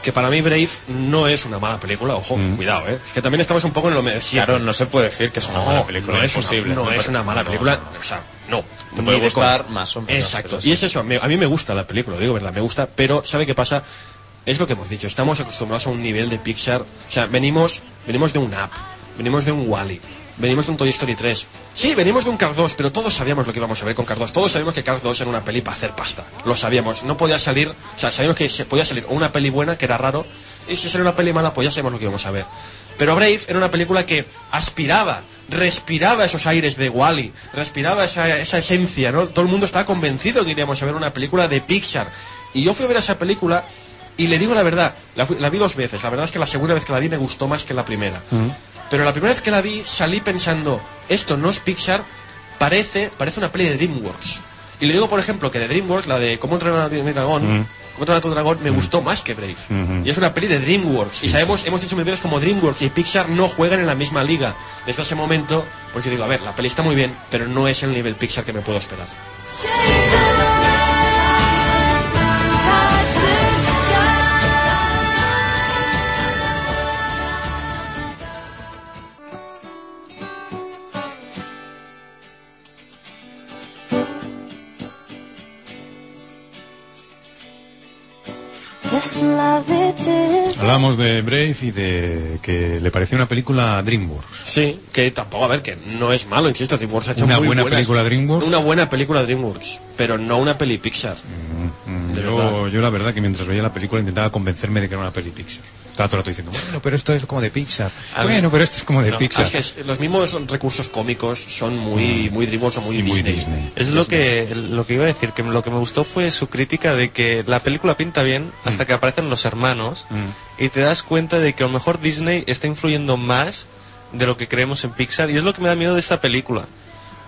Speaker 5: que para mí Brave no es una mala película, ojo,
Speaker 2: Mm.
Speaker 5: cuidado, ¿eh? Que también estamos un poco en lo medio. Claro,
Speaker 24: no se puede decir que es una mala película,
Speaker 5: no es una-
Speaker 24: imposible.
Speaker 5: no
Speaker 24: Me
Speaker 5: es
Speaker 24: parece-
Speaker 5: una mala
Speaker 24: no,
Speaker 5: película,
Speaker 24: no,
Speaker 5: o sea, no.
Speaker 24: Te puede
Speaker 5: Ni de
Speaker 24: gustar
Speaker 5: coña.
Speaker 24: más o menos,
Speaker 5: Exacto,
Speaker 24: pero
Speaker 5: y es eso, me- a mí me gusta la película, lo digo verdad, me gusta, pero ¿sabe qué pasa? Es lo que hemos dicho, estamos acostumbrados a un nivel de Pixar, o sea, venimos, venimos de un app, venimos de un Wally. Venimos de un Toy Story 3. Sí, venimos de un Cars 2, pero todos sabíamos lo que íbamos a ver con Cars 2. Todos sabíamos que Cars 2 era una peli para hacer pasta. Lo sabíamos. No podía salir, o sea, sabíamos que se podía salir una peli buena, que era raro, y si salió una peli mala, pues ya sabíamos lo que íbamos a ver. Pero Brave era una película que aspiraba, respiraba esos aires de Wally, respiraba esa, esa esencia, ¿no? Todo el mundo estaba convencido que iríamos a ver una película de Pixar. Y yo fui a ver esa película y le digo la verdad, la, fui- la vi dos veces. La verdad es que la segunda vez que la vi me gustó más que la primera. Pero la primera vez que la vi salí pensando, esto no es Pixar, parece, parece una peli de DreamWorks. Y le digo, por ejemplo, que de DreamWorks, la de Cómo entrenar a tu dragón,
Speaker 2: Mm.
Speaker 5: Cómo entrenar a tu dragón, me gustó más que Brave. Y es una peli de DreamWorks. y sabemos, hemos dicho mil veces como DreamWorks y Pixar no juegan en la misma liga. Desde ese momento, pues yo digo, a ver, la peli está muy bien, pero no es el nivel Pixar que me puedo esperar.
Speaker 18: This love it is.
Speaker 2: Hablábamos de Brave y de que le parecía una película a DreamWorks.
Speaker 5: Sí, que tampoco, a ver, que no es malo, insisto, DreamWorks ha hecho
Speaker 2: Una
Speaker 5: muy
Speaker 2: buena
Speaker 5: buenas-
Speaker 2: película DreamWorks.
Speaker 5: Una buena película DreamWorks, pero no una peli Pixar. De
Speaker 2: Mm, Yo, yo la verdad que mientras veía la película intentaba convencerme de que era una peli Pixar. Estaba todo el rato diciendo, bueno, pero esto es como de Pixar.
Speaker 5: A ver.
Speaker 2: bueno, pero esto es como de
Speaker 5: No,
Speaker 2: Pixar. Mm.
Speaker 5: es que es- los mismos recursos cómicos son muy, muy DreamWorks o muy, Disney.
Speaker 4: Es lo que, lo que iba a decir, que lo que me gustó fue su crítica de que la película pinta bien
Speaker 2: Mm.
Speaker 4: hasta que aparecen los hermanos y te das cuenta de que a lo mejor Disney está influyendo más de lo que creemos en Pixar y es lo que me da miedo de esta película,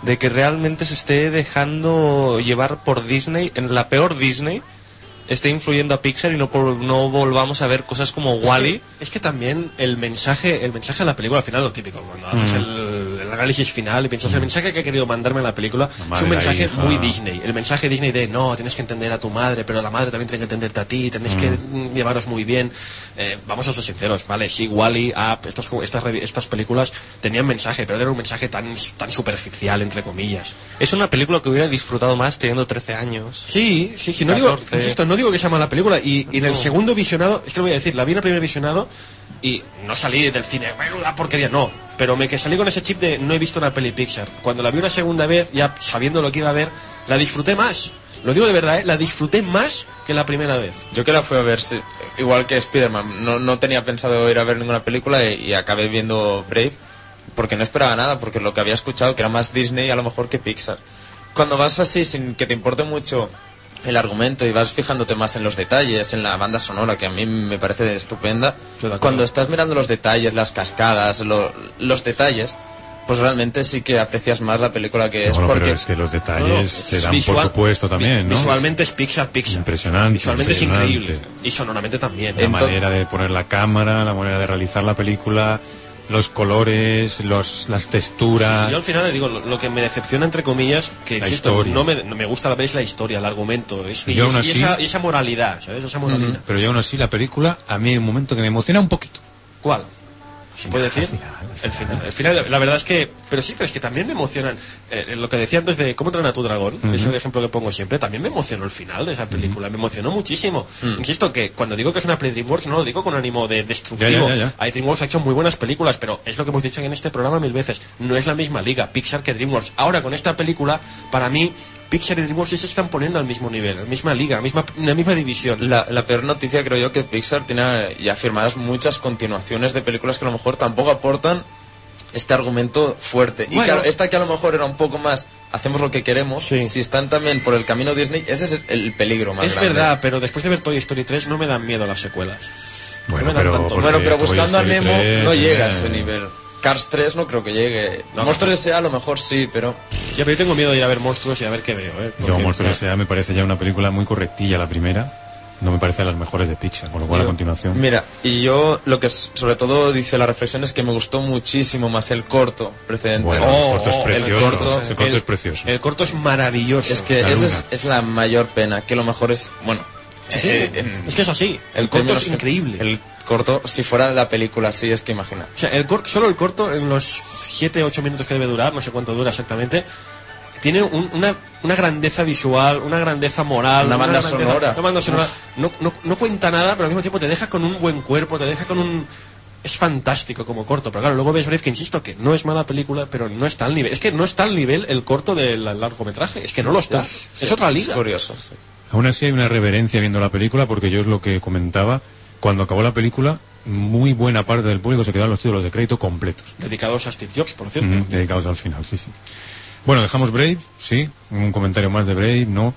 Speaker 4: de que realmente se esté dejando llevar por Disney, en la peor Disney, esté influyendo a Pixar y no, por- no volvamos a ver cosas como
Speaker 5: Es que-
Speaker 4: Wally. Mm.
Speaker 5: Es que también el mensaje, el mensaje de la película al final es lo típico. Cuando haces el, el el análisis final y piensas, el mensaje que ha querido mandarme la película es
Speaker 4: madre,
Speaker 5: un
Speaker 4: Mm. la
Speaker 5: mensaje
Speaker 4: hija.
Speaker 5: muy Disney. El mensaje Disney de, no, tienes que entender a tu madre, pero la madre también tiene que entenderte a ti, tenéis que mm, llevaros muy bien. Eh, vamos a ser sinceros, ¿vale? Sí, Wally, Up, estas, co- estas, revi- estas películas tenían mensaje, pero era un mensaje tan, tan superficial, entre comillas.
Speaker 4: Es una película que hubiera disfrutado más teniendo 13 años.
Speaker 5: Sí, sí, sí. No digo,
Speaker 4: 14.
Speaker 5: insisto, no digo que sea mala película. Y, y en el segundo visionado, es que lo voy a decir, la vi en el primer visionado y no salí del cine, menuda porquería, no. Pero me que salí con ese chip de no he visto una peli Pixar. Cuando la vi una segunda vez, ya sabiendo lo que iba a ver, la disfruté más. Lo digo de verdad, ¿eh? la disfruté más que la primera vez.
Speaker 3: Yo que la fui a ver, sí, igual que Spider-Man, no, no tenía pensado ir a ver ninguna película y, y acabé viendo Brave porque no esperaba nada, porque lo que había escuchado que era más Disney a lo mejor que Pixar. Cuando vas así sin que te importe mucho el argumento y vas fijándote más en los detalles, en la banda sonora que a mí me parece estupenda, cuando estás mirando los detalles, las cascadas, lo- los detalles, pues realmente sí que aprecias más la película que es
Speaker 2: Bueno,
Speaker 3: porque
Speaker 2: pero es que los detalles
Speaker 3: No, no,
Speaker 2: se dan
Speaker 5: visual-
Speaker 2: por supuesto también, ¿no?
Speaker 5: Visualmente es Pixar, Pixar.
Speaker 2: Impresionante.
Speaker 5: Visualmente es
Speaker 2: impresionante.
Speaker 5: increíble. Y sonoramente también.
Speaker 2: La manera de poner la cámara, la manera de realizar la película, los colores, los, las texturas.
Speaker 5: Yo al final le digo, lo, lo que me decepciona, entre comillas, que
Speaker 2: La
Speaker 5: insisto,
Speaker 2: historia.
Speaker 5: no me, no me gusta la vez la historia, el argumento. Es, y,
Speaker 2: Yo aún
Speaker 5: y
Speaker 2: así-
Speaker 5: esa, y esa moralidad, ¿sabes? Esa moralidad.
Speaker 2: Ujú. Pero yo aún así la película, a mí hay un momento que me emociona un poquito.
Speaker 5: ¿Cuál? ¿Se puede decir? El final. El final, la verdad es que. Pero sí, pero es que también me emocionan. eh, lo que decía antes de cómo entrenar a tu dragón, que es
Speaker 4: Ujú.
Speaker 5: el ejemplo que pongo siempre, también me emocionó el final de esa película. Me emocionó muchísimo.
Speaker 4: Mm.
Speaker 5: Insisto que cuando digo que es una Play Dreamworks, no lo digo con ánimo de destructivo.
Speaker 4: Ya, ya, ya, ya.
Speaker 5: Hay Dreamworks ha hecho muy buenas películas, pero es lo que hemos dicho en este programa mil veces. No es la misma liga, Pixar que Dreamworks. Ahora con esta película, para mí. Pixar y DreamWorks ya se están poniendo al mismo nivel, la misma liga, la misma, la misma división.
Speaker 3: La, la peor noticia creo yo que Pixar tiene ya firmadas muchas continuaciones de películas que a lo mejor tampoco aportan este argumento fuerte. y
Speaker 5: Bueno.
Speaker 3: claro, esta que a lo mejor era un poco más hacemos lo que queremos, si están también por el camino Disney, ese es el peligro más
Speaker 5: Es
Speaker 3: grande.
Speaker 5: verdad, pero después de ver Toy Story 3 no me dan miedo las secuelas.
Speaker 2: Bueno,
Speaker 5: me dan
Speaker 2: pero
Speaker 5: tanto.
Speaker 2: porque
Speaker 3: Bueno, pero
Speaker 2: Toy
Speaker 3: buscando a
Speaker 2: Story
Speaker 3: Nemo
Speaker 2: 3,
Speaker 3: no llega
Speaker 2: eh,
Speaker 3: a ese nivel. Cars 3 no creo que llegue. Monstruos S.A. a lo mejor sí, pero...
Speaker 5: Ya, pero yo tengo miedo de ir a ver monstruos y a ver qué veo, ¿eh?
Speaker 2: Yo,
Speaker 5: Porque-
Speaker 2: Monstruos S.A. me parece ya una película muy correctilla, la primera. No me parece de las mejores de Pixar, con lo cual a
Speaker 3: Yo-
Speaker 2: continuación.
Speaker 3: Mira, y yo lo que s- sobre todo dice la reflexión es que me gustó muchísimo más el corto precedente. Oh,
Speaker 2: Bueno, el corto es precioso,
Speaker 3: El corto,
Speaker 2: ese corto
Speaker 3: el-
Speaker 2: es precioso.
Speaker 5: El corto es maravilloso.
Speaker 3: Es que
Speaker 5: La
Speaker 3: esa
Speaker 5: luna.
Speaker 3: es, es la mayor pena, que lo mejor es, bueno... eh,
Speaker 5: Sí, es que es así. El corto es
Speaker 3: increíble. El corto, si fuera la película así, es que imagina.
Speaker 5: O sea, el cor- solo el corto, en los 7, 8 minutos que debe durar, no sé cuánto dura exactamente, tiene un- una, una grandeza visual, una grandeza moral.
Speaker 3: Una banda
Speaker 5: grandeza-
Speaker 3: sonora.
Speaker 5: una banda sonora.
Speaker 3: Uf.
Speaker 5: No, no- no cuenta nada, pero al mismo tiempo te deja con un buen cuerpo, te deja con un... Es fantástico como corto, pero claro, luego ves Brave, que insisto, que no es mala película, pero no está al nivel. Es que no está al nivel el corto del largometraje, es que no lo está. Es, otra liga.
Speaker 3: Es curioso. sí.
Speaker 2: Aún así hay una reverencia viendo la película, porque yo es lo que comentaba. Cuando acabó la película, muy buena parte del público se quedó en los títulos de crédito completos.
Speaker 5: Dedicados a Steve Jobs, por cierto.
Speaker 2: Mm, dedicados al final, sí, sí. Bueno, dejamos Brave, sí. Un comentario más de Brave, no.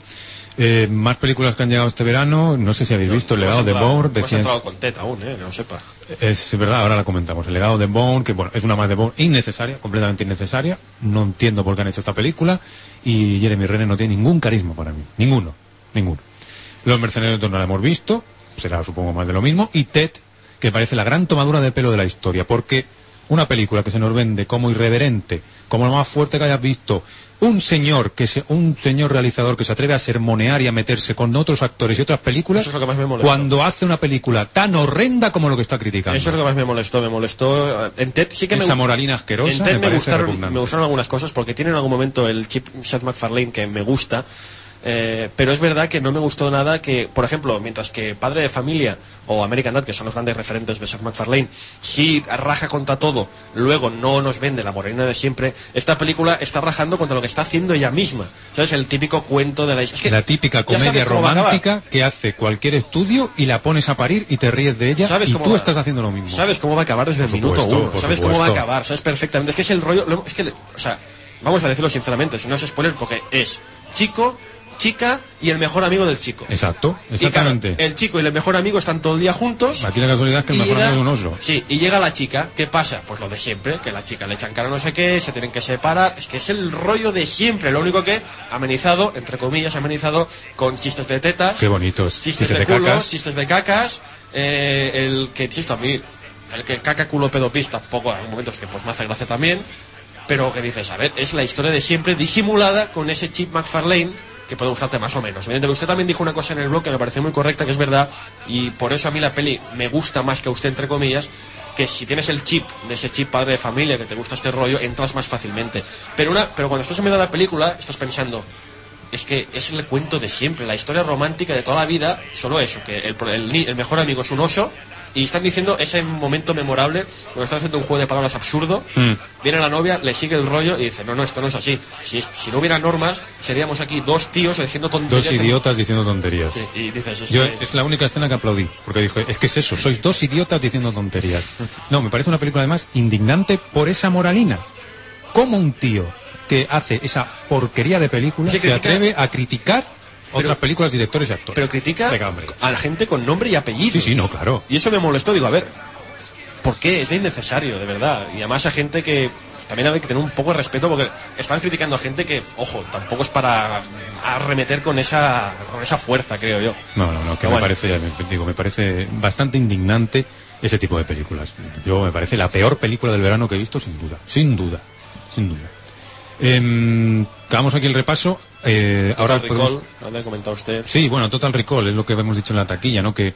Speaker 2: Eh, más películas que han llegado este verano. No sé si habéis visto El legado de Bourne.
Speaker 5: Te has
Speaker 2: decían-
Speaker 5: entrado con Ted aún, eh, que lo sepa.
Speaker 2: Es verdad, ahora la comentamos. El legado de Bourne, que bueno, es una más de Bourne innecesaria, completamente innecesaria. No entiendo por qué han hecho esta película. Y Jeremy Renner no tiene ningún carisma para mí. Ninguno. Ninguno. Los mercenarios no la hemos visto. Será, supongo, más de lo mismo. Y Ted, que parece la gran tomadura de pelo de la historia. Porque una película que se nos vende como irreverente, como lo más fuerte que hayas visto, un señor que se, un señor realizador que se atreve a sermonear y a meterse con otros actores y otras películas,
Speaker 5: Eso es lo que más me molesta.
Speaker 2: cuando hace una película tan horrenda como lo que está criticando.
Speaker 5: Eso es lo que más me molestó, me molestó. eh, En Ted sí que me
Speaker 2: Esa
Speaker 5: gu-
Speaker 2: moralina asquerosa
Speaker 5: En Ted
Speaker 2: me
Speaker 5: me,
Speaker 2: parece
Speaker 5: gustaron,
Speaker 2: repugnante.
Speaker 5: me gustaron algunas cosas porque tiene en algún momento el chip Seth MacFarlane que me gusta. eh, pero es verdad que no me gustó nada que, por ejemplo, mientras que Padre de Familia o American Dad, que son los grandes referentes de Seth MacFarlane, sí raja contra todo, luego no nos vende la morena de siempre, esta película está rajando contra lo que está haciendo ella misma. ¿Sabes? El típico cuento de la... Es que
Speaker 2: la típica
Speaker 5: ya sabes
Speaker 2: comedia
Speaker 5: cómo va a acabar.
Speaker 2: romántica que hace cualquier estudio y la pones a parir y te ríes de ella
Speaker 5: ¿Sabes
Speaker 2: y
Speaker 5: cómo
Speaker 2: tú
Speaker 5: va?
Speaker 2: estás haciendo lo mismo.
Speaker 5: Sabes cómo va a acabar desde el
Speaker 2: Por
Speaker 5: minuto
Speaker 2: supuesto,
Speaker 5: uno.
Speaker 2: por
Speaker 5: Sabes cómo va a
Speaker 2: supuesto.
Speaker 5: acabar, sabes perfectamente. Es que es el rollo. lo- Es que, le- o sea, vamos a decirlo sinceramente, si no es spoiler, porque es chico, chica y el mejor amigo del chico.
Speaker 2: Exacto,
Speaker 5: Y claro,
Speaker 2: exactamente.
Speaker 5: el chico y el mejor amigo están todo el día juntos.
Speaker 2: Aquí la casualidad es que el
Speaker 5: y
Speaker 2: mejor
Speaker 5: llega-
Speaker 2: amigo es un oso.
Speaker 5: Sí, y llega la chica. ¿Qué pasa? Pues lo de siempre, que la chica le echan cara a no sé qué, se tienen que separar. Es que es el rollo de siempre. Lo único que amenizado, entre comillas, amenizado con chistes de tetas
Speaker 2: Qué bonitos.
Speaker 5: chistes,
Speaker 2: Chistes
Speaker 5: de,
Speaker 2: de
Speaker 5: culo,
Speaker 2: cacas.
Speaker 5: chistes de cacas, eh, el que, insisto, a mí, el que caca culo pedopista, poco, en momentos que pues me hace gracia también, Pero que dices, a ver, es la historia de siempre disimulada con ese chip McFarlane que puede gustarte más o menos. Evidentemente, usted también dijo una cosa en el blog que me pareció muy correcta, que es verdad, y por eso a mí la peli me gusta más que a usted, entre comillas, que si tienes el chip de ese chip padre de familia que te gusta este rollo, entras más fácilmente. Pero, una, pero cuando estás en medio de la película, estás pensando, es que es el cuento de siempre, la historia romántica de toda la vida, solo eso, que el, pro- el ni- el mejor amigo es un oso, y están diciendo ese momento memorable, cuando están haciendo un juego de palabras absurdo, viene la novia, le sigue el rollo y dice, no, no, esto no es así. Si, es- si no hubiera normas, seríamos aquí dos tíos diciendo tonterías.
Speaker 2: Dos
Speaker 5: en-
Speaker 2: idiotas diciendo tonterías.
Speaker 5: Sí, y dices, es
Speaker 2: Yo
Speaker 5: que-
Speaker 2: es la única escena que aplaudí, porque dije, es que es eso, sois dos idiotas
Speaker 5: [LAUGHS]
Speaker 2: diciendo tonterías. No, me parece una película además indignante por esa moralina. ¿Cómo un tío que hace esa porquería de película
Speaker 5: Sí,
Speaker 2: se
Speaker 5: critica-
Speaker 2: atreve a criticar otras películas, directores y actores?
Speaker 5: Pero critica a la gente con nombre y apellido.
Speaker 2: Sí, sí, no, claro.
Speaker 5: Y eso me molestó, digo, a ver, ¿por qué? Es de innecesario, de verdad. Y además a gente que también hay que tener un poco de respeto porque están criticando a gente que, ojo, tampoco es para arremeter con esa, con esa fuerza, creo yo.
Speaker 2: No, no, no, que
Speaker 5: Pero
Speaker 2: me
Speaker 5: bueno.
Speaker 2: parece, me- digo, me parece bastante indignante ese tipo de películas. Yo me parece la peor película del verano que he visto, sin duda, sin duda, sin duda. Em, acabamos aquí el repaso. eh, ahora
Speaker 5: Recall,
Speaker 2: podemos-
Speaker 5: lo que ha comentado usted.
Speaker 2: Sí, bueno, Total Recall es lo que hemos dicho en la taquilla, ¿no? Que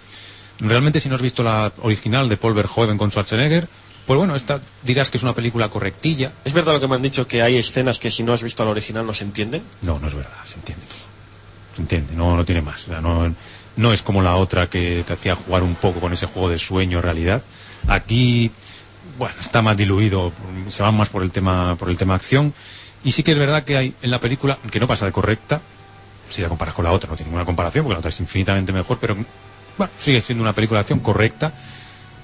Speaker 2: realmente si no has visto la original de Paul Verhoeven con Schwarzenegger, pues bueno, esta dirás que es una película correctilla.
Speaker 5: ¿Es verdad lo que me han dicho que hay escenas que si no has visto al original no se entienden?
Speaker 2: No, no es verdad, se entiende todo. Se entiende, no, no tiene más. O sea, no, no es como la otra que te hacía jugar un poco con ese juego de sueño-realidad. Aquí, bueno, está más diluido, se va más por el tema, por el tema acción. Y sí que es verdad que hay en la película, que no pasa de correcta, si la comparas con la otra, no tiene ninguna comparación, porque la otra es infinitamente mejor, pero bueno, sigue siendo una película de acción correcta.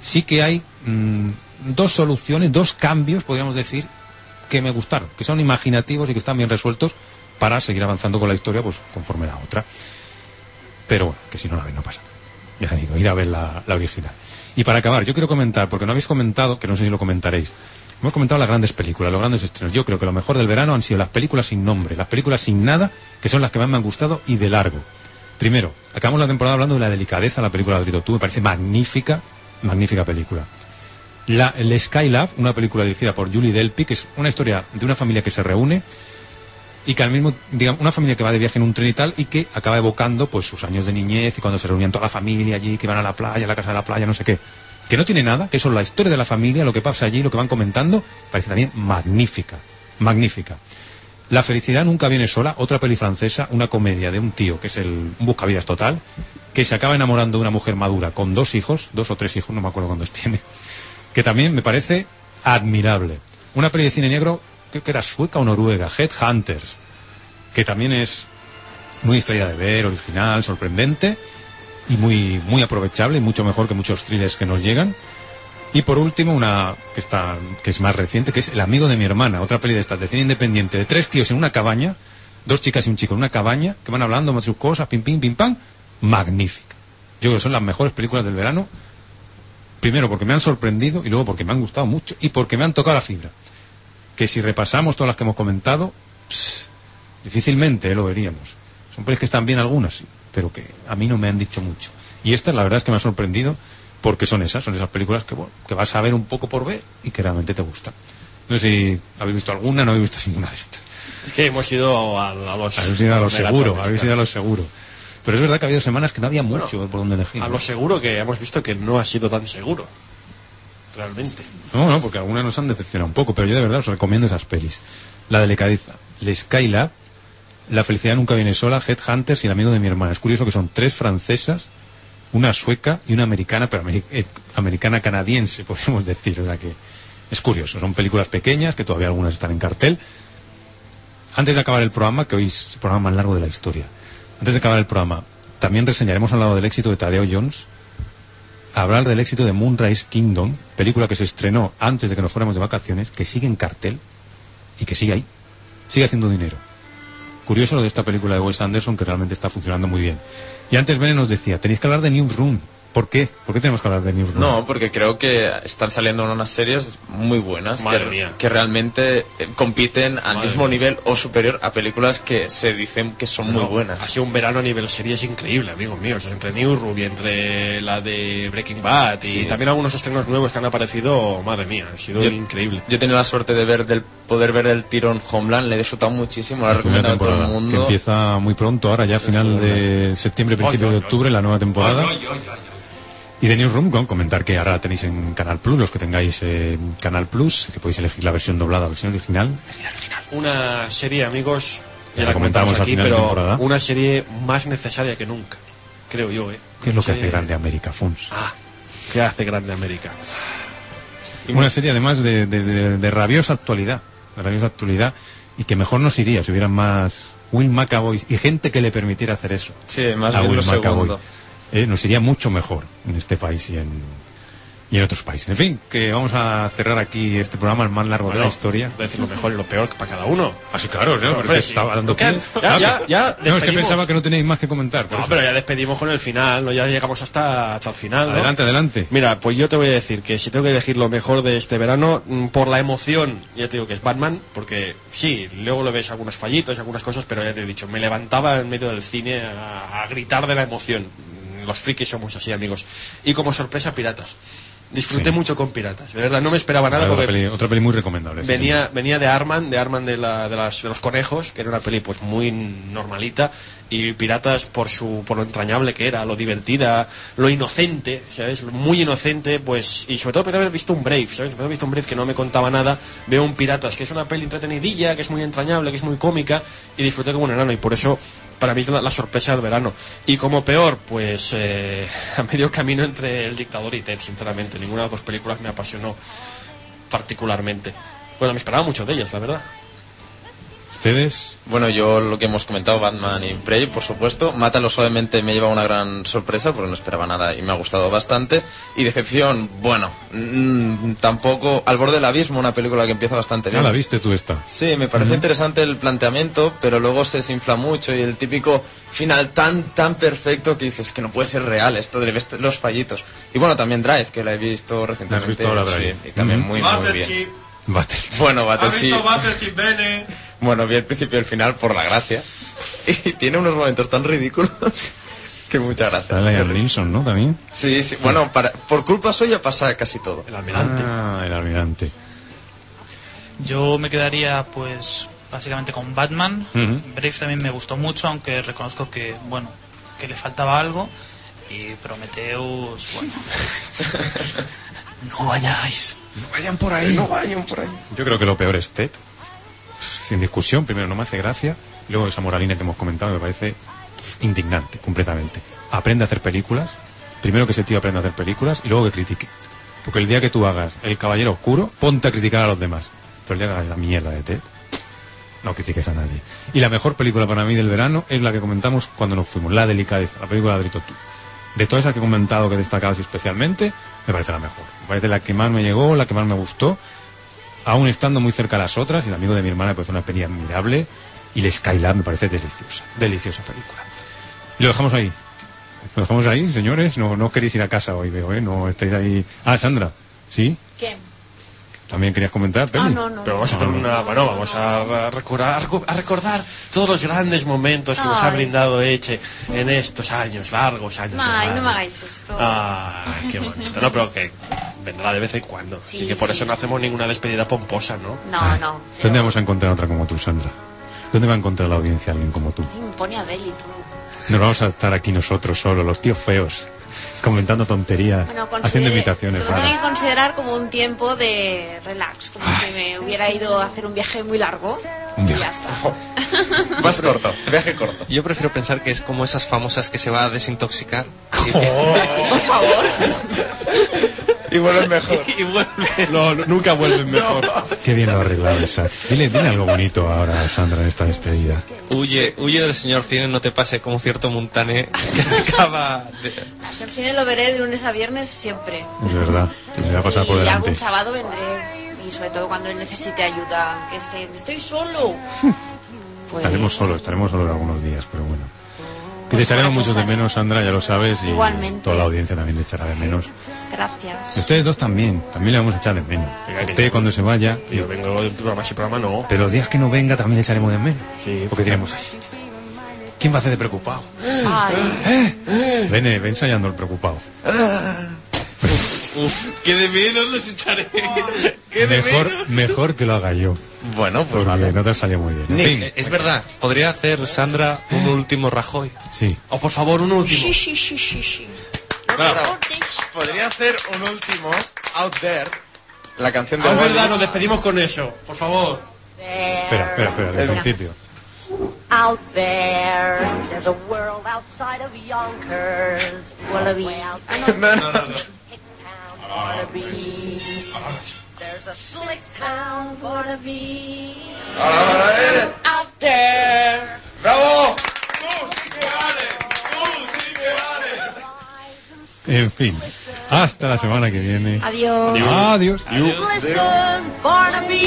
Speaker 2: Sí que hay mm, dos soluciones, dos cambios, podríamos decir, que me gustaron, que son imaginativos y que están bien resueltos para seguir avanzando con la historia, pues conforme la otra. Pero bueno, que si no la ven no pasa. Ya digo, ir a ver la, la original. Y para acabar, yo quiero comentar, porque no habéis comentado, que no sé si lo comentaréis, hemos comentado las grandes películas, los grandes estrenos. Yo creo que lo mejor del verano han sido las películas sin nombre, las películas sin nada, que son las que más me han gustado y de largo. Primero, acabamos la temporada hablando de la delicadeza, la película de Grito Tú, me parece magnífica, magnífica película. La, el Skylab, una película dirigida por Julie Delpy, que es una historia de una familia que se reúne y que al mismo, digamos, una familia que va de viaje en un tren y tal, y que acaba evocando pues sus años de niñez y cuando se reunían toda la familia allí, que van a la playa, a la casa de la playa, no sé qué. Que no tiene nada, que eso es la historia de la familia, lo que pasa allí, lo que van comentando, parece también magnífica, magnífica. La felicidad nunca viene sola, otra peli francesa, una comedia de un tío que es el un buscavidas total, que se acaba enamorando de una mujer madura con dos hijos, dos o tres hijos, no me acuerdo cuántos tiene, que también me parece admirable. Una peli de cine negro creo que era sueca o noruega, Headhunters, que también es muy historia de ver, original, sorprendente y muy, muy aprovechable y mucho mejor que muchos thrillers que nos llegan. Y por último, una que, está, que es más reciente, que es El amigo de mi hermana, otra peli de estas de cine independiente, de tres tíos en una cabaña, dos chicas y un chico en una cabaña, que van hablando de sus cosas, pim, pim, pim, pam, magnífica. Yo creo que son las mejores películas del verano, primero porque me han sorprendido y luego porque me han gustado mucho y porque me han tocado la fibra. Que si repasamos todas las que hemos comentado, pss, difícilmente eh, lo veríamos. Son pelis que están bien algunas, sí, pero que a mí no me han dicho mucho. Y estas la verdad es que me han sorprendido porque son esas, son esas películas que, bueno, que vas a ver un poco por ver y que realmente te gustan. No sé si habéis visto alguna, no habéis visto ninguna de estas.
Speaker 5: Es que hemos ido a, a los...
Speaker 2: Habéis ido a lo
Speaker 5: megatones,
Speaker 2: seguro,
Speaker 5: claro.
Speaker 2: habéis ido a lo seguro. Pero es verdad que ha habido semanas que no había mucho por donde elegir.
Speaker 5: A lo seguro que hemos visto que no ha sido tan seguro. Realmente.
Speaker 2: No, no, porque algunas nos han decepcionado un poco, pero yo de verdad os recomiendo esas pelis. La delicadeza, el Skylab, La felicidad nunca viene sola, Headhunters y El amigo de mi hermana. Es curioso que son tres francesas, una sueca y una americana, pero ameri- eh, americana [LAUGHS] canadiense, podríamos decir. O sea que es curioso, son películas pequeñas que todavía algunas están en cartel. Antes de acabar el programa, que hoy es el programa más largo de la historia, antes de acabar el programa, también reseñaremos al lado del éxito de Tadeo Jones, hablar del éxito de Moonrise Kingdom, película que se estrenó antes de que nos fuéramos de vacaciones, que sigue en cartel y que sigue ahí, sigue haciendo dinero. Curioso lo de esta película de Wes Anderson que realmente está funcionando muy bien. Y antes Bene nos decía, tenéis que hablar de Newsroom, ¿Por ququé? ¿Por qué tenemos que hablar de New Blood?
Speaker 3: No, porque creo que están saliendo unas series muy buenas
Speaker 2: Madre
Speaker 3: que,
Speaker 2: mía.
Speaker 3: que realmente eh, compiten al
Speaker 2: Madre
Speaker 3: mismo
Speaker 2: mía.
Speaker 3: nivel o superior a películas que se dicen que son muy
Speaker 5: No,
Speaker 3: buenas.
Speaker 5: Ha sido un verano a nivel series increíble, amigos míos. Entre New Ruby, entre la de Breaking Bad y
Speaker 3: Sí.
Speaker 5: también algunos estrenos nuevos que han aparecido, madre mía, ha sido
Speaker 3: Yo-
Speaker 5: increíble.
Speaker 3: Yo he tenido la suerte de ver del poder ver el tirón Homeland, le he disfrutado muchísimo, la recomiendo a todo el
Speaker 2: temporada, que
Speaker 3: mundo.
Speaker 2: empieza muy pronto, ahora ya final de septiembre, principio de octubre, la nueva temporada. Y de Newsroom, con comentar que ahora tenéis en Canal Plus, los que tengáis eh, Canal Plus, que podéis elegir la versión doblada, versión original.
Speaker 5: Una serie, amigos,
Speaker 2: Ya
Speaker 5: ya
Speaker 2: la
Speaker 5: la comentamos
Speaker 2: comentamos al
Speaker 5: aquí,
Speaker 2: final de
Speaker 5: pero
Speaker 2: temporada.
Speaker 5: una serie más necesaria que nunca, creo yo, ¿eh?
Speaker 2: que es lo que
Speaker 5: Sí.
Speaker 2: hace grande América, Funs?
Speaker 5: ¿Qué hace grande América?
Speaker 2: Una serie además de, de- de- de rabiosa actualidad, de rabiosa actualidad, y que mejor nos iría si hubieran más Will McAvoy y gente que le permitiera hacer eso.
Speaker 3: Sí, Eh, más
Speaker 2: a
Speaker 3: bien
Speaker 2: Will
Speaker 3: lo segundo.
Speaker 2: Eh, nos iría mucho mejor en este país y en, y en otros países. En fin, que vamos a cerrar aquí este programa, el más largo de la
Speaker 5: Bueno,
Speaker 2: historia.
Speaker 5: decir lo mejor y lo peor para cada uno.
Speaker 2: Así claro, ¿no? Porque
Speaker 5: Hombre, sí.
Speaker 2: estaba dando
Speaker 5: Ya,
Speaker 2: pie.
Speaker 5: ya, ya, ya
Speaker 2: No, es que
Speaker 5: despedimos.
Speaker 2: pensaba que no tenéis más que comentar. por
Speaker 5: No,
Speaker 2: eso.
Speaker 5: pero ya despedimos con el final, ¿no? ya llegamos hasta, hasta el final. ¿no?
Speaker 2: Adelante, adelante.
Speaker 5: Mira, pues yo te voy a decir que si tengo que elegir lo mejor de este verano, mm, por la emoción, ya te digo que es Batman, porque sí, luego lo ves algunos fallitos, algunas cosas, pero ya te he dicho, me levantaba en medio del cine a, a gritar de la emoción. Mm, Los frikis somos así, amigos. Y como sorpresa, Piratas. Disfruté mucho con Piratas. De verdad, no me esperaba nada
Speaker 2: Otra
Speaker 5: porque
Speaker 2: peli- otra peli muy recomendable. sí,
Speaker 5: venía, venía de Arman, de Arman de, la- de las- de los conejos, que era una peli pues muy normalita, y Piratas por su por lo entrañable que era, lo divertida, lo inocente, ¿sabes? Muy inocente, pues, y sobre todo después de haber visto un Brave, ¿sabes? Después de haber visto un Brave que no me contaba nada, veo un Piratas, que es una peli entretenidilla, que es muy entrañable, que es muy cómica, y disfruté como un enano, y por eso para mí es la, la sorpresa del verano. Y como peor, pues eh, [LAUGHS] a medio camino entre El Dictador y Ted, sinceramente. Ninguna de las dos películas me apasionó particularmente. Bueno, me esperaba mucho de ellas, la verdad.
Speaker 2: ¿Ustedes?
Speaker 3: Bueno, yo lo que hemos comentado, Batman y Prey, por supuesto. Mátalo suavemente me lleva una gran sorpresa porque no esperaba nada y me ha gustado bastante. Y Decepción, bueno, mm, tampoco Al borde del abismo, una película que empieza bastante
Speaker 2: Ya
Speaker 3: bien.
Speaker 2: Ah, la viste tú esta.
Speaker 3: Sí, me parece interesante el planteamiento, pero luego se desinfla mucho y el típico final tan, tan perfecto que dices que no puede ser real esto, de ves los fallitos. Y bueno, también Drive, que la he visto recientemente.
Speaker 2: visto ahora,
Speaker 3: sí,
Speaker 2: Drive.
Speaker 3: y también
Speaker 2: Ujú.
Speaker 3: muy, muy bien. Bueno, Battleship. Bueno, vi el principio y el final por la gracia. [LAUGHS] Y tiene unos momentos tan ridículos [LAUGHS] que muchas gracias.
Speaker 2: Sale Liam Neeson, ¿no? También.
Speaker 3: Sí, sí. Bueno, para- por culpa suya pasa casi todo.
Speaker 2: Ah, el almirante.
Speaker 21: Yo me quedaría, pues, básicamente con Batman.
Speaker 2: Ujú.
Speaker 21: Brave también me gustó mucho, aunque reconozco que, bueno, que le faltaba algo. Y Prometheus, bueno. no vayáis.
Speaker 2: No vayan por ahí. No
Speaker 3: vayan por ahí.
Speaker 2: Yo creo que lo peor es Ted. Sin discusión, primero no me hace gracia. y Luego esa moralina que hemos comentado me parece pff, indignante, completamente. Aprende a hacer películas. Primero que ese tío aprenda a hacer películas y luego que critique. Porque el día que tú hagas El Caballero Oscuro, ponte a criticar a los demás. Pero el día que hagas la mierda de Ted, no critiques a nadie. Y la mejor película para mí del verano es la que comentamos cuando nos fuimos, La Delicadeza, la película de Adrito Tú. De todas esas que he comentado que destacabas especialmente, me parece la mejor. Me parece la que más me llegó, la que más me gustó aún estando muy cerca a las otras, el amigo de mi hermana me parece una peli admirable y el Skylab me parece deliciosa, deliciosa película. Y lo dejamos ahí. Lo dejamos ahí, señores. No, no queréis ir a casa hoy, veo, ¿eh? No estáis ahí. Ah, Sandra, ¿sí?
Speaker 14: ¿Qué?
Speaker 2: También querías comentar, Peli?
Speaker 14: Ah, no, no,
Speaker 5: Pero vamos a hacer una, bueno, vamos a, a recordar, a recordar todos los grandes momentos que nos ha
Speaker 14: Ay.
Speaker 5: brindado Eche en estos años, largos años. de
Speaker 14: Ay, no
Speaker 5: radio.
Speaker 14: me hagáis esto.
Speaker 5: Ah, qué bonito. No, pero que vendrá de vez en cuando.
Speaker 14: Sí,
Speaker 5: Así que por
Speaker 14: sí.
Speaker 5: eso no hacemos ninguna despedida pomposa, ¿no?
Speaker 2: Ah,
Speaker 14: No, no.
Speaker 2: ¿Dónde vamos a encontrar otra como tú, Sandra? ¿Dónde va a encontrar la audiencia alguien como tú?
Speaker 14: Ay, Me pone Abel y tú.
Speaker 2: Nos vamos a estar aquí nosotros solos, los tíos feos, comentando tonterías,
Speaker 14: Bueno, considere-
Speaker 2: haciendo imitaciones
Speaker 14: Lo tengo que
Speaker 2: raras.
Speaker 14: considerar como un tiempo de relax, como si me hubiera ido a hacer un viaje muy largo.
Speaker 2: Ah. Un
Speaker 14: Y ya está. [LAUGHS]
Speaker 3: Más corto, viaje corto.
Speaker 4: Yo prefiero pensar que es como esas famosas que se va a desintoxicar.
Speaker 14: Por favor.
Speaker 3: Y vuelven mejor.
Speaker 4: [LAUGHS] y vuelve.
Speaker 5: [LAUGHS] No, no, nunca vuelven mejor.
Speaker 2: Qué bien lo ha arreglado esa. Dile, dile algo bonito ahora a Sandra en esta despedida.
Speaker 4: Huye, huye del señor Cine, no te pase como cierto Montane que [LAUGHS] acaba de-
Speaker 14: El cine lo veré de lunes a viernes siempre.
Speaker 2: Es verdad, que me va a pasar por
Speaker 14: y
Speaker 2: delante.
Speaker 14: algún sábado vendré. Y sobre todo cuando él necesite ayuda, que esté, estoy solo. Pues-
Speaker 2: Estaremos solos, estaremos solos algunos días, pero bueno. ¿Qué Y te echaremos mucho de menos, Sandra, ya lo sabes. Y
Speaker 17: Igualmente.
Speaker 2: toda la audiencia también te echará de menos.
Speaker 17: Gracias.
Speaker 2: Y ustedes dos también, también le vamos a echar de menos.
Speaker 5: que
Speaker 2: Usted cuando se vaya,
Speaker 5: Yo vengo de programa y programa, no.
Speaker 2: pero los días que no venga también le echaremos de menos. Sí. Porque diremos, "Ay, ¿quién va a hacer de preocupado? Ven, eh, ven ensayando el preocupado.
Speaker 4: Uf, que de menos los echaré. Que de menos.
Speaker 2: Mejor, mejor que lo haga yo.
Speaker 4: Bueno, pues
Speaker 2: Porque no te salió muy bien. ¿eh? En
Speaker 4: Nick,
Speaker 2: fin,
Speaker 4: es verdad, podría hacer Sandra un último Rajoy.
Speaker 2: sí.
Speaker 4: O por favor, un último.
Speaker 16: Sí, sí, sí, sí, sí.
Speaker 3: Bravo. Podría hacer un último out there. La canción de
Speaker 5: Ah, es
Speaker 3: Wally.
Speaker 5: verdad, nos despedimos con eso. Por favor.
Speaker 2: Espera, espera, espera, desde el
Speaker 5: Venga.
Speaker 2: principio.
Speaker 25: Out there, there's a world outside of Yonkers.
Speaker 17: Wallaby.
Speaker 25: Way out
Speaker 17: No, no, no.
Speaker 25: Wallaby. There's a slick town's wannabe. Out there.
Speaker 16: ¡Bravo!
Speaker 2: En fin, hasta la semana que viene.
Speaker 25: Adiós.
Speaker 2: Adiós.
Speaker 25: Listen, Barnaby.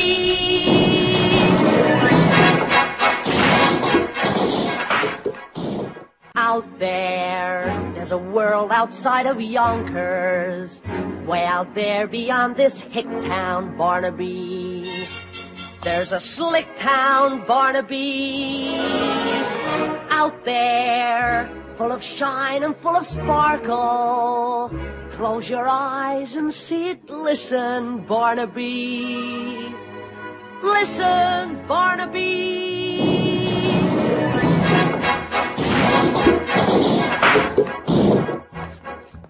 Speaker 25: Out there, there's a world outside of Yonkers. Way out there beyond this hick town, Barnaby. There's a slick town, Barnaby. Out there, full of shine and full of sparkle. Close your eyes and see it. Listen, Barnaby. Listen, Barnaby.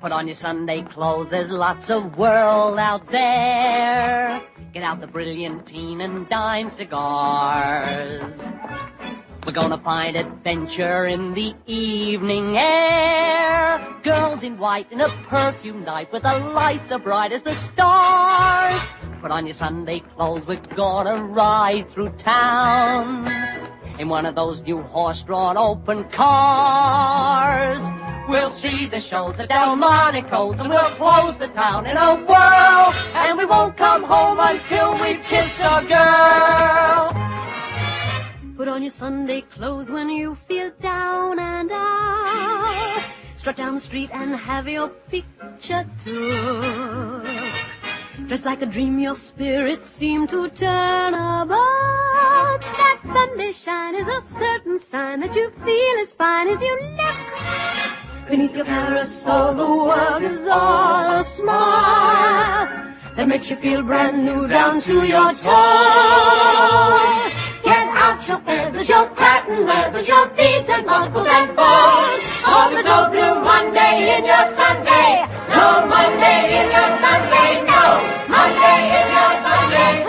Speaker 25: Put on your Sunday clothes, there's lots of world out there. Get out the brilliantine and dime cigars. We're gonna find adventure in the evening air. Girls in white in a perfume night with the lights are bright as the stars. Put on your Sunday clothes, we're gonna ride through town. In one of those new horse-drawn open cars. We'll see the shows at Delmonico's and we'll close the town in a whirl. And we won't come home until we've kissed a girl. Put on your Sunday clothes when you feel down and out. Strut down the street and have your picture took. Dressed like a dream, your spirits seem to turn about. That Sunday shine is a certain sign that you feel as fine as you look. Beneath your parasol, the world is all a smile that makes you feel brand new down to your toes. Get out your feathers, your patent leathers, your beads and buckles and bows. Oh, there's no blue Monday in your Sunday. No Monday in your Sunday. No Monday in your Sunday.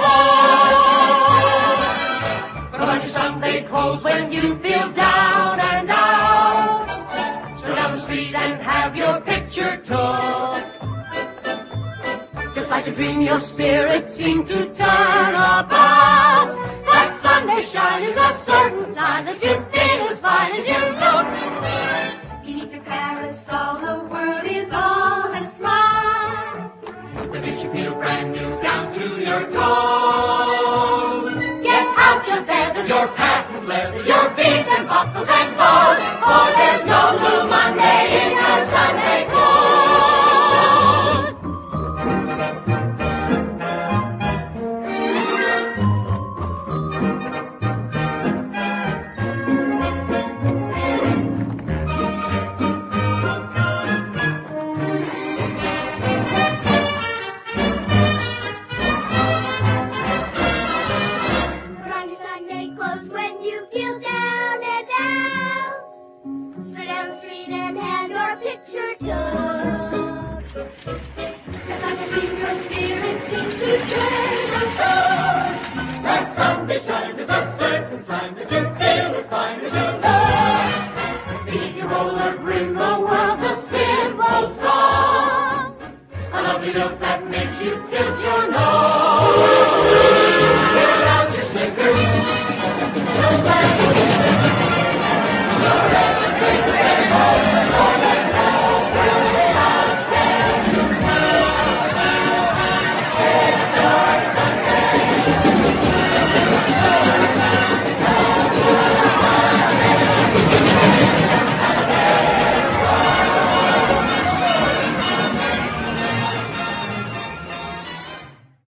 Speaker 25: clothes. Put on your Sunday clothes when you feel down and out. Stroll down the street and have your picture took. Just like a dream, your spirits seem to turn about. That Sunday shine is a certain sign that you feel as fine as you look. Beneath your parasol, the world is all a smile. That makes you feel brand new down to your toes. Get out your feathers, your patent leathers, your beads and buckles and bows. For there's no blue Monday in your Sunday clothes.
Speaker 22: Put on your Sunday clothes when you feel down and out. Go down the street and have your picture took. Cause I believe your spirit seems to turn